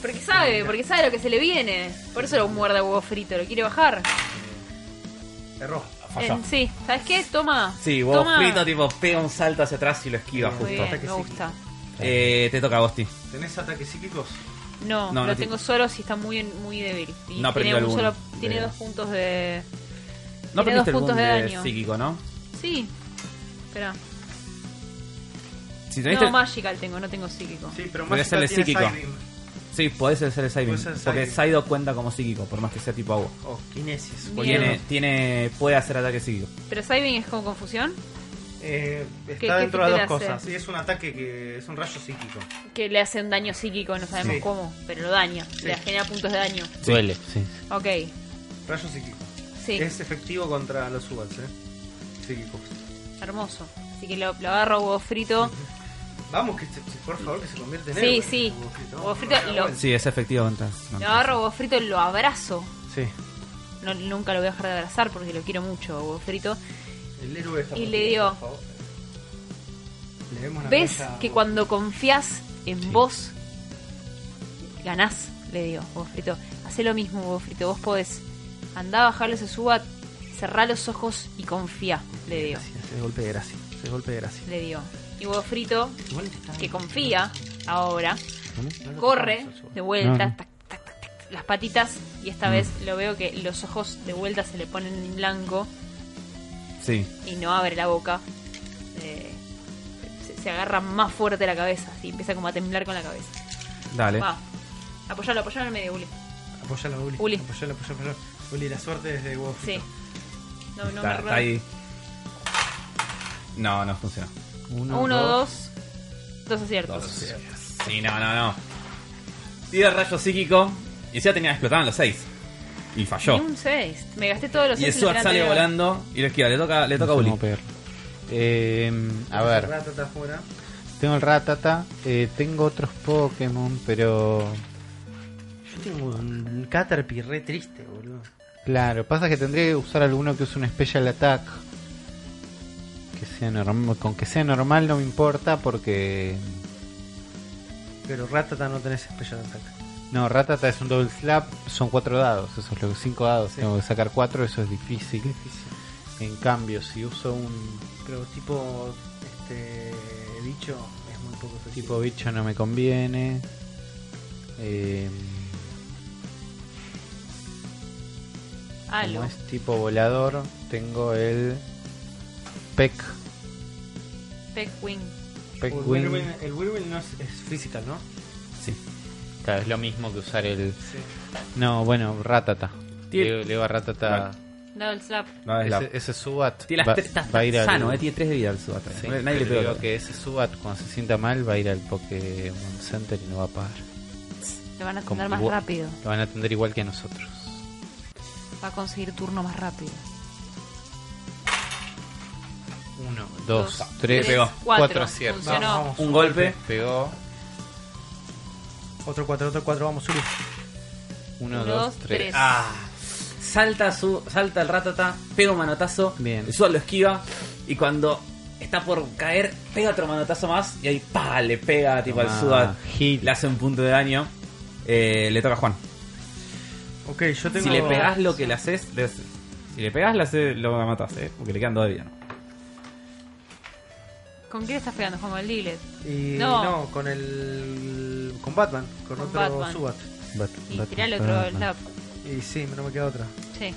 Speaker 4: Porque sabe, porque sabe lo que se le viene. Por eso lo muerde a huevo frito, lo quiere bajar.
Speaker 1: Erró.
Speaker 2: Falló.
Speaker 4: En- sí, ¿sabes qué? Toma.
Speaker 2: Sí,
Speaker 4: Toma.
Speaker 2: Bofrito tipo pega un salto hacia atrás y lo esquiva
Speaker 1: Muy
Speaker 2: justo.
Speaker 4: Muy bien,
Speaker 1: Ataque
Speaker 4: me
Speaker 1: psíquico.
Speaker 4: gusta.
Speaker 2: Eh, te toca, Gosti.
Speaker 1: ¿Tenés ataques psíquicos?
Speaker 4: No,
Speaker 2: No,
Speaker 4: lo
Speaker 2: no
Speaker 4: tengo solo si está muy muy débil. Y
Speaker 2: No aprendió
Speaker 4: tiene un
Speaker 2: alguno.
Speaker 4: solo, tiene
Speaker 2: Eh.
Speaker 4: dos puntos de
Speaker 2: No
Speaker 4: Tiene dos
Speaker 2: perdiste el
Speaker 4: puntos
Speaker 2: boom
Speaker 4: de
Speaker 2: de
Speaker 4: daño.
Speaker 2: psíquico, ¿no?
Speaker 4: Sí. Espera.
Speaker 2: Si tenés este?
Speaker 4: No, magical tengo, no tengo psíquico.
Speaker 1: Sí, pero
Speaker 2: Voy a
Speaker 1: más
Speaker 2: hacerle
Speaker 1: tiene
Speaker 2: psíquico.
Speaker 1: Psybeam.
Speaker 2: Sí, podés hacer el Psybeam.
Speaker 1: Puede ser
Speaker 2: Porque
Speaker 1: Psybeam.
Speaker 2: Saido cuenta como psíquico, por más que sea tipo agua.
Speaker 1: O oh, kinesis.
Speaker 4: Bien.
Speaker 1: cualquiera.
Speaker 2: Tiene, tiene, puede hacer ataque psíquico.
Speaker 4: Pero Saibin es como confusión,
Speaker 1: Eh, está
Speaker 4: ¿Qué- qué
Speaker 1: dentro de las
Speaker 4: te
Speaker 1: dos
Speaker 4: hace?
Speaker 1: cosas. Sí, es un ataque que es un rayo psíquico.
Speaker 4: que le hace un daño psíquico, no sabemos
Speaker 1: Sí.
Speaker 4: cómo, pero lo daña, le genera puntos de daño.
Speaker 3: Duele. Sí.
Speaker 4: Ok,
Speaker 1: Rayo psíquico.
Speaker 4: sí,
Speaker 1: Es efectivo contra los subats, ¿eh? Psíquicos.
Speaker 4: hermoso. Así que lo, lo agarro a huevo frito.
Speaker 1: Vamos, que se- por favor, que se convierte en
Speaker 4: Sí,
Speaker 1: héroe,
Speaker 4: sí.
Speaker 1: huevo frito. Ah,
Speaker 4: Huevo
Speaker 1: Vamos,
Speaker 4: frito
Speaker 1: vamos,
Speaker 4: y lo-
Speaker 1: vamos.
Speaker 2: Sí, es efectivo contra.
Speaker 4: Lo agarro a huevo frito y lo abrazo.
Speaker 1: Sí.
Speaker 4: No, nunca lo voy a dejar de abrazar porque lo quiero mucho, a huevo frito.
Speaker 1: El héroe está
Speaker 4: Y le digo,
Speaker 1: Le vemos la
Speaker 4: ¿Ves
Speaker 1: cabeza-
Speaker 4: que cuando confías en vos, ganás? Le digo, vos frito. Hacé lo mismo, vos frito. Vos podés. Andá, bajarlo, se suba, cerrá los ojos y confía, le digo.
Speaker 1: Gracias, es golpe de gracia. Es golpe de gracia.
Speaker 4: Le digo. Y vos frito,
Speaker 1: Igual te están-
Speaker 4: que confía ahora,
Speaker 1: no lo
Speaker 4: corre
Speaker 1: tocamos al Subat.
Speaker 4: de vuelta,
Speaker 3: No.
Speaker 4: tac, tac, tac, tac, las patitas, y esta
Speaker 2: Mm.
Speaker 4: vez lo veo que los ojos de vuelta se le ponen en blanco
Speaker 2: Sí.
Speaker 4: y no abre la boca. Eh, se, se agarra más fuerte la cabeza, así empieza como a temblar con la cabeza.
Speaker 2: Dale.
Speaker 4: Va. Apoyalo, apoyalo en el medio, Uli.
Speaker 1: Apoyalo, Uli.
Speaker 4: Uli.
Speaker 1: Apoyalo, apoyalo, apoyalo. Uli, la suerte desde vos.
Speaker 4: Sí. No, no
Speaker 2: Está,
Speaker 4: me
Speaker 2: está ahí. No, no funcionó.
Speaker 4: Uno, dos. Dos aciertos.
Speaker 2: Dos. Sí, no, no, no. Tira el rayo psíquico. Y ya tenía explotaban los seis. Y
Speaker 4: Y
Speaker 2: falló.
Speaker 4: un 6. Me gasté todos los
Speaker 2: Y el
Speaker 4: seis en
Speaker 2: Sword
Speaker 4: plan
Speaker 2: sale
Speaker 4: anterior.
Speaker 2: volando y lo esquiva. Le toca, le toca a
Speaker 3: No sé
Speaker 2: Uli.
Speaker 3: cómo pegar. Eh, a ver.
Speaker 1: Rata está afuera.
Speaker 3: Tengo el Ratata, eh, tengo otros Pokémon, pero
Speaker 1: Yo tengo un Caterpie re triste, boludo.
Speaker 3: claro, pasa que tendría que usar alguno que use un Special Attack. Que sea normal, con que sea normal no me importa porque
Speaker 1: Pero Ratata no tenés Special Attack.
Speaker 3: no, Ratata es un double slap, son cuatro dados, eso es lo que cinco dados, tengo que sacar cuatro, eso es difícil. En cambio, si uso un
Speaker 1: Pero tipo este bicho es muy poco efectivo.
Speaker 3: tipo bicho no me conviene. Eh,
Speaker 4: Halo.
Speaker 3: Como es tipo volador, tengo el Peck.
Speaker 4: Peckwing.
Speaker 3: Peck
Speaker 1: el
Speaker 3: Wing.
Speaker 1: Whirlwind, el Whirlwind no es, es physical, ¿no?
Speaker 3: Claro, es lo mismo que usar el.
Speaker 1: Sí.
Speaker 3: No, bueno, Ratata.
Speaker 2: Tiene-
Speaker 3: Le, le digo a Ratata.
Speaker 4: Double slap.
Speaker 2: No, es la-
Speaker 3: Ese, ese Subat.
Speaker 2: Tiene las
Speaker 3: va-
Speaker 2: tetas
Speaker 3: va a ir al-
Speaker 2: sano, eh, tiene tres de vida el Sword.
Speaker 3: Sí,
Speaker 2: No- Nadie le
Speaker 3: pero
Speaker 2: pegó.
Speaker 3: digo que ese Subat, cuando se sienta mal, va a ir al Pokémon Center y no va a pagar.
Speaker 4: Te van a
Speaker 3: Como
Speaker 4: atender más
Speaker 3: igual-
Speaker 4: rápido.
Speaker 3: Lo van a atender igual que a nosotros.
Speaker 4: Va a conseguir turno más rápido.
Speaker 3: Uno, dos,
Speaker 4: Dos,
Speaker 3: tres,
Speaker 2: pegó.
Speaker 4: Cuatro.
Speaker 3: cuatro aciertos.
Speaker 4: Funcionó.
Speaker 1: Vamos,
Speaker 2: Un golpe.
Speaker 3: Pegó.
Speaker 1: vamos. Otro 4, otro 4, vamos, Uri.
Speaker 3: Uno, dos, tres.
Speaker 2: Ah. Salta su, salta el ratata, pega un manotazo,
Speaker 3: Bien.
Speaker 2: el Sword lo esquiva y cuando está por caer, pega otro manotazo más y ahí pa le pega tipo
Speaker 3: Tomá,
Speaker 2: al Sword,
Speaker 3: hit.
Speaker 2: le hace un punto de daño. Eh, le toca a Juan.
Speaker 1: Ok, yo tengo.
Speaker 2: Si le pegás lo que le haces, le haces- si le pegás le haces- lo matás, eh, porque le quedan dos de vida. ¿no?
Speaker 4: ¿Con quién estás pegando? Como el Dilet.
Speaker 1: Y
Speaker 4: No.
Speaker 1: no. con el. Con Batman, con,
Speaker 4: Con
Speaker 1: otro
Speaker 4: Batman.
Speaker 1: Subat.
Speaker 3: Bat-
Speaker 4: Y
Speaker 3: bat-
Speaker 4: tirale
Speaker 3: bat-
Speaker 4: otro
Speaker 3: bat-
Speaker 4: double slap.
Speaker 1: Y sí, no me queda otra.
Speaker 4: Sí.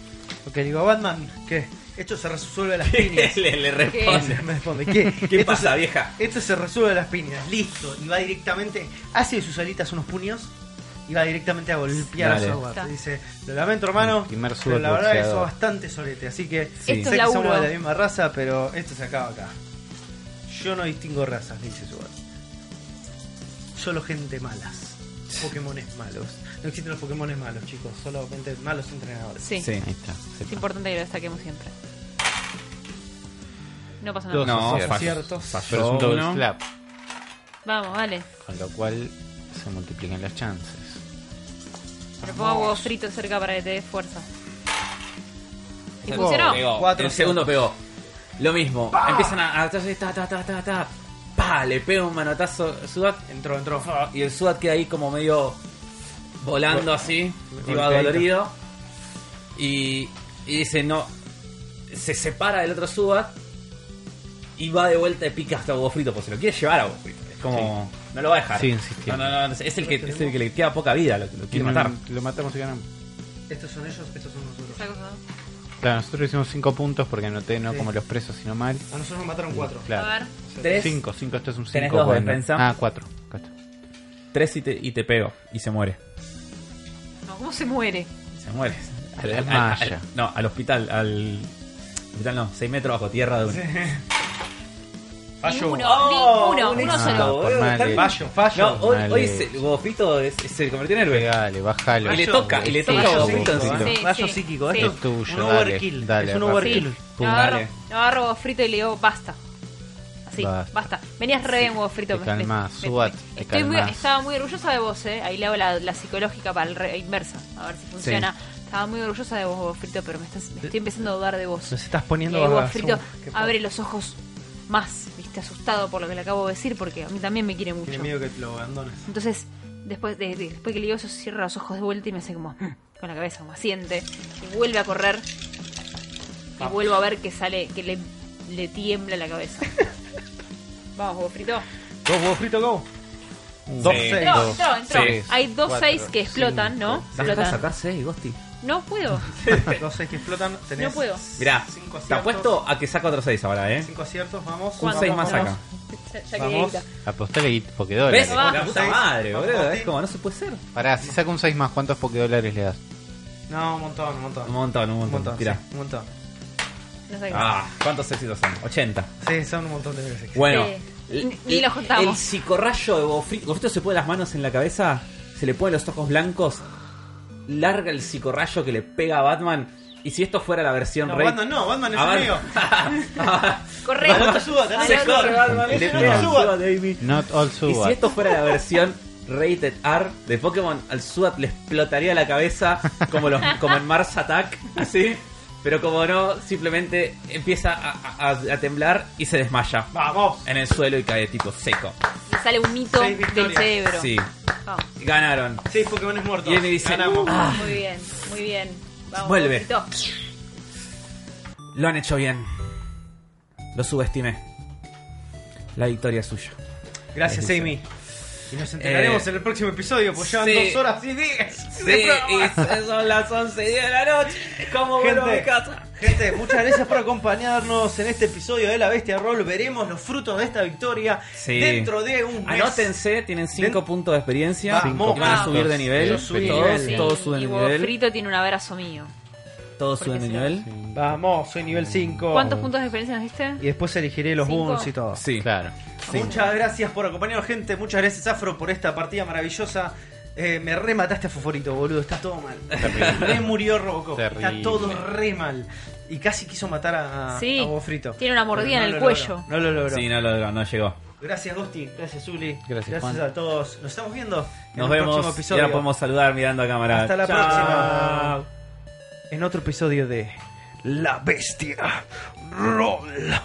Speaker 1: Ok, digo, Batman, ¿qué? Esto se resuelve a las piñas.
Speaker 2: le, le responde.
Speaker 1: Me responde, ¿qué?
Speaker 2: ¿Qué
Speaker 1: Esto
Speaker 2: pasa,
Speaker 1: se-
Speaker 2: vieja?
Speaker 1: Esto se resuelve a las piñas, listo. Y va directamente, hace de sus alitas unos puños y va directamente a golpear
Speaker 2: Dale.
Speaker 1: a
Speaker 4: Está.
Speaker 1: Sobart. Dice, lo lamento hermano,
Speaker 3: El primer
Speaker 1: pero
Speaker 3: Zubat
Speaker 1: la verdad que
Speaker 3: boxeador.
Speaker 1: sos bastante solete, así que
Speaker 2: Sí.
Speaker 4: Esto
Speaker 1: sé
Speaker 4: es
Speaker 1: que
Speaker 4: laburo.
Speaker 1: somos de la misma raza, pero esto se acaba acá. Yo no distingo razas, dice Sobart. Solo gente malas. Pokémones malos. No existen los Pokémones malos, chicos. Solamente malos entrenadores.
Speaker 4: Sí.
Speaker 2: Sí.
Speaker 3: Ahí está. se
Speaker 4: Es
Speaker 3: pa-
Speaker 4: importante que lo destaquemos siempre. No pasa nada.
Speaker 3: Dos.
Speaker 2: No,
Speaker 3: aciertos.
Speaker 2: falló.
Speaker 1: Aciertos.
Speaker 3: Pero es un
Speaker 2: Falló
Speaker 3: double
Speaker 2: uno.
Speaker 3: slap.
Speaker 4: Vamos, vale.
Speaker 3: Con lo cual se multiplican las chances.
Speaker 4: Pero pongo huevos fritos cerca para que te dé fuerza. ¿Y
Speaker 2: Pegó,
Speaker 4: funcionó?
Speaker 2: pegó.
Speaker 1: Cuatro
Speaker 2: el segundo pegó. Lo mismo. Empiezan a. a- ta, ta, ta, ta, ta. Pa, le pega un manotazo Sudat.
Speaker 1: Entró, entró.
Speaker 2: Y el Sudat queda ahí como medio volando así. Tipo
Speaker 1: golpeadito.
Speaker 2: dolorido. Y, y dice no. Se separa del otro Sudat. Y va de vuelta y pica hasta huevo frito. Porque se lo quiere llevar a huevo frito. Es como. No lo va a dejar.
Speaker 3: Sí, insistiendo.
Speaker 2: No, no, no. Es el que, es el que le queda poca vida. Lo, lo quiere
Speaker 3: Tienen-
Speaker 2: matar.
Speaker 3: Lo matamos y ganamos.
Speaker 1: Estos son ellos, estos son nosotros.
Speaker 4: Esa cosa.
Speaker 3: Claro, nosotros hicimos 5 puntos porque anoté no
Speaker 1: Sí.
Speaker 3: como los presos, sino mal.
Speaker 1: A nosotros nos mataron cuatro.
Speaker 4: A
Speaker 3: Claro.
Speaker 4: ver.
Speaker 2: 3
Speaker 3: 5, 5, esto es un 5.
Speaker 2: Tenés dos de defensa.
Speaker 3: Ah, 4.
Speaker 2: Tres y te, y te pego. Y se muere.
Speaker 4: No, ¿Cómo se muere?
Speaker 2: Se muere.
Speaker 3: Te desmaya.
Speaker 2: no, al hospital, al. Hospital no, 6 metros bajo tierra de un.
Speaker 1: Fallo.
Speaker 4: Ninguno,
Speaker 2: Oh,
Speaker 4: ninguno,
Speaker 2: un
Speaker 4: uno
Speaker 2: éxito.
Speaker 4: solo.
Speaker 2: boludo,
Speaker 3: por mal,
Speaker 2: está-
Speaker 3: eh.
Speaker 1: Fallo, fallo.
Speaker 2: No, hoy,
Speaker 3: Dale.
Speaker 2: hoy se, Gofito es- es- se convirtió en héroe.
Speaker 3: Pegale, bájalo.
Speaker 2: Y le toca, y le toca
Speaker 4: Sí,
Speaker 2: a
Speaker 1: Fallo
Speaker 3: sí,
Speaker 2: Gofito
Speaker 1: psíquico,
Speaker 3: sí,
Speaker 1: ¿eh?
Speaker 2: encima.
Speaker 4: sí.
Speaker 1: Fallo psíquico,
Speaker 4: Sí.
Speaker 1: esto
Speaker 3: Es tuyo,
Speaker 1: Un
Speaker 3: dale,
Speaker 1: overkill.
Speaker 3: dale,
Speaker 1: es un
Speaker 3: Rafa.
Speaker 1: overkill.
Speaker 4: Lo
Speaker 3: Pum,
Speaker 4: agarro,
Speaker 2: dale.
Speaker 4: lo agarro huevo frito y le digo, basta. Así, basta.
Speaker 3: Basta.
Speaker 4: Venías re bien huevo frito.
Speaker 3: Te calmás,
Speaker 4: me-
Speaker 3: Subat, te
Speaker 4: estoy muy-
Speaker 3: calmás.
Speaker 4: Estaba muy orgullosa de vos, ¿eh? Ahí le hago la, la psicológica para el re- inversa, a ver si funciona. Estaba muy orgullosa de vos, huevo frito, pero me, estás, me estoy empezando a dudar de vos.
Speaker 1: Nos estás
Speaker 4: Y
Speaker 1: poniendo
Speaker 4: ahí huevo
Speaker 1: a-
Speaker 4: frito
Speaker 1: Qué poco.
Speaker 4: abre los ojos más, viste, asustado por lo que le acabo de decir, porque a mí también me quiere mucho.
Speaker 1: Tiene miedo que te lo abandones.
Speaker 4: Entonces, después, de, de- después que le digo eso, cierra los ojos de vuelta y me hace como "Mm", con la cabeza, como asiente. Y vuelve a correr. Y vuelvo a ver que sale, que le, le tiembla la cabeza. Vamos, huevo frito.
Speaker 1: Go, huevo frito, go.
Speaker 3: Un,
Speaker 2: Dos,
Speaker 3: seis,
Speaker 2: seis.
Speaker 4: Entró,
Speaker 3: dos,
Speaker 4: entró, entró.
Speaker 3: seis,
Speaker 4: Hay dos
Speaker 3: cuatro,
Speaker 4: seis que explotan,
Speaker 3: cinco.
Speaker 4: ¿no?
Speaker 2: Basta de
Speaker 4: Explotan.
Speaker 2: sacar 6, Gosti.
Speaker 4: No puedo.
Speaker 1: Dos seis que explotan. Tenés
Speaker 4: No puedo.
Speaker 2: Mirá,
Speaker 1: Cinco
Speaker 2: te
Speaker 1: aciertos.
Speaker 2: apuesto a que saca otro 6 ahora, ¿eh?
Speaker 1: Cinco aciertos, vamos.
Speaker 2: Un
Speaker 1: Vamos,
Speaker 2: 6 más
Speaker 1: vamos.
Speaker 2: saca.
Speaker 8: Ya, ya que
Speaker 1: Vamos.
Speaker 8: grita.
Speaker 3: Apostale y Pokédólares.
Speaker 2: ¿Ves?
Speaker 4: Vamos,
Speaker 2: La puta
Speaker 1: seis.
Speaker 2: madre,
Speaker 1: Vamos,
Speaker 2: boludo. Es
Speaker 1: Martín.
Speaker 2: como, no se puede ser.
Speaker 3: Pará, si saca un 6 más, ¿cuántos Pokédólares le das?
Speaker 1: No, un montón, un montón.
Speaker 2: Un montón, un
Speaker 1: Un
Speaker 2: montón.
Speaker 1: montón,
Speaker 2: Tirá.
Speaker 1: sí, un montón.
Speaker 4: No sé qué.
Speaker 2: Ah, ¿cuántos éxitos son? 80.
Speaker 1: Sí, son un montón de veces.
Speaker 2: Bueno.
Speaker 4: Sí.
Speaker 2: l-
Speaker 4: Eh, Ni los contamos.
Speaker 2: El psicorrayo de Gofrito. Gofrito se pone las manos en la cabeza, se le pone los ojos blancos, larga el psicorrayo que le pega a Batman. Y si esto fuera la versión
Speaker 1: No,
Speaker 2: rey...
Speaker 1: Batman no, Batman es
Speaker 2: A ver.
Speaker 1: amigo.
Speaker 4: Corre.
Speaker 1: No te ayuda, tenés
Speaker 4: Al
Speaker 1: que
Speaker 4: otro.
Speaker 1: correr.
Speaker 2: Le
Speaker 1: Batman,
Speaker 2: pega
Speaker 1: no
Speaker 2: a
Speaker 1: te ayuda.
Speaker 2: Suat, baby.
Speaker 3: Not all
Speaker 2: Y si
Speaker 3: Subat.
Speaker 2: esto fuera la versión rated R de Pokémon, al Suat le explotaría la cabeza como, los, como en Mars Attack, así. Pero como no, simplemente empieza a, a- a temblar y se desmaya
Speaker 1: Vamos.
Speaker 2: en el suelo y cae tipo seco.
Speaker 4: Le sale un mito
Speaker 1: Seis
Speaker 4: del
Speaker 1: victorias.
Speaker 4: cerebro.
Speaker 2: Sí,
Speaker 4: Vamos.
Speaker 2: ganaron.
Speaker 1: Seis Pokémon muertos.
Speaker 2: Y él me dice,
Speaker 1: Ganamos.
Speaker 2: "Ah".
Speaker 4: Muy bien, muy bien. Vamos,
Speaker 2: Vuelve.
Speaker 4: Gofrito.
Speaker 2: Lo han hecho bien. Lo subestimé. La victoria es suya.
Speaker 1: Gracias,
Speaker 2: Ahí
Speaker 1: Amy. Y nos enteraremos
Speaker 2: Eh,
Speaker 1: en el próximo episodio, porque llevan
Speaker 2: sí.
Speaker 1: dos horas y diez. de
Speaker 2: Sí,
Speaker 1: programa.
Speaker 2: y son las 11 de la noche. ¿Cómo vuelvo a mi
Speaker 1: Gente.
Speaker 2: casa?
Speaker 1: Gente, muchas gracias por acompañarnos en este episodio de La Bestia Roll. Veremos los frutos de esta victoria
Speaker 2: Sí.
Speaker 1: dentro de un mes.
Speaker 2: Anótense, tienen 5
Speaker 1: Den-
Speaker 2: puntos de experiencia.
Speaker 1: Vamos.
Speaker 2: Porque van a subir de nivel.
Speaker 3: Yo
Speaker 4: Sí,
Speaker 3: subí
Speaker 2: todos,
Speaker 4: sí.
Speaker 2: todos suben
Speaker 4: y
Speaker 2: de
Speaker 4: Hugo
Speaker 2: nivel.
Speaker 4: Frito tiene un abrazo mío.
Speaker 2: Todos
Speaker 4: Porque
Speaker 2: suben de
Speaker 4: si no-
Speaker 2: nivel.
Speaker 1: Vamos, soy nivel 5.
Speaker 4: ¿Cuántos puntos de experiencia nos diste?
Speaker 1: Y después elegiré los
Speaker 4: Cinco.
Speaker 1: boons y todo.
Speaker 2: Sí.
Speaker 3: Claro.
Speaker 1: Muchas gracias por acompañarnos, gente. Muchas gracias, Afro, por esta partida maravillosa. Eh, me remataste a Foforito, boludo. Está todo mal. Re murió Robocop. Está
Speaker 3: Terrible.
Speaker 1: todo re mal. Y casi quiso matar a,
Speaker 4: Sí.
Speaker 1: a Hugo Frito.
Speaker 4: Tiene una mordida
Speaker 1: Pero
Speaker 4: en
Speaker 1: no
Speaker 4: el
Speaker 1: lo
Speaker 4: cuello.
Speaker 1: logró, No lo logró.
Speaker 2: Sí, no, lo- no, no llegó.
Speaker 1: Gracias, Gusti. Gracias, Zuli.
Speaker 3: Gracias, Juan.
Speaker 1: a todos. Nos estamos viendo en
Speaker 2: Nos
Speaker 1: un próximo
Speaker 2: vemos. Y
Speaker 1: episodio.
Speaker 2: ahora podemos saludar mirando a cámara.
Speaker 1: Hasta la
Speaker 2: Chao.
Speaker 1: próxima. En otro episodio de
Speaker 6: La bestia. Roll.